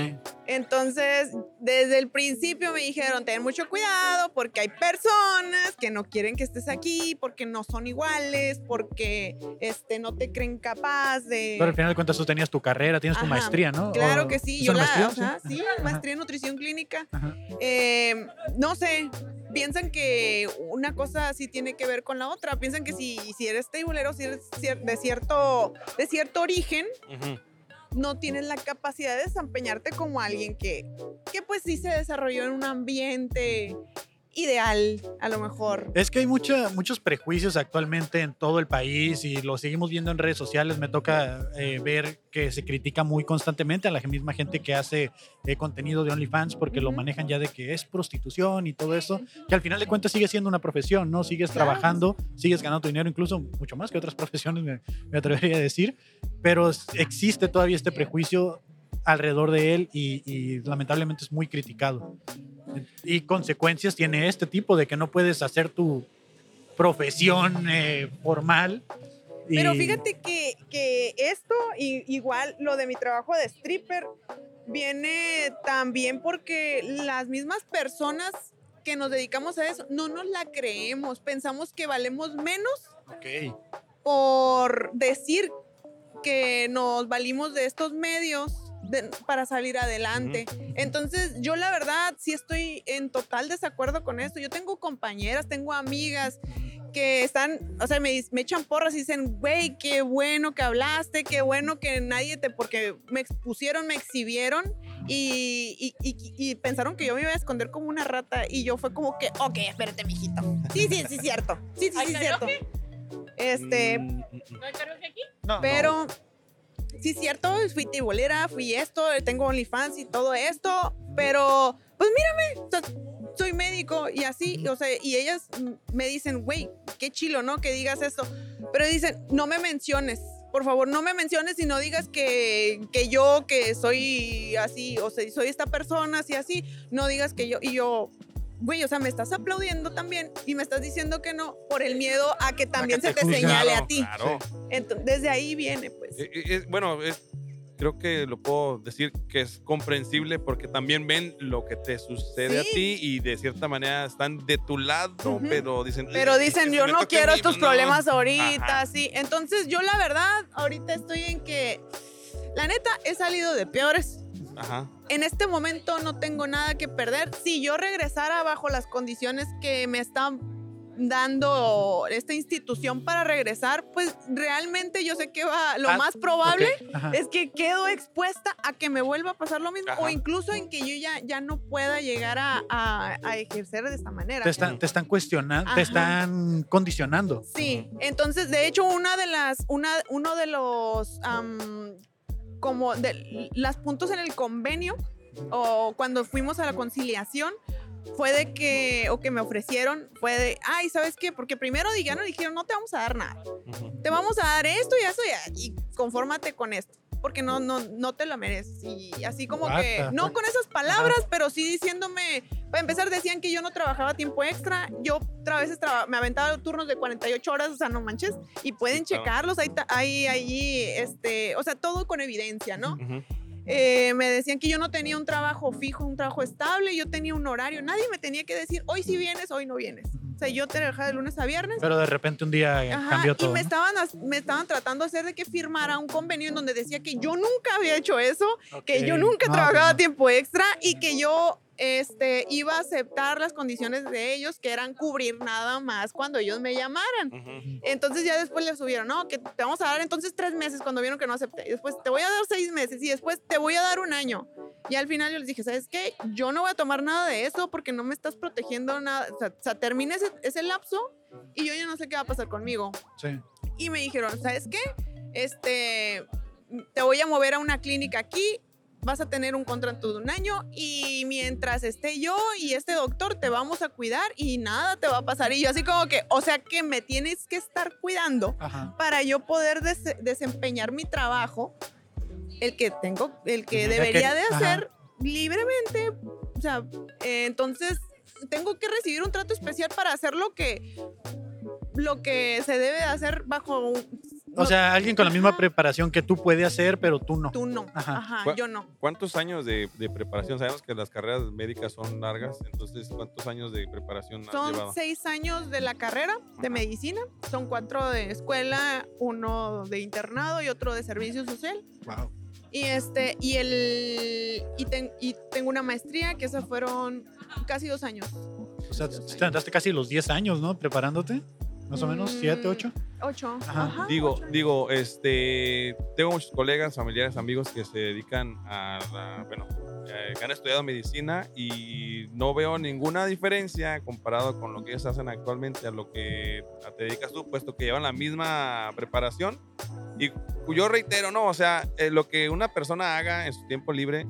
[SPEAKER 8] Entonces, desde el principio me dijeron, ten mucho cuidado porque hay personas que no quieren que estés aquí, porque no son iguales, porque este, no te creen capaz de...
[SPEAKER 2] Pero al final de cuentas tú tenías tu carrera, tienes tu
[SPEAKER 8] Ajá.
[SPEAKER 2] maestría, ¿no?
[SPEAKER 8] Claro
[SPEAKER 2] ¿O-
[SPEAKER 8] que sí,
[SPEAKER 2] ¿es
[SPEAKER 8] yo
[SPEAKER 2] una
[SPEAKER 8] la
[SPEAKER 2] maestría? Sí.
[SPEAKER 8] ajá, sí,
[SPEAKER 2] Ajá.
[SPEAKER 8] maestría en nutrición clínica.
[SPEAKER 2] Ajá.
[SPEAKER 8] Eh, no sé, piensan que una cosa sí tiene que ver con la otra. Piensan que si, si eres tabulero, si eres cier- de cierto, de cierto origen,
[SPEAKER 3] Ujú.
[SPEAKER 8] no tienes la capacidad de desempeñarte como alguien que, que pues sí se desarrolló en un ambiente ideal, a lo mejor.
[SPEAKER 2] Es que hay mucha, muchos prejuicios actualmente en todo el país y lo seguimos viendo en redes sociales. Me toca eh, ver que se critica muy constantemente a la misma gente que hace eh, contenido de OnlyFans porque lo
[SPEAKER 8] Ujú.
[SPEAKER 2] manejan ya de que es prostitución y todo eso, que al final de cuentas sigue siendo una profesión, ¿no? Sigues trabajando, sigues ganando dinero, incluso mucho más que otras profesiones, me, me atrevería a decir, pero s- existe todavía este prejuicio alrededor de él y, y lamentablemente es muy criticado. Y consecuencias tiene este tipo de que no puedes hacer tu profesión eh, formal. y-
[SPEAKER 8] Pero fíjate que, que esto, i- igual lo de mi trabajo de stripper, viene también porque las mismas personas que nos dedicamos a eso no nos la creemos. Pensamos que valemos menos
[SPEAKER 2] Ok.
[SPEAKER 8] por decir que nos valimos de estos medios de- para salir adelante. Entonces, yo la verdad sí estoy en total desacuerdo con esto. Yo tengo compañeras, tengo amigas que están, o sea, me, dis- me echan porras y dicen, güey, qué bueno que hablaste, qué bueno que nadie te, porque me expusieron, me exhibieron y, y- y- y pensaron que yo me iba a esconder como una rata y yo fue como que, ok, espérate, mijito. Sí, sí, sí, cierto. Sí, sí,
[SPEAKER 9] ¿Hay
[SPEAKER 8] sí, cierto. Este,
[SPEAKER 3] Mm, mm, mm.
[SPEAKER 9] ¿No hay karaoke aquí?
[SPEAKER 2] No,
[SPEAKER 8] pero sí, cierto, fui tibolera, fui esto, tengo OnlyFans y todo esto, pero pues mírame, o sea, soy médico y así, o sea, y ellas mm, me dicen, güey, qué chilo, ¿no? Que digas esto, pero dicen, no me menciones. Por favor, no me menciones y no digas que, que yo, que soy así, o sea, soy esta persona, así, así, no digas que yo, y yo, güey, o sea, me estás aplaudiendo también y me estás diciendo que no por el miedo a que también
[SPEAKER 2] te
[SPEAKER 8] se te
[SPEAKER 2] juzguen.
[SPEAKER 8] señale
[SPEAKER 3] Claro,
[SPEAKER 8] a ti.
[SPEAKER 3] Claro.
[SPEAKER 8] Entonces, desde ahí viene, pues.
[SPEAKER 3] Eh, eh, es- bueno, es- creo que lo puedo decir que es comprensible porque también ven lo que te sucede a
[SPEAKER 8] Sí.
[SPEAKER 3] ti y de cierta manera están de tu lado,
[SPEAKER 8] Ujú.
[SPEAKER 3] pero dicen.
[SPEAKER 8] Pero
[SPEAKER 3] "Ay,
[SPEAKER 8] dicen,
[SPEAKER 3] que
[SPEAKER 8] yo
[SPEAKER 3] me
[SPEAKER 8] no
[SPEAKER 3] toque a
[SPEAKER 8] quiero
[SPEAKER 3] mí",
[SPEAKER 8] estos
[SPEAKER 3] no.
[SPEAKER 8] problemas ahorita,
[SPEAKER 3] Ajá.
[SPEAKER 8] sí. Entonces, yo la verdad, ahorita estoy en que, la neta, he salido de peores.
[SPEAKER 3] Ajá.
[SPEAKER 8] En este momento no tengo nada que perder. Si yo regresara bajo las condiciones que me están dando esta institución para regresar, pues realmente yo sé que va, lo
[SPEAKER 2] Ah,
[SPEAKER 8] más probable
[SPEAKER 2] Ok, ajá.
[SPEAKER 8] es que quedo expuesta a que me vuelva a pasar lo mismo
[SPEAKER 3] Ajá.
[SPEAKER 8] o incluso en que yo ya, ya no pueda llegar a, a- a ejercer de esta manera.
[SPEAKER 2] Te están, te están cuestionando,
[SPEAKER 8] Ajá.
[SPEAKER 2] te están condicionando.
[SPEAKER 8] Sí, entonces de hecho una de las, una, uno de los, am, como de las puntos en el convenio o cuando fuimos a la conciliación fue de que, o que me ofrecieron, fue de, ay, ¿sabes qué? Porque primero dijeron, dijeron, no te vamos a dar nada,
[SPEAKER 3] Ujú.
[SPEAKER 8] te vamos a dar esto y eso y, y confórmate con esto. Porque no, no, no te lo mereces. Y así como
[SPEAKER 2] What
[SPEAKER 8] que,
[SPEAKER 2] the
[SPEAKER 8] no
[SPEAKER 2] fuck?
[SPEAKER 8] con esas palabras, pero sí diciéndome, para empezar, decían que yo no trabajaba tiempo extra. Yo a veces traba- me aventaba turnos de 48 horas, o sea, no manches. Y pueden
[SPEAKER 3] Sí, claro.
[SPEAKER 8] checarlos, ahí, ta- ahí, allí, este, o sea, todo con evidencia, ¿no?
[SPEAKER 3] Ujú.
[SPEAKER 8] Eh, me decían que yo no tenía un trabajo fijo, un trabajo estable, yo tenía un horario. Nadie me tenía que decir, hoy sí vienes, hoy no vienes. O sea, yo trabajaba de lunes a viernes.
[SPEAKER 2] Pero de repente un día eh,
[SPEAKER 8] Ajá,
[SPEAKER 2] cambió todo.
[SPEAKER 8] y me
[SPEAKER 2] ¿no?
[SPEAKER 8] estaban, as- me estaban tratando de hacer de que firmara un convenio en donde decía que yo nunca había hecho eso, que yo
[SPEAKER 2] Ok.
[SPEAKER 8] nunca
[SPEAKER 2] No,
[SPEAKER 8] trabajaba
[SPEAKER 2] no.
[SPEAKER 8] tiempo extra y que yo este, iba a aceptar las condiciones de ellos, que eran cubrir nada más cuando ellos me llamaran.
[SPEAKER 3] Ujú.
[SPEAKER 8] Entonces ya después le subieron, no, que te vamos a dar entonces tres meses cuando vieron que no acepté. Y después te voy a dar seis meses y después te voy a dar un año. Y al final yo les dije, ¿sabes qué? Yo no voy a tomar nada de eso porque no me estás protegiendo nada. O sea, o sea, termina ese, ese lapso y yo ya no sé qué va a pasar conmigo
[SPEAKER 2] Sí.
[SPEAKER 8] y me dijeron, ¿sabes qué? Este, te voy a mover a una clínica aquí, vas a tener un contrato de un año y mientras esté yo y este doctor te vamos a cuidar y nada te va a pasar. Y yo así como que, o sea que me tienes que estar cuidando
[SPEAKER 2] Ajá.
[SPEAKER 8] para yo poder des- desempeñar mi trabajo, el que tengo, el que
[SPEAKER 2] Ujú, ya
[SPEAKER 8] debería
[SPEAKER 2] que-
[SPEAKER 8] de
[SPEAKER 2] ajá.
[SPEAKER 8] hacer libremente. O sea, eh, entonces tengo que recibir un trato especial para hacer lo que lo que se debe de hacer bajo un-
[SPEAKER 2] O
[SPEAKER 8] no,
[SPEAKER 2] sea, alguien con la misma
[SPEAKER 8] Ajá.
[SPEAKER 2] preparación que tú puede hacer, pero tú no.
[SPEAKER 8] tú no,
[SPEAKER 2] Ajá.
[SPEAKER 8] ajá,
[SPEAKER 3] Bueno.
[SPEAKER 8] yo no.
[SPEAKER 3] ¿Cuántos años de, de preparación? Sabemos que las carreras médicas son largas, entonces, ¿cuántos años de preparación has
[SPEAKER 8] Son
[SPEAKER 3] llevado?
[SPEAKER 8] seis años de la carrera de
[SPEAKER 3] Ajá.
[SPEAKER 8] medicina, son cuatro de escuela, uno de internado y otro de servicio social.
[SPEAKER 2] Wow.
[SPEAKER 8] Y este, y el y, ten- y tengo una maestría que esas fueron casi dos años.
[SPEAKER 2] O sea, te andaste casi los 10 años, ¿no? Preparándote. Más o menos,
[SPEAKER 8] Mm.
[SPEAKER 2] 7, 8.
[SPEAKER 8] Ocho.
[SPEAKER 2] Ajá.
[SPEAKER 8] Ajá,
[SPEAKER 3] Digo,
[SPEAKER 8] ocho.
[SPEAKER 3] digo, este, tengo muchos colegas, familiares, amigos que se dedican a, la- bueno, eh, que han estudiado medicina y no veo ninguna diferencia comparado con lo que ellos hacen actualmente a lo que te dedicas tú, puesto que llevan la misma preparación. Y yo reitero, no, o sea, eh, lo que una persona haga en su tiempo libre,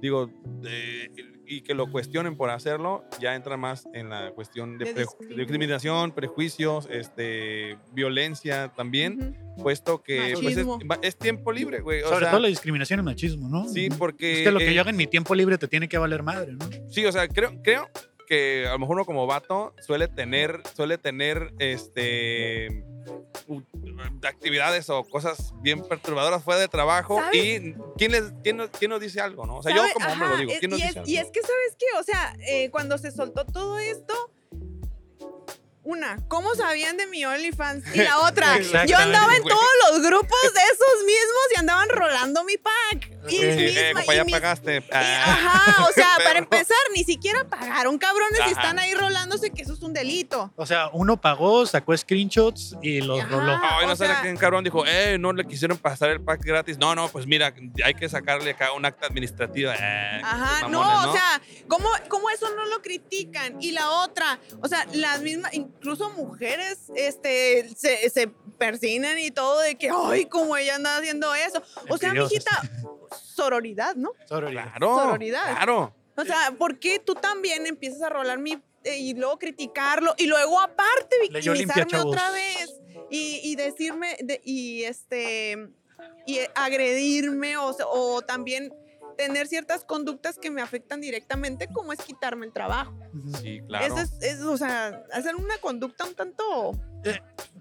[SPEAKER 3] digo, de- y que lo cuestionen por hacerlo, ya entra más en la cuestión de,
[SPEAKER 8] De
[SPEAKER 3] preju-
[SPEAKER 8] discriminación.
[SPEAKER 3] de discriminación, prejuicios, este, violencia también
[SPEAKER 8] Ujú.
[SPEAKER 3] puesto que pues, es,
[SPEAKER 8] Machismo.
[SPEAKER 3] va- es tiempo libre, güey. O
[SPEAKER 2] Sobre
[SPEAKER 3] sea,
[SPEAKER 2] todo la discriminación y machismo, ¿no?
[SPEAKER 3] sí, porque
[SPEAKER 2] Es que lo que
[SPEAKER 3] eh,
[SPEAKER 2] yo haga en mi tiempo libre te tiene que valer madre, ¿no?
[SPEAKER 3] sí, o sea, creo, creo, que a lo mejor uno como vato suele tener, suele tener este u- actividades o cosas bien perturbadoras fuera de trabajo
[SPEAKER 8] ¿Sabes?
[SPEAKER 3] y quién, les- quién, nos- quién nos dice algo, ¿no? O sea,
[SPEAKER 8] ¿Sabe?
[SPEAKER 3] yo como hombre
[SPEAKER 8] Ajá,
[SPEAKER 3] lo digo,
[SPEAKER 8] es-
[SPEAKER 3] ¿quién nos
[SPEAKER 8] y, es,
[SPEAKER 3] dice
[SPEAKER 8] y
[SPEAKER 3] algo?
[SPEAKER 8] es que, ¿sabes qué? O sea, eh, cuando se soltó todo esto, una, ¿cómo sabían de mi OnlyFans? Y la otra, yo andaba en
[SPEAKER 3] Güey.
[SPEAKER 8] todos los grupos de esos mismos y andaban rolando mi pack. Y
[SPEAKER 3] Sí, sí,
[SPEAKER 8] misma,
[SPEAKER 3] eh, compa,
[SPEAKER 8] y
[SPEAKER 3] ya
[SPEAKER 8] mis-
[SPEAKER 3] pagaste.
[SPEAKER 8] y-
[SPEAKER 3] Ah.
[SPEAKER 8] ajá, o sea, para
[SPEAKER 3] Pero-
[SPEAKER 8] empezar, ni siquiera pagaron, cabrones, y
[SPEAKER 3] Ajá.
[SPEAKER 8] están ahí rolándose, que eso es un delito.
[SPEAKER 2] O sea, uno pagó, sacó screenshots y los
[SPEAKER 8] Ajá.
[SPEAKER 2] roló.
[SPEAKER 8] Ah,
[SPEAKER 3] Ay,
[SPEAKER 8] o
[SPEAKER 3] no sé,
[SPEAKER 8] sea-
[SPEAKER 3] quién cabrón dijo, eh, no le quisieron pasar el pack gratis. No, no, pues mira, hay que sacarle acá un acta administrativa. Eh,
[SPEAKER 8] Ajá,
[SPEAKER 3] mamones,
[SPEAKER 8] no, o sea, ¿cómo, ¿cómo eso no lo critican? Y la otra, o sea, las mismas, incluso mujeres, este, se, se persignan y todo de que, ay, cómo ella anda haciendo eso. O sea,
[SPEAKER 2] Envidiosas.
[SPEAKER 8] mijita, sororidad, ¿no?
[SPEAKER 2] Sororidad.
[SPEAKER 3] Claro,
[SPEAKER 8] Sororidad.
[SPEAKER 3] claro.
[SPEAKER 8] O sea, ¿por qué tú también empiezas a rolar mi eh, y luego criticarlo y luego aparte
[SPEAKER 2] Leyó limpia,
[SPEAKER 8] victimizarme
[SPEAKER 2] chavos.
[SPEAKER 8] otra vez y, y decirme de- y este y eh, agredirme o, sea, o también tener ciertas conductas que me afectan directamente como es quitarme el trabajo.
[SPEAKER 2] Ujú.
[SPEAKER 3] Sí, claro.
[SPEAKER 8] Eso es, es, o sea, hacer una conducta un tanto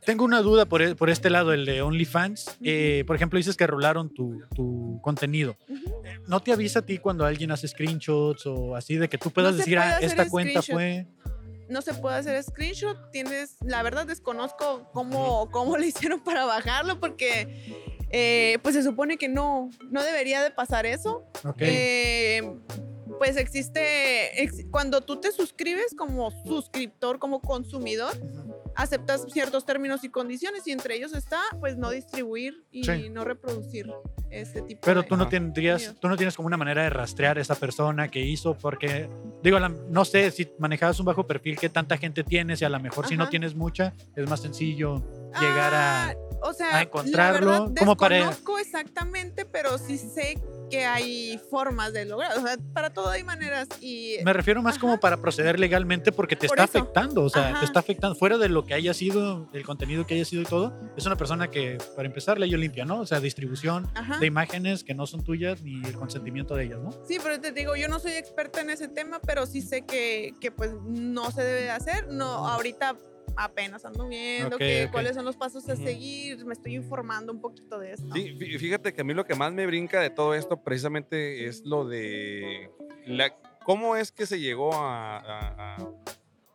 [SPEAKER 2] Tengo una duda por, e- por este lado, el de OnlyFans. Eh, por ejemplo, dices que rolaron tu, tu contenido.
[SPEAKER 8] Ujú.
[SPEAKER 2] Eh, ¿No te avisa a ti cuando alguien hace screenshots o así de que tú puedas
[SPEAKER 8] se
[SPEAKER 2] decir,
[SPEAKER 8] puede
[SPEAKER 2] ah,
[SPEAKER 8] hacer
[SPEAKER 2] esta cuenta fue...
[SPEAKER 8] no se puede hacer screenshot. Tienes, la verdad desconozco cómo, cómo le hicieron para bajarlo porque eh, pues se supone que no, no debería de pasar eso.
[SPEAKER 2] Ok.
[SPEAKER 8] Eh, pues existe, ex- cuando tú te suscribes como suscriptor, como consumidor,
[SPEAKER 2] Ujú.
[SPEAKER 8] aceptas ciertos términos y condiciones y entre ellos está pues no distribuir y
[SPEAKER 2] Sí.
[SPEAKER 8] no reproducir este tipo
[SPEAKER 2] Pero
[SPEAKER 8] de...
[SPEAKER 2] tú no
[SPEAKER 3] Ajá.
[SPEAKER 2] tendrías,
[SPEAKER 8] Mío.
[SPEAKER 2] tú no tienes como una manera de rastrear a esa persona que hizo, porque, digo, la- no sé, si manejabas un bajo perfil, qué tanta gente tienes y a lo mejor si no
[SPEAKER 8] Ajá.
[SPEAKER 2] tienes mucha, es más sencillo llegar a...
[SPEAKER 8] Ah, o sea,
[SPEAKER 2] a encontrarlo,
[SPEAKER 8] La verdad,
[SPEAKER 2] ¿cómo para-
[SPEAKER 8] desconozco exactamente, pero sí sé que hay formas de lograr. O sea, para todo hay maneras y
[SPEAKER 2] Me refiero más como
[SPEAKER 8] Ah, Ajá.
[SPEAKER 2] para proceder legalmente porque te
[SPEAKER 8] Por
[SPEAKER 2] está
[SPEAKER 8] eso.
[SPEAKER 2] afectando, o sea,
[SPEAKER 8] Ajá.
[SPEAKER 2] te está afectando fuera de lo que haya sido, el contenido que haya sido y todo. Es una persona que, para empezar, ley limpia, ¿no? O sea, distribución
[SPEAKER 8] Ajá.
[SPEAKER 2] de imágenes que no son tuyas ni el consentimiento de ellas, ¿no?
[SPEAKER 8] Sí, pero te digo, yo no soy experta en ese tema, pero sí sé que, que pues no se debe de hacer. No, ahorita apenas ando
[SPEAKER 2] Ok,
[SPEAKER 8] viendo que,
[SPEAKER 2] ok.
[SPEAKER 8] cuáles son los pasos a
[SPEAKER 3] Ujú.
[SPEAKER 8] seguir. Me estoy informando un poquito de esto.
[SPEAKER 3] Sí, fí- fíjate que a mí lo que más me brinca de todo esto precisamente es lo de la, cómo es que se llegó a, a- a-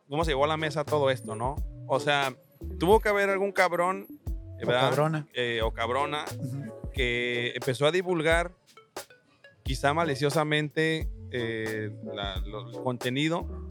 [SPEAKER 3] cómo se llegó a la mesa todo esto, ¿no? O sea, tuvo que haber algún cabrón,
[SPEAKER 2] O
[SPEAKER 3] ¿verdad?
[SPEAKER 2] cabrona.
[SPEAKER 3] Eh, o cabrona
[SPEAKER 2] Ujú.
[SPEAKER 3] que empezó a divulgar, quizá maliciosamente, eh, la- lo- el contenido.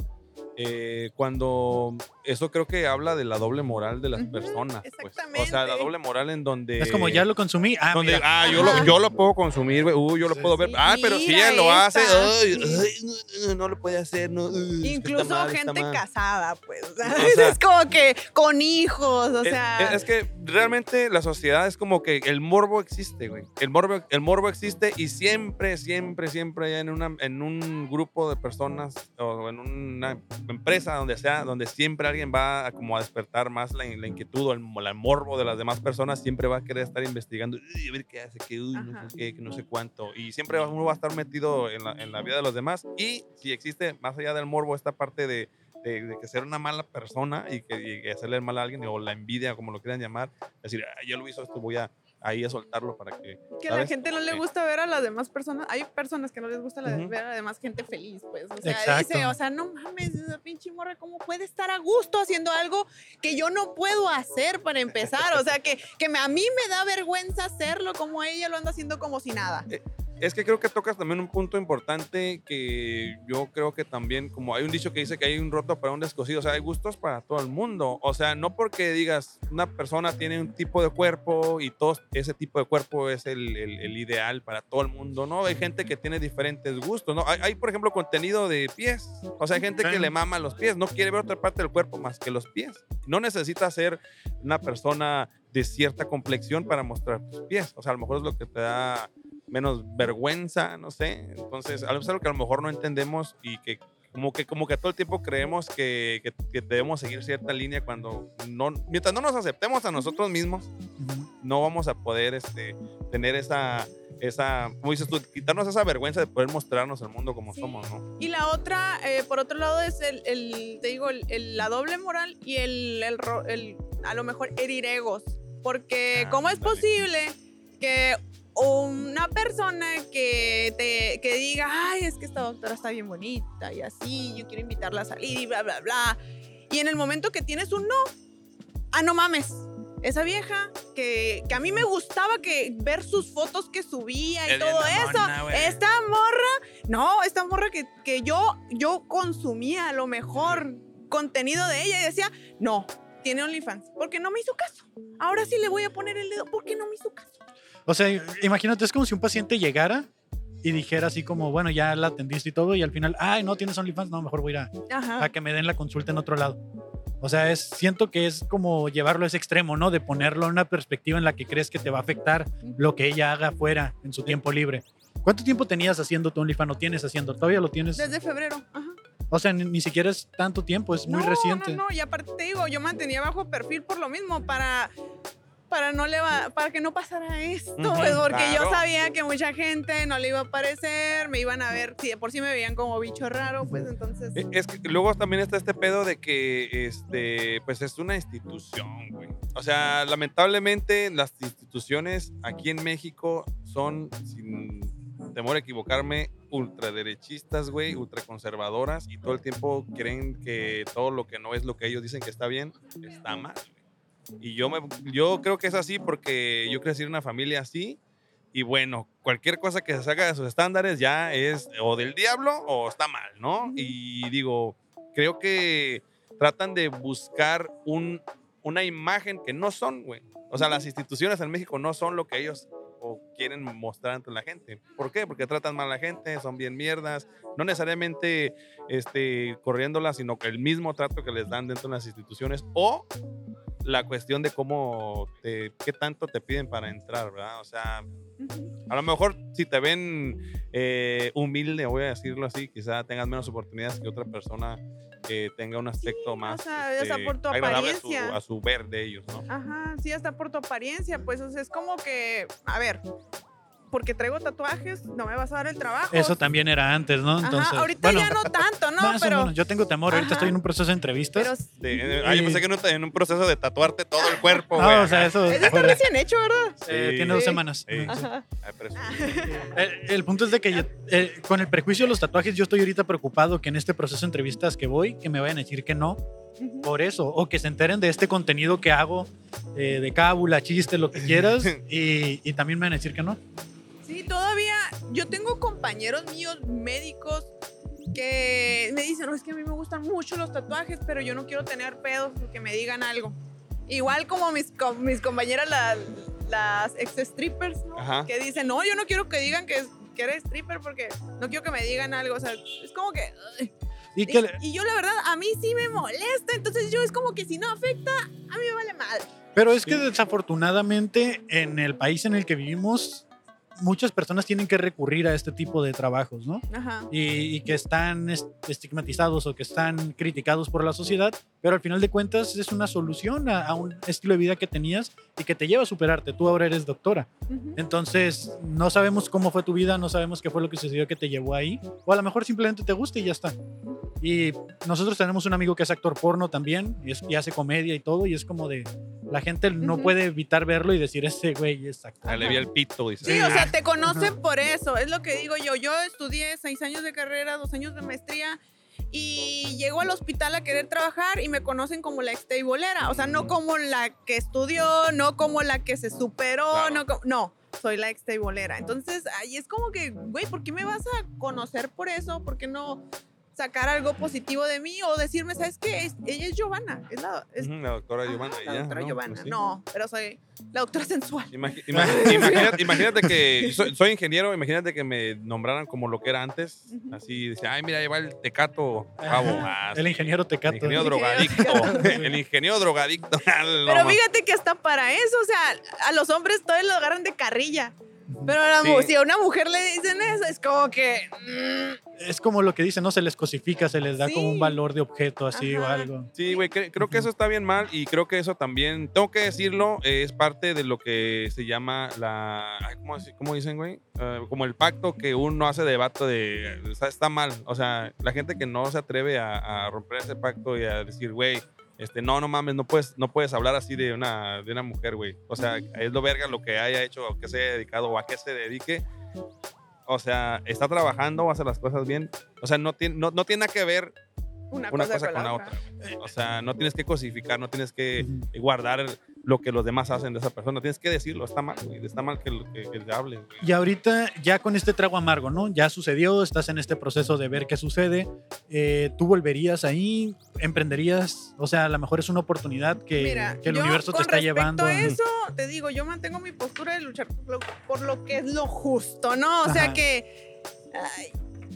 [SPEAKER 3] eh, cuando eso creo que habla de la doble moral de las
[SPEAKER 8] Ujú,
[SPEAKER 3] personas. pues. O sea, la
[SPEAKER 8] exactamente.
[SPEAKER 3] doble moral en donde.
[SPEAKER 2] Es como ya lo consumí. Ah,
[SPEAKER 3] Eh, Donde,
[SPEAKER 2] mira.
[SPEAKER 3] ah, yo lo,
[SPEAKER 8] Ajá.
[SPEAKER 3] yo lo puedo consumir, güey. Uh, yo lo
[SPEAKER 2] Sí,
[SPEAKER 3] puedo ver.
[SPEAKER 8] sí.
[SPEAKER 3] Ah, pero si
[SPEAKER 8] Mira
[SPEAKER 3] él lo hace,
[SPEAKER 8] esta.
[SPEAKER 3] ay, ay, no, no, no lo puede hacer. No, uy, es que está
[SPEAKER 8] Incluso
[SPEAKER 3] mal, está
[SPEAKER 8] gente
[SPEAKER 3] mal.
[SPEAKER 8] casada, pues. o sea,
[SPEAKER 3] O sea,
[SPEAKER 8] es como que con hijos, o
[SPEAKER 3] Es-
[SPEAKER 8] sea.
[SPEAKER 3] Es, es que realmente la sociedad es como que el morbo existe, güey. El morbo, el morbo existe y siempre, siempre, siempre hay en, una, en un grupo de personas o en una empresa donde sea, donde siempre alguien va a, como a despertar más la, la inquietud o el, mo- la morbo de las demás personas, siempre va a querer estar investigando, "Uy, a ver qué hace, que uy, no
[SPEAKER 8] Ajá.
[SPEAKER 3] sé qué, que no sé cuánto. Y siempre uno va a estar metido en la, en la vida de los demás. Y si existe, más allá del morbo, esta parte de de, de que ser una mala persona y que, y que hacerle el mal a alguien o la envidia, como lo quieran llamar, decir, "Ah, ya lo hizo esto, voy a ahí a soltarlo para que...
[SPEAKER 8] Que
[SPEAKER 3] ¿sabes?
[SPEAKER 8] la gente no le
[SPEAKER 3] Sí.
[SPEAKER 8] gusta ver a las demás personas. Hay personas que no les gusta la-
[SPEAKER 3] Ujú.
[SPEAKER 8] ver a la demás gente feliz, pues. O sea,
[SPEAKER 2] Exacto.
[SPEAKER 8] dice, o sea, no mames, esa pinche morra, ¿cómo puede estar a gusto haciendo algo que yo no puedo hacer para empezar? O sea, que, que me- a mí me da vergüenza hacerlo como ella lo anda haciendo como si nada.
[SPEAKER 3] Es que creo que tocas también un punto importante que yo creo que también, como hay un dicho que dice que hay un roto para un descosido, o sea, hay gustos para todo el mundo. O sea, no porque digas una persona tiene un tipo de cuerpo y todo ese tipo de cuerpo es el, el- el ideal para todo el mundo, ¿no? Hay gente que tiene diferentes gustos, ¿no? Hay, hay, por ejemplo, contenido de pies. O sea, hay gente que
[SPEAKER 2] Sí.
[SPEAKER 3] le mama los pies, no quiere ver otra parte del cuerpo más que los pies. No necesita ser una persona de cierta complexión para mostrar tus pies. O sea, a lo mejor es lo que te da menos vergüenza, no sé. Entonces, algo es algo que a lo mejor no entendemos y que como que, como que todo el tiempo creemos que, que- que debemos seguir cierta línea cuando no, mientras no nos aceptemos a nosotros mismos,
[SPEAKER 2] Ujú.
[SPEAKER 3] no vamos a poder este, tener esa, esa, como dices tú, quitarnos esa vergüenza de poder mostrarnos al mundo como
[SPEAKER 8] Sí.
[SPEAKER 3] somos, ¿no?
[SPEAKER 8] Y la otra, eh, por otro lado, es el, el- te digo, el- el- la doble moral y el, el ro- el- a lo mejor herir egos. Porque
[SPEAKER 3] Ah,
[SPEAKER 8] ¿cómo es
[SPEAKER 3] ándale.
[SPEAKER 8] posible que una persona que te que diga, ay, es que esta doctora está bien bonita y así, yo quiero invitarla a salir y bla, bla, bla. Y en el momento que tienes un no, ah, no mames. Esa vieja que, que a mí me gustaba que ver sus fotos que subía y
[SPEAKER 3] Es bien
[SPEAKER 8] todo
[SPEAKER 3] mamona,
[SPEAKER 8] eso.
[SPEAKER 3] güey.
[SPEAKER 8] Esta morra no, esta morra que, que yo, yo consumía a lo mejor contenido de ella y decía, no, tiene OnlyFans, porque no me hizo caso. Ahora sí le voy a poner el dedo, porque no me hizo caso.
[SPEAKER 2] O sea, imagínate, es como si un paciente llegara y dijera así como, bueno, ya la atendiste y todo, y al final, ay, no tienes OnlyFans, no, mejor voy a ir a a
[SPEAKER 8] Ajá.
[SPEAKER 2] que me den la consulta en otro lado. O sea, es, siento que es como llevarlo a ese extremo, ¿no? De ponerlo en una perspectiva en la que crees que te va a afectar lo que ella haga fuera en su tiempo libre. ¿Cuánto tiempo tenías haciendo tu OnlyFans? ¿No tienes haciendo? ¿Todavía lo tienes?
[SPEAKER 8] Desde febrero. Ajá.
[SPEAKER 2] O sea, ni, ni siquiera es tanto tiempo, es muy
[SPEAKER 8] no,
[SPEAKER 2] reciente.
[SPEAKER 8] No, no, y aparte te digo, yo mantenía bajo perfil por lo mismo, para, para, no le va, para que no pasara esto,
[SPEAKER 3] Ujú,
[SPEAKER 8] pues, porque
[SPEAKER 3] claro.
[SPEAKER 8] yo sabía que mucha gente no le iba a parecer, me iban a ver, si de por sí me veían como bicho raro, pues entonces...
[SPEAKER 3] Eh, Es que luego también está este pedo de que, este, pues es una institución, güey. O sea, lamentablemente las instituciones aquí en México son, sin temor a equivocarme, ultraderechistas, güey, ultraconservadoras y todo el tiempo creen que todo lo que no es lo que ellos dicen que está bien, está mal. güey. Y yo, me, yo creo que es así porque yo crecí en una familia así. Y bueno, cualquier cosa que se saca de sus estándares ya es o del diablo o está mal, ¿no? Y digo, creo que tratan de buscar un, una imagen que no son, güey. O sea, las instituciones en México no son lo que ellos o quieren mostrar ante la gente. ¿Por qué? Porque tratan mal a la gente, son bien mierdas, no necesariamente este, corriéndolas, sino que el mismo trato que les dan dentro de las instituciones o la cuestión de cómo, te, qué tanto te piden para entrar, ¿verdad? O sea, a lo mejor si te ven eh, humilde, voy a decirlo así, quizá tengas menos oportunidades que otra persona que tenga un aspecto más este,
[SPEAKER 8] sea, o sea, por tu
[SPEAKER 3] agradable a su-
[SPEAKER 8] apariencia.
[SPEAKER 3] a su ver de ellos, ¿no?
[SPEAKER 8] Ajá, sí, hasta por tu apariencia, pues, o sea, es como que, a ver, porque traigo tatuajes, no me vas a dar el trabajo.
[SPEAKER 2] Eso también era antes, Eh, ¿no?
[SPEAKER 8] Ajá,
[SPEAKER 2] Entonces,
[SPEAKER 8] ahorita
[SPEAKER 2] bueno,
[SPEAKER 8] ya no tanto, ¿no?
[SPEAKER 2] más o
[SPEAKER 8] Pero,
[SPEAKER 2] menos. Yo tengo temor, ahorita
[SPEAKER 8] Ajá.
[SPEAKER 2] estoy en un proceso de entrevistas.
[SPEAKER 8] pero
[SPEAKER 3] De- ah, yo pensé que no te- en un proceso de tatuarte todo el cuerpo,
[SPEAKER 2] no,
[SPEAKER 3] güey.
[SPEAKER 2] o sea, eso
[SPEAKER 8] eso está
[SPEAKER 2] fuera.
[SPEAKER 8] recién hecho, ¿verdad?
[SPEAKER 2] Eh,
[SPEAKER 3] Sí.
[SPEAKER 2] tiene dos
[SPEAKER 8] Sí.
[SPEAKER 2] semanas.
[SPEAKER 3] Sí.
[SPEAKER 2] Ajá.
[SPEAKER 3] Ay, presumido.
[SPEAKER 2] El, el punto es de que yo, eh, con el prejuicio de los tatuajes, yo estoy ahorita preocupado que en este proceso de entrevistas que voy, que me vayan a decir que no por eso, o que se enteren de este contenido que hago, eh, de cábula, chiste, lo que quieras, y, y también me van a decir que no.
[SPEAKER 8] Sí, todavía yo tengo compañeros míos médicos que me dicen, "No, es que a mí me gustan mucho los tatuajes, pero yo no quiero tener pedos porque me digan algo. Igual como mis, co- mis compañeras, la- las ex strippers, ¿no?
[SPEAKER 3] Ajá.
[SPEAKER 8] que dicen, no, yo no quiero que digan que, es- que eres stripper porque no quiero que me digan algo. O sea, es como que... ay.
[SPEAKER 2] Y
[SPEAKER 8] Y,
[SPEAKER 2] que le-
[SPEAKER 8] y yo la verdad, a mí sí me molesta. Entonces yo es como que si no afecta, a mí me vale mal.
[SPEAKER 2] pero es que desafortunadamente en el país en el que vivimos, muchas personas tienen que recurrir a este tipo de trabajos, ¿no?
[SPEAKER 8] Ajá.
[SPEAKER 2] y, y que están est- estigmatizados o que están criticados por la sociedad, pero al final de cuentas es una solución a, a un estilo de vida que tenías y que te lleva a superarte. Tú ahora eres doctora. Entonces, no sabemos cómo fue tu vida, no sabemos qué fue lo que sucedió que te llevó ahí, o a lo mejor simplemente te gusta y ya está. Y nosotros tenemos un amigo que es actor porno también y, es- y hace comedia y todo, y es como de... La gente no
[SPEAKER 8] Ujú.
[SPEAKER 2] puede evitar verlo y decir, ese güey es actor.
[SPEAKER 3] Ah, le vi el pito, dice.
[SPEAKER 8] Sí, o sea, te conocen por eso. Es lo que digo yo. Yo estudié seis años de carrera, dos años de maestría. Y llego al hospital a querer trabajar y me conocen como la ex teibolera. O sea, no como la que estudió, no como la que se superó,
[SPEAKER 3] Claro.
[SPEAKER 8] no como- No, soy la ex teibolera. Entonces, ahí es como que, güey, ¿por qué me vas a conocer por eso? ¿Por qué no sacar algo positivo de mí o decirme, ¿sabes qué? Es- ella es Giovanna. Es la, es-
[SPEAKER 3] Ujú, la doctora
[SPEAKER 8] Ajá,
[SPEAKER 3] Giovanna.
[SPEAKER 8] la
[SPEAKER 3] ya,
[SPEAKER 8] doctora
[SPEAKER 3] ¿no?
[SPEAKER 8] Giovanna.
[SPEAKER 3] Pues sí.
[SPEAKER 8] No, pero soy la doctora sensual.
[SPEAKER 3] Imagi- imagi- imagínate, imagínate que soy, soy ingeniero, imagínate que me nombraran como lo que era antes.
[SPEAKER 8] Ujú.
[SPEAKER 3] Así, dice, ay, mira, ahí va el tecato, chavo. Ah,
[SPEAKER 2] El
[SPEAKER 3] sí,
[SPEAKER 2] ingeniero
[SPEAKER 3] el
[SPEAKER 2] Tecato.
[SPEAKER 3] ingeniero drogadicto. el ingeniero drogadicto. Ah, lo
[SPEAKER 8] Pero
[SPEAKER 3] más.
[SPEAKER 8] fíjate que hasta para eso, o sea, a los hombres todavía lo agarran de carrilla. Pero a la mu-
[SPEAKER 3] Sí.
[SPEAKER 8] si a una mujer le dicen eso, es como que. mm,
[SPEAKER 2] Es como lo que dicen, ¿no? Se les cosifica, se les da como un
[SPEAKER 8] Sí.
[SPEAKER 2] valor de objeto así o
[SPEAKER 8] Ajá.
[SPEAKER 2] algo.
[SPEAKER 3] Sí, güey, cre- creo que eso está bien mal y creo que eso también, tengo que decirlo, eh, es parte de lo que se llama la, ay, ¿cómo, así- cómo dicen, güey? Eh, como el pacto que uno hace de vato de, está, está mal. O sea, la gente que no se atreve a, a romper ese pacto y a decir, güey, este, no, no mames, no puedes, no puedes hablar así de una, de una mujer, güey. O sea, es lo verga lo que haya hecho, o que se haya dedicado o a qué se dedique. O sea, está trabajando, hace las cosas bien. O sea, no tiene, no, no tiene nada que ver
[SPEAKER 8] Una,
[SPEAKER 3] una cosa con la otra. güey. O sea, no tienes que cosificar, no tienes que guardar el- lo que los demás hacen de esa persona. Tienes que decirlo, está mal, güey. Está mal que, lo- que, que le hables, güey.
[SPEAKER 2] Y ahorita ya con este trago amargo, ¿no? Ya sucedió, estás en este proceso de ver qué sucede. eh, ¿Tú volverías ahí? ¿Emprenderías? O sea, a lo mejor es una oportunidad que,
[SPEAKER 8] Mira,
[SPEAKER 2] que el
[SPEAKER 8] yo
[SPEAKER 2] universo te
[SPEAKER 8] con
[SPEAKER 2] está
[SPEAKER 8] respecto
[SPEAKER 2] llevando.
[SPEAKER 8] a eso, te digo, yo mantengo mi postura de luchar por lo, por lo que es lo justo, ¿no? O
[SPEAKER 2] Ajá.
[SPEAKER 8] sea que ay,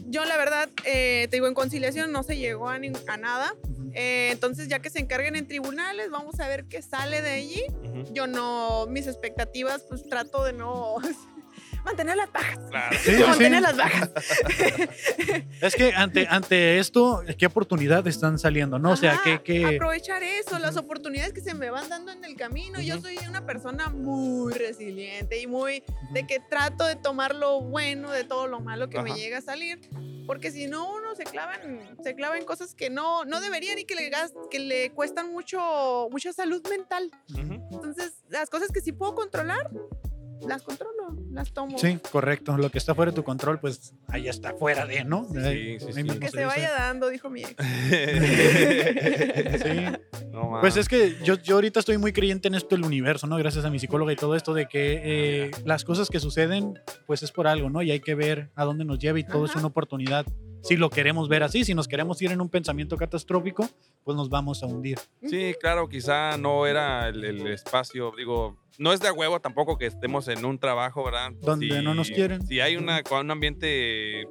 [SPEAKER 8] yo la verdad, eh, te digo, en conciliación no se llegó a, nin- a nada.
[SPEAKER 2] Ujú.
[SPEAKER 8] Eh, entonces ya que se encarguen en tribunales, vamos a ver qué sale de allí.
[SPEAKER 3] Ujú.
[SPEAKER 8] Yo no, mis expectativas, pues trato de no mantener las bajas.
[SPEAKER 3] Claro.
[SPEAKER 2] Sí, sí, sí.
[SPEAKER 8] mantener las bajas.
[SPEAKER 2] Es que ante, ante esto, ¿qué oportunidades están saliendo? ¿No? O sea,
[SPEAKER 8] Ajá,
[SPEAKER 2] que... que...
[SPEAKER 8] Aprovechar eso, las oportunidades que se me van dando en el camino. Yo soy una persona muy resiliente y muy de que trato de tomar lo bueno de todo lo malo que me
[SPEAKER 3] Ajá.
[SPEAKER 8] llega a salir. Porque si no, uno se clava en, se clava en cosas que no, no deberían y que le, gas- que le cuestan mucho, mucha salud mental.
[SPEAKER 3] Ujú.
[SPEAKER 8] Entonces, las cosas que sí puedo controlar, las controlo, las tomo.
[SPEAKER 2] Sí, correcto. Lo que está fuera de tu control, pues ahí está fuera de, ¿no? Ahí-
[SPEAKER 3] sí,
[SPEAKER 2] ahí
[SPEAKER 3] sí.
[SPEAKER 2] mismo
[SPEAKER 8] Que
[SPEAKER 2] se
[SPEAKER 8] se vaya
[SPEAKER 2] dice.
[SPEAKER 8] dando, dijo mi ex.
[SPEAKER 2] Sí.
[SPEAKER 3] no mames.
[SPEAKER 2] Pues es que yo, yo ahorita estoy muy creyente en esto del universo, ¿no? Gracias a mi psicóloga y todo esto de que eh, las cosas que suceden, pues es por algo, ¿no? Y hay que ver a dónde nos lleva y todo es
[SPEAKER 8] Ajá.
[SPEAKER 2] una oportunidad. Si lo queremos ver así, si nos queremos ir en un pensamiento catastrófico, pues nos vamos a hundir.
[SPEAKER 3] Sí, claro, quizá no era el, el espacio, digo, no es de a huevo tampoco que estemos en un trabajo, ¿verdad?
[SPEAKER 2] Donde no nos quieren.
[SPEAKER 3] Si hay una, un ambiente,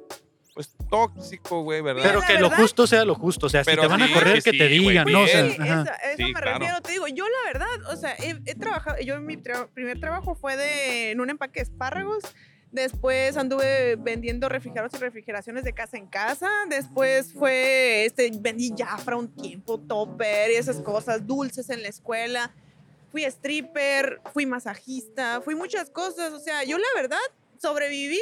[SPEAKER 3] pues, tóxico, güey, ¿verdad?
[SPEAKER 2] Pero
[SPEAKER 8] la
[SPEAKER 2] que lo
[SPEAKER 8] verdad-
[SPEAKER 2] justo sea lo justo, o sea,
[SPEAKER 3] Pero
[SPEAKER 2] si te van a
[SPEAKER 3] sí,
[SPEAKER 2] correr,
[SPEAKER 3] sí,
[SPEAKER 2] que te
[SPEAKER 3] sí, güey,
[SPEAKER 2] digan, ¿no? O
[SPEAKER 3] pues,
[SPEAKER 2] sea,
[SPEAKER 8] Sí,
[SPEAKER 2] ajá.
[SPEAKER 8] esa- eso
[SPEAKER 3] Sí,
[SPEAKER 8] me
[SPEAKER 3] claro.
[SPEAKER 8] refiero, te digo, yo la verdad, o sea, he, he trabajado, yo mi tra- primer trabajo fue de, en un empaque de espárragos, después anduve vendiendo refrigerados y refrigeraciones de casa en casa, después fue, este, vendí Jafra un tiempo, topper y esas cosas, dulces en la escuela, fui stripper, fui masajista, fui muchas cosas, o sea, yo la verdad, sobrevivir,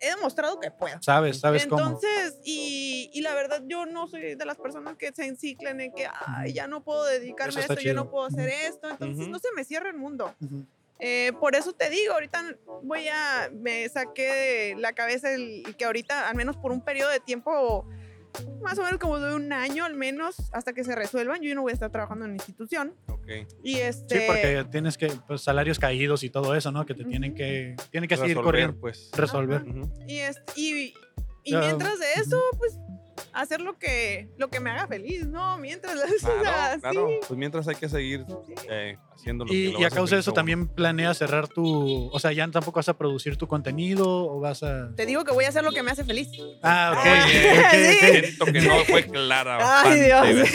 [SPEAKER 8] he demostrado que puedo.
[SPEAKER 2] Sabes, sabes cómo.
[SPEAKER 8] Entonces, y, y la verdad, yo no soy de las personas que se enciclan en que, ay, ya no puedo
[SPEAKER 2] Eso
[SPEAKER 8] dedicarme a
[SPEAKER 2] está
[SPEAKER 8] esto, yo
[SPEAKER 2] chido.
[SPEAKER 8] no puedo hacer esto, entonces
[SPEAKER 3] Ujú.
[SPEAKER 8] no se me cierra el mundo.
[SPEAKER 2] Ujú.
[SPEAKER 8] Eh, por eso te digo, ahorita voy a, me saqué de la cabeza el, el que ahorita, al menos por un periodo de tiempo, más o menos como de un año al menos, hasta que se resuelvan, yo no voy a estar trabajando en una institución.
[SPEAKER 3] Ok.
[SPEAKER 8] Y este...
[SPEAKER 2] Sí, porque tienes que, pues, salarios caídos y todo eso, ¿no? Que te tienen
[SPEAKER 8] Ujú.
[SPEAKER 2] que, tienen que seguir
[SPEAKER 3] Resolver,
[SPEAKER 2] corriendo,
[SPEAKER 3] pues.
[SPEAKER 2] resolver.
[SPEAKER 3] Ujú.
[SPEAKER 8] Y, es- y, y
[SPEAKER 2] Ya,
[SPEAKER 8] mientras de eso, pues hacer lo que, lo que me haga feliz, ¿no? Mientras las
[SPEAKER 3] Claro,
[SPEAKER 8] o sea,
[SPEAKER 3] claro.
[SPEAKER 8] sí,
[SPEAKER 3] Pues mientras hay que seguir
[SPEAKER 8] sí.
[SPEAKER 3] eh, haciendo lo que
[SPEAKER 2] Y,
[SPEAKER 3] lo
[SPEAKER 2] y a
[SPEAKER 3] hace
[SPEAKER 2] causa de
[SPEAKER 3] feliz
[SPEAKER 2] eso
[SPEAKER 3] a uno.
[SPEAKER 2] también planeas cerrar tu... O sea, ya tampoco vas a producir tu contenido o vas a...
[SPEAKER 8] Te digo que voy a hacer lo que me hace feliz.
[SPEAKER 2] Ah, ok.
[SPEAKER 3] Muy bien.
[SPEAKER 2] ok, ok.
[SPEAKER 3] Siento que no fue clara.
[SPEAKER 8] Ay, Dios.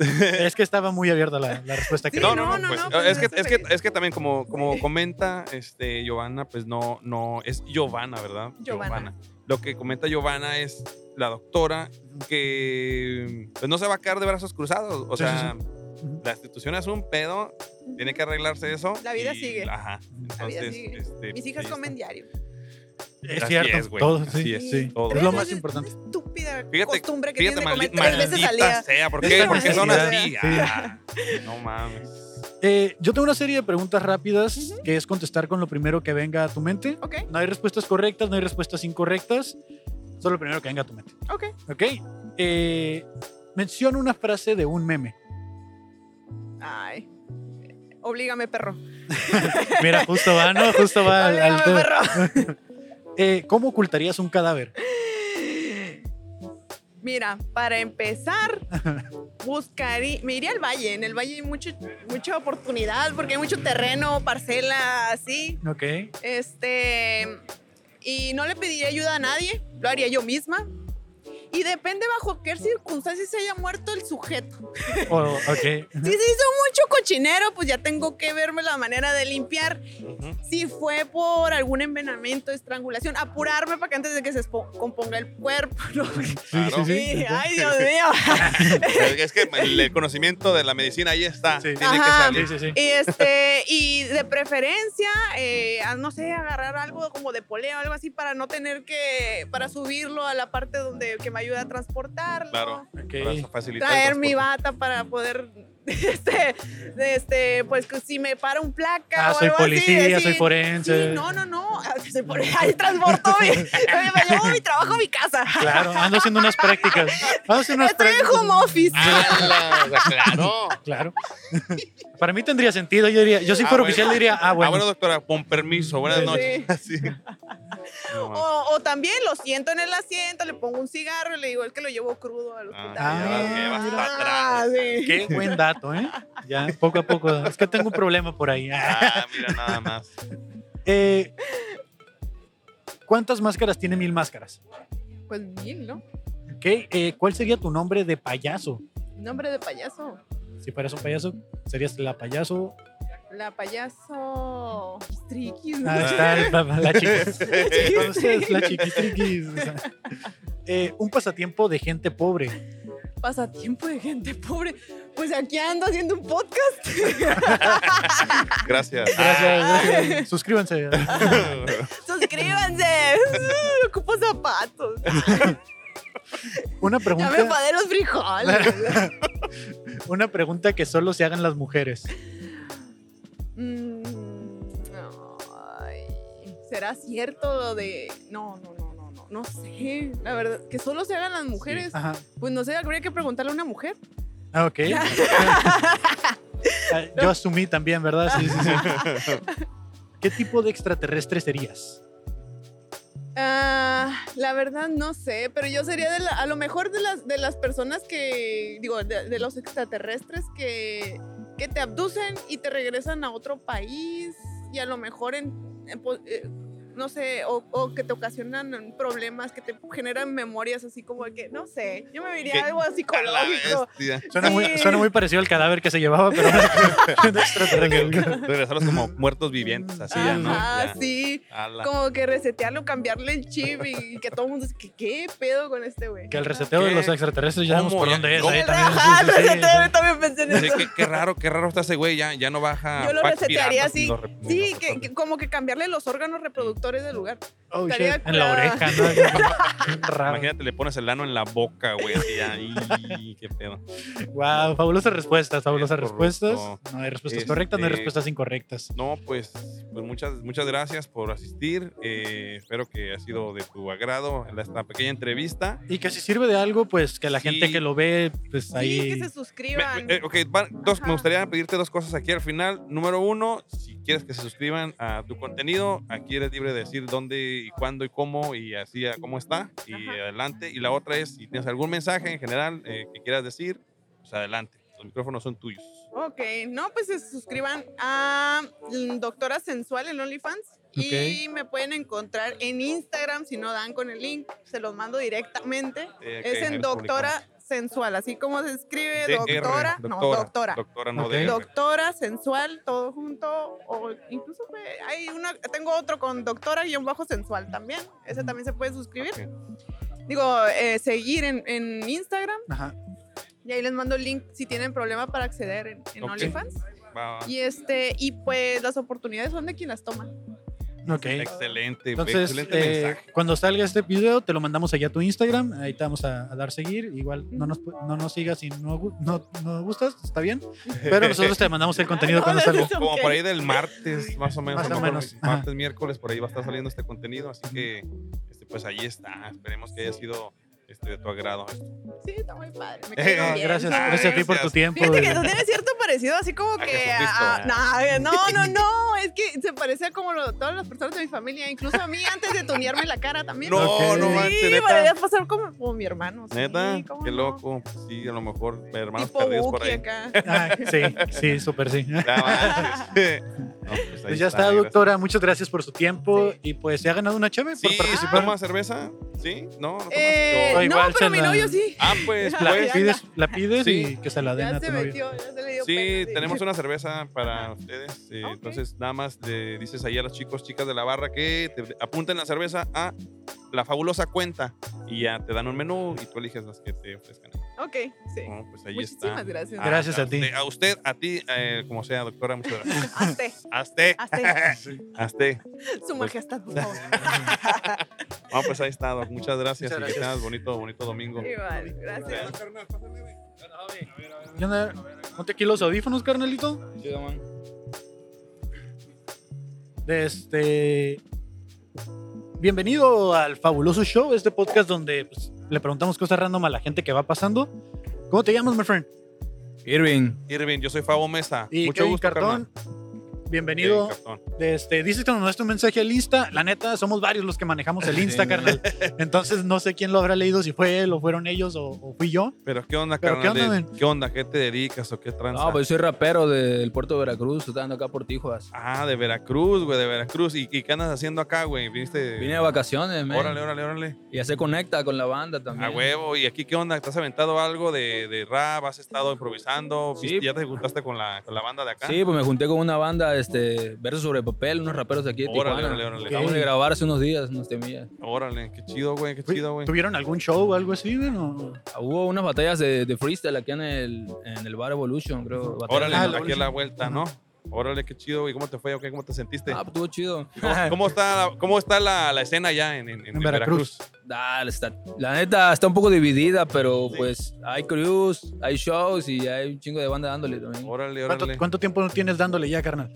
[SPEAKER 2] Es que estaba muy abierta la, la respuesta que
[SPEAKER 8] Sí,
[SPEAKER 3] No,
[SPEAKER 2] di.
[SPEAKER 3] no, no,
[SPEAKER 8] no, no,
[SPEAKER 3] pues,
[SPEAKER 8] no, pues,
[SPEAKER 3] es,
[SPEAKER 8] no
[SPEAKER 3] que,
[SPEAKER 8] estoy
[SPEAKER 3] es, que,
[SPEAKER 8] feliz.
[SPEAKER 3] es que también como, como comenta este, Giovanna, pues no, no, es Giovanna, ¿verdad?
[SPEAKER 8] Giovanna.
[SPEAKER 3] Lo que comenta Giovanna es la doctora que pues, no se va a quedar de brazos cruzados. O
[SPEAKER 2] Sí,
[SPEAKER 3] sea,
[SPEAKER 2] Ujú.
[SPEAKER 3] la institución es un pedo, tiene que arreglarse eso.
[SPEAKER 8] La vida
[SPEAKER 3] y-
[SPEAKER 8] sigue.
[SPEAKER 3] Ajá.
[SPEAKER 8] La vida
[SPEAKER 3] Entonces,
[SPEAKER 8] sigue.
[SPEAKER 3] este,
[SPEAKER 8] Mis hijas
[SPEAKER 3] ahí
[SPEAKER 8] comen
[SPEAKER 3] está.
[SPEAKER 8] diario.
[SPEAKER 2] Es
[SPEAKER 3] Así
[SPEAKER 2] cierto.
[SPEAKER 3] es, güey,
[SPEAKER 2] todo,
[SPEAKER 3] así
[SPEAKER 2] sí,
[SPEAKER 3] es,
[SPEAKER 2] sí.
[SPEAKER 3] todo.
[SPEAKER 2] Es lo más
[SPEAKER 8] Tres
[SPEAKER 2] importante.
[SPEAKER 8] veces- Estúpida
[SPEAKER 3] Fíjate-
[SPEAKER 8] costumbre que
[SPEAKER 3] Fíjate,
[SPEAKER 8] tienen de comer
[SPEAKER 3] maldi-
[SPEAKER 8] tres veces al
[SPEAKER 3] maldita
[SPEAKER 8] día.
[SPEAKER 3] sea, ¿por qué?
[SPEAKER 2] Esta
[SPEAKER 3] ¿Por qué son así?
[SPEAKER 2] necesidad,
[SPEAKER 3] Ah, no mames.
[SPEAKER 2] Eh, yo tengo una serie de preguntas rápidas que es contestar con lo primero que venga a tu mente.
[SPEAKER 8] Ok,
[SPEAKER 2] No hay respuestas correctas, no hay respuestas incorrectas. Solo lo primero que venga a tu mente.
[SPEAKER 8] ok.
[SPEAKER 2] ¿Ok? Eh, menciona una frase de un meme.
[SPEAKER 8] Ay. Oblígame, perro.
[SPEAKER 2] Mira, justo va, ¿no? Justo va al- al
[SPEAKER 8] Oblígame,
[SPEAKER 2] pedo.
[SPEAKER 8] perro.
[SPEAKER 2] Eh, ¿Cómo ocultarías un cadáver?
[SPEAKER 8] Mira, para empezar, buscaría, me iría al valle. En el valle hay mucho, mucha oportunidad porque hay mucho terreno, parcela, así.
[SPEAKER 2] Ok.
[SPEAKER 8] Este. Y no le pediría ayuda a nadie, lo haría yo misma. Y depende bajo qué circunstancias se haya muerto el sujeto.
[SPEAKER 2] O- ok.
[SPEAKER 8] Si se hizo mucho cochinero, pues ya tengo que verme la manera de limpiar.
[SPEAKER 3] Ujú.
[SPEAKER 8] Si fue por algún envenenamiento, estrangulación, apurarme para que antes de que se expo- componga el cuerpo. ¿no?
[SPEAKER 2] Sí, sí,
[SPEAKER 3] Claro.
[SPEAKER 2] sí.
[SPEAKER 8] Sí, Ay, Dios mío.
[SPEAKER 3] Es que el conocimiento de la medicina ahí está.
[SPEAKER 2] Sí.
[SPEAKER 3] Tiene que
[SPEAKER 8] Ajá.
[SPEAKER 3] salir.
[SPEAKER 2] Sí, sí, sí.
[SPEAKER 8] Y este, y de preferencia, eh, a- no sé, agarrar algo como de polea o algo así para no tener que, para subirlo a la parte donde que me ayuda a transportarlo.
[SPEAKER 3] Claro. Para
[SPEAKER 2] Ok.
[SPEAKER 3] facilitar el
[SPEAKER 8] Traer mi
[SPEAKER 3] transporte.
[SPEAKER 8] bata para poder, este, este, pues que si me para un placa
[SPEAKER 2] Ah,
[SPEAKER 8] o
[SPEAKER 2] soy
[SPEAKER 8] algo
[SPEAKER 2] policía,
[SPEAKER 8] así.
[SPEAKER 2] soy
[SPEAKER 8] decir,
[SPEAKER 2] forense.
[SPEAKER 8] sí, no, no, no, soy policía, ahí transporto mi, me llevo mi trabajo a mi casa.
[SPEAKER 2] Claro, ando haciendo unas prácticas. Ando haciendo unas
[SPEAKER 8] Estoy en
[SPEAKER 2] prácticas.
[SPEAKER 8] home office.
[SPEAKER 3] Ah, la- claro.
[SPEAKER 2] Claro. Para mí tendría sentido. Yo diría, yo si
[SPEAKER 3] Ah,
[SPEAKER 2] fuera
[SPEAKER 3] bueno.
[SPEAKER 2] oficial diría, ah, bueno.
[SPEAKER 3] Ah, bueno, doctora, con permiso. Buenas
[SPEAKER 2] Sí.
[SPEAKER 3] noches. Sí. No, man.
[SPEAKER 8] O, o también lo siento en el asiento, le pongo un cigarro y le digo, es que lo llevo crudo al hospital.
[SPEAKER 2] Ah,
[SPEAKER 3] ya vas- ya vas para
[SPEAKER 8] Ah,
[SPEAKER 3] atrás.
[SPEAKER 8] sí.
[SPEAKER 2] Qué buen dato, ¿eh? Ya, poco a poco. Es que tengo un problema por ahí.
[SPEAKER 3] Ah, mira nada más.
[SPEAKER 2] Eh, ¿Cuántas máscaras tiene mil máscaras?
[SPEAKER 5] Pues mil, ¿no?
[SPEAKER 2] ¿Qué, eh, ¿Cuál sería tu nombre de payaso?
[SPEAKER 5] Nombre de payaso.
[SPEAKER 2] Si fueras un payaso, serías la payaso.
[SPEAKER 5] La payaso. Triquis.
[SPEAKER 2] Ah, está el- la, la chiquis. Entonces, la chiquistriquis. O sea, eh, un pasatiempo de gente pobre.
[SPEAKER 5] Pasatiempo de gente pobre. Pues aquí ando haciendo un podcast.
[SPEAKER 3] Gracias.
[SPEAKER 2] Gracias, gracias. Suscríbanse.
[SPEAKER 8] Suscríbanse. Ocupo zapatos.
[SPEAKER 2] Una
[SPEAKER 8] Ya me
[SPEAKER 2] pregunta,
[SPEAKER 8] enfadé los frijoles.
[SPEAKER 2] una pregunta que solo se hagan las mujeres.
[SPEAKER 8] Mm, ay, ¿Será cierto lo de.? No, no, no, no, no. No sé. La verdad, que solo se hagan las mujeres.
[SPEAKER 2] Ajá.
[SPEAKER 8] Pues no sé, habría que preguntarle a una mujer.
[SPEAKER 2] Ah, ok. Ah, Yo asumí también, ¿verdad? Sí, sí, sí. ¿Qué tipo de extraterrestre serías?
[SPEAKER 8] Ah, la verdad no sé, pero yo sería de la- a lo mejor de las, de las personas que, digo, de, de los extraterrestres que, que te abducen y te regresan a otro país y a lo mejor en, en po- eh, no sé, o, o que te ocasionan problemas, que te generan memorias así como que, no sé, yo me
[SPEAKER 3] Que-
[SPEAKER 8] diría algo
[SPEAKER 3] A la
[SPEAKER 8] psicológico.
[SPEAKER 3] bestia.
[SPEAKER 2] Suena, muy,
[SPEAKER 8] Sí.
[SPEAKER 2] suena muy parecido al cadáver que se llevaba, pero un extraterrestre.
[SPEAKER 3] Regresarlos como muertos vivientes, así ya, ¿no?
[SPEAKER 8] Ajá,
[SPEAKER 3] Ya.
[SPEAKER 8] Ah, sí,
[SPEAKER 3] Ala.
[SPEAKER 8] como que resetearlo, cambiarle el chip y, que todo el mundo dice, ¿qué, qué pedo con este güey?
[SPEAKER 2] Que el reseteo de
[SPEAKER 3] ¿Qué?
[SPEAKER 2] los extraterrestres ya sabemos
[SPEAKER 3] ¿Cómo?
[SPEAKER 2] por dónde es.
[SPEAKER 3] ¿Cómo?
[SPEAKER 2] ahí
[SPEAKER 8] El
[SPEAKER 2] también,
[SPEAKER 8] ajá,
[SPEAKER 2] sí, sí, sí,
[SPEAKER 8] reseteo, yo también pensé en
[SPEAKER 3] Sí,
[SPEAKER 8] eso.
[SPEAKER 3] qué, qué raro, qué raro está ese güey, ya, ya no baja.
[SPEAKER 8] Yo lo
[SPEAKER 3] Ah, va
[SPEAKER 8] resetearía
[SPEAKER 3] expirando,
[SPEAKER 8] así.
[SPEAKER 3] lo re-
[SPEAKER 8] Sí,
[SPEAKER 3] lo-
[SPEAKER 8] que, que como que cambiarle los órganos reproductores del lugar.
[SPEAKER 2] Oh, shit,
[SPEAKER 8] Estaría
[SPEAKER 2] En la
[SPEAKER 8] curada.
[SPEAKER 2] oreja, ¿no? Raro.
[SPEAKER 3] Imagínate, le pones el ano en la boca, güey. así ya, y- qué pedo.
[SPEAKER 2] Wow, fabulosas respuestas, fabulosas
[SPEAKER 3] Correcto.
[SPEAKER 2] respuestas. No hay respuestas
[SPEAKER 3] Este-
[SPEAKER 2] correctas, no hay respuestas incorrectas.
[SPEAKER 3] No, pues, pues muchas, muchas gracias por asistir. Eh, espero que ha sido de tu agrado esta pequeña entrevista.
[SPEAKER 2] Y que si sirve de algo, pues que la
[SPEAKER 3] Sí.
[SPEAKER 2] gente que lo ve, pues
[SPEAKER 8] Sí,
[SPEAKER 2] ahí.
[SPEAKER 8] que se
[SPEAKER 3] Me,
[SPEAKER 8] suscriban.
[SPEAKER 3] me- eh, ok, van- dos, me
[SPEAKER 8] Ajá.
[SPEAKER 3] gustaría pedirte dos cosas aquí al final. Número uno, si quieres que se suscriban a tu contenido, aquí eres libre de decir dónde y cuándo y cómo y así a cómo está y
[SPEAKER 8] Ajá.
[SPEAKER 3] adelante. Y la otra es, si tienes algún mensaje en general eh, que quieras decir, pues adelante. Los micrófonos son tuyos.
[SPEAKER 8] Ok, no, pues se suscriban a mm, Doctora Sensual en OnlyFans. Y me pueden encontrar en Instagram si no dan con el link. Se los mando directamente.
[SPEAKER 3] Eh, ok,
[SPEAKER 8] es
[SPEAKER 3] ahí
[SPEAKER 8] en
[SPEAKER 3] los
[SPEAKER 8] Doctora Sensual, así como se escribe
[SPEAKER 3] DR,
[SPEAKER 8] doctora, No, doctora.
[SPEAKER 3] Doctora, no
[SPEAKER 2] Ok.
[SPEAKER 3] DR.
[SPEAKER 8] Doctora sensual, todo junto, o incluso eh, hay una, tengo otro con doctora guión bajo sensual también, ese también se puede suscribir.
[SPEAKER 3] Ok.
[SPEAKER 8] Digo, eh, seguir en, en Instagram
[SPEAKER 2] Ajá.
[SPEAKER 8] y ahí les mando el link si tienen problema para acceder en, en
[SPEAKER 3] Ok.
[SPEAKER 8] OnlyFans.
[SPEAKER 3] Va, va.
[SPEAKER 8] Y este, y pues las oportunidades son de quien las toma.
[SPEAKER 2] Ok.
[SPEAKER 3] Excelente,
[SPEAKER 2] Entonces,
[SPEAKER 3] excelente
[SPEAKER 2] eh,
[SPEAKER 3] mensaje.
[SPEAKER 2] cuando salga este video, te lo mandamos allá a tu Instagram. Ahí te vamos a, a dar seguir. Igual no nos, pu- no nos sigas si no, gu- no, no gustas, está bien. Pero nosotros te mandamos el contenido
[SPEAKER 8] no,
[SPEAKER 2] cuando
[SPEAKER 8] no,
[SPEAKER 2] salga.
[SPEAKER 8] no, no.
[SPEAKER 3] Como
[SPEAKER 8] Ok.
[SPEAKER 3] por ahí del martes, más o menos.
[SPEAKER 2] Más
[SPEAKER 3] ¿no?
[SPEAKER 2] o menos,
[SPEAKER 3] Por-
[SPEAKER 2] ajá.
[SPEAKER 3] Martes, miércoles, por ahí va a estar saliendo este contenido. Así que, este, pues ahí está. Esperemos que haya sido este, de tu agrado.
[SPEAKER 8] Sí, está muy padre. Me
[SPEAKER 3] Eh,
[SPEAKER 8] quedo
[SPEAKER 2] No,
[SPEAKER 8] bien.
[SPEAKER 2] gracias,
[SPEAKER 3] Ah,
[SPEAKER 2] gracias a ti por este
[SPEAKER 3] gracias.
[SPEAKER 2] tu
[SPEAKER 3] Ah,
[SPEAKER 2] tiempo.
[SPEAKER 8] Fíjate que
[SPEAKER 2] güey.
[SPEAKER 8] tú tienes cierto parecido, así como
[SPEAKER 3] A
[SPEAKER 8] que.
[SPEAKER 3] Jesucristo,
[SPEAKER 8] a-
[SPEAKER 3] ¿verdad?
[SPEAKER 8] no, no, no. Es que se parece a como lo- todas las personas de mi familia, incluso a mí antes de tunearme la cara también.
[SPEAKER 3] No,
[SPEAKER 2] Ok.
[SPEAKER 3] no
[SPEAKER 8] sí,
[SPEAKER 3] manches,
[SPEAKER 8] podría
[SPEAKER 3] neta.
[SPEAKER 8] pasar como, como mi hermano. sí,
[SPEAKER 3] Neta,
[SPEAKER 8] ¿cómo
[SPEAKER 3] qué
[SPEAKER 8] no?
[SPEAKER 3] loco. Sí, a lo mejor hermanos
[SPEAKER 8] Tipo
[SPEAKER 3] perdidos por
[SPEAKER 8] Buki
[SPEAKER 3] ahí.
[SPEAKER 8] acá.
[SPEAKER 2] Ah, sí, sí, súper sí.
[SPEAKER 3] No manches. No, pues ahí
[SPEAKER 2] Pues ya está,
[SPEAKER 3] gracias.
[SPEAKER 2] doctora. Muchas gracias por su tiempo. Y pues se ha ganado una cheve
[SPEAKER 3] Sí,
[SPEAKER 2] por
[SPEAKER 3] ¿sí
[SPEAKER 2] participar.
[SPEAKER 3] toma cerveza? ¿Sí? No, no tomas.
[SPEAKER 8] Eh,
[SPEAKER 2] Yo-
[SPEAKER 8] no,
[SPEAKER 2] Igual
[SPEAKER 8] pero
[SPEAKER 2] se
[SPEAKER 8] mi
[SPEAKER 2] la-
[SPEAKER 8] novio sí.
[SPEAKER 3] Yo- Ah, pues,
[SPEAKER 8] Ya,
[SPEAKER 2] La
[SPEAKER 3] pues.
[SPEAKER 8] ya.
[SPEAKER 2] pides, la pides y
[SPEAKER 3] Sí.
[SPEAKER 2] que se la den
[SPEAKER 8] Ya
[SPEAKER 2] a
[SPEAKER 8] se
[SPEAKER 2] tu novio.
[SPEAKER 8] metió, ya se le dio
[SPEAKER 3] Sí,
[SPEAKER 8] pena,
[SPEAKER 3] tenemos una cerveza para ustedes. eh,
[SPEAKER 8] Ok.
[SPEAKER 3] Entonces, nada más le dices ahí a los chicos, chicas de la barra que te apunten la cerveza a la fabulosa cuenta y ya te dan un menú y tú eliges las que te ofrezcan.
[SPEAKER 8] Ok, sí.
[SPEAKER 3] No, pues ahí
[SPEAKER 8] Muchísimas
[SPEAKER 3] está.
[SPEAKER 8] gracias.
[SPEAKER 3] Ah,
[SPEAKER 2] Gracias a ti.
[SPEAKER 3] usted- A usted, a ti, eh, como sea, doctora, muchas gracias. Hazte,
[SPEAKER 8] Hazte, hazte.
[SPEAKER 3] hazte. Pues,
[SPEAKER 8] Su majestad, por favor.
[SPEAKER 3] No, pues ahí está, Doc. Muchas gracias.
[SPEAKER 2] Muchas
[SPEAKER 3] y que
[SPEAKER 2] gracias.
[SPEAKER 3] tengas bonito, bonito domingo.
[SPEAKER 8] Igual, gracias.
[SPEAKER 2] ¿Qué onda? Ponte aquí los audífonos, carnalito.
[SPEAKER 10] Chido, man.
[SPEAKER 2] De Este. Bienvenido al fabuloso show, este podcast donde pues, le preguntamos cosas random a la gente que va pasando. ¿Cómo te llamas, my friend?
[SPEAKER 10] Irving.
[SPEAKER 3] Irving, yo soy Fabo Mesa.
[SPEAKER 2] Y
[SPEAKER 3] Mucho
[SPEAKER 2] Kevin
[SPEAKER 3] gusto,
[SPEAKER 2] Cartón.
[SPEAKER 3] carnal.
[SPEAKER 2] Bienvenido.
[SPEAKER 3] Kevin Cartón.
[SPEAKER 2] de este, dices que nos mandaste un mensaje al Insta. La neta, somos varios los que manejamos el Insta,
[SPEAKER 10] Sí.
[SPEAKER 2] carnal. Entonces, no sé quién lo habrá leído, si fue él o fueron ellos o, o fui yo.
[SPEAKER 3] Pero qué onda,
[SPEAKER 2] Pero, ¿qué
[SPEAKER 3] carnal? ¿De-
[SPEAKER 2] onda,
[SPEAKER 3] ¿Qué
[SPEAKER 2] men?
[SPEAKER 3] onda? ¿Qué te dedicas o qué tranza?
[SPEAKER 10] No, pues soy rapero del puerto de Veracruz, estoy dando acá por Tijuas.
[SPEAKER 3] Ah, de Veracruz, güey, de Veracruz. ¿Y, y qué andas haciendo acá, güey? ¿Viniste?
[SPEAKER 10] Vine de vacaciones, man.
[SPEAKER 3] Órale, órale, órale. Ah,
[SPEAKER 10] Y ya se conecta con la banda
[SPEAKER 3] A
[SPEAKER 10] también.
[SPEAKER 3] huevo. ¿Y aquí qué onda? ¿Te has aventado algo de, de rap? ¿Has estado improvisando?
[SPEAKER 10] Sí.
[SPEAKER 3] ¿Viste- ¿Ya te juntaste con la, con la banda de acá?
[SPEAKER 10] Sí, pues me junté con una banda, este, verso sobre papel, unos raperos de aquí de
[SPEAKER 3] Órale,
[SPEAKER 10] Tijuana.
[SPEAKER 3] órale, órale.
[SPEAKER 10] Acabamos de grabar hace unos días, unos temillas.
[SPEAKER 3] Órale, qué chido, güey, qué chido, güey.
[SPEAKER 2] ¿Tuvieron algún show o algo así? güey? O-
[SPEAKER 10] Ah, Hubo unas batallas de, de freestyle aquí en el, en el bar Evolution, creo. batallas
[SPEAKER 3] Órale,
[SPEAKER 2] Ah,
[SPEAKER 10] de-
[SPEAKER 3] aquí
[SPEAKER 2] la
[SPEAKER 3] a
[SPEAKER 2] última.
[SPEAKER 3] la vuelta, ¿no? Órale, qué chido, güey. ¿Cómo te fue? o qué? ¿Cómo te sentiste?
[SPEAKER 10] Ah, pues, estuvo chido.
[SPEAKER 3] ¿Cómo, cómo está, la, cómo está la, la escena ya en, en- en
[SPEAKER 2] En Veracruz.
[SPEAKER 3] Veracruz?
[SPEAKER 10] Ah, está- la neta está un poco dividida, pero
[SPEAKER 3] Sí.
[SPEAKER 10] pues hay crews, hay shows y hay un chingo de banda dándole también.
[SPEAKER 3] Órale,
[SPEAKER 2] ¿Cuánto,
[SPEAKER 3] órale.
[SPEAKER 2] cuánto tiempo tienes dándole ya, carnal?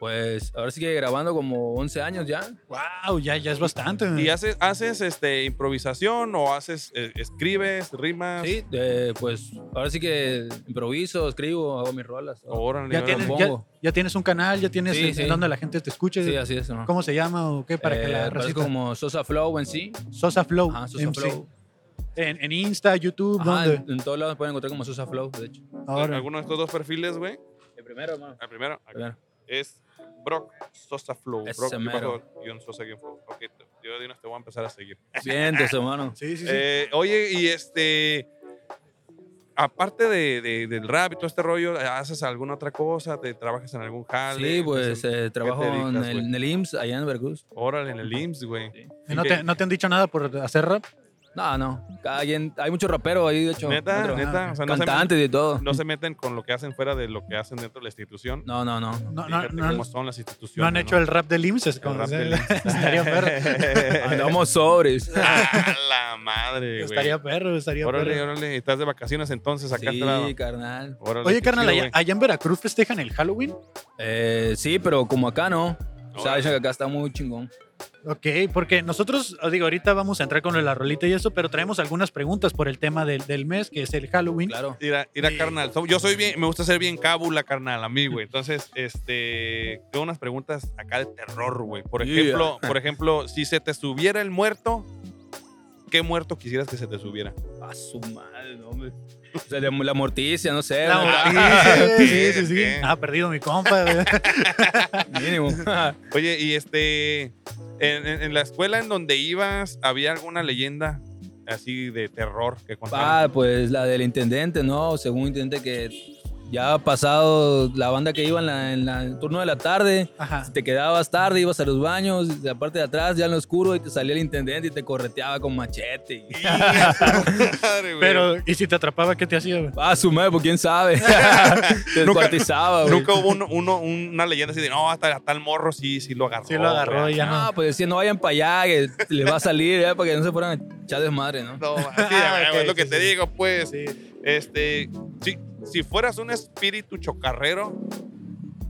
[SPEAKER 10] Pues ahora sí que grabando como 11 años ya.
[SPEAKER 2] ¡Wow! Ya, ya es bastante.
[SPEAKER 3] ¿Y haces, haces este, improvisación o haces, eh, escribes, rimas?
[SPEAKER 10] Sí, eh, pues ahora sí que improviso, escribo, hago mis rolas. todo.
[SPEAKER 3] Órale,
[SPEAKER 2] ya,
[SPEAKER 3] órale.
[SPEAKER 2] tienes, ya,
[SPEAKER 10] compongo.
[SPEAKER 2] ya tienes un canal, ya tienes
[SPEAKER 10] Sí,
[SPEAKER 2] en-
[SPEAKER 10] sí.
[SPEAKER 2] en donde la gente te escuche.
[SPEAKER 10] Sí, así es. ¿no?
[SPEAKER 2] ¿Cómo se llama o qué? Para que
[SPEAKER 10] Eh,
[SPEAKER 2] la
[SPEAKER 10] parece
[SPEAKER 2] racista.
[SPEAKER 10] como Sosa Flow en sí.
[SPEAKER 2] Sosa Flow.
[SPEAKER 10] Ajá, Sosa
[SPEAKER 2] MC.
[SPEAKER 10] Flow.
[SPEAKER 2] En, en Insta, YouTube,
[SPEAKER 10] Ajá,
[SPEAKER 2] ¿dónde?
[SPEAKER 10] en, en todos lados pueden encontrar como Sosa Flow, de hecho.
[SPEAKER 2] Ahora.
[SPEAKER 3] Eh, ¿Alguno de estos dos perfiles, güey?
[SPEAKER 10] El primero, hermano.
[SPEAKER 3] El primero. acá. es Brock Sosa Flow.
[SPEAKER 10] Ese
[SPEAKER 3] Brock
[SPEAKER 10] mero.
[SPEAKER 3] bajo guión Sosa guión Flow. Ok, te- yo de una te voy a empezar a seguir.
[SPEAKER 10] Bien, entonces, hermano.
[SPEAKER 2] Sí, sí, sí.
[SPEAKER 3] Eh, oye, y este. Aparte de, de- del rap y todo este rollo, ¿haces alguna otra cosa? ¿Te trabajas en algún jale?
[SPEAKER 10] Sí, pues
[SPEAKER 3] ¿Te-
[SPEAKER 10] eh, trabajo
[SPEAKER 3] dedicas,
[SPEAKER 10] en, el,
[SPEAKER 3] güey?
[SPEAKER 10] en el IMSS allá en Veracruz.
[SPEAKER 3] Órale, en el IMSS, güey.
[SPEAKER 10] Sí.
[SPEAKER 2] ¿Y no, te, no te han dicho nada por hacer rap?
[SPEAKER 10] No, no. Cada quien, hay muchos raperos ahí, de hecho.
[SPEAKER 3] Neta,
[SPEAKER 10] otros
[SPEAKER 3] neta. O sea, no se,
[SPEAKER 10] Cantantes y todo.
[SPEAKER 3] meten- no se meten con lo que hacen fuera de lo que hacen dentro de la institución.
[SPEAKER 10] No, no, no.
[SPEAKER 2] No, no,
[SPEAKER 3] Fíjate
[SPEAKER 2] no,
[SPEAKER 3] cómo son las
[SPEAKER 2] no
[SPEAKER 3] instituciones.
[SPEAKER 2] han hecho el rap del IMSS. es como-
[SPEAKER 3] rap del IMSS.
[SPEAKER 2] estaría perro.
[SPEAKER 10] Andamos sobres.
[SPEAKER 3] ¡Ah, la madre, güey!
[SPEAKER 2] Estaría perro, estaría
[SPEAKER 3] Órale,
[SPEAKER 2] perro.
[SPEAKER 3] órale. Estás de vacaciones entonces acá
[SPEAKER 10] Sí,
[SPEAKER 3] atrás.
[SPEAKER 10] carnal.
[SPEAKER 3] Órale,
[SPEAKER 2] Oye,
[SPEAKER 3] qué
[SPEAKER 2] carnal,
[SPEAKER 3] chido,
[SPEAKER 2] allá,
[SPEAKER 3] güey.
[SPEAKER 2] allá en Veracruz festejan el Halloween.
[SPEAKER 10] Eh, sí, pero como acá no. O sea,
[SPEAKER 3] Órale.
[SPEAKER 10] dicen que acá está muy chingón.
[SPEAKER 2] Ok, porque nosotros, ah, digo, ahorita vamos a entrar con la rolita y eso, pero traemos algunas preguntas por el tema del, del mes, que es el Halloween.
[SPEAKER 10] Claro.
[SPEAKER 3] Mira, mira, carnal. so- Yo soy bien, me gusta ser bien cábula, carnal, a mí, güey. Entonces, este, tengo unas preguntas acá de terror, güey. Por
[SPEAKER 10] Yeah.
[SPEAKER 3] ejemplo, por ejemplo, si se te subiera el muerto, ¿qué muerto quisieras que se te subiera?
[SPEAKER 10] A su madre, no, hombre. O sea, la, la morticia, no sé.
[SPEAKER 2] La
[SPEAKER 10] una-
[SPEAKER 2] noticia, sí,
[SPEAKER 3] bien,
[SPEAKER 2] sí, sí.
[SPEAKER 3] bien.
[SPEAKER 2] Ah, perdido mi compa. güey.
[SPEAKER 10] mínimo.
[SPEAKER 3] Oye, y este, en, en- en la escuela en donde ibas, ¿había alguna leyenda así de terror que contaban?
[SPEAKER 10] Ah, pues la del intendente, ¿no? Según un intendente que ya ha pasado la banda que iba en, la- en la- el turno de la tarde.
[SPEAKER 2] Ajá.
[SPEAKER 10] Te quedabas tarde, ibas a los baños, y la parte de atrás, ya en lo oscuro, y te salía el intendente y te correteaba con machete.
[SPEAKER 3] Madre, güey.
[SPEAKER 2] Pero, ¿y si te atrapaba, qué te hacía? güey?
[SPEAKER 10] Ah, su madre, pues quién sabe. te
[SPEAKER 3] Nunca-
[SPEAKER 10] descuartizaba, güey.
[SPEAKER 3] Nunca hubo uno, uno- una leyenda así de, no, hasta, hasta el morro sí, sí lo agarró.
[SPEAKER 2] Sí, lo agarró
[SPEAKER 3] güey".
[SPEAKER 2] y ya
[SPEAKER 10] No,
[SPEAKER 2] no.
[SPEAKER 10] pues decía, no vayan para allá, que les va a salir, ¿eh? para que no se fueran a echar desmadre, ¿no?
[SPEAKER 3] No, así,
[SPEAKER 2] Ah, ok,
[SPEAKER 3] es lo que
[SPEAKER 2] sí,
[SPEAKER 3] te
[SPEAKER 2] sí.
[SPEAKER 3] digo, pues.
[SPEAKER 2] Sí.
[SPEAKER 3] Este, si, si fueras un espíritu chocarrero,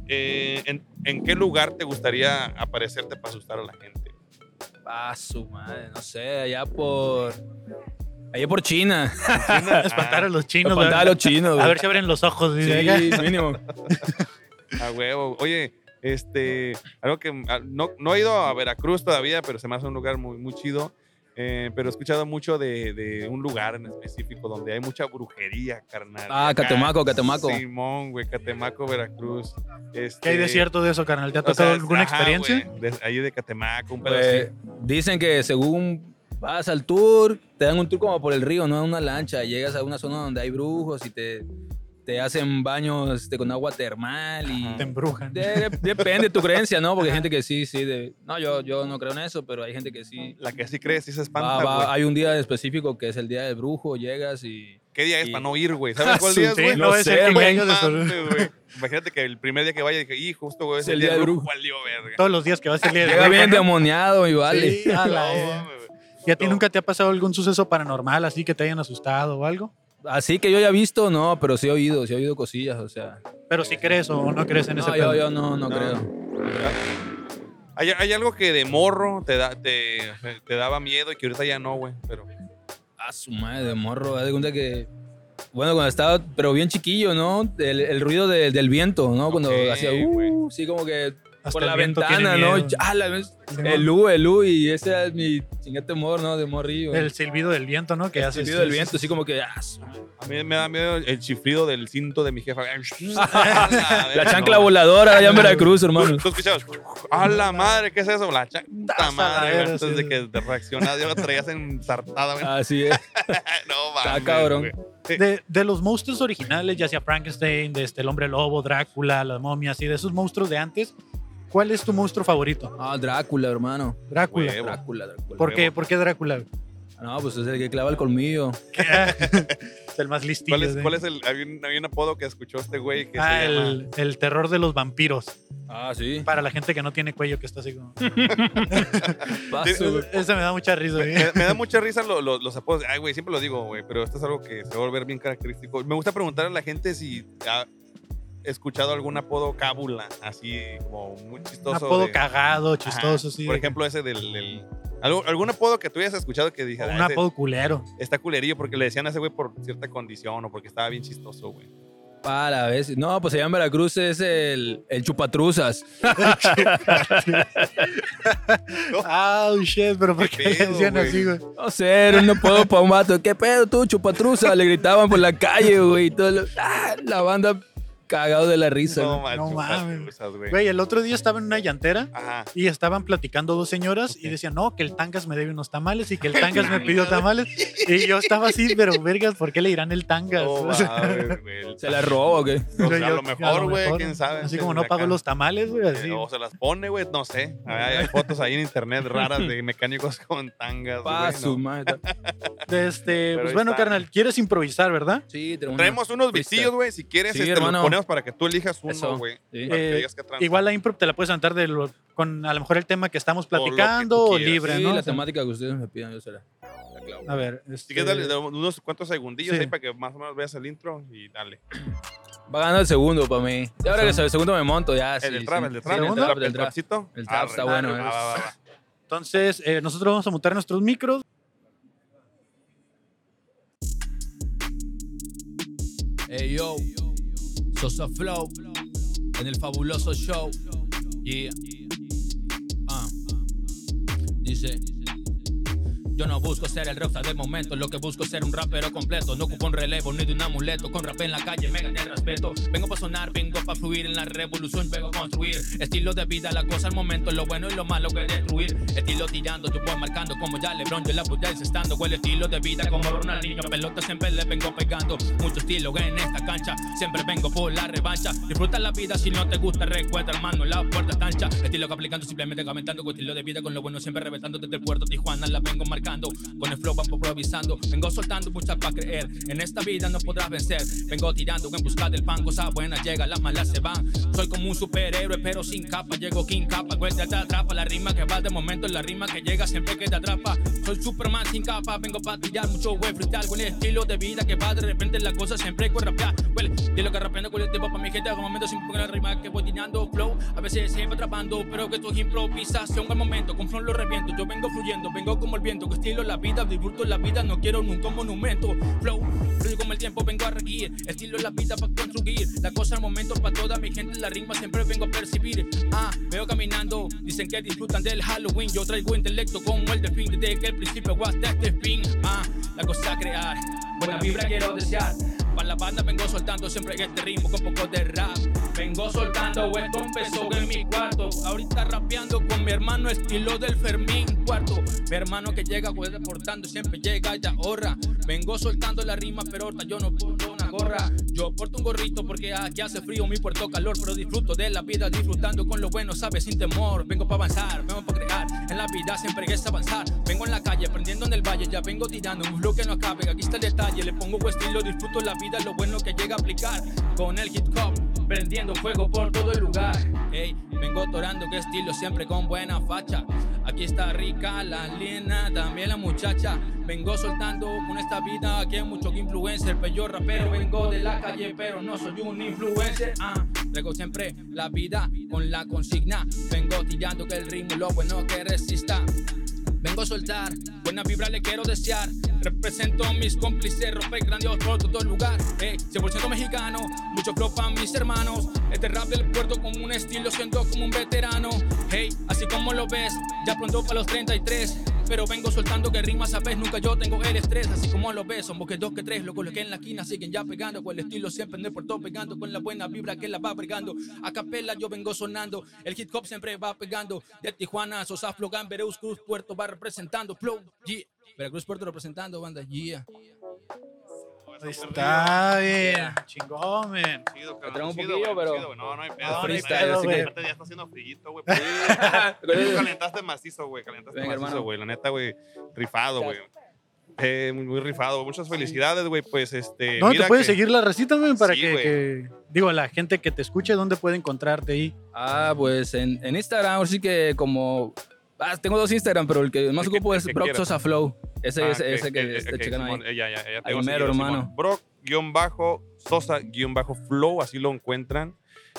[SPEAKER 3] eh, ¿en, en qué lugar te gustaría aparecerte para asustar a la gente?
[SPEAKER 10] Ah, su madre, no sé, allá por. Allá por China.
[SPEAKER 2] Espantar a los chinos. güey.
[SPEAKER 10] Espantar a los chinos,
[SPEAKER 2] A
[SPEAKER 10] güey.
[SPEAKER 2] ver si abren los ojos. dice, acá.
[SPEAKER 10] Sí, mínimo.
[SPEAKER 3] A huevo. Oye, este, algo que ah, no, no he ido a Veracruz todavía, pero se me hace un lugar muy, muy chido. Eh, pero he escuchado mucho de, de un lugar en específico donde hay mucha brujería, carnal.
[SPEAKER 10] Ah,
[SPEAKER 3] Acá.
[SPEAKER 10] Catemaco, Catemaco.
[SPEAKER 3] Simón, güey, Catemaco, Veracruz. Este,
[SPEAKER 2] ¿Qué hay de cierto de eso, carnal? ¿Te ha
[SPEAKER 3] o sea,
[SPEAKER 2] tocado alguna
[SPEAKER 3] ajá,
[SPEAKER 2] experiencia?
[SPEAKER 3] güey, de- ahí de Catemaco, un pedo
[SPEAKER 10] Pues,
[SPEAKER 3] así.
[SPEAKER 10] dicen que según
[SPEAKER 9] Vas al tour, te dan un tour como por el río, no en una lancha. Llegas a una zona donde hay brujos y te, te hacen baños este, con agua termal y...
[SPEAKER 2] Te embrujan.
[SPEAKER 9] De- de- depende de tu creencia, ¿no? Porque hay gente que sí, sí. de- no, yo, yo no creo en eso, pero hay gente que sí.
[SPEAKER 3] La que sí crees, sí se espanta,
[SPEAKER 9] Va,
[SPEAKER 3] güey.
[SPEAKER 9] va, hay un día específico que es el día del brujo, llegas y...
[SPEAKER 3] ¿Qué día es
[SPEAKER 9] Y-
[SPEAKER 3] para no ir, güey? ¿Sabes cuál
[SPEAKER 2] Sí,
[SPEAKER 3] día es, güey?
[SPEAKER 2] no, es el
[SPEAKER 3] güey,
[SPEAKER 2] cumpleaños de
[SPEAKER 3] mames,
[SPEAKER 2] su-
[SPEAKER 3] güey. Imagínate que el primer día que vaya, dije, y justo, güey, es el, día del brujo. Valió, verga.
[SPEAKER 2] Todos los días que vas a salir
[SPEAKER 9] Llega bien demoniado y vale.
[SPEAKER 2] a
[SPEAKER 3] No,
[SPEAKER 2] la-
[SPEAKER 3] mames, güey.
[SPEAKER 2] ¿Y a ti
[SPEAKER 3] No.
[SPEAKER 2] nunca te ha pasado algún suceso paranormal así que te hayan asustado o algo?
[SPEAKER 9] Así que yo ya he visto, no, pero sí he oído, sí he oído cosillas, o sea.
[SPEAKER 2] Pero si crees o no crees en ese
[SPEAKER 9] No,
[SPEAKER 2] pedo.
[SPEAKER 9] yo, yo no, no,
[SPEAKER 3] No.
[SPEAKER 9] creo.
[SPEAKER 3] Hay, hay algo que de morro te, da, te, te daba miedo y que ahorita ya no, güey. Pero
[SPEAKER 9] A su madre de morro, haz de cuenta que. Bueno, cuando estaba, pero bien chiquillo, ¿no? El, el ruido de- del viento, ¿no? Cuando
[SPEAKER 3] Ok,
[SPEAKER 9] hacía,
[SPEAKER 3] güey.
[SPEAKER 9] uh, sí, como que
[SPEAKER 2] Hasta
[SPEAKER 9] por
[SPEAKER 2] el
[SPEAKER 9] la
[SPEAKER 2] viento tiene
[SPEAKER 9] ventana, ¿no?
[SPEAKER 2] miedo.
[SPEAKER 9] Ah, la vez- el U, el U, y ese era mi chingate humor, ¿no? De morrillo.
[SPEAKER 2] El silbido del viento, ¿no? Que
[SPEAKER 9] El
[SPEAKER 2] hace
[SPEAKER 9] silbido del viento, así como que. ah, su-
[SPEAKER 3] a mí me da miedo el chifrido del cinto de mi jefa.
[SPEAKER 9] la chancla voladora allá en Veracruz, hermano.
[SPEAKER 3] Tú escuchabas, a la madre, ¿qué es eso? La chancla
[SPEAKER 2] Hasta la
[SPEAKER 3] madre, güey.
[SPEAKER 2] verga,
[SPEAKER 3] Antes
[SPEAKER 2] sí,
[SPEAKER 3] de
[SPEAKER 2] sí.
[SPEAKER 3] que te reaccionaras, yo la traías ensartada, güey.
[SPEAKER 9] Así es.
[SPEAKER 3] No,
[SPEAKER 9] está
[SPEAKER 3] mames,
[SPEAKER 9] cabrón.
[SPEAKER 3] güey.
[SPEAKER 2] De, de los monstruos originales, ya sea Frankenstein, de este, el hombre lobo, Drácula, las momias y de esos monstruos de antes, ¿cuál es tu monstruo favorito?
[SPEAKER 9] Ah, Drácula, hermano.
[SPEAKER 2] Drácula.
[SPEAKER 3] Huevo.
[SPEAKER 9] Drácula, Drácula.
[SPEAKER 2] ¿Por qué, ¿Por qué Drácula?
[SPEAKER 9] No, pues es el que clava el colmillo.
[SPEAKER 2] Es el más listillo.
[SPEAKER 3] ¿Cuál es,
[SPEAKER 2] de-
[SPEAKER 3] cuál es el...? Había un, había un apodo que escuchó este güey que
[SPEAKER 2] Ah,
[SPEAKER 3] se llama...
[SPEAKER 2] el, el terror de los vampiros.
[SPEAKER 9] Ah, sí.
[SPEAKER 2] Para la gente que no tiene cuello, que está así como.
[SPEAKER 9] Paso, güey.
[SPEAKER 2] Ese me da mucha risa. ¿eh?
[SPEAKER 3] Me, me da mucha risa lo- lo- los apodos. Ay, güey, siempre lo digo, güey, pero esto es algo que se va a volver bien característico. Me gusta preguntar a la gente si ha escuchado algún apodo cábula, así como muy
[SPEAKER 2] Un
[SPEAKER 3] chistoso.
[SPEAKER 2] apodo
[SPEAKER 3] de-
[SPEAKER 2] cagado,
[SPEAKER 3] Ajá.
[SPEAKER 2] chistoso, sí.
[SPEAKER 3] Por
[SPEAKER 2] de-
[SPEAKER 3] ejemplo, ese del... del- algo- algún apodo que tú hayas escuchado que dije,
[SPEAKER 2] o
[SPEAKER 3] "Ah,
[SPEAKER 2] Un
[SPEAKER 3] ese
[SPEAKER 2] apodo culero.
[SPEAKER 3] está culerillo porque le decían a ese güey por cierta condición o porque estaba bien chistoso, güey.
[SPEAKER 9] Para, veces. No, pues allá en Veracruz es el, el chupatruzas.
[SPEAKER 2] Ah, shit, pero ¿por
[SPEAKER 3] Qué
[SPEAKER 2] qué le
[SPEAKER 3] pedo,
[SPEAKER 2] decían
[SPEAKER 3] güey.
[SPEAKER 2] así, güey?
[SPEAKER 9] No sé, era un apodo para un vato. ¿Qué pedo tú, chupatruzas? Le gritaban por la calle, güey. y todo lo- ah, la banda cagado de la risa. güey.
[SPEAKER 3] macho,
[SPEAKER 2] no mames.
[SPEAKER 3] cosas, güey.
[SPEAKER 2] Güey, el otro día estaba en una llantera
[SPEAKER 3] Ajá.
[SPEAKER 2] y estaban platicando dos señoras y decían, no, que el tangas me debe unos tamales y que el tangas me pidió tamales. Y yo estaba así, pero vergas, ¿por qué le dirán el tangas?
[SPEAKER 3] No
[SPEAKER 2] O sea,
[SPEAKER 3] mames, güey.
[SPEAKER 9] Se la roba, güey.
[SPEAKER 3] O sea,
[SPEAKER 2] yo-
[SPEAKER 3] a lo mejor, güey, quién sabe.
[SPEAKER 2] Así
[SPEAKER 3] Se
[SPEAKER 2] como no
[SPEAKER 3] la
[SPEAKER 2] pago
[SPEAKER 3] cagan.
[SPEAKER 2] los tamales, güey, así.
[SPEAKER 3] Eh, O se las pone, güey, no sé. Hay, hay fotos ahí en internet raras de mecánicos con tangas, güey,
[SPEAKER 9] Pa'
[SPEAKER 3] no.
[SPEAKER 9] su madre.
[SPEAKER 2] De Este,
[SPEAKER 3] Pero
[SPEAKER 2] pues
[SPEAKER 3] ahí
[SPEAKER 2] bueno,
[SPEAKER 3] está.
[SPEAKER 2] carnal, quieres improvisar, ¿verdad?
[SPEAKER 9] Sí, tenemos.
[SPEAKER 3] Traemos unos
[SPEAKER 9] Freestyle.
[SPEAKER 3] visillos, güey. Si quieres,
[SPEAKER 9] Sí,
[SPEAKER 3] este, los
[SPEAKER 9] hermano.
[SPEAKER 3] ponemos para que tú elijas
[SPEAKER 9] Eso.
[SPEAKER 3] uno, güey.
[SPEAKER 9] Sí.
[SPEAKER 3] Para que
[SPEAKER 2] Eh,
[SPEAKER 3] digas qué tranza.
[SPEAKER 2] Igual la impro te la puedes aventar de lo- con a lo mejor el tema que estamos
[SPEAKER 3] lo que tú
[SPEAKER 2] platicando o,
[SPEAKER 3] quieras.
[SPEAKER 2] libre,
[SPEAKER 9] Sí,
[SPEAKER 2] ¿no?
[SPEAKER 9] la temática que ustedes me pidan, yo se la, la clavo.
[SPEAKER 2] A ver,
[SPEAKER 3] Si
[SPEAKER 2] este,
[SPEAKER 3] quieres, dale damos unos cuantos segundillos
[SPEAKER 2] Sí.
[SPEAKER 3] ahí para que más o menos veas el intro y dale.
[SPEAKER 9] Va ganando el segundo para mí. Y ahora que el segundo me monto, ya.
[SPEAKER 3] el del trap, el del
[SPEAKER 9] de
[SPEAKER 3] trap,
[SPEAKER 9] el
[SPEAKER 3] el
[SPEAKER 9] trap,
[SPEAKER 3] trap,
[SPEAKER 9] el
[SPEAKER 3] el
[SPEAKER 9] trap.
[SPEAKER 3] trapcito.
[SPEAKER 9] El trap está bueno,
[SPEAKER 3] va,
[SPEAKER 9] eh.
[SPEAKER 3] va, va, va.
[SPEAKER 2] entonces eh, nosotros vamos a montar nuestros micros.
[SPEAKER 9] Hey yo, Sosa Flow, en el fabuloso show. Yeah. Ah. Dice. Yo no busco ser el rockstar del momento, lo que busco es ser un rapero completo. No ocupo un relevo ni de un amuleto, con rap en la calle me gané el respeto. Vengo para sonar, vengo para fluir en la revolución, vengo a construir. Estilo de vida, la cosa al momento, lo bueno y lo malo que destruir. Estilo tirando, yo voy marcando como ya Lebron, yo la voy desestando. Huele estilo de vida como Ronaldinho, pelota siempre le vengo pegando. Mucho estilo en esta cancha, siempre vengo por la revancha. Disfruta la vida si no te gusta, recuerda hermano, la puerta está ancha. Estilo que aplicando, simplemente comentando con estilo de vida, con lo bueno siempre reventando desde el puerto Tijuana, la vengo marcando. Con el flow vamos improvisando, vengo soltando muchas para creer. En esta vida no podrás vencer, vengo tirando en busca del pan. Cosas buenas llegan, las malas se van. Soy como un superhéroe, pero sin capa. Llego King Capa, güey, te atrapa. La rima que va de momento, la rima que llega siempre que te atrapa. Soy Superman sin capa, vengo para tirar mucho güey, freestyle. Con el estilo de vida que va de repente, la cosa siempre con rapear. Huele, de lo que rapeando con el tiempo para mi gente. Hago momentos sin poner la rima que voy tirando flow. A veces siempre atrapando, pero que esto es improvisación al momento. Con flow lo reviento, yo vengo fluyendo, vengo como el viento. Que estilo la vida, disfruto la vida, no quiero nunca un monumento. Flow, fluyo como el tiempo, vengo a reír. Estilo la vida para construir. La cosa al momento para toda mi gente, la rima siempre vengo a percibir. Ah, veo caminando, dicen que disfrutan del Halloween. Yo traigo intelecto como el delfín, desde que el principio hasta este fin. Ah, la cosa a crear, buena vibra quiero desear. Para la banda vengo soltando siempre este ritmo con poco de rap. Vengo soltando esto empezó en mi cuarto. Ahorita rapeando con mi hermano, estilo del Fermín cuarto. Mi hermano que llega, pues reportando, siempre llega y te ahorra. Vengo soltando la rima, pero ahorita yo no porto una gorra. Yo porto un gorrito porque aquí hace frío, mi puerto calor, pero disfruto de la vida, disfrutando con lo bueno, sabes, sin temor. Vengo para avanzar, vengo para crear. En la vida siempre es avanzar. Vengo en la calle, aprendiendo en el valle, ya vengo tirando un flow que no acabe. Aquí está el detalle, le pongo estilo, disfruto la vida, lo bueno que llega a aplicar. Con el hip hop, prendiendo fuego por todo el lugar. Ey, vengo torando que estilo siempre con buena facha. Aquí está rica la aliena, también la muchacha. Vengo soltando con esta vida aquí hay mucho influencer, pero yo rapero vengo de la calle, pero no soy un influencer. Ah, traigo siempre la vida con la consigna. Vengo tirando que el ritmo lo bueno que resista. Vengo a soltar, buena vibra le quiero desear. Represento a mis cómplices, rompe grandios por todo lugar. Eh, Ey, 100% mexicano, mucho flow pa' mis hermanos. Este rap del puerto como un estilo, siendo como un veterano. Hey, así como lo ves, ya pronto para los 33. Pero vengo soltando que rimas a vez, nunca yo tengo el estrés. Así como lo ves, somos que dos que tres, lo coloqué en la esquina, siguen ya pegando. Con el estilo siempre en el puerto pegando, con la buena vibra que la va bregando. A capela yo vengo sonando, el hip hop siempre va pegando. De Tijuana, Sosa, Flogan, Vereus, Cruz, Puerto va representando. Flow, yeah. Veracruz, Puerto representando, banda, yeah.
[SPEAKER 2] Está bien. Chingón, man.
[SPEAKER 3] Chido,
[SPEAKER 9] Lo
[SPEAKER 3] cabrón.
[SPEAKER 9] traigo un
[SPEAKER 3] chido,
[SPEAKER 9] poquillo,
[SPEAKER 3] güey,
[SPEAKER 9] pero-
[SPEAKER 3] chido, güey. no, no hay
[SPEAKER 2] No,
[SPEAKER 3] pedo.
[SPEAKER 2] no hay
[SPEAKER 3] freestyle,
[SPEAKER 2] pedo,
[SPEAKER 3] así que
[SPEAKER 2] güey.
[SPEAKER 3] aparte ya está haciendo frillito, güey. pues. Tú calentaste macizo, güey. Calentaste
[SPEAKER 9] Venga,
[SPEAKER 3] macizo,
[SPEAKER 9] hermano.
[SPEAKER 3] güey. La neta, güey. Rifado, güey. Eh, muy, muy rifado. Muchas felicidades, güey. Pues este.
[SPEAKER 2] ¿Dónde
[SPEAKER 3] mira
[SPEAKER 2] te puedes
[SPEAKER 3] que-
[SPEAKER 2] seguir la recita, man, para
[SPEAKER 3] Sí,
[SPEAKER 2] que,
[SPEAKER 3] güey.
[SPEAKER 2] que- Digo, a la gente que te escuche, ¿dónde puede encontrarte ahí?
[SPEAKER 9] Ah, pues en, en Instagram, sí que como. Ah, tengo dos Instagram, pero el que más
[SPEAKER 3] El que-
[SPEAKER 9] ocupo
[SPEAKER 3] el
[SPEAKER 9] es
[SPEAKER 3] que
[SPEAKER 9] Brock
[SPEAKER 3] quieras.
[SPEAKER 9] Sosa Flow. Ese,
[SPEAKER 3] Ah,
[SPEAKER 9] ese,
[SPEAKER 3] ok,
[SPEAKER 9] ese que
[SPEAKER 3] ok,
[SPEAKER 9] este
[SPEAKER 3] ok,
[SPEAKER 9] chicano ahí.
[SPEAKER 3] Simón, eh, ya, ya, ya te
[SPEAKER 9] Ahí
[SPEAKER 3] vas a
[SPEAKER 9] mero,
[SPEAKER 3] seguir,
[SPEAKER 9] hermano.
[SPEAKER 3] Simón. Brock, guión bajo, Sosa, guión bajo, Flow, así lo encuentran.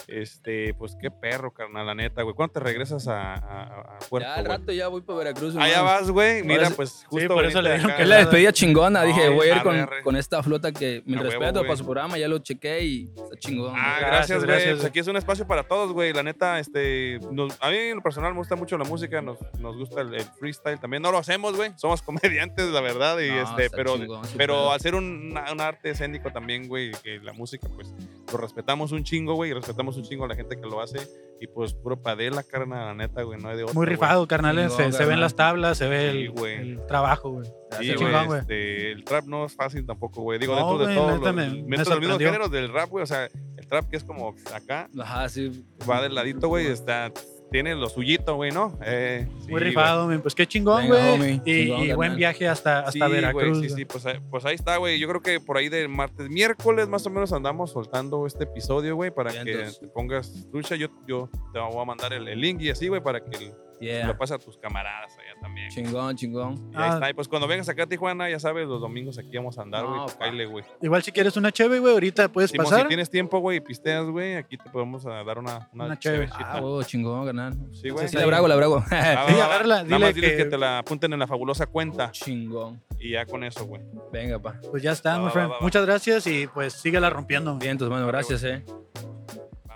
[SPEAKER 3] Este, pues qué perro, carnal, la neta, güey. ¿Cuándo te regresas a, a, a- a Puerto,
[SPEAKER 9] Ya al
[SPEAKER 3] güey?
[SPEAKER 9] rato ya voy para Veracruz.
[SPEAKER 3] Allá
[SPEAKER 9] hermano.
[SPEAKER 3] vas, güey. Mira,
[SPEAKER 9] sí-
[SPEAKER 3] pues justo.
[SPEAKER 2] por
[SPEAKER 3] veniste
[SPEAKER 2] eso le
[SPEAKER 3] de
[SPEAKER 2] dijeron
[SPEAKER 3] acá.
[SPEAKER 2] que
[SPEAKER 9] Es la
[SPEAKER 2] Nada.
[SPEAKER 9] despedida chingona. Dije,
[SPEAKER 3] Ay,
[SPEAKER 9] voy a ir
[SPEAKER 3] arre,
[SPEAKER 9] con,
[SPEAKER 3] arre.
[SPEAKER 9] con esta flota que mi
[SPEAKER 3] A huevo,
[SPEAKER 9] respeto
[SPEAKER 3] güey.
[SPEAKER 9] para su programa, ya lo chequé y está chingón.
[SPEAKER 3] Ah,
[SPEAKER 2] Gracias,
[SPEAKER 3] gracias, güey.
[SPEAKER 2] gracias.
[SPEAKER 3] Pues aquí es un espacio para todos, güey. La neta, este, nos- a mí en lo personal me gusta mucho la música, nos, nos gusta el, el freestyle también. No lo hacemos, güey. Somos comediantes, la verdad, y
[SPEAKER 9] No,
[SPEAKER 3] este,
[SPEAKER 9] está
[SPEAKER 3] pero,
[SPEAKER 9] chingón, sí,
[SPEAKER 3] pero
[SPEAKER 9] claro.
[SPEAKER 3] hacer un, una- un arte escénico también, güey, que la música, pues, lo respetamos un chingo, güey, y respetamos un chingo a la gente que lo hace. Y pues, puro padela, carna, la neta, güey, no hay de otra,
[SPEAKER 2] Muy
[SPEAKER 3] güey.
[SPEAKER 2] rifado, carnal. eh.
[SPEAKER 9] Chingón,
[SPEAKER 2] se, se ven
[SPEAKER 9] carnal.
[SPEAKER 2] las tablas, se ve
[SPEAKER 3] Sí,
[SPEAKER 2] el,
[SPEAKER 3] güey.
[SPEAKER 2] el trabajo, güey.
[SPEAKER 3] Sí,
[SPEAKER 9] Gracias,
[SPEAKER 3] güey,
[SPEAKER 2] chingón, güey.
[SPEAKER 3] este, el trap no es fácil tampoco, güey. Digo,
[SPEAKER 2] No,
[SPEAKER 3] dentro de
[SPEAKER 2] güey,
[SPEAKER 3] todo,
[SPEAKER 2] neta
[SPEAKER 3] los-
[SPEAKER 2] me- me
[SPEAKER 3] dentro de los mismos
[SPEAKER 2] sorprendió.
[SPEAKER 3] géneros del rap, güey, o sea, el trap que es como acá,
[SPEAKER 9] Ajá, sí.
[SPEAKER 3] va del ladito, güey, está, tiene lo suyito, güey, ¿no? Eh, sí,
[SPEAKER 2] Muy
[SPEAKER 3] güey.
[SPEAKER 2] rifado, man. Pues qué chingón,
[SPEAKER 9] Venga,
[SPEAKER 2] güey.
[SPEAKER 9] homie.
[SPEAKER 2] Y,
[SPEAKER 9] Chingón,
[SPEAKER 2] y buen
[SPEAKER 9] carnal.
[SPEAKER 2] viaje hasta, hasta
[SPEAKER 3] Sí, güey,
[SPEAKER 2] Veracruz.
[SPEAKER 3] sí,
[SPEAKER 2] güey.
[SPEAKER 3] sí, pues, ahí- pues ahí está, güey. Yo creo que por ahí del martes, miércoles más o menos andamos soltando este episodio, güey, para
[SPEAKER 9] Bien,
[SPEAKER 3] que
[SPEAKER 9] entonces.
[SPEAKER 3] te pongas trucha. Yo, yo te voy a mandar el, el link y así, güey, para que lo
[SPEAKER 9] Yeah.
[SPEAKER 3] pases a tus camaradas allá también.
[SPEAKER 9] Chingón, chingón.
[SPEAKER 3] Y ahí
[SPEAKER 2] Ah.
[SPEAKER 3] está. Y pues cuando vengas acá a Tijuana, ya sabes, los domingos aquí vamos a andar,
[SPEAKER 9] No,
[SPEAKER 3] güey.
[SPEAKER 9] pa.
[SPEAKER 3] Cáile, güey.
[SPEAKER 2] Igual si quieres una cheve, güey, ahorita puedes
[SPEAKER 3] Simón,
[SPEAKER 2] ¿Pues
[SPEAKER 3] si
[SPEAKER 2] pasar.
[SPEAKER 3] tienes tiempo, güey, y pisteas, güey, aquí te podemos a dar una, una,
[SPEAKER 2] Una cheve.
[SPEAKER 3] chevechita.
[SPEAKER 9] Ah, huevo, chingón, carnal.
[SPEAKER 3] Sí, güey.
[SPEAKER 9] Sí, la brago, la brago.
[SPEAKER 3] Ah,
[SPEAKER 2] Sí,
[SPEAKER 3] va, va, va.
[SPEAKER 2] agárrala,
[SPEAKER 3] Nada más
[SPEAKER 2] dile
[SPEAKER 3] diles que
[SPEAKER 2] que-
[SPEAKER 3] te la apunten en la fabulosa
[SPEAKER 11] Oh,
[SPEAKER 3] cuenta.
[SPEAKER 9] Chingón.
[SPEAKER 3] Y ya con eso, güey.
[SPEAKER 9] Venga, pa.
[SPEAKER 2] Pues ya está,
[SPEAKER 3] Va,
[SPEAKER 2] my
[SPEAKER 3] va,
[SPEAKER 2] friend.
[SPEAKER 3] va, va.
[SPEAKER 2] Muchas gracias y pues síguela rompiendo.
[SPEAKER 9] Bien, tus manos, gracias, eh.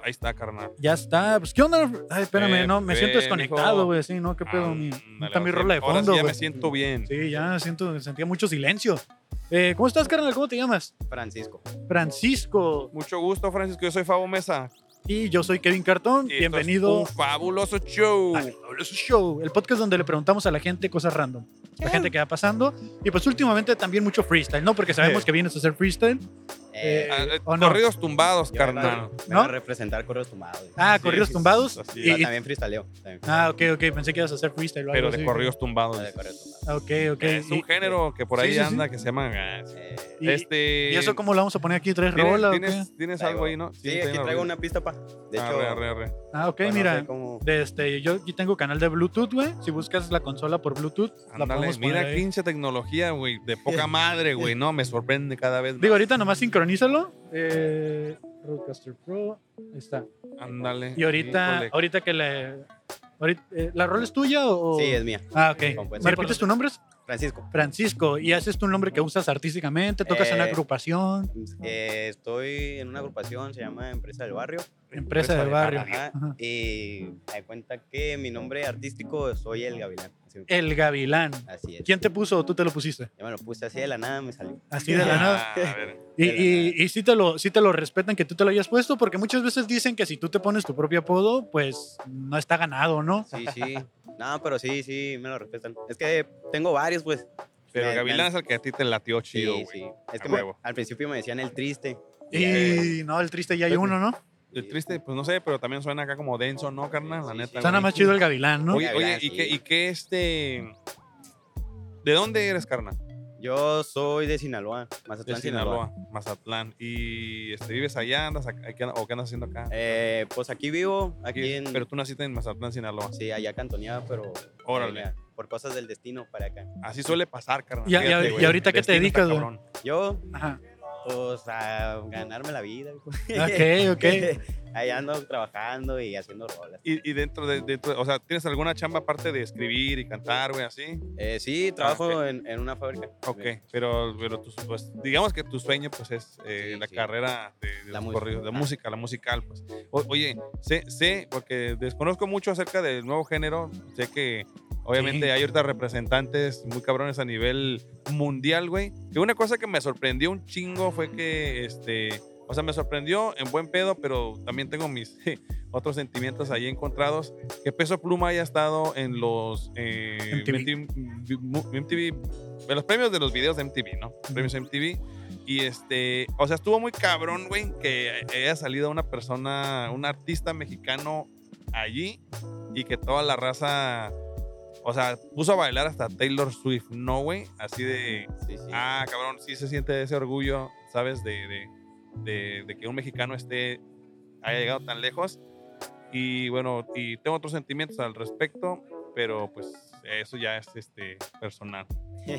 [SPEAKER 3] Ahí está, carnal.
[SPEAKER 2] Ya está. Pues, ¿qué onda? Ay, espérame,
[SPEAKER 3] Eh,
[SPEAKER 2] no, me
[SPEAKER 3] ve,
[SPEAKER 2] siento
[SPEAKER 3] mijo.
[SPEAKER 2] desconectado, güey. Sí, no, qué pedo. mi,
[SPEAKER 3] Ándale,
[SPEAKER 2] está
[SPEAKER 3] ahora
[SPEAKER 2] mi
[SPEAKER 3] sí-
[SPEAKER 2] rola de
[SPEAKER 3] ahora sí
[SPEAKER 2] fondo,
[SPEAKER 3] ya
[SPEAKER 2] güey.
[SPEAKER 3] me siento bien.
[SPEAKER 2] Sí, ya siento, sentía mucho silencio. Eh, ¿Cómo estás, carnal? ¿Cómo te llamas?
[SPEAKER 11] Francisco.
[SPEAKER 2] Francisco.
[SPEAKER 3] Mucho gusto, Francisco. Yo soy Fabo Mesa.
[SPEAKER 2] Y yo soy Kevin Cartón.
[SPEAKER 3] Y esto es
[SPEAKER 2] Bienvenido
[SPEAKER 3] un fabuloso show.
[SPEAKER 2] a Fabuloso Show, el podcast donde le preguntamos a la gente cosas random. La gente que va pasando. Y pues últimamente también mucho freestyle, ¿no? Porque sabemos
[SPEAKER 3] Sí.
[SPEAKER 2] que vienes a hacer freestyle.
[SPEAKER 11] Eh,
[SPEAKER 3] Ah, eh,
[SPEAKER 2] ¿o no?
[SPEAKER 3] Corridos tumbados,
[SPEAKER 11] yo
[SPEAKER 3] carnal.
[SPEAKER 11] vengo- vengo
[SPEAKER 2] ¿No?
[SPEAKER 11] a representar correos tumbados.
[SPEAKER 2] Ah,
[SPEAKER 3] Sí,
[SPEAKER 2] corridos
[SPEAKER 3] sí,
[SPEAKER 2] tumbados.
[SPEAKER 3] sí, así
[SPEAKER 11] Pero
[SPEAKER 2] Y- y-
[SPEAKER 11] Ah, también freestaleo. también
[SPEAKER 2] ah, ok, ok. Pensé que ibas a hacer freestyle. o algo
[SPEAKER 3] Pero de
[SPEAKER 2] así.
[SPEAKER 3] corridos tumbados. Eh,
[SPEAKER 11] freestaleo de correos tumbados.
[SPEAKER 2] Ok, ok.
[SPEAKER 3] Es un
[SPEAKER 2] Y-
[SPEAKER 3] género que por
[SPEAKER 2] Sí,
[SPEAKER 3] ahí
[SPEAKER 2] sí, sí.
[SPEAKER 3] anda que se llama. ah, sí.
[SPEAKER 11] Eh,
[SPEAKER 2] y-
[SPEAKER 3] Este.
[SPEAKER 2] ¿Y eso cómo lo vamos a poner aquí? ¿Tres
[SPEAKER 3] ¿Tienes,
[SPEAKER 2] rolas? o
[SPEAKER 3] tienes,
[SPEAKER 2] qué?
[SPEAKER 3] tienes
[SPEAKER 11] traigo-
[SPEAKER 3] algo ahí, no?
[SPEAKER 11] Sí, aquí traigo una pista, pa. De
[SPEAKER 3] De
[SPEAKER 11] hecho,
[SPEAKER 3] Arre, arre, arre.
[SPEAKER 2] Ah, ok,
[SPEAKER 11] bueno,
[SPEAKER 2] mira.
[SPEAKER 11] sé cómo-
[SPEAKER 2] de este, yo aquí tengo canal de Bluetooth, güey. Si buscas la consola por Bluetooth, la
[SPEAKER 3] Ándale,
[SPEAKER 2] podemos poner
[SPEAKER 3] mira,
[SPEAKER 2] ahí.
[SPEAKER 3] pinche tecnología, güey. De poca madre, güey. No, me sorprende cada vez. más.
[SPEAKER 2] Digo, ahorita nomás sincronízalo. Eh, Roadcaster Pro. Ahí está.
[SPEAKER 3] Ándale.
[SPEAKER 2] Y ahorita,
[SPEAKER 3] Híjole.
[SPEAKER 2] ahorita que le... ahorita- eh, ¿La rol es tuya o...?
[SPEAKER 11] Sí, es mía.
[SPEAKER 2] Ah, ok.
[SPEAKER 11] Compuesta.
[SPEAKER 2] ¿Me repites tus nombres?
[SPEAKER 11] Francisco.
[SPEAKER 2] Francisco, y haces tú un nombre que usas artísticamente, tocas en una
[SPEAKER 11] Eh,
[SPEAKER 2] agrupación,
[SPEAKER 11] Eh, estoy en una agrupación, se llama Empresa del Barrio.
[SPEAKER 2] empresa de barrio.
[SPEAKER 11] Ajá,
[SPEAKER 2] Ajá.
[SPEAKER 11] Y me di cuenta que mi nombre artístico soy El Gavilán. Así,
[SPEAKER 2] El Gavilán.
[SPEAKER 11] así es.
[SPEAKER 2] ¿Quién te puso o tú te lo pusiste?
[SPEAKER 11] Yo me lo puse así de la nada, me salió.
[SPEAKER 2] Así de la nada.
[SPEAKER 3] Ah, a ver.
[SPEAKER 2] Y,
[SPEAKER 11] de la
[SPEAKER 2] y, y sí, te lo, sí te lo respetan que tú te lo hayas puesto, porque muchas veces dicen que si tú te pones tu propio apodo, pues no está ganado, ¿no?
[SPEAKER 11] Sí, sí. No, pero sí, sí, me lo respetan. Es que tengo varios, pues.
[SPEAKER 3] Pero
[SPEAKER 11] Me- me-
[SPEAKER 3] Gavilán es el que a ti te latió chido,
[SPEAKER 11] Sí,
[SPEAKER 3] güey.
[SPEAKER 11] sí. Es
[SPEAKER 3] A
[SPEAKER 11] que me-
[SPEAKER 3] huevo.
[SPEAKER 11] al principio me decían el triste.
[SPEAKER 2] Y no, el triste ya hay uno, ¿no?
[SPEAKER 3] El triste, pues no sé, pero también suena acá como denso, ¿no, carnal? La
[SPEAKER 11] Sí,
[SPEAKER 3] neta.
[SPEAKER 11] sí.
[SPEAKER 2] Suena
[SPEAKER 3] güey.
[SPEAKER 2] más chido el Gavilán, ¿no?
[SPEAKER 3] Oye, oye,
[SPEAKER 11] Gavilán, sí.
[SPEAKER 3] ¿y qué, y qué este. ¿De dónde eres, carnal?
[SPEAKER 11] Yo soy de Sinaloa,
[SPEAKER 3] De
[SPEAKER 11] Mazatlán, Sinaloa.
[SPEAKER 3] Sinaloa, Mazatlán. ¿Y este, vives allá? Andas acá, aquí- ¿O qué andas haciendo acá?
[SPEAKER 11] Eh, pues aquí vivo, aquí,
[SPEAKER 3] Aquí-
[SPEAKER 11] en.
[SPEAKER 3] Pero tú naciste en Mazatlán, Sinaloa.
[SPEAKER 11] Sí, allá cantoneaba, pero.
[SPEAKER 3] Órale.
[SPEAKER 11] eh, por cosas del destino para acá.
[SPEAKER 3] Así suele pasar, carnal.
[SPEAKER 2] Ya- ya-
[SPEAKER 3] Fíjate,
[SPEAKER 2] y
[SPEAKER 3] güey.
[SPEAKER 2] ahorita, ¿qué te
[SPEAKER 3] Destino está
[SPEAKER 2] dedicas, güey?
[SPEAKER 3] cabrón.
[SPEAKER 11] Yo,
[SPEAKER 2] Ajá.
[SPEAKER 11] pues, a ganarme la vida. hijo.
[SPEAKER 2] Ok, ok.
[SPEAKER 11] allá ando trabajando y haciendo rolas.
[SPEAKER 3] Y, y dentro de, dentro- O sea, ¿tienes alguna chamba aparte de escribir y cantar, güey, así?
[SPEAKER 11] Eh, sí, trabajo
[SPEAKER 3] Ah, ok.
[SPEAKER 11] en, en una fábrica.
[SPEAKER 3] Ok, pero, pero tus- pues, digamos que tu sueño pues es eh,
[SPEAKER 11] Sí,
[SPEAKER 3] la
[SPEAKER 11] sí.
[SPEAKER 3] carrera de, de
[SPEAKER 11] La
[SPEAKER 3] los
[SPEAKER 11] música.
[SPEAKER 3] corridos, la
[SPEAKER 11] Ah.
[SPEAKER 3] música, la musical. Pues. O- oye, sé, sé, porque desconozco mucho acerca del nuevo género, sé que obviamente
[SPEAKER 2] Sí.
[SPEAKER 3] hay ahorita representantes muy cabrones a nivel mundial, güey. Que una cosa que me sorprendió un chingo fue que, este, o sea, me sorprendió en buen pedo, pero también tengo mis otros sentimientos ahí encontrados que Peso Pluma haya estado en los eh, MTV,
[SPEAKER 2] MTV.
[SPEAKER 3] MTV, en los premios de los videos de MTV, ¿no? Premios MTV. Y este, o sea, estuvo muy cabrón, güey, que haya salido una persona, un artista mexicano allí y que toda la raza, o sea, puso a bailar hasta Taylor Swift, ¿no, güey? Así de,
[SPEAKER 11] Sí, sí.
[SPEAKER 3] ah, cabrón, sí se siente ese orgullo, ¿sabes? De, de, de- de que un mexicano esté, haya llegado tan lejos. Y bueno, y tengo otros sentimientos al respecto, pero pues eso ya es este, personal.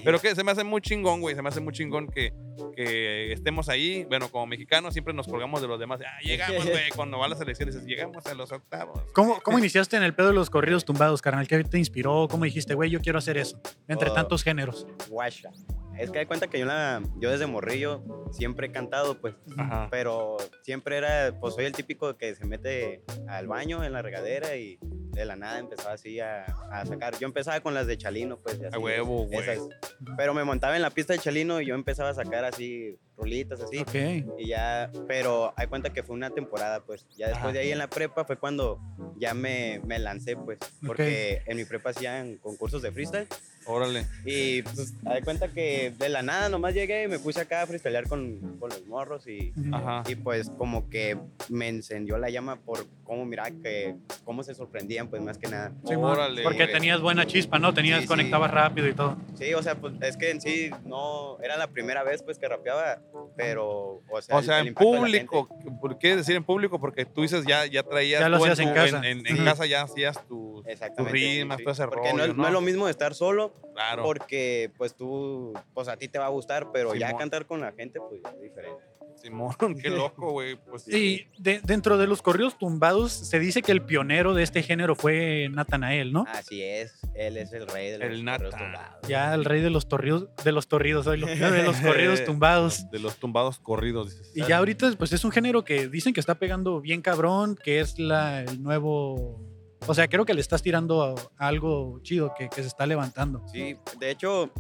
[SPEAKER 3] Pero que se me hace muy chingón, güey, se me hace muy chingón que, que estemos ahí. Bueno, como mexicanos siempre nos colgamos de los demás. Ah, llegamos, güey, cuando va a las elecciones, dices, llegamos a los octavos.
[SPEAKER 2] ¿Cómo, ¿Cómo iniciaste en el pedo de los corridos tumbados, carnal? ¿Qué te inspiró? ¿Cómo dijiste, güey, yo quiero hacer eso? Entre
[SPEAKER 11] Oh.
[SPEAKER 2] tantos géneros.
[SPEAKER 11] Guasha. Es que de cuenta que yo, la- yo desde morrillo siempre he cantado, pues,
[SPEAKER 3] Ajá.
[SPEAKER 11] pero siempre era, pues soy el típico que se mete al baño, en la regadera y de la nada empezaba así a, a sacar. Yo empezaba con las de Chalino, pues, de así,
[SPEAKER 3] A huevo, güey.
[SPEAKER 11] esas. Pero me montaba en la pista de Chalino y yo empezaba a sacar así rulitas, así.
[SPEAKER 2] Ok.
[SPEAKER 11] Y ya, pero hay cuenta que fue una temporada, pues. Ya después
[SPEAKER 2] Ajá.
[SPEAKER 11] de ahí en la prepa fue cuando ya me, me lancé, pues. Porque en mi prepa hacían concursos de freestyle.
[SPEAKER 3] Órale.
[SPEAKER 11] Y pues, hay cuenta que de la nada nomás llegué y me puse acá a freestylear con, con los morros. Y,
[SPEAKER 3] Ajá.
[SPEAKER 11] y pues, como que me encendió la llama por cómo miraba que, cómo se sorprendían, pues más que nada.
[SPEAKER 3] Órale.
[SPEAKER 2] Porque
[SPEAKER 11] güey.
[SPEAKER 2] tenías buena chispa, ¿no? Tenías,
[SPEAKER 11] Sí, sí.
[SPEAKER 2] conectabas rápido y todo.
[SPEAKER 11] Sí, o sea, pues es que en sí no era la primera vez pues que rapeaba, pero, o sea,
[SPEAKER 3] O
[SPEAKER 11] el-
[SPEAKER 3] sea,
[SPEAKER 11] el
[SPEAKER 3] en
[SPEAKER 11] impacto de la
[SPEAKER 3] público, ¿por qué decir en público? Porque tú dices ya, ya traías.
[SPEAKER 2] Ya lo
[SPEAKER 3] tú
[SPEAKER 2] hacías en
[SPEAKER 3] tu-
[SPEAKER 2] casa.
[SPEAKER 3] En, en- en
[SPEAKER 2] Ujú.
[SPEAKER 3] casa ya hacías tus
[SPEAKER 11] Exactamente.
[SPEAKER 3] tus rimas, todo ese
[SPEAKER 11] Porque no,
[SPEAKER 3] rollo,
[SPEAKER 11] es- no
[SPEAKER 3] ¿no?
[SPEAKER 11] es lo mismo estar solo,
[SPEAKER 3] Claro.
[SPEAKER 11] porque pues tú, pues a ti te va a gustar, pero ya
[SPEAKER 3] Simón.
[SPEAKER 11] cantar con la gente, pues ya es diferente.
[SPEAKER 3] Simón, qué loco, güey. Pues
[SPEAKER 2] Y de- dentro de los corridos tumbados, se dice que el pionero de este género fue Natanael, ¿no?
[SPEAKER 11] Así es, él es el rey de los
[SPEAKER 3] El
[SPEAKER 11] correos
[SPEAKER 3] nata.
[SPEAKER 11] tumbados.
[SPEAKER 2] Ya el rey de los torridos, de los torridos, oílo, de los corridos tumbados.
[SPEAKER 3] De los tumbados corridos, dices.
[SPEAKER 2] Y ya ahorita, pues es un género que dicen que está pegando bien cabrón, que es la, el nuevo. O sea, creo que le estás tirando a- a algo chido que, que se está levantando.
[SPEAKER 11] Sí, de hecho,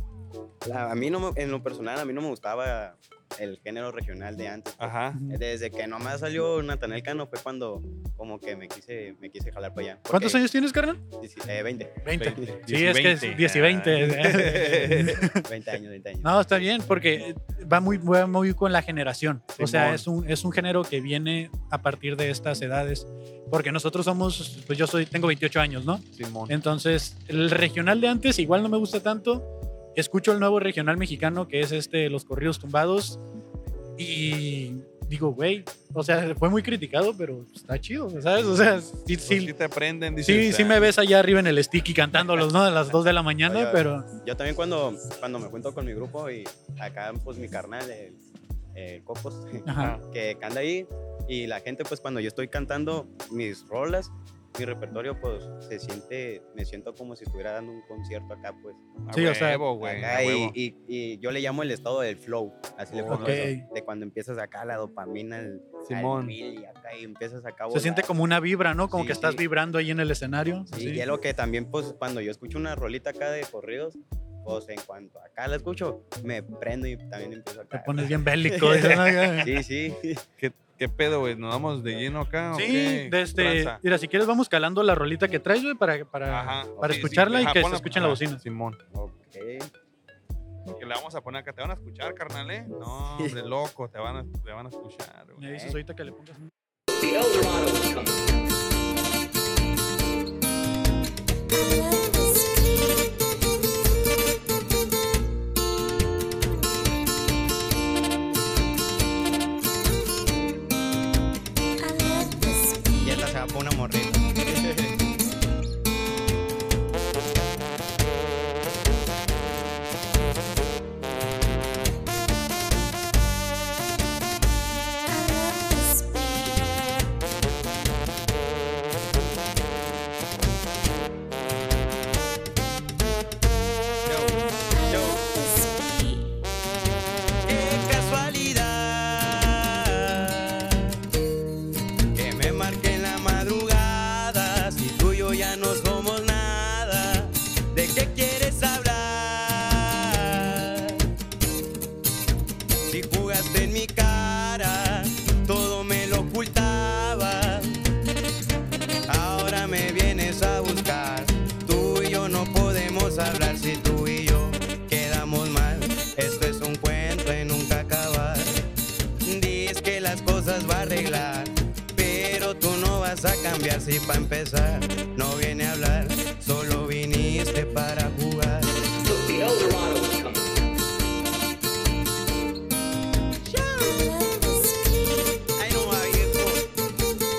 [SPEAKER 11] la- a mí no, me- en lo personal, a mí no me gustaba el género regional de antes. pues.
[SPEAKER 3] Ajá.
[SPEAKER 11] Desde que nomás salió Natanel Cano fue cuando como que me quise, me quise jalar para allá.
[SPEAKER 2] ¿Cuántos
[SPEAKER 11] Porque-
[SPEAKER 2] años tienes, carnal?
[SPEAKER 11] dieci- eh, 20.
[SPEAKER 2] 20.
[SPEAKER 3] Veinte.
[SPEAKER 2] Sí, es que es 10 y 20.
[SPEAKER 3] Ah,
[SPEAKER 11] 20 años, 20 años.
[SPEAKER 2] No, está bien, porque va muy, va muy con la generación. O sea,
[SPEAKER 3] Simón.
[SPEAKER 2] es un, es un género que viene a partir de estas edades. Porque nosotros somos, pues yo soy, tengo 28 años, ¿no?
[SPEAKER 3] Simón.
[SPEAKER 2] Entonces, el regional de antes igual no me gusta tanto. Escucho el nuevo regional mexicano que es este, los corridos tumbados. Y digo, güey, o sea, fue muy criticado, pero está chido, ¿sabes? O sea, sí,
[SPEAKER 3] Pues sí
[SPEAKER 2] sí,
[SPEAKER 3] te prenden, dices.
[SPEAKER 2] sí, sí
[SPEAKER 3] ah,
[SPEAKER 2] me ves allá arriba en el sticky cantándolos, ¿no? A las 2 de la mañana,
[SPEAKER 11] Oye,
[SPEAKER 2] pero...
[SPEAKER 11] Yo también cuando, cuando me junto con mi grupo y acá pues mi carnal, el, el Cocos,
[SPEAKER 2] Ajá.
[SPEAKER 11] que canta ahí y la gente pues cuando yo estoy cantando mis rolas, mi repertorio, pues se siente, me siento como si estuviera dando un concierto acá, pues.
[SPEAKER 2] Sí, o sea,
[SPEAKER 3] güey. a
[SPEAKER 11] Acá, y,
[SPEAKER 3] huevo.
[SPEAKER 11] y- y yo le llamo el estado del flow, así le
[SPEAKER 3] Oh,
[SPEAKER 11] pongo
[SPEAKER 2] ok.
[SPEAKER 11] eso, de cuando empiezas acá la dopamina, el, al
[SPEAKER 3] Simón.
[SPEAKER 11] mil y acá y empiezas acá a
[SPEAKER 2] Se
[SPEAKER 11] volar.
[SPEAKER 2] siente como una vibra, ¿no? Como
[SPEAKER 11] Sí,
[SPEAKER 2] que estás
[SPEAKER 11] sí.
[SPEAKER 2] vibrando ahí en el escenario.
[SPEAKER 11] Sí, y es lo que también, pues, cuando yo escucho una rolita acá de corridos, pues, en cuanto acá la escucho, me prendo y también empiezo
[SPEAKER 2] Te
[SPEAKER 11] acá.
[SPEAKER 2] pones bien bélico. dices, "Ay, ay".
[SPEAKER 11] Sí, sí.
[SPEAKER 3] ¿Qué pedo, güey? ¿Nos vamos de lleno acá? o
[SPEAKER 2] Sí, este,
[SPEAKER 3] qué?
[SPEAKER 2] desde.
[SPEAKER 3] Tranza.
[SPEAKER 2] Mira, si quieres, vamos calando la rolita que traes, güey, para, para,
[SPEAKER 3] Ajá.
[SPEAKER 2] para
[SPEAKER 3] Sí, sí,
[SPEAKER 2] escucharla y
[SPEAKER 3] ajá,
[SPEAKER 2] que se
[SPEAKER 3] ponla-
[SPEAKER 2] escuche en la
[SPEAKER 3] ajá,
[SPEAKER 2] bocina.
[SPEAKER 3] Simón.
[SPEAKER 11] Ok.
[SPEAKER 3] Que la vamos a poner acá. ¿Te van a escuchar, carnal, eh? No, hombre, loco. Te van a, te van a escuchar,
[SPEAKER 2] Me
[SPEAKER 3] güey.
[SPEAKER 2] dices ahorita que le pongas. un-
[SPEAKER 11] Y esta se va por una morrita. Es casualidad que me marque en la madrugada. Si tú y yo ya no somos nada, ¿de qué quieres hablar? Si jugaste en mi cara, todo me lo ocultaba. Ahora me vienes a buscar. Tú y yo no podemos hablar si tú y yo quedamos mal. Esto es un cuento y nunca acabar. Dices que las cosas va a arreglar, pero tú no vas a cambiar si para empezar no viene a hablar, solo viniste para jugar. Ay, no, viejo.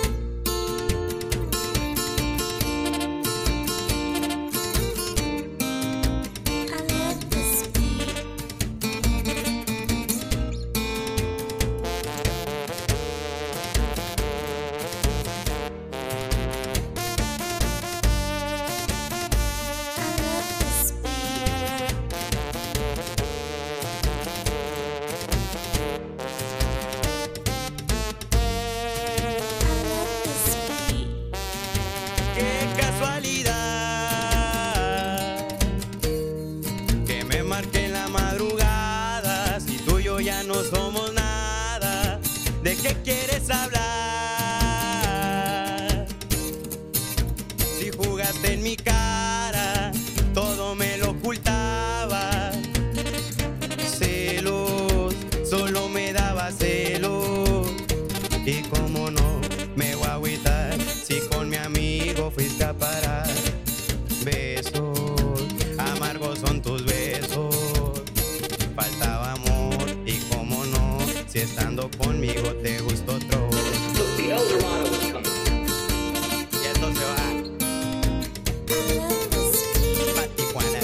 [SPEAKER 11] qué casualidad que me marque en la madrugada si tú y yo ya no somos nada de qué quieres hablar si jugaste en mi cara todo me lo ocultaba celos solo me daba celos y como no me voy a agüitar si con mi amigo fuiste a parar. Besos, amargos son tus besos. Faltaba amor y como no, si estando conmigo te gustó otro. Y esto se va. Pa' Tijuana.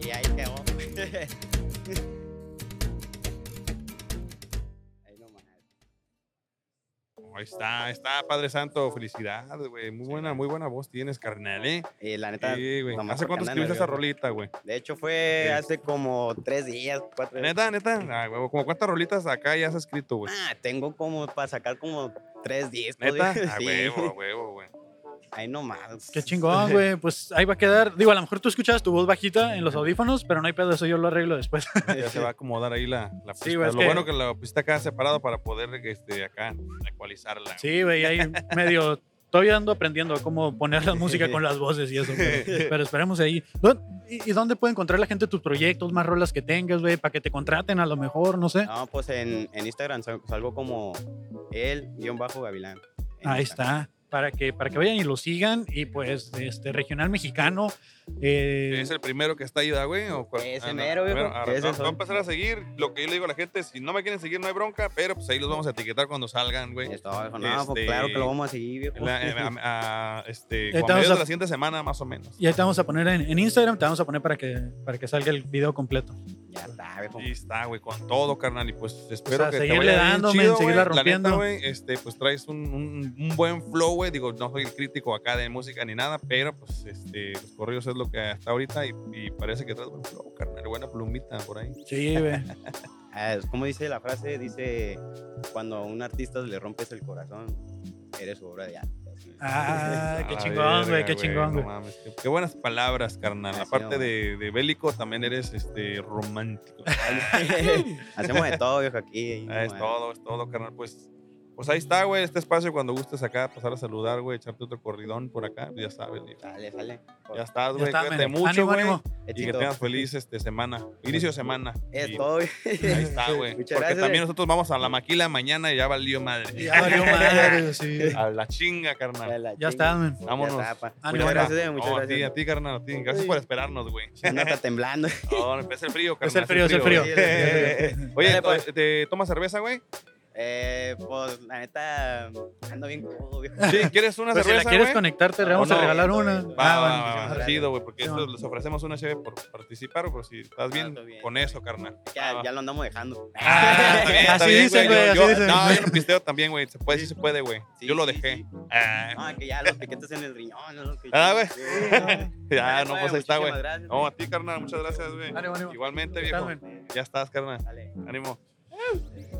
[SPEAKER 11] Y ahí quedó. Ahí nomás.
[SPEAKER 3] Ahí está, ahí está, Padre Santo. Felicidades, güey. Muy buena, muy buena voz tienes, carnal, eh.
[SPEAKER 11] Y la neta,
[SPEAKER 3] Sí, güey.
[SPEAKER 11] nomás
[SPEAKER 3] ¿Hace
[SPEAKER 11] porque
[SPEAKER 3] cuánto
[SPEAKER 11] andan
[SPEAKER 3] escribiste esa
[SPEAKER 11] nerviosos.
[SPEAKER 3] rolita, güey?
[SPEAKER 11] De hecho, fue
[SPEAKER 3] Sí.
[SPEAKER 11] hace como tres días, cuatro días.
[SPEAKER 3] Neta, neta. Ah, huevo, ¿Como cuántas rolitas acá ya has escrito, güey?
[SPEAKER 11] Ah, tengo como para sacar como tres discos.
[SPEAKER 3] Neta.
[SPEAKER 11] digo,
[SPEAKER 3] Ah,
[SPEAKER 11] sí.
[SPEAKER 3] huevo, a huevo, güey.
[SPEAKER 11] Ahí nomás.
[SPEAKER 2] Qué chingón, güey. Pues ahí va a quedar. Digo, a lo mejor tú escuchabas tu voz bajita en los audífonos, pero no hay pedo, eso yo lo arreglo después.
[SPEAKER 3] Ya se va a acomodar ahí la, la pista.
[SPEAKER 2] Sí, güey,
[SPEAKER 3] Pues,
[SPEAKER 2] es
[SPEAKER 3] Lo
[SPEAKER 2] que-
[SPEAKER 3] bueno que la pista acá separado para poder este, acá actualizarla.
[SPEAKER 2] Sí, güey, ahí medio Todavía ando aprendiendo a cómo poner la música con las voces y eso. Pero, pero esperemos ahí. ¿Dó- ¿Y y dónde puede encontrar la gente tus proyectos, más rolas que tengas, güey? Para que te contraten a lo mejor, no sé.
[SPEAKER 11] No, pues en, en Instagram sal- salgo como el guión bajo gavilán. En
[SPEAKER 2] Ahí
[SPEAKER 11] Instagram.
[SPEAKER 2] está. Para que, para que vayan y lo sigan. Y pues, este, regional mexicano. eh,
[SPEAKER 3] ¿Es el primero que está ahí, da, güey? ¿O cuál?
[SPEAKER 11] Ese
[SPEAKER 3] no,
[SPEAKER 11] mero, viejo.
[SPEAKER 3] primero. Ah,
[SPEAKER 11] Ese
[SPEAKER 3] vamos,
[SPEAKER 11] soy.
[SPEAKER 3] vamos a empezar a seguir lo que yo le digo a la gente. Si no me quieren seguir, no hay bronca, pero pues ahí los vamos a etiquetar cuando salgan, güey.
[SPEAKER 11] Esto, viejo, no, pues
[SPEAKER 3] Este,
[SPEAKER 11] claro que lo vamos a seguir, viejo.
[SPEAKER 3] en la- en- a- a- este,
[SPEAKER 2] Ahí
[SPEAKER 3] como a
[SPEAKER 2] te vamos
[SPEAKER 3] mediados
[SPEAKER 2] a-
[SPEAKER 3] de la siguiente semana, más o menos.
[SPEAKER 2] y ahí te vamos a poner en, en Instagram, te vamos a poner para que, para que salga el video completo.
[SPEAKER 11] Ya está, viejo.
[SPEAKER 3] Y está, güey, con todo, carnal. Y pues espero
[SPEAKER 2] sea,
[SPEAKER 3] que
[SPEAKER 2] seguirle
[SPEAKER 3] te vaya bien
[SPEAKER 2] dando, men,
[SPEAKER 3] chido,
[SPEAKER 2] seguirla
[SPEAKER 3] güey. La neta,
[SPEAKER 2] rompiendo.
[SPEAKER 3] güey, este, pues traes un, un- un buen flow, güey. Digo, no soy el crítico acá de música ni nada, pero pues este, los corridos es lo que hasta ahorita y, y parece que traes buen flow, carnal. Buena plumita por ahí.
[SPEAKER 2] Sí, güey.
[SPEAKER 11] Ah, es como dice la frase, dice, cuando a un artista le rompes el corazón, eres su obra de arte. así.
[SPEAKER 2] Ah, qué
[SPEAKER 3] A la
[SPEAKER 2] chingón, güey,
[SPEAKER 3] verga,
[SPEAKER 2] qué chingón,
[SPEAKER 3] no
[SPEAKER 2] güey.
[SPEAKER 3] mames, qué, qué buenas palabras, carnal.
[SPEAKER 11] Así
[SPEAKER 3] Aparte
[SPEAKER 11] nomás.
[SPEAKER 3] de, de bélico, también eres este romántico.
[SPEAKER 11] Hacemos de todo, viejo, aquí. ahí,
[SPEAKER 3] Ah, es
[SPEAKER 11] nomás.
[SPEAKER 3] todo, es todo, carnal. Pues, pues ahí está, güey, este espacio. Cuando gustes acá, pasar a saludar, güey, echarte otro corridón por acá, pues, ya sabes. viejo.
[SPEAKER 11] Sale, sale.
[SPEAKER 3] Ya estás,
[SPEAKER 2] Ya
[SPEAKER 3] güey.
[SPEAKER 2] está,
[SPEAKER 3] Cuídate
[SPEAKER 2] men.
[SPEAKER 3] mucho,
[SPEAKER 2] Ánimo,
[SPEAKER 3] güey.
[SPEAKER 2] ánimo.
[SPEAKER 3] Y que
[SPEAKER 11] Éxito.
[SPEAKER 3] tengas feliz este, semana, inicio de semana.
[SPEAKER 11] Es
[SPEAKER 3] Y
[SPEAKER 11] todo.
[SPEAKER 3] Ahí está, güey. Porque
[SPEAKER 11] Muchas gracias,
[SPEAKER 3] también
[SPEAKER 11] eh.
[SPEAKER 3] nosotros vamos a la maquila mañana y ya valió madre.
[SPEAKER 2] Ya valió madre, sí.
[SPEAKER 3] A la chinga, carnal.
[SPEAKER 2] Ya está, men. Ah,
[SPEAKER 3] Vámonos.
[SPEAKER 11] Ya está, pa.
[SPEAKER 2] Ánimo,
[SPEAKER 11] Muchas gracias, eh,
[SPEAKER 3] No,
[SPEAKER 11] muchas
[SPEAKER 3] a ti, a
[SPEAKER 11] gracias.
[SPEAKER 3] ti, carnal, a ti. Gracias por esperarnos, güey.
[SPEAKER 11] No está temblando.
[SPEAKER 3] No, empieza el frío, carnal.
[SPEAKER 2] Es el frío, es el frío.
[SPEAKER 11] frío.
[SPEAKER 3] güey. Oye,
[SPEAKER 11] Dale, pues.
[SPEAKER 3] ¿te- ¿te tomas cerveza, güey?
[SPEAKER 11] Eh, pues la neta, ando bien crudo, viejo.
[SPEAKER 3] Sí, ¿quieres una
[SPEAKER 2] Pues si la
[SPEAKER 3] cerveza,
[SPEAKER 2] quieres
[SPEAKER 3] güey?
[SPEAKER 2] conectarte, le vamos
[SPEAKER 3] No,
[SPEAKER 2] a
[SPEAKER 3] no,
[SPEAKER 2] regalar
[SPEAKER 11] no,
[SPEAKER 2] una.
[SPEAKER 11] no, no.
[SPEAKER 3] Va,
[SPEAKER 2] Ah,
[SPEAKER 3] va,
[SPEAKER 2] bueno,
[SPEAKER 3] va,
[SPEAKER 11] muchísimas
[SPEAKER 3] chido, güey, porque
[SPEAKER 2] Sí,
[SPEAKER 3] esto
[SPEAKER 2] bueno.
[SPEAKER 3] les ofrecemos una cheve por participar, pero si estás bien,
[SPEAKER 11] estoy Ah, bien,
[SPEAKER 3] con
[SPEAKER 11] estoy
[SPEAKER 3] eso, carnal. Ah,
[SPEAKER 11] Ya,
[SPEAKER 3] va.
[SPEAKER 11] ya lo andamos dejando.
[SPEAKER 2] Ah,
[SPEAKER 3] Está bien, está
[SPEAKER 2] así
[SPEAKER 3] bien,
[SPEAKER 2] dicen,
[SPEAKER 3] güey,
[SPEAKER 2] güey,
[SPEAKER 3] yo-
[SPEAKER 2] así
[SPEAKER 3] yo-
[SPEAKER 2] dicen.
[SPEAKER 3] No, yo lo pisteo también, güey. Se puede, sí se puede, güey.
[SPEAKER 11] Sí,
[SPEAKER 3] yo lo
[SPEAKER 11] sí,
[SPEAKER 3] dejé.
[SPEAKER 11] sí.
[SPEAKER 3] Ah,
[SPEAKER 11] No, que ya los piquetes en el riñón. ¿no? Los que-
[SPEAKER 3] Ah, güey.
[SPEAKER 11] Sí,
[SPEAKER 3] Ya, no,
[SPEAKER 11] pues,
[SPEAKER 3] pues ahí está, güey.
[SPEAKER 11] muchísimas gracias. pues,
[SPEAKER 3] No, a ti, carnal, muchas gracias, güey.
[SPEAKER 2] Ánimo, ánimo.
[SPEAKER 3] Igualmente,
[SPEAKER 2] Está,
[SPEAKER 3] viejo. Ya estás, carnal.
[SPEAKER 11] Dale.
[SPEAKER 3] Ánimo.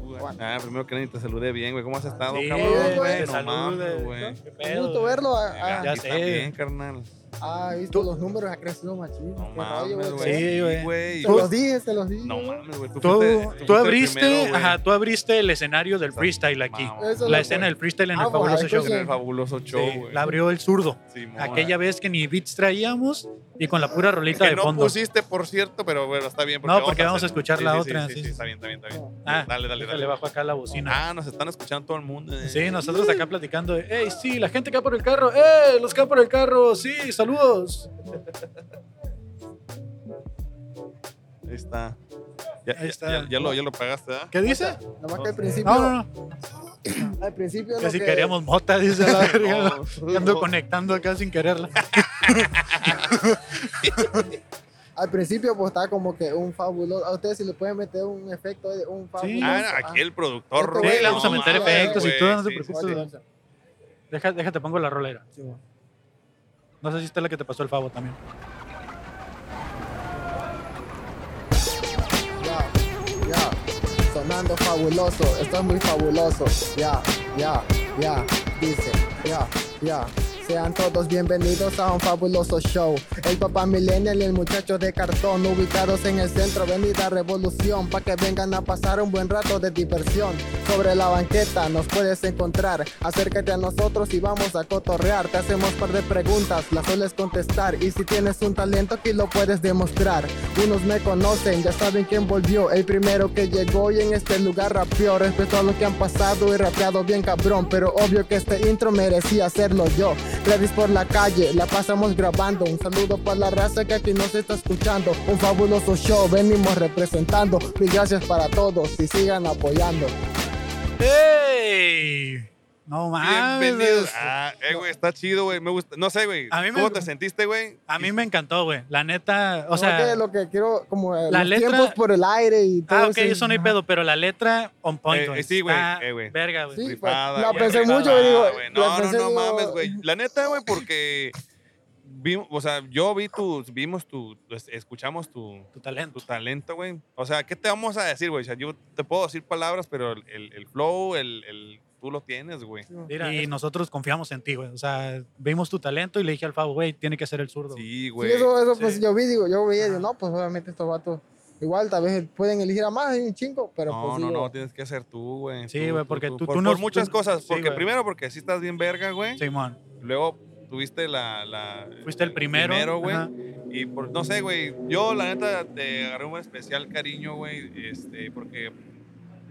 [SPEAKER 3] Ah, primero que nada, te saludé bien, güey. ¿Cómo has estado,
[SPEAKER 2] Sí,
[SPEAKER 3] cabrón?
[SPEAKER 2] güey,
[SPEAKER 3] No
[SPEAKER 2] salud,
[SPEAKER 3] mames,
[SPEAKER 2] güey.
[SPEAKER 3] güey.
[SPEAKER 2] Qué
[SPEAKER 1] Un
[SPEAKER 2] pedo,
[SPEAKER 1] gusto
[SPEAKER 2] güey.
[SPEAKER 1] verlo.
[SPEAKER 3] Ah,
[SPEAKER 1] Ah,
[SPEAKER 2] Ya
[SPEAKER 3] aquí
[SPEAKER 2] sé.
[SPEAKER 3] está bien, carnal.
[SPEAKER 1] ah, ah, he visto los números, ha crecido machín.
[SPEAKER 3] No
[SPEAKER 1] qué rollo,
[SPEAKER 3] mames,
[SPEAKER 1] güey.
[SPEAKER 2] Sí,
[SPEAKER 3] güey.
[SPEAKER 2] güey.
[SPEAKER 3] güey.
[SPEAKER 1] Se los dije, se los dije.
[SPEAKER 3] No mames, güey. Tú,
[SPEAKER 2] Tú,
[SPEAKER 3] fuiste-
[SPEAKER 2] tú
[SPEAKER 3] fuiste el
[SPEAKER 2] abriste,
[SPEAKER 3] primero, güey.
[SPEAKER 2] ajá, tú abriste el escenario del
[SPEAKER 3] Exacto.
[SPEAKER 2] freestyle aquí.
[SPEAKER 3] Mamá,
[SPEAKER 1] Eso
[SPEAKER 2] la
[SPEAKER 1] lo-
[SPEAKER 2] escena del freestyle en
[SPEAKER 1] Ah,
[SPEAKER 2] el
[SPEAKER 1] bueno,
[SPEAKER 2] fabuloso show.
[SPEAKER 1] entonces-
[SPEAKER 3] en el fabuloso show,
[SPEAKER 2] Sí,
[SPEAKER 3] güey.
[SPEAKER 2] la abrió el zurdo.
[SPEAKER 3] Simón.
[SPEAKER 2] Aquella vez que ni beats traíamos y con la pura rolita
[SPEAKER 3] que
[SPEAKER 2] de
[SPEAKER 3] no
[SPEAKER 2] fondo.
[SPEAKER 3] pusiste, por cierto, pero bueno, está bien.
[SPEAKER 2] No, porque vamos a
[SPEAKER 3] hacer-
[SPEAKER 2] escuchar
[SPEAKER 3] Sí,
[SPEAKER 2] la
[SPEAKER 3] sí,
[SPEAKER 2] otra,
[SPEAKER 3] Sí, sí,
[SPEAKER 2] sí,
[SPEAKER 3] sí,
[SPEAKER 2] sí.
[SPEAKER 3] está bien, está bien, está bien.
[SPEAKER 2] Ah,
[SPEAKER 3] dale, dale,
[SPEAKER 2] Le
[SPEAKER 3] dale.
[SPEAKER 2] bajo acá la bocina.
[SPEAKER 3] Ah, nos están escuchando todo el mundo. eh.
[SPEAKER 2] Sí, nosotros acá platicando. eh. de, Hey, sí, la gente acá por el carro. ¡Eh, los que van por el carro! Sí, saludos.
[SPEAKER 3] Ahí está. Ya,
[SPEAKER 2] Ahí
[SPEAKER 3] ya-
[SPEAKER 2] está.
[SPEAKER 3] ya- ya lo, ya lo pagaste, ¿ah?
[SPEAKER 2] ¿Qué dice?
[SPEAKER 1] Nomás que al principio,
[SPEAKER 2] No, no, no.
[SPEAKER 1] al principio
[SPEAKER 2] Que
[SPEAKER 1] lo
[SPEAKER 2] si
[SPEAKER 1] que-
[SPEAKER 2] queríamos mota, dice la verga.
[SPEAKER 3] No,
[SPEAKER 2] Ando
[SPEAKER 3] no.
[SPEAKER 2] conectando acá sin quererla.
[SPEAKER 1] al principio pues está como que un fabuloso. A ustedes si le pueden meter un efecto de un fabuloso. Este
[SPEAKER 3] Ah, aquí el productor.
[SPEAKER 1] Sí,
[SPEAKER 2] Sí,
[SPEAKER 3] güey,
[SPEAKER 2] le vamos
[SPEAKER 3] no
[SPEAKER 2] a meter
[SPEAKER 3] mames,
[SPEAKER 2] efectos y
[SPEAKER 3] güey.
[SPEAKER 2] todo, no te
[SPEAKER 3] Sí, sí,
[SPEAKER 2] preocupes. Deja- déjate, pongo la rolera.
[SPEAKER 1] Sí, bueno.
[SPEAKER 2] No sé si esta es la que te pasó el favo también.
[SPEAKER 1] Ya, ya, sonando fabuloso, estás muy fabuloso. Ya, ya, ya, dice, ya, ya. Sean todos bienvenidos a un fabuloso show. El papá millennial y el muchacho de cartón, ubicados en el centro Avenida Revolución, para que vengan a pasar un buen rato de diversión. Sobre la banqueta nos puedes encontrar. Acércate a nosotros y vamos a cotorrear. Te hacemos par de preguntas, las sueles contestar. Y si tienes un talento aquí lo puedes demostrar. Unos me conocen, ya saben quién volvió. El primero que llegó y en este lugar rapeó. Respecto a lo que han pasado y rapeado bien cabrón. Pero obvio que este intro merecía hacerlo yo. Travis por la calle, la pasamos grabando. Un saludo para la raza que aquí nos está escuchando. Un fabuloso show, venimos representando. Mil gracias para todos y sigan apoyando.
[SPEAKER 2] ¡Ey! No mames.
[SPEAKER 3] Bienvenidos. Ah, eh, güey, está chido, güey. Me gusta. No sé, güey.
[SPEAKER 2] A mí me-
[SPEAKER 3] ¿Cómo te sentiste, güey?
[SPEAKER 2] A mí me encantó, güey. La neta, o sea.
[SPEAKER 1] que lo que quiero, como eh,
[SPEAKER 2] la
[SPEAKER 1] los
[SPEAKER 2] letra-
[SPEAKER 1] tiempos por el aire y todo
[SPEAKER 2] Ah, ok,
[SPEAKER 1] ese-
[SPEAKER 2] eso no hay
[SPEAKER 1] Ajá.
[SPEAKER 2] pedo, pero la letra on point.
[SPEAKER 3] Eh, eh, sí, güey,
[SPEAKER 2] Está
[SPEAKER 3] eh, güey.
[SPEAKER 2] Verga, güey.
[SPEAKER 1] Sí, pues,
[SPEAKER 3] rifada,
[SPEAKER 1] la
[SPEAKER 3] güey,
[SPEAKER 1] pensé
[SPEAKER 3] rifada,
[SPEAKER 1] mucho, digo,
[SPEAKER 3] güey.
[SPEAKER 1] la
[SPEAKER 3] No, no,
[SPEAKER 1] pensé,
[SPEAKER 3] no
[SPEAKER 1] digo-
[SPEAKER 3] mames, güey. La neta, güey, porque. vimos, o sea, yo vi tu. Vimos tu. es- Escuchamos tu.
[SPEAKER 2] Tu talento.
[SPEAKER 3] Tu talento, güey. O sea, ¿qué te vamos a decir, güey? O sea, yo te puedo decir palabras, pero el, el- el flow, el, el- tú lo tienes, güey.
[SPEAKER 2] Mira, y nosotros confiamos en ti, güey. O sea, vimos tu talento y le dije al Fabo, güey, tiene que ser el zurdo.
[SPEAKER 3] Sí,
[SPEAKER 1] Sí,
[SPEAKER 3] güey.
[SPEAKER 1] eso, eso
[SPEAKER 2] Sí.
[SPEAKER 1] pues yo vi, digo, yo vi,
[SPEAKER 2] Ajá.
[SPEAKER 1] digo, no, pues obviamente estos vatos Igual, tal vez pueden elegir a más, hay un chingo, pero
[SPEAKER 3] no,
[SPEAKER 1] pues
[SPEAKER 3] no,
[SPEAKER 1] digo,
[SPEAKER 3] no, tienes que ser tú, güey.
[SPEAKER 2] Sí, güey, porque tú-
[SPEAKER 3] por,
[SPEAKER 2] tú no-
[SPEAKER 3] por muchas
[SPEAKER 2] tú-
[SPEAKER 3] cosas.
[SPEAKER 2] sí,
[SPEAKER 3] Porque
[SPEAKER 2] güey.
[SPEAKER 3] primero, porque sí estás bien verga, güey.
[SPEAKER 2] Simón.
[SPEAKER 3] Luego tuviste la. la
[SPEAKER 2] Fuiste el primero.
[SPEAKER 3] güey.
[SPEAKER 2] ajá.
[SPEAKER 3] Y por, no sé, güey. Yo, la neta, te agarré un especial cariño, güey. Este, porque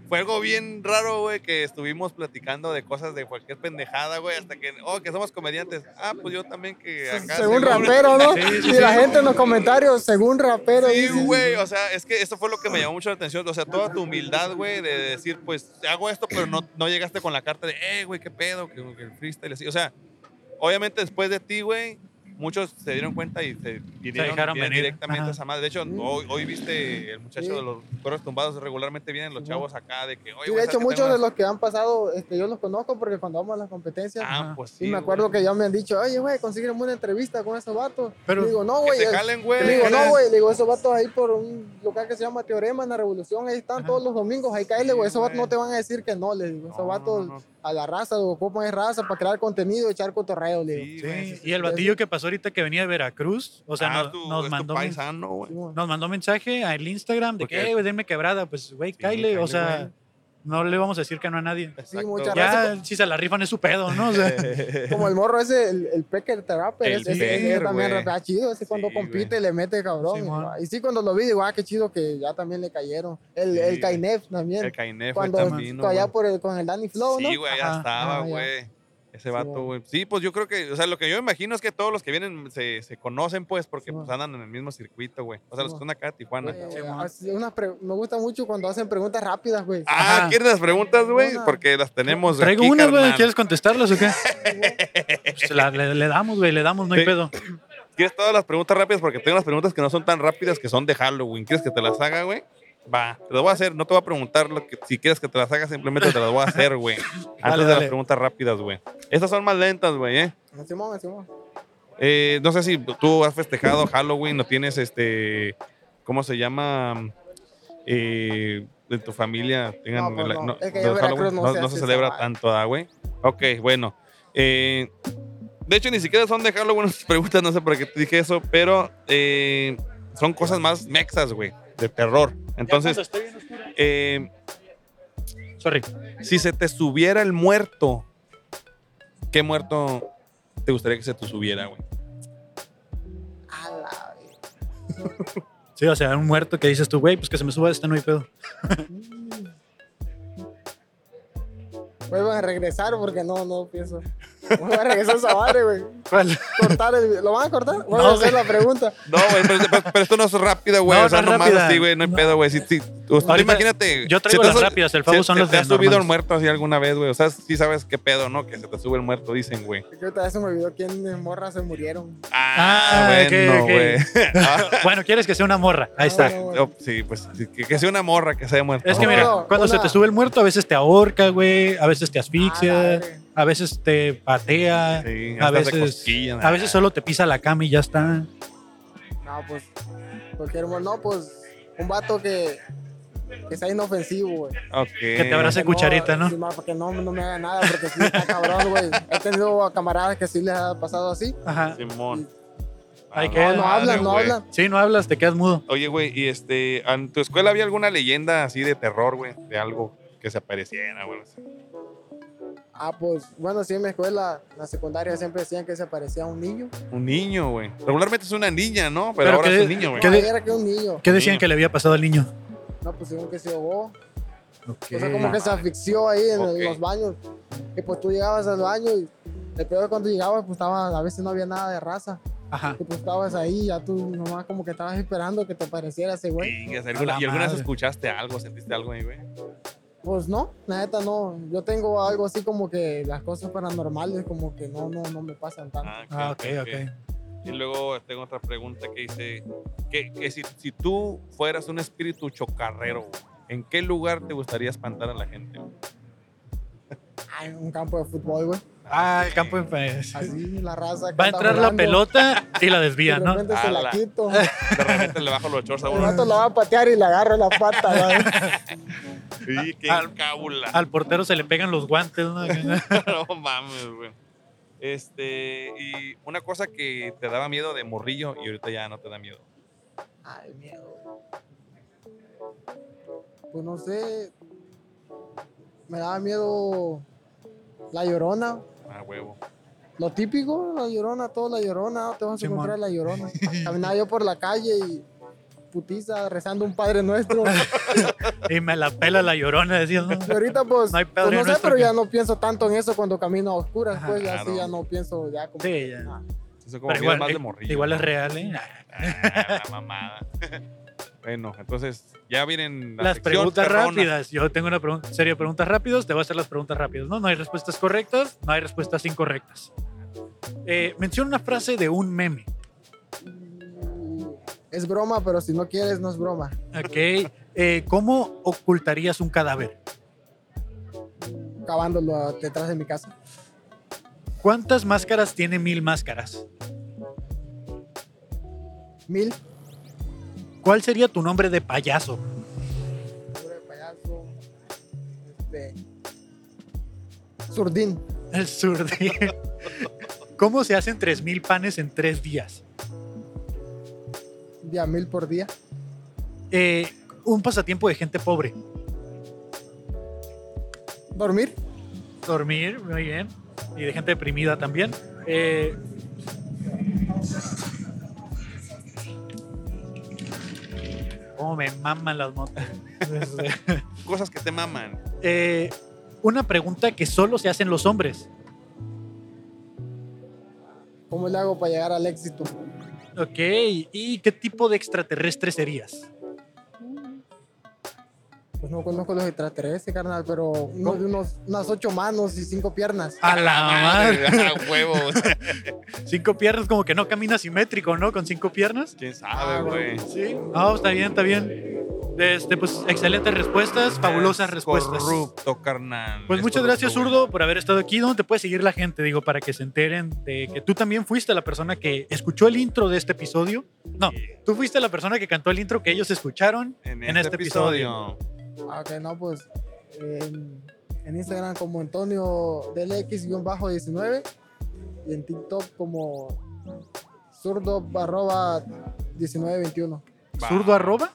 [SPEAKER 3] fue algo bien raro, güey, que estuvimos platicando de cosas de cualquier pendejada, güey. Hasta que, oh, que somos comediantes. Ah, pues yo también que acá.
[SPEAKER 1] según rapero, ¿no?
[SPEAKER 2] Sí, sí,
[SPEAKER 1] y
[SPEAKER 2] sí.
[SPEAKER 1] la gente en los comentarios, según rapero.
[SPEAKER 3] Sí,
[SPEAKER 1] dice.
[SPEAKER 3] güey, o sea, es que eso fue lo que me llamó mucho la atención, o sea, toda tu humildad, güey, de decir, pues, hago esto, pero no, no llegaste con la carta de, eh, güey, qué pedo, que, que el freestyle, así, o sea, obviamente después de ti, güey, muchos se dieron cuenta y se vinieron vinieron
[SPEAKER 2] dejaron venir,
[SPEAKER 3] directamente
[SPEAKER 2] ajá.
[SPEAKER 3] a esa madre, de hecho, hoy, hoy viste el muchacho
[SPEAKER 1] Sí.
[SPEAKER 3] de los cueros tumbados, regularmente vienen los chavos acá de que, oye,
[SPEAKER 1] Sí,
[SPEAKER 3] güey,
[SPEAKER 1] de hecho,
[SPEAKER 3] ¿sabes qué
[SPEAKER 1] muchos de
[SPEAKER 3] tenemos?"
[SPEAKER 1] los que han pasado, este, yo los conozco porque cuando vamos a las competencias.
[SPEAKER 3] Ah, pues sí,
[SPEAKER 1] y me
[SPEAKER 3] güey.
[SPEAKER 1] acuerdo que ya me han dicho, oye, güey, consígueme una entrevista con esos vatos.
[SPEAKER 2] Pero-
[SPEAKER 1] Pero, digo, no,
[SPEAKER 3] Que
[SPEAKER 1] güey.
[SPEAKER 3] se
[SPEAKER 1] es-
[SPEAKER 3] calen, güey.
[SPEAKER 1] Le digo, no, güey, le digo, esos vatos ahí por un lugar que se llama Teorema en la Revolución, ahí están
[SPEAKER 2] Ajá.
[SPEAKER 1] todos los domingos, ahí caerle,
[SPEAKER 3] Sí,
[SPEAKER 1] güey, esos vatos
[SPEAKER 3] güey.
[SPEAKER 1] no te van a decir que no, les digo,
[SPEAKER 3] No,
[SPEAKER 1] esos vatos
[SPEAKER 3] no, no.
[SPEAKER 1] a la raza, lo ocupan es raza para crear contenido, echar cotorreo, le digo.
[SPEAKER 3] Sí,
[SPEAKER 2] Sí,
[SPEAKER 3] güey, sí, sí.
[SPEAKER 2] y el batillo que pasó ahorita que venía de Veracruz, o sea,
[SPEAKER 3] Ah,
[SPEAKER 2] nos,
[SPEAKER 3] tu-
[SPEAKER 2] nos
[SPEAKER 3] es tu
[SPEAKER 2] mandó men-
[SPEAKER 3] paisano, güey.
[SPEAKER 1] Simón.
[SPEAKER 2] nos mandó mensaje al Instagram de
[SPEAKER 3] Porque-
[SPEAKER 2] que, "Eh, güey, denme quebrada. Pues, güey, Kyle,
[SPEAKER 3] cáele,
[SPEAKER 2] o sea,
[SPEAKER 3] güey.
[SPEAKER 2] no le vamos a decir que no a nadie.
[SPEAKER 1] Sí,
[SPEAKER 3] Exacto.
[SPEAKER 1] mucha raza.
[SPEAKER 2] Ya, si se la rifan es su pedo, ¿no? O sea,
[SPEAKER 1] Como el morro ese, el, el Pecker te rapper,
[SPEAKER 3] El
[SPEAKER 1] ese, ese
[SPEAKER 3] Pecker,
[SPEAKER 1] también
[SPEAKER 3] güey.
[SPEAKER 1] rapea chido, ese cuando
[SPEAKER 3] Sí,
[SPEAKER 1] compite le mete cabrón.
[SPEAKER 2] Simón.
[SPEAKER 1] y sí, cuando lo vi, digo, ah, qué chido que ya también le cayeron. El,
[SPEAKER 3] Sí,
[SPEAKER 1] el
[SPEAKER 3] güey.
[SPEAKER 1] Kainef también.
[SPEAKER 3] El Cainef,
[SPEAKER 1] cuando
[SPEAKER 3] el Tambino,
[SPEAKER 1] allá
[SPEAKER 3] güey.
[SPEAKER 1] por el, con el Danny Flow, ¿no?
[SPEAKER 3] Sí, güey, ya
[SPEAKER 2] Ajá.
[SPEAKER 3] estaba,
[SPEAKER 1] Ah, ya.
[SPEAKER 3] güey. Ese
[SPEAKER 1] Sí,
[SPEAKER 3] vato,
[SPEAKER 1] va.
[SPEAKER 3] güey. Sí, pues yo creo que, o sea, lo que yo me imagino es que todos los que vienen se, se conocen, pues, porque
[SPEAKER 1] Sí, va.
[SPEAKER 3] pues andan en el mismo circuito, güey. O sea, los que
[SPEAKER 1] Sí, va.
[SPEAKER 3] están acá de Tijuana.
[SPEAKER 1] Güey,
[SPEAKER 2] Simón.
[SPEAKER 1] así, unas pre- me gusta mucho cuando hacen preguntas rápidas, güey.
[SPEAKER 3] Ah,
[SPEAKER 2] Ajá.
[SPEAKER 3] ¿quieres las preguntas, güey?
[SPEAKER 1] Una.
[SPEAKER 3] Porque las tenemos
[SPEAKER 2] Traigo
[SPEAKER 3] aquí,
[SPEAKER 2] una, güey.
[SPEAKER 3] carnal.
[SPEAKER 2] ¿Quieres contestarlas o qué? Pues la- le, le damos, güey, le damos, no hay
[SPEAKER 3] Sí.
[SPEAKER 2] pedo.
[SPEAKER 3] ¿Quieres todas las preguntas rápidas? Porque tengo las preguntas que no son tan rápidas que son de Halloween. ¿Quieres que te las haga, güey? Va, te las voy a hacer. No te voy a preguntar lo que- si quieres que te las haga, simplemente te las voy a hacer, güey. Antes
[SPEAKER 2] Dale,
[SPEAKER 3] de las
[SPEAKER 2] dale.
[SPEAKER 3] preguntas rápidas, güey. Estas son más lentas, güey, ¿eh?
[SPEAKER 1] Simón, Simón.
[SPEAKER 3] Eh, no sé si tú has festejado Halloween, no tienes este, ¿cómo se llama? Eh, de tu familia tengan
[SPEAKER 1] No, pues
[SPEAKER 3] la-
[SPEAKER 1] no. Es que
[SPEAKER 3] no,
[SPEAKER 1] en Veracruz
[SPEAKER 3] Halloween
[SPEAKER 1] no
[SPEAKER 3] no-
[SPEAKER 1] se
[SPEAKER 3] no
[SPEAKER 1] hace
[SPEAKER 3] se
[SPEAKER 1] esa
[SPEAKER 3] celebra
[SPEAKER 1] madre.
[SPEAKER 3] tanto, ¿ah, güey? Ok, bueno. Eh, de hecho, ni siquiera son de Halloween las preguntas, no sé por qué te dije eso, pero eh, son cosas más mexas, güey, de terror. Entonces, eh,
[SPEAKER 2] Sorry.
[SPEAKER 3] si se te subiera el muerto, ¿qué muerto te gustaría que se te subiera, güey?
[SPEAKER 1] A la vez.
[SPEAKER 2] Sí, o sea, un muerto que dices tú, güey, pues que se me suba este, no hay pedo.
[SPEAKER 1] Vuelvan Mm. a regresar porque no, no pienso. Vuelvan a regresar esa madre, güey.
[SPEAKER 2] ¿Cuál?
[SPEAKER 1] Cortar el- ¿Lo van a cortar? Vuelvan a
[SPEAKER 2] No,
[SPEAKER 1] hacer
[SPEAKER 2] güey.
[SPEAKER 1] la pregunta.
[SPEAKER 3] No, güey, pero, pero- pero esto no es rápida, güey.
[SPEAKER 2] No,
[SPEAKER 3] o sea,
[SPEAKER 2] no es
[SPEAKER 3] nomás
[SPEAKER 2] rápida.
[SPEAKER 3] así, güey, no hay
[SPEAKER 2] No.
[SPEAKER 3] pedo, güey. Si, si- tú- tú
[SPEAKER 2] Ahorita
[SPEAKER 3] imagínate.
[SPEAKER 2] yo traigo
[SPEAKER 3] si te
[SPEAKER 2] las
[SPEAKER 3] has-
[SPEAKER 2] rápidas, el Fabo
[SPEAKER 3] si-
[SPEAKER 2] son
[SPEAKER 3] si
[SPEAKER 2] las
[SPEAKER 3] ¿Te has
[SPEAKER 2] de
[SPEAKER 3] subido el
[SPEAKER 2] normales.
[SPEAKER 3] muerto así alguna vez, güey? O sea, sí sabes qué pedo, ¿no? Que se te sube el muerto, dicen, güey.
[SPEAKER 1] Es que ahorita ya se me olvidó quiénes morras se murieron.
[SPEAKER 3] Ah,
[SPEAKER 2] Ah, ok,
[SPEAKER 3] bueno,
[SPEAKER 2] ok.
[SPEAKER 3] güey. Ah,
[SPEAKER 2] Bueno, quieres que sea una morra. Ahí está.
[SPEAKER 1] No,
[SPEAKER 3] oh, sí, pues sí, que, que sea una morra que sea muerta.
[SPEAKER 2] Es que
[SPEAKER 1] No,
[SPEAKER 2] mira,
[SPEAKER 1] no,
[SPEAKER 2] cuando se
[SPEAKER 1] una- Ah,
[SPEAKER 2] te sube el muerto, a veces te ahorca, güey, a veces te
[SPEAKER 1] A la
[SPEAKER 2] asfixia,
[SPEAKER 1] verga.
[SPEAKER 2] a veces te patea,
[SPEAKER 3] Sí, hasta
[SPEAKER 2] a
[SPEAKER 3] hace
[SPEAKER 2] veces
[SPEAKER 3] cosquillas.
[SPEAKER 2] a veces solo te pisa la cama y ya está.
[SPEAKER 1] No, pues. Cualquier mor- No, pues. Un vato que. Que sea inofensivo, güey.
[SPEAKER 3] Ok.
[SPEAKER 2] Que te abrace cucharita, ¿no?
[SPEAKER 1] sí, ma, Porque no, no me haga nada, porque sí está cabrón, güey. He tenido a camaradas que sí les ha pasado así.
[SPEAKER 2] Ajá.
[SPEAKER 3] Simón.
[SPEAKER 2] Hay
[SPEAKER 3] Ah,
[SPEAKER 2] que- No,
[SPEAKER 1] no
[SPEAKER 3] madre,
[SPEAKER 1] hablan, no
[SPEAKER 3] güey.
[SPEAKER 1] hablan.
[SPEAKER 2] Sí, no hablas, te quedas mudo.
[SPEAKER 3] Oye, güey, ¿y este, en tu escuela había alguna leyenda así de terror, güey? De algo que se apareciera, güey. así?
[SPEAKER 1] Ah, pues. Bueno, sí, en mi escuela, en la secundaria, siempre decían que se parecía a un niño.
[SPEAKER 3] Un niño, güey. Regularmente es una niña, ¿no? Pero,
[SPEAKER 2] Pero
[SPEAKER 3] ahora
[SPEAKER 2] que-
[SPEAKER 3] es un niño, güey.
[SPEAKER 2] ¿Qué
[SPEAKER 1] No,
[SPEAKER 2] de-
[SPEAKER 1] era que un niño.
[SPEAKER 2] ¿Qué decían
[SPEAKER 3] Niño.
[SPEAKER 2] que le había pasado al niño?
[SPEAKER 1] No, pues según que se ahogó.
[SPEAKER 2] Ok.
[SPEAKER 1] O sea, como que se asfixió ahí en, en
[SPEAKER 3] Ok.
[SPEAKER 1] los baños. Y pues tú llegabas al baño y el peor es cuando llegabas, pues estaba, a veces no había nada de raza.
[SPEAKER 2] Ajá.
[SPEAKER 1] Y pues estabas ahí, ya tú nomás como que estabas esperando que te pareciera ese güey.
[SPEAKER 3] Chingas,
[SPEAKER 2] A
[SPEAKER 3] alguna-
[SPEAKER 2] la
[SPEAKER 3] ¿Y alguna vez
[SPEAKER 2] madre.
[SPEAKER 3] escuchaste algo, sentiste algo ahí, güey?
[SPEAKER 1] Pues no, la neta no. Yo tengo algo así como que las cosas paranormales como que no, no, no me pasan tanto.
[SPEAKER 2] Ah, ok, ok.
[SPEAKER 3] Y luego este, tengo otra pregunta que dice, que, que si, si tú fueras un espíritu chocarrero, güey, ¿en qué lugar te gustaría espantar a la gente? güey?
[SPEAKER 1] Ay, un campo de fútbol, güey.
[SPEAKER 2] Ah, el campo en
[SPEAKER 1] Así la raza. que
[SPEAKER 2] Va
[SPEAKER 1] anda
[SPEAKER 2] a entrar la
[SPEAKER 1] volando,
[SPEAKER 2] pelota y la desvía,
[SPEAKER 1] De
[SPEAKER 2] ¿no?
[SPEAKER 1] repente se
[SPEAKER 3] Ala.
[SPEAKER 1] la quito.
[SPEAKER 3] De repente le bajo los shorts a
[SPEAKER 1] El
[SPEAKER 3] uno.
[SPEAKER 1] rato la va a patear y le agarro la pata. güey.
[SPEAKER 3] Sí, qué
[SPEAKER 2] Al-
[SPEAKER 3] cábula.
[SPEAKER 2] Al portero se le pegan los guantes, ¿no?
[SPEAKER 3] no mames, güey. Este, y una cosa que te daba miedo de morrillo y ahorita ya no te da miedo.
[SPEAKER 1] Ay, miedo. Pues no sé. Me daba miedo la llorona.
[SPEAKER 3] Ah, huevo.
[SPEAKER 1] Lo típico, la llorona, todo la llorona, te vas a
[SPEAKER 2] Simón.
[SPEAKER 1] encontrar la llorona. Caminaba yo por la calle y putiza, rezando un Padre Nuestro. Y
[SPEAKER 2] Y me la pela la llorona, decías, ¿no?
[SPEAKER 1] ahorita pues, pues,
[SPEAKER 2] No
[SPEAKER 1] no,
[SPEAKER 2] hay Padre
[SPEAKER 1] sé,
[SPEAKER 2] Nuestro
[SPEAKER 1] pero
[SPEAKER 2] que-
[SPEAKER 1] ya no pienso tanto en eso cuando camino a oscuras,
[SPEAKER 2] Ajá,
[SPEAKER 1] pues ya
[SPEAKER 3] claro.
[SPEAKER 1] sí, ya no pienso ya como...
[SPEAKER 2] Sí, ya.
[SPEAKER 1] Ah,
[SPEAKER 3] Eso como
[SPEAKER 2] Pero
[SPEAKER 3] vida
[SPEAKER 2] igual,
[SPEAKER 3] más de
[SPEAKER 2] eh,
[SPEAKER 3] morrillo.
[SPEAKER 2] igual
[SPEAKER 3] ¿no?
[SPEAKER 2] es real, ¿eh?
[SPEAKER 3] Ah, la mamada. bueno, entonces ya vienen la
[SPEAKER 2] las
[SPEAKER 3] sección
[SPEAKER 2] preguntas
[SPEAKER 3] perrona.
[SPEAKER 2] rápidas. Yo tengo una pregunta, serie de preguntas rápidas. Te voy a hacer las preguntas rápidas. No, no hay respuestas correctas, no hay respuestas incorrectas. Eh, menciona una frase de un meme.
[SPEAKER 1] Es broma, pero si no quieres, no es broma.
[SPEAKER 2] Ok. Eh, ¿Cómo ocultarías un cadáver?
[SPEAKER 1] Cavándolo ah, detrás de mi casa.
[SPEAKER 2] ¿Cuántas máscaras tiene mil máscaras?
[SPEAKER 1] Mil.
[SPEAKER 2] ¿Cuál sería tu nombre de payaso?
[SPEAKER 1] Pobre payaso. Este. Surdín.
[SPEAKER 2] El sur de... ¿Cómo se hacen 3.000 panes en tres días?
[SPEAKER 1] Día mil por día.
[SPEAKER 2] Eh, un pasatiempo de gente pobre.
[SPEAKER 1] Dormir.
[SPEAKER 2] Dormir, muy bien. Y de gente deprimida también. Eh, ¿Cómo me maman las motos?
[SPEAKER 3] Cosas que te maman.
[SPEAKER 2] Eh, una pregunta que solo se hacen los hombres.
[SPEAKER 1] ¿Cómo le hago para llegar al éxito?
[SPEAKER 2] Ok, ¿y qué tipo de extraterrestre serías?
[SPEAKER 1] Pues no conozco los extraterrestres, carnal, pero uno
[SPEAKER 2] ¿Cómo?
[SPEAKER 1] de unos, unas ocho manos y cinco piernas.
[SPEAKER 2] A la madre.
[SPEAKER 3] Ah, huevo.
[SPEAKER 2] Cinco piernas, como que no camina simétrico, ¿no? Con cinco piernas.
[SPEAKER 3] ¿Quién sabe,
[SPEAKER 1] Ah,
[SPEAKER 3] güey?
[SPEAKER 2] Sí. No, está bien, está bien. Este, pues, excelentes respuestas, fabulosas
[SPEAKER 3] Es
[SPEAKER 2] respuestas.
[SPEAKER 3] Corrupto, carnal.
[SPEAKER 2] Pues
[SPEAKER 3] Es
[SPEAKER 2] muchas gracias,
[SPEAKER 3] corrupto,
[SPEAKER 2] Zurdo, por haber estado aquí. ¿Dónde te puede seguir la gente? Digo, para que se enteren de que tú también fuiste la persona que escuchó el intro de este episodio. No, tú fuiste la persona que cantó el intro que ellos escucharon.
[SPEAKER 3] güey. En,
[SPEAKER 2] en
[SPEAKER 3] este,
[SPEAKER 2] este
[SPEAKER 3] episodio.
[SPEAKER 1] Ah, ok, no, pues en, en Instagram como Antonio DLX-19 y en TikTok como zurdo arroba 1921.
[SPEAKER 3] Va.
[SPEAKER 2] Zurdo arroba,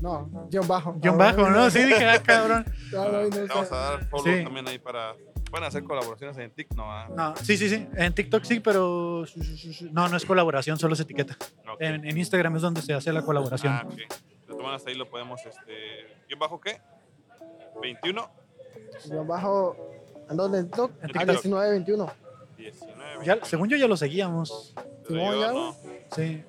[SPEAKER 1] No, guión bajo.
[SPEAKER 2] guión bajo, ¿no? Sí, dije, ah, cabrón.
[SPEAKER 1] No, no, no,
[SPEAKER 3] Le
[SPEAKER 1] no.
[SPEAKER 3] Vamos a dar follow
[SPEAKER 2] Sí.
[SPEAKER 3] también ahí para. Van a hacer colaboraciones en TikTok, ¿no? Ah,
[SPEAKER 2] No, sí, sí, sí. En TikTok sí, pero. No, no es colaboración, solo es etiqueta.
[SPEAKER 3] ok.
[SPEAKER 2] En, en Instagram es donde se hace la colaboración.
[SPEAKER 3] Ah, ok. De todas maneras, ahí lo podemos. Este... ¿Quién bajo qué? 21,
[SPEAKER 1] Guión bajo. ¿En dónde? ¿En TikTok?
[SPEAKER 2] En
[SPEAKER 1] Ah,
[SPEAKER 2] TikTok.
[SPEAKER 1] 1921.
[SPEAKER 3] 19.
[SPEAKER 2] Ya- según yo ya lo seguíamos.
[SPEAKER 3] Pero
[SPEAKER 1] ¿sí,
[SPEAKER 3] yo
[SPEAKER 1] no, ya,
[SPEAKER 3] no.
[SPEAKER 2] Sí.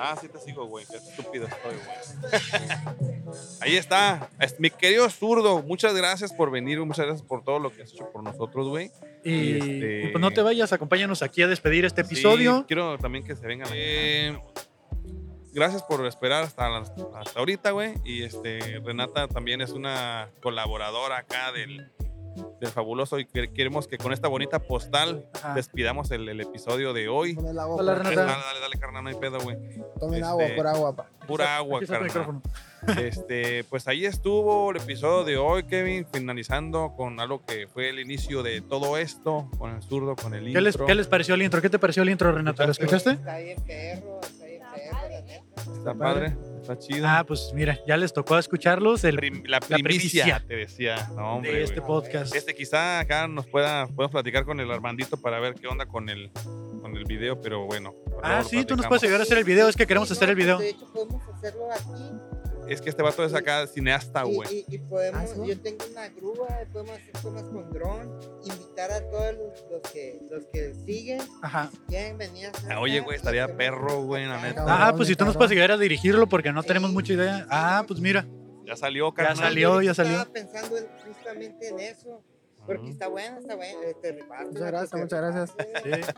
[SPEAKER 3] Ah, sí te sigo, güey. Qué estúpido estoy, güey. Ahí está. Es- Mi querido zurdo, muchas gracias por venir. Muchas gracias por todo lo que has hecho por nosotros, güey.
[SPEAKER 2] Y,
[SPEAKER 3] Y este-
[SPEAKER 2] y pues no te vayas, acompáñanos aquí a despedir este
[SPEAKER 3] Sí,
[SPEAKER 2] episodio.
[SPEAKER 3] quiero también que se vengan. Eh, gracias por esperar hasta, las- hasta ahorita, güey. Y este, Renata también es una colaboradora acá del, del fabuloso. Y que- queremos que con esta bonita postal
[SPEAKER 2] Ajá.
[SPEAKER 3] despidamos el, el episodio de hoy.
[SPEAKER 1] Poner el agua
[SPEAKER 2] Hola,
[SPEAKER 1] por-
[SPEAKER 2] Renata.
[SPEAKER 3] Dale, dale, dale, carnal, no hay pedo, güey.
[SPEAKER 1] Tomen
[SPEAKER 3] Este-
[SPEAKER 1] agua por agua, pa.
[SPEAKER 3] Pura agua,
[SPEAKER 2] Aquí está tu
[SPEAKER 3] carnal.
[SPEAKER 2] micrófono.
[SPEAKER 3] Este, pues ahí estuvo el episodio de hoy, Kevin, finalizando con algo que fue el inicio de todo esto, con el zurdo, con el
[SPEAKER 2] ¿Qué les,
[SPEAKER 3] intro.
[SPEAKER 2] qué les pareció el intro? ¿Qué te pareció el intro, Renato? ¿Lo escuchaste?
[SPEAKER 3] Está padre, está chido.
[SPEAKER 2] Ah, pues mira, ya les tocó escucharlos. El
[SPEAKER 3] Prim- la,
[SPEAKER 2] la
[SPEAKER 3] primicia,
[SPEAKER 2] primicia.
[SPEAKER 3] te decía. No, hombre,
[SPEAKER 2] de este
[SPEAKER 3] güey.
[SPEAKER 2] podcast.
[SPEAKER 3] Este quizá acá nos pueda, podemos platicar con el Armandito para ver qué onda con el, con el video, pero bueno. luego
[SPEAKER 2] ah,
[SPEAKER 3] lo
[SPEAKER 2] sí, tú nos
[SPEAKER 3] platicamos.
[SPEAKER 2] puedes ayudar a hacer el video. Es que queremos hacer el video.
[SPEAKER 12] De hecho, podemos hacerlo aquí.
[SPEAKER 3] Es que este vato es acá cineasta,
[SPEAKER 12] y,
[SPEAKER 3] güey.
[SPEAKER 12] y- y podemos,
[SPEAKER 1] Ah, ¿sí?
[SPEAKER 12] yo tengo una grúa, podemos hacer cosas con dron, invitar a todos los, los que, los que siguen,
[SPEAKER 2] Ajá.
[SPEAKER 12] quieren venir a hacer
[SPEAKER 3] Ah, oye,
[SPEAKER 12] acá,
[SPEAKER 3] güey, estaría
[SPEAKER 12] hacemos
[SPEAKER 3] perro,
[SPEAKER 12] un
[SPEAKER 3] güey, la
[SPEAKER 12] acá.
[SPEAKER 3] neta.
[SPEAKER 2] Ah,
[SPEAKER 1] Cabrón,
[SPEAKER 2] pues si tú nos
[SPEAKER 1] cabrón.
[SPEAKER 2] puedes ayudar a dirigirlo porque no tenemos
[SPEAKER 12] Sí.
[SPEAKER 2] mucha idea. Ah, pues mira.
[SPEAKER 3] Ya salió,
[SPEAKER 2] Ya
[SPEAKER 3] carnal.
[SPEAKER 2] salió, ya
[SPEAKER 12] Estaba
[SPEAKER 2] salió.
[SPEAKER 12] pensando en- justamente en eso, porque
[SPEAKER 3] Ujú.
[SPEAKER 12] está bueno, está bueno, este reparto.
[SPEAKER 1] Muchas gracias, muchas gracias.
[SPEAKER 2] Sí.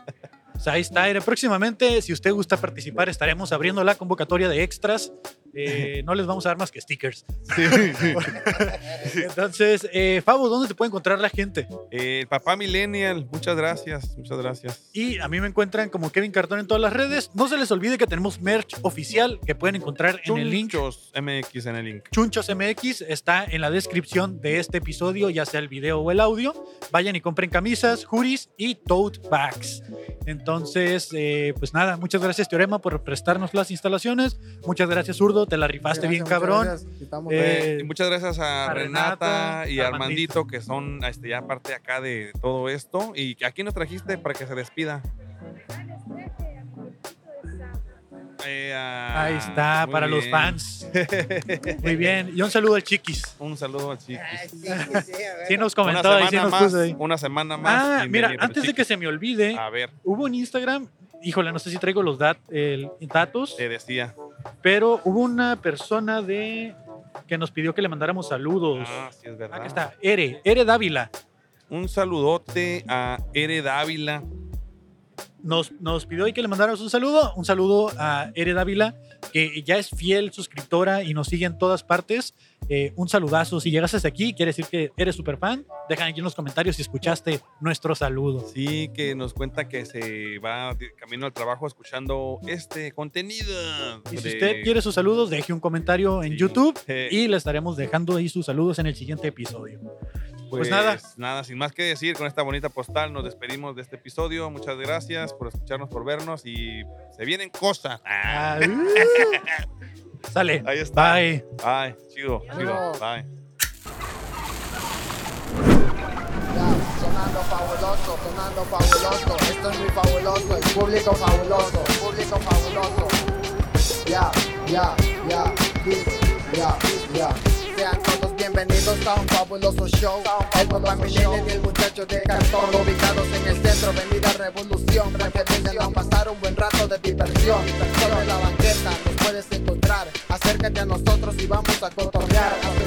[SPEAKER 2] Pues ahí está, Aire. Próximamente, si usted gusta participar, estaremos abriendo la convocatoria de extras. Eh, no les vamos a dar más que stickers. Entonces, eh, Fabo, ¿dónde te puede encontrar la gente?
[SPEAKER 3] Eh, el papá Millennial, muchas gracias, muchas gracias.
[SPEAKER 2] Y a mí me encuentran como Kevin Cartón en todas las redes. No se les olvide que tenemos merch oficial que pueden encontrar en el link.
[SPEAKER 3] Chunchos MX en el link.
[SPEAKER 2] Chunchos MX está en la descripción de este episodio, ya sea el video o el audio. Vayan y compren camisas, juris y tote bags. Entonces, eh, pues nada, muchas gracias Teorema por prestarnos las instalaciones. Muchas gracias Zurdo saludo, te la rifaste
[SPEAKER 3] Gracias,
[SPEAKER 2] bien
[SPEAKER 3] muchas
[SPEAKER 2] cabrón.
[SPEAKER 3] gracias,
[SPEAKER 2] Estamos
[SPEAKER 3] Eh, y muchas gracias a,
[SPEAKER 2] a
[SPEAKER 3] Renata,
[SPEAKER 2] Renata,
[SPEAKER 3] y
[SPEAKER 2] a
[SPEAKER 3] a Armandito, que son este, ya parte acá de todo esto. ¿Y a quién nos trajiste para que se despida? Eh, a-
[SPEAKER 2] Ahí está,
[SPEAKER 3] muy
[SPEAKER 2] para los
[SPEAKER 3] bien.
[SPEAKER 2] fans. Muy bien. Y un saludo al Chiquis.
[SPEAKER 3] Un saludo al Chiquis.
[SPEAKER 2] Sí, nos comentó
[SPEAKER 3] una
[SPEAKER 2] ahí, sí
[SPEAKER 3] semana
[SPEAKER 2] nos
[SPEAKER 3] más,
[SPEAKER 2] puso ahí.
[SPEAKER 3] Una semana más.
[SPEAKER 2] Ah,
[SPEAKER 3] sin
[SPEAKER 2] mira,
[SPEAKER 3] venir,
[SPEAKER 2] antes de que se me olvide,
[SPEAKER 3] A ver,
[SPEAKER 2] hubo en Instagram, híjole, no sé si traigo los dat- el- datos,
[SPEAKER 3] te decía.
[SPEAKER 2] pero hubo una persona de que nos pidió que le mandáramos saludos.
[SPEAKER 3] Ah, sí, es verdad.
[SPEAKER 2] Acá está, Ere, Ere Dávila.
[SPEAKER 3] Un saludote a Ere Dávila.
[SPEAKER 2] Nos, nos pidió ahí que le mandáramos un saludo. Un saludo a Ere Dávila, que ya es fiel suscriptora y nos sigue en todas partes. Eh, un saludazo. Si llegas hasta aquí, quiere decir que eres super fan. Dejan aquí en los comentarios si escuchaste nuestro saludo.
[SPEAKER 3] Sí, que nos cuenta que se va de camino al trabajo escuchando este contenido.
[SPEAKER 2] Y si
[SPEAKER 3] de-
[SPEAKER 2] usted quiere sus saludos, deje un comentario en YouTube
[SPEAKER 3] Eh.
[SPEAKER 2] y le estaremos dejando ahí sus saludos en el siguiente episodio. Pues, nada,
[SPEAKER 3] Nada, sin más que decir, con esta bonita postal nos despedimos de este episodio. Muchas gracias por escucharnos, por vernos y se vienen cosas. Ah.
[SPEAKER 2] uh. sale.
[SPEAKER 3] Ahí está.
[SPEAKER 2] Bye.
[SPEAKER 3] Bye. Chido, chido. Bye.
[SPEAKER 1] Sonando fabuloso, sonando fabuloso. Esto es muy fabuloso, el público fabuloso, público fabuloso. Ya, ya, ya, this, ya, ya. Sean todos bienvenidos a un fabuloso show. El papá Millennium y el muchacho de cartón, ubicados en el centro, venida revolución. Pretenden a pasar un buen rato de diversión. Sobre la banqueta nos puedes encontrar. Acércate a nosotros y vamos a cotorrear. A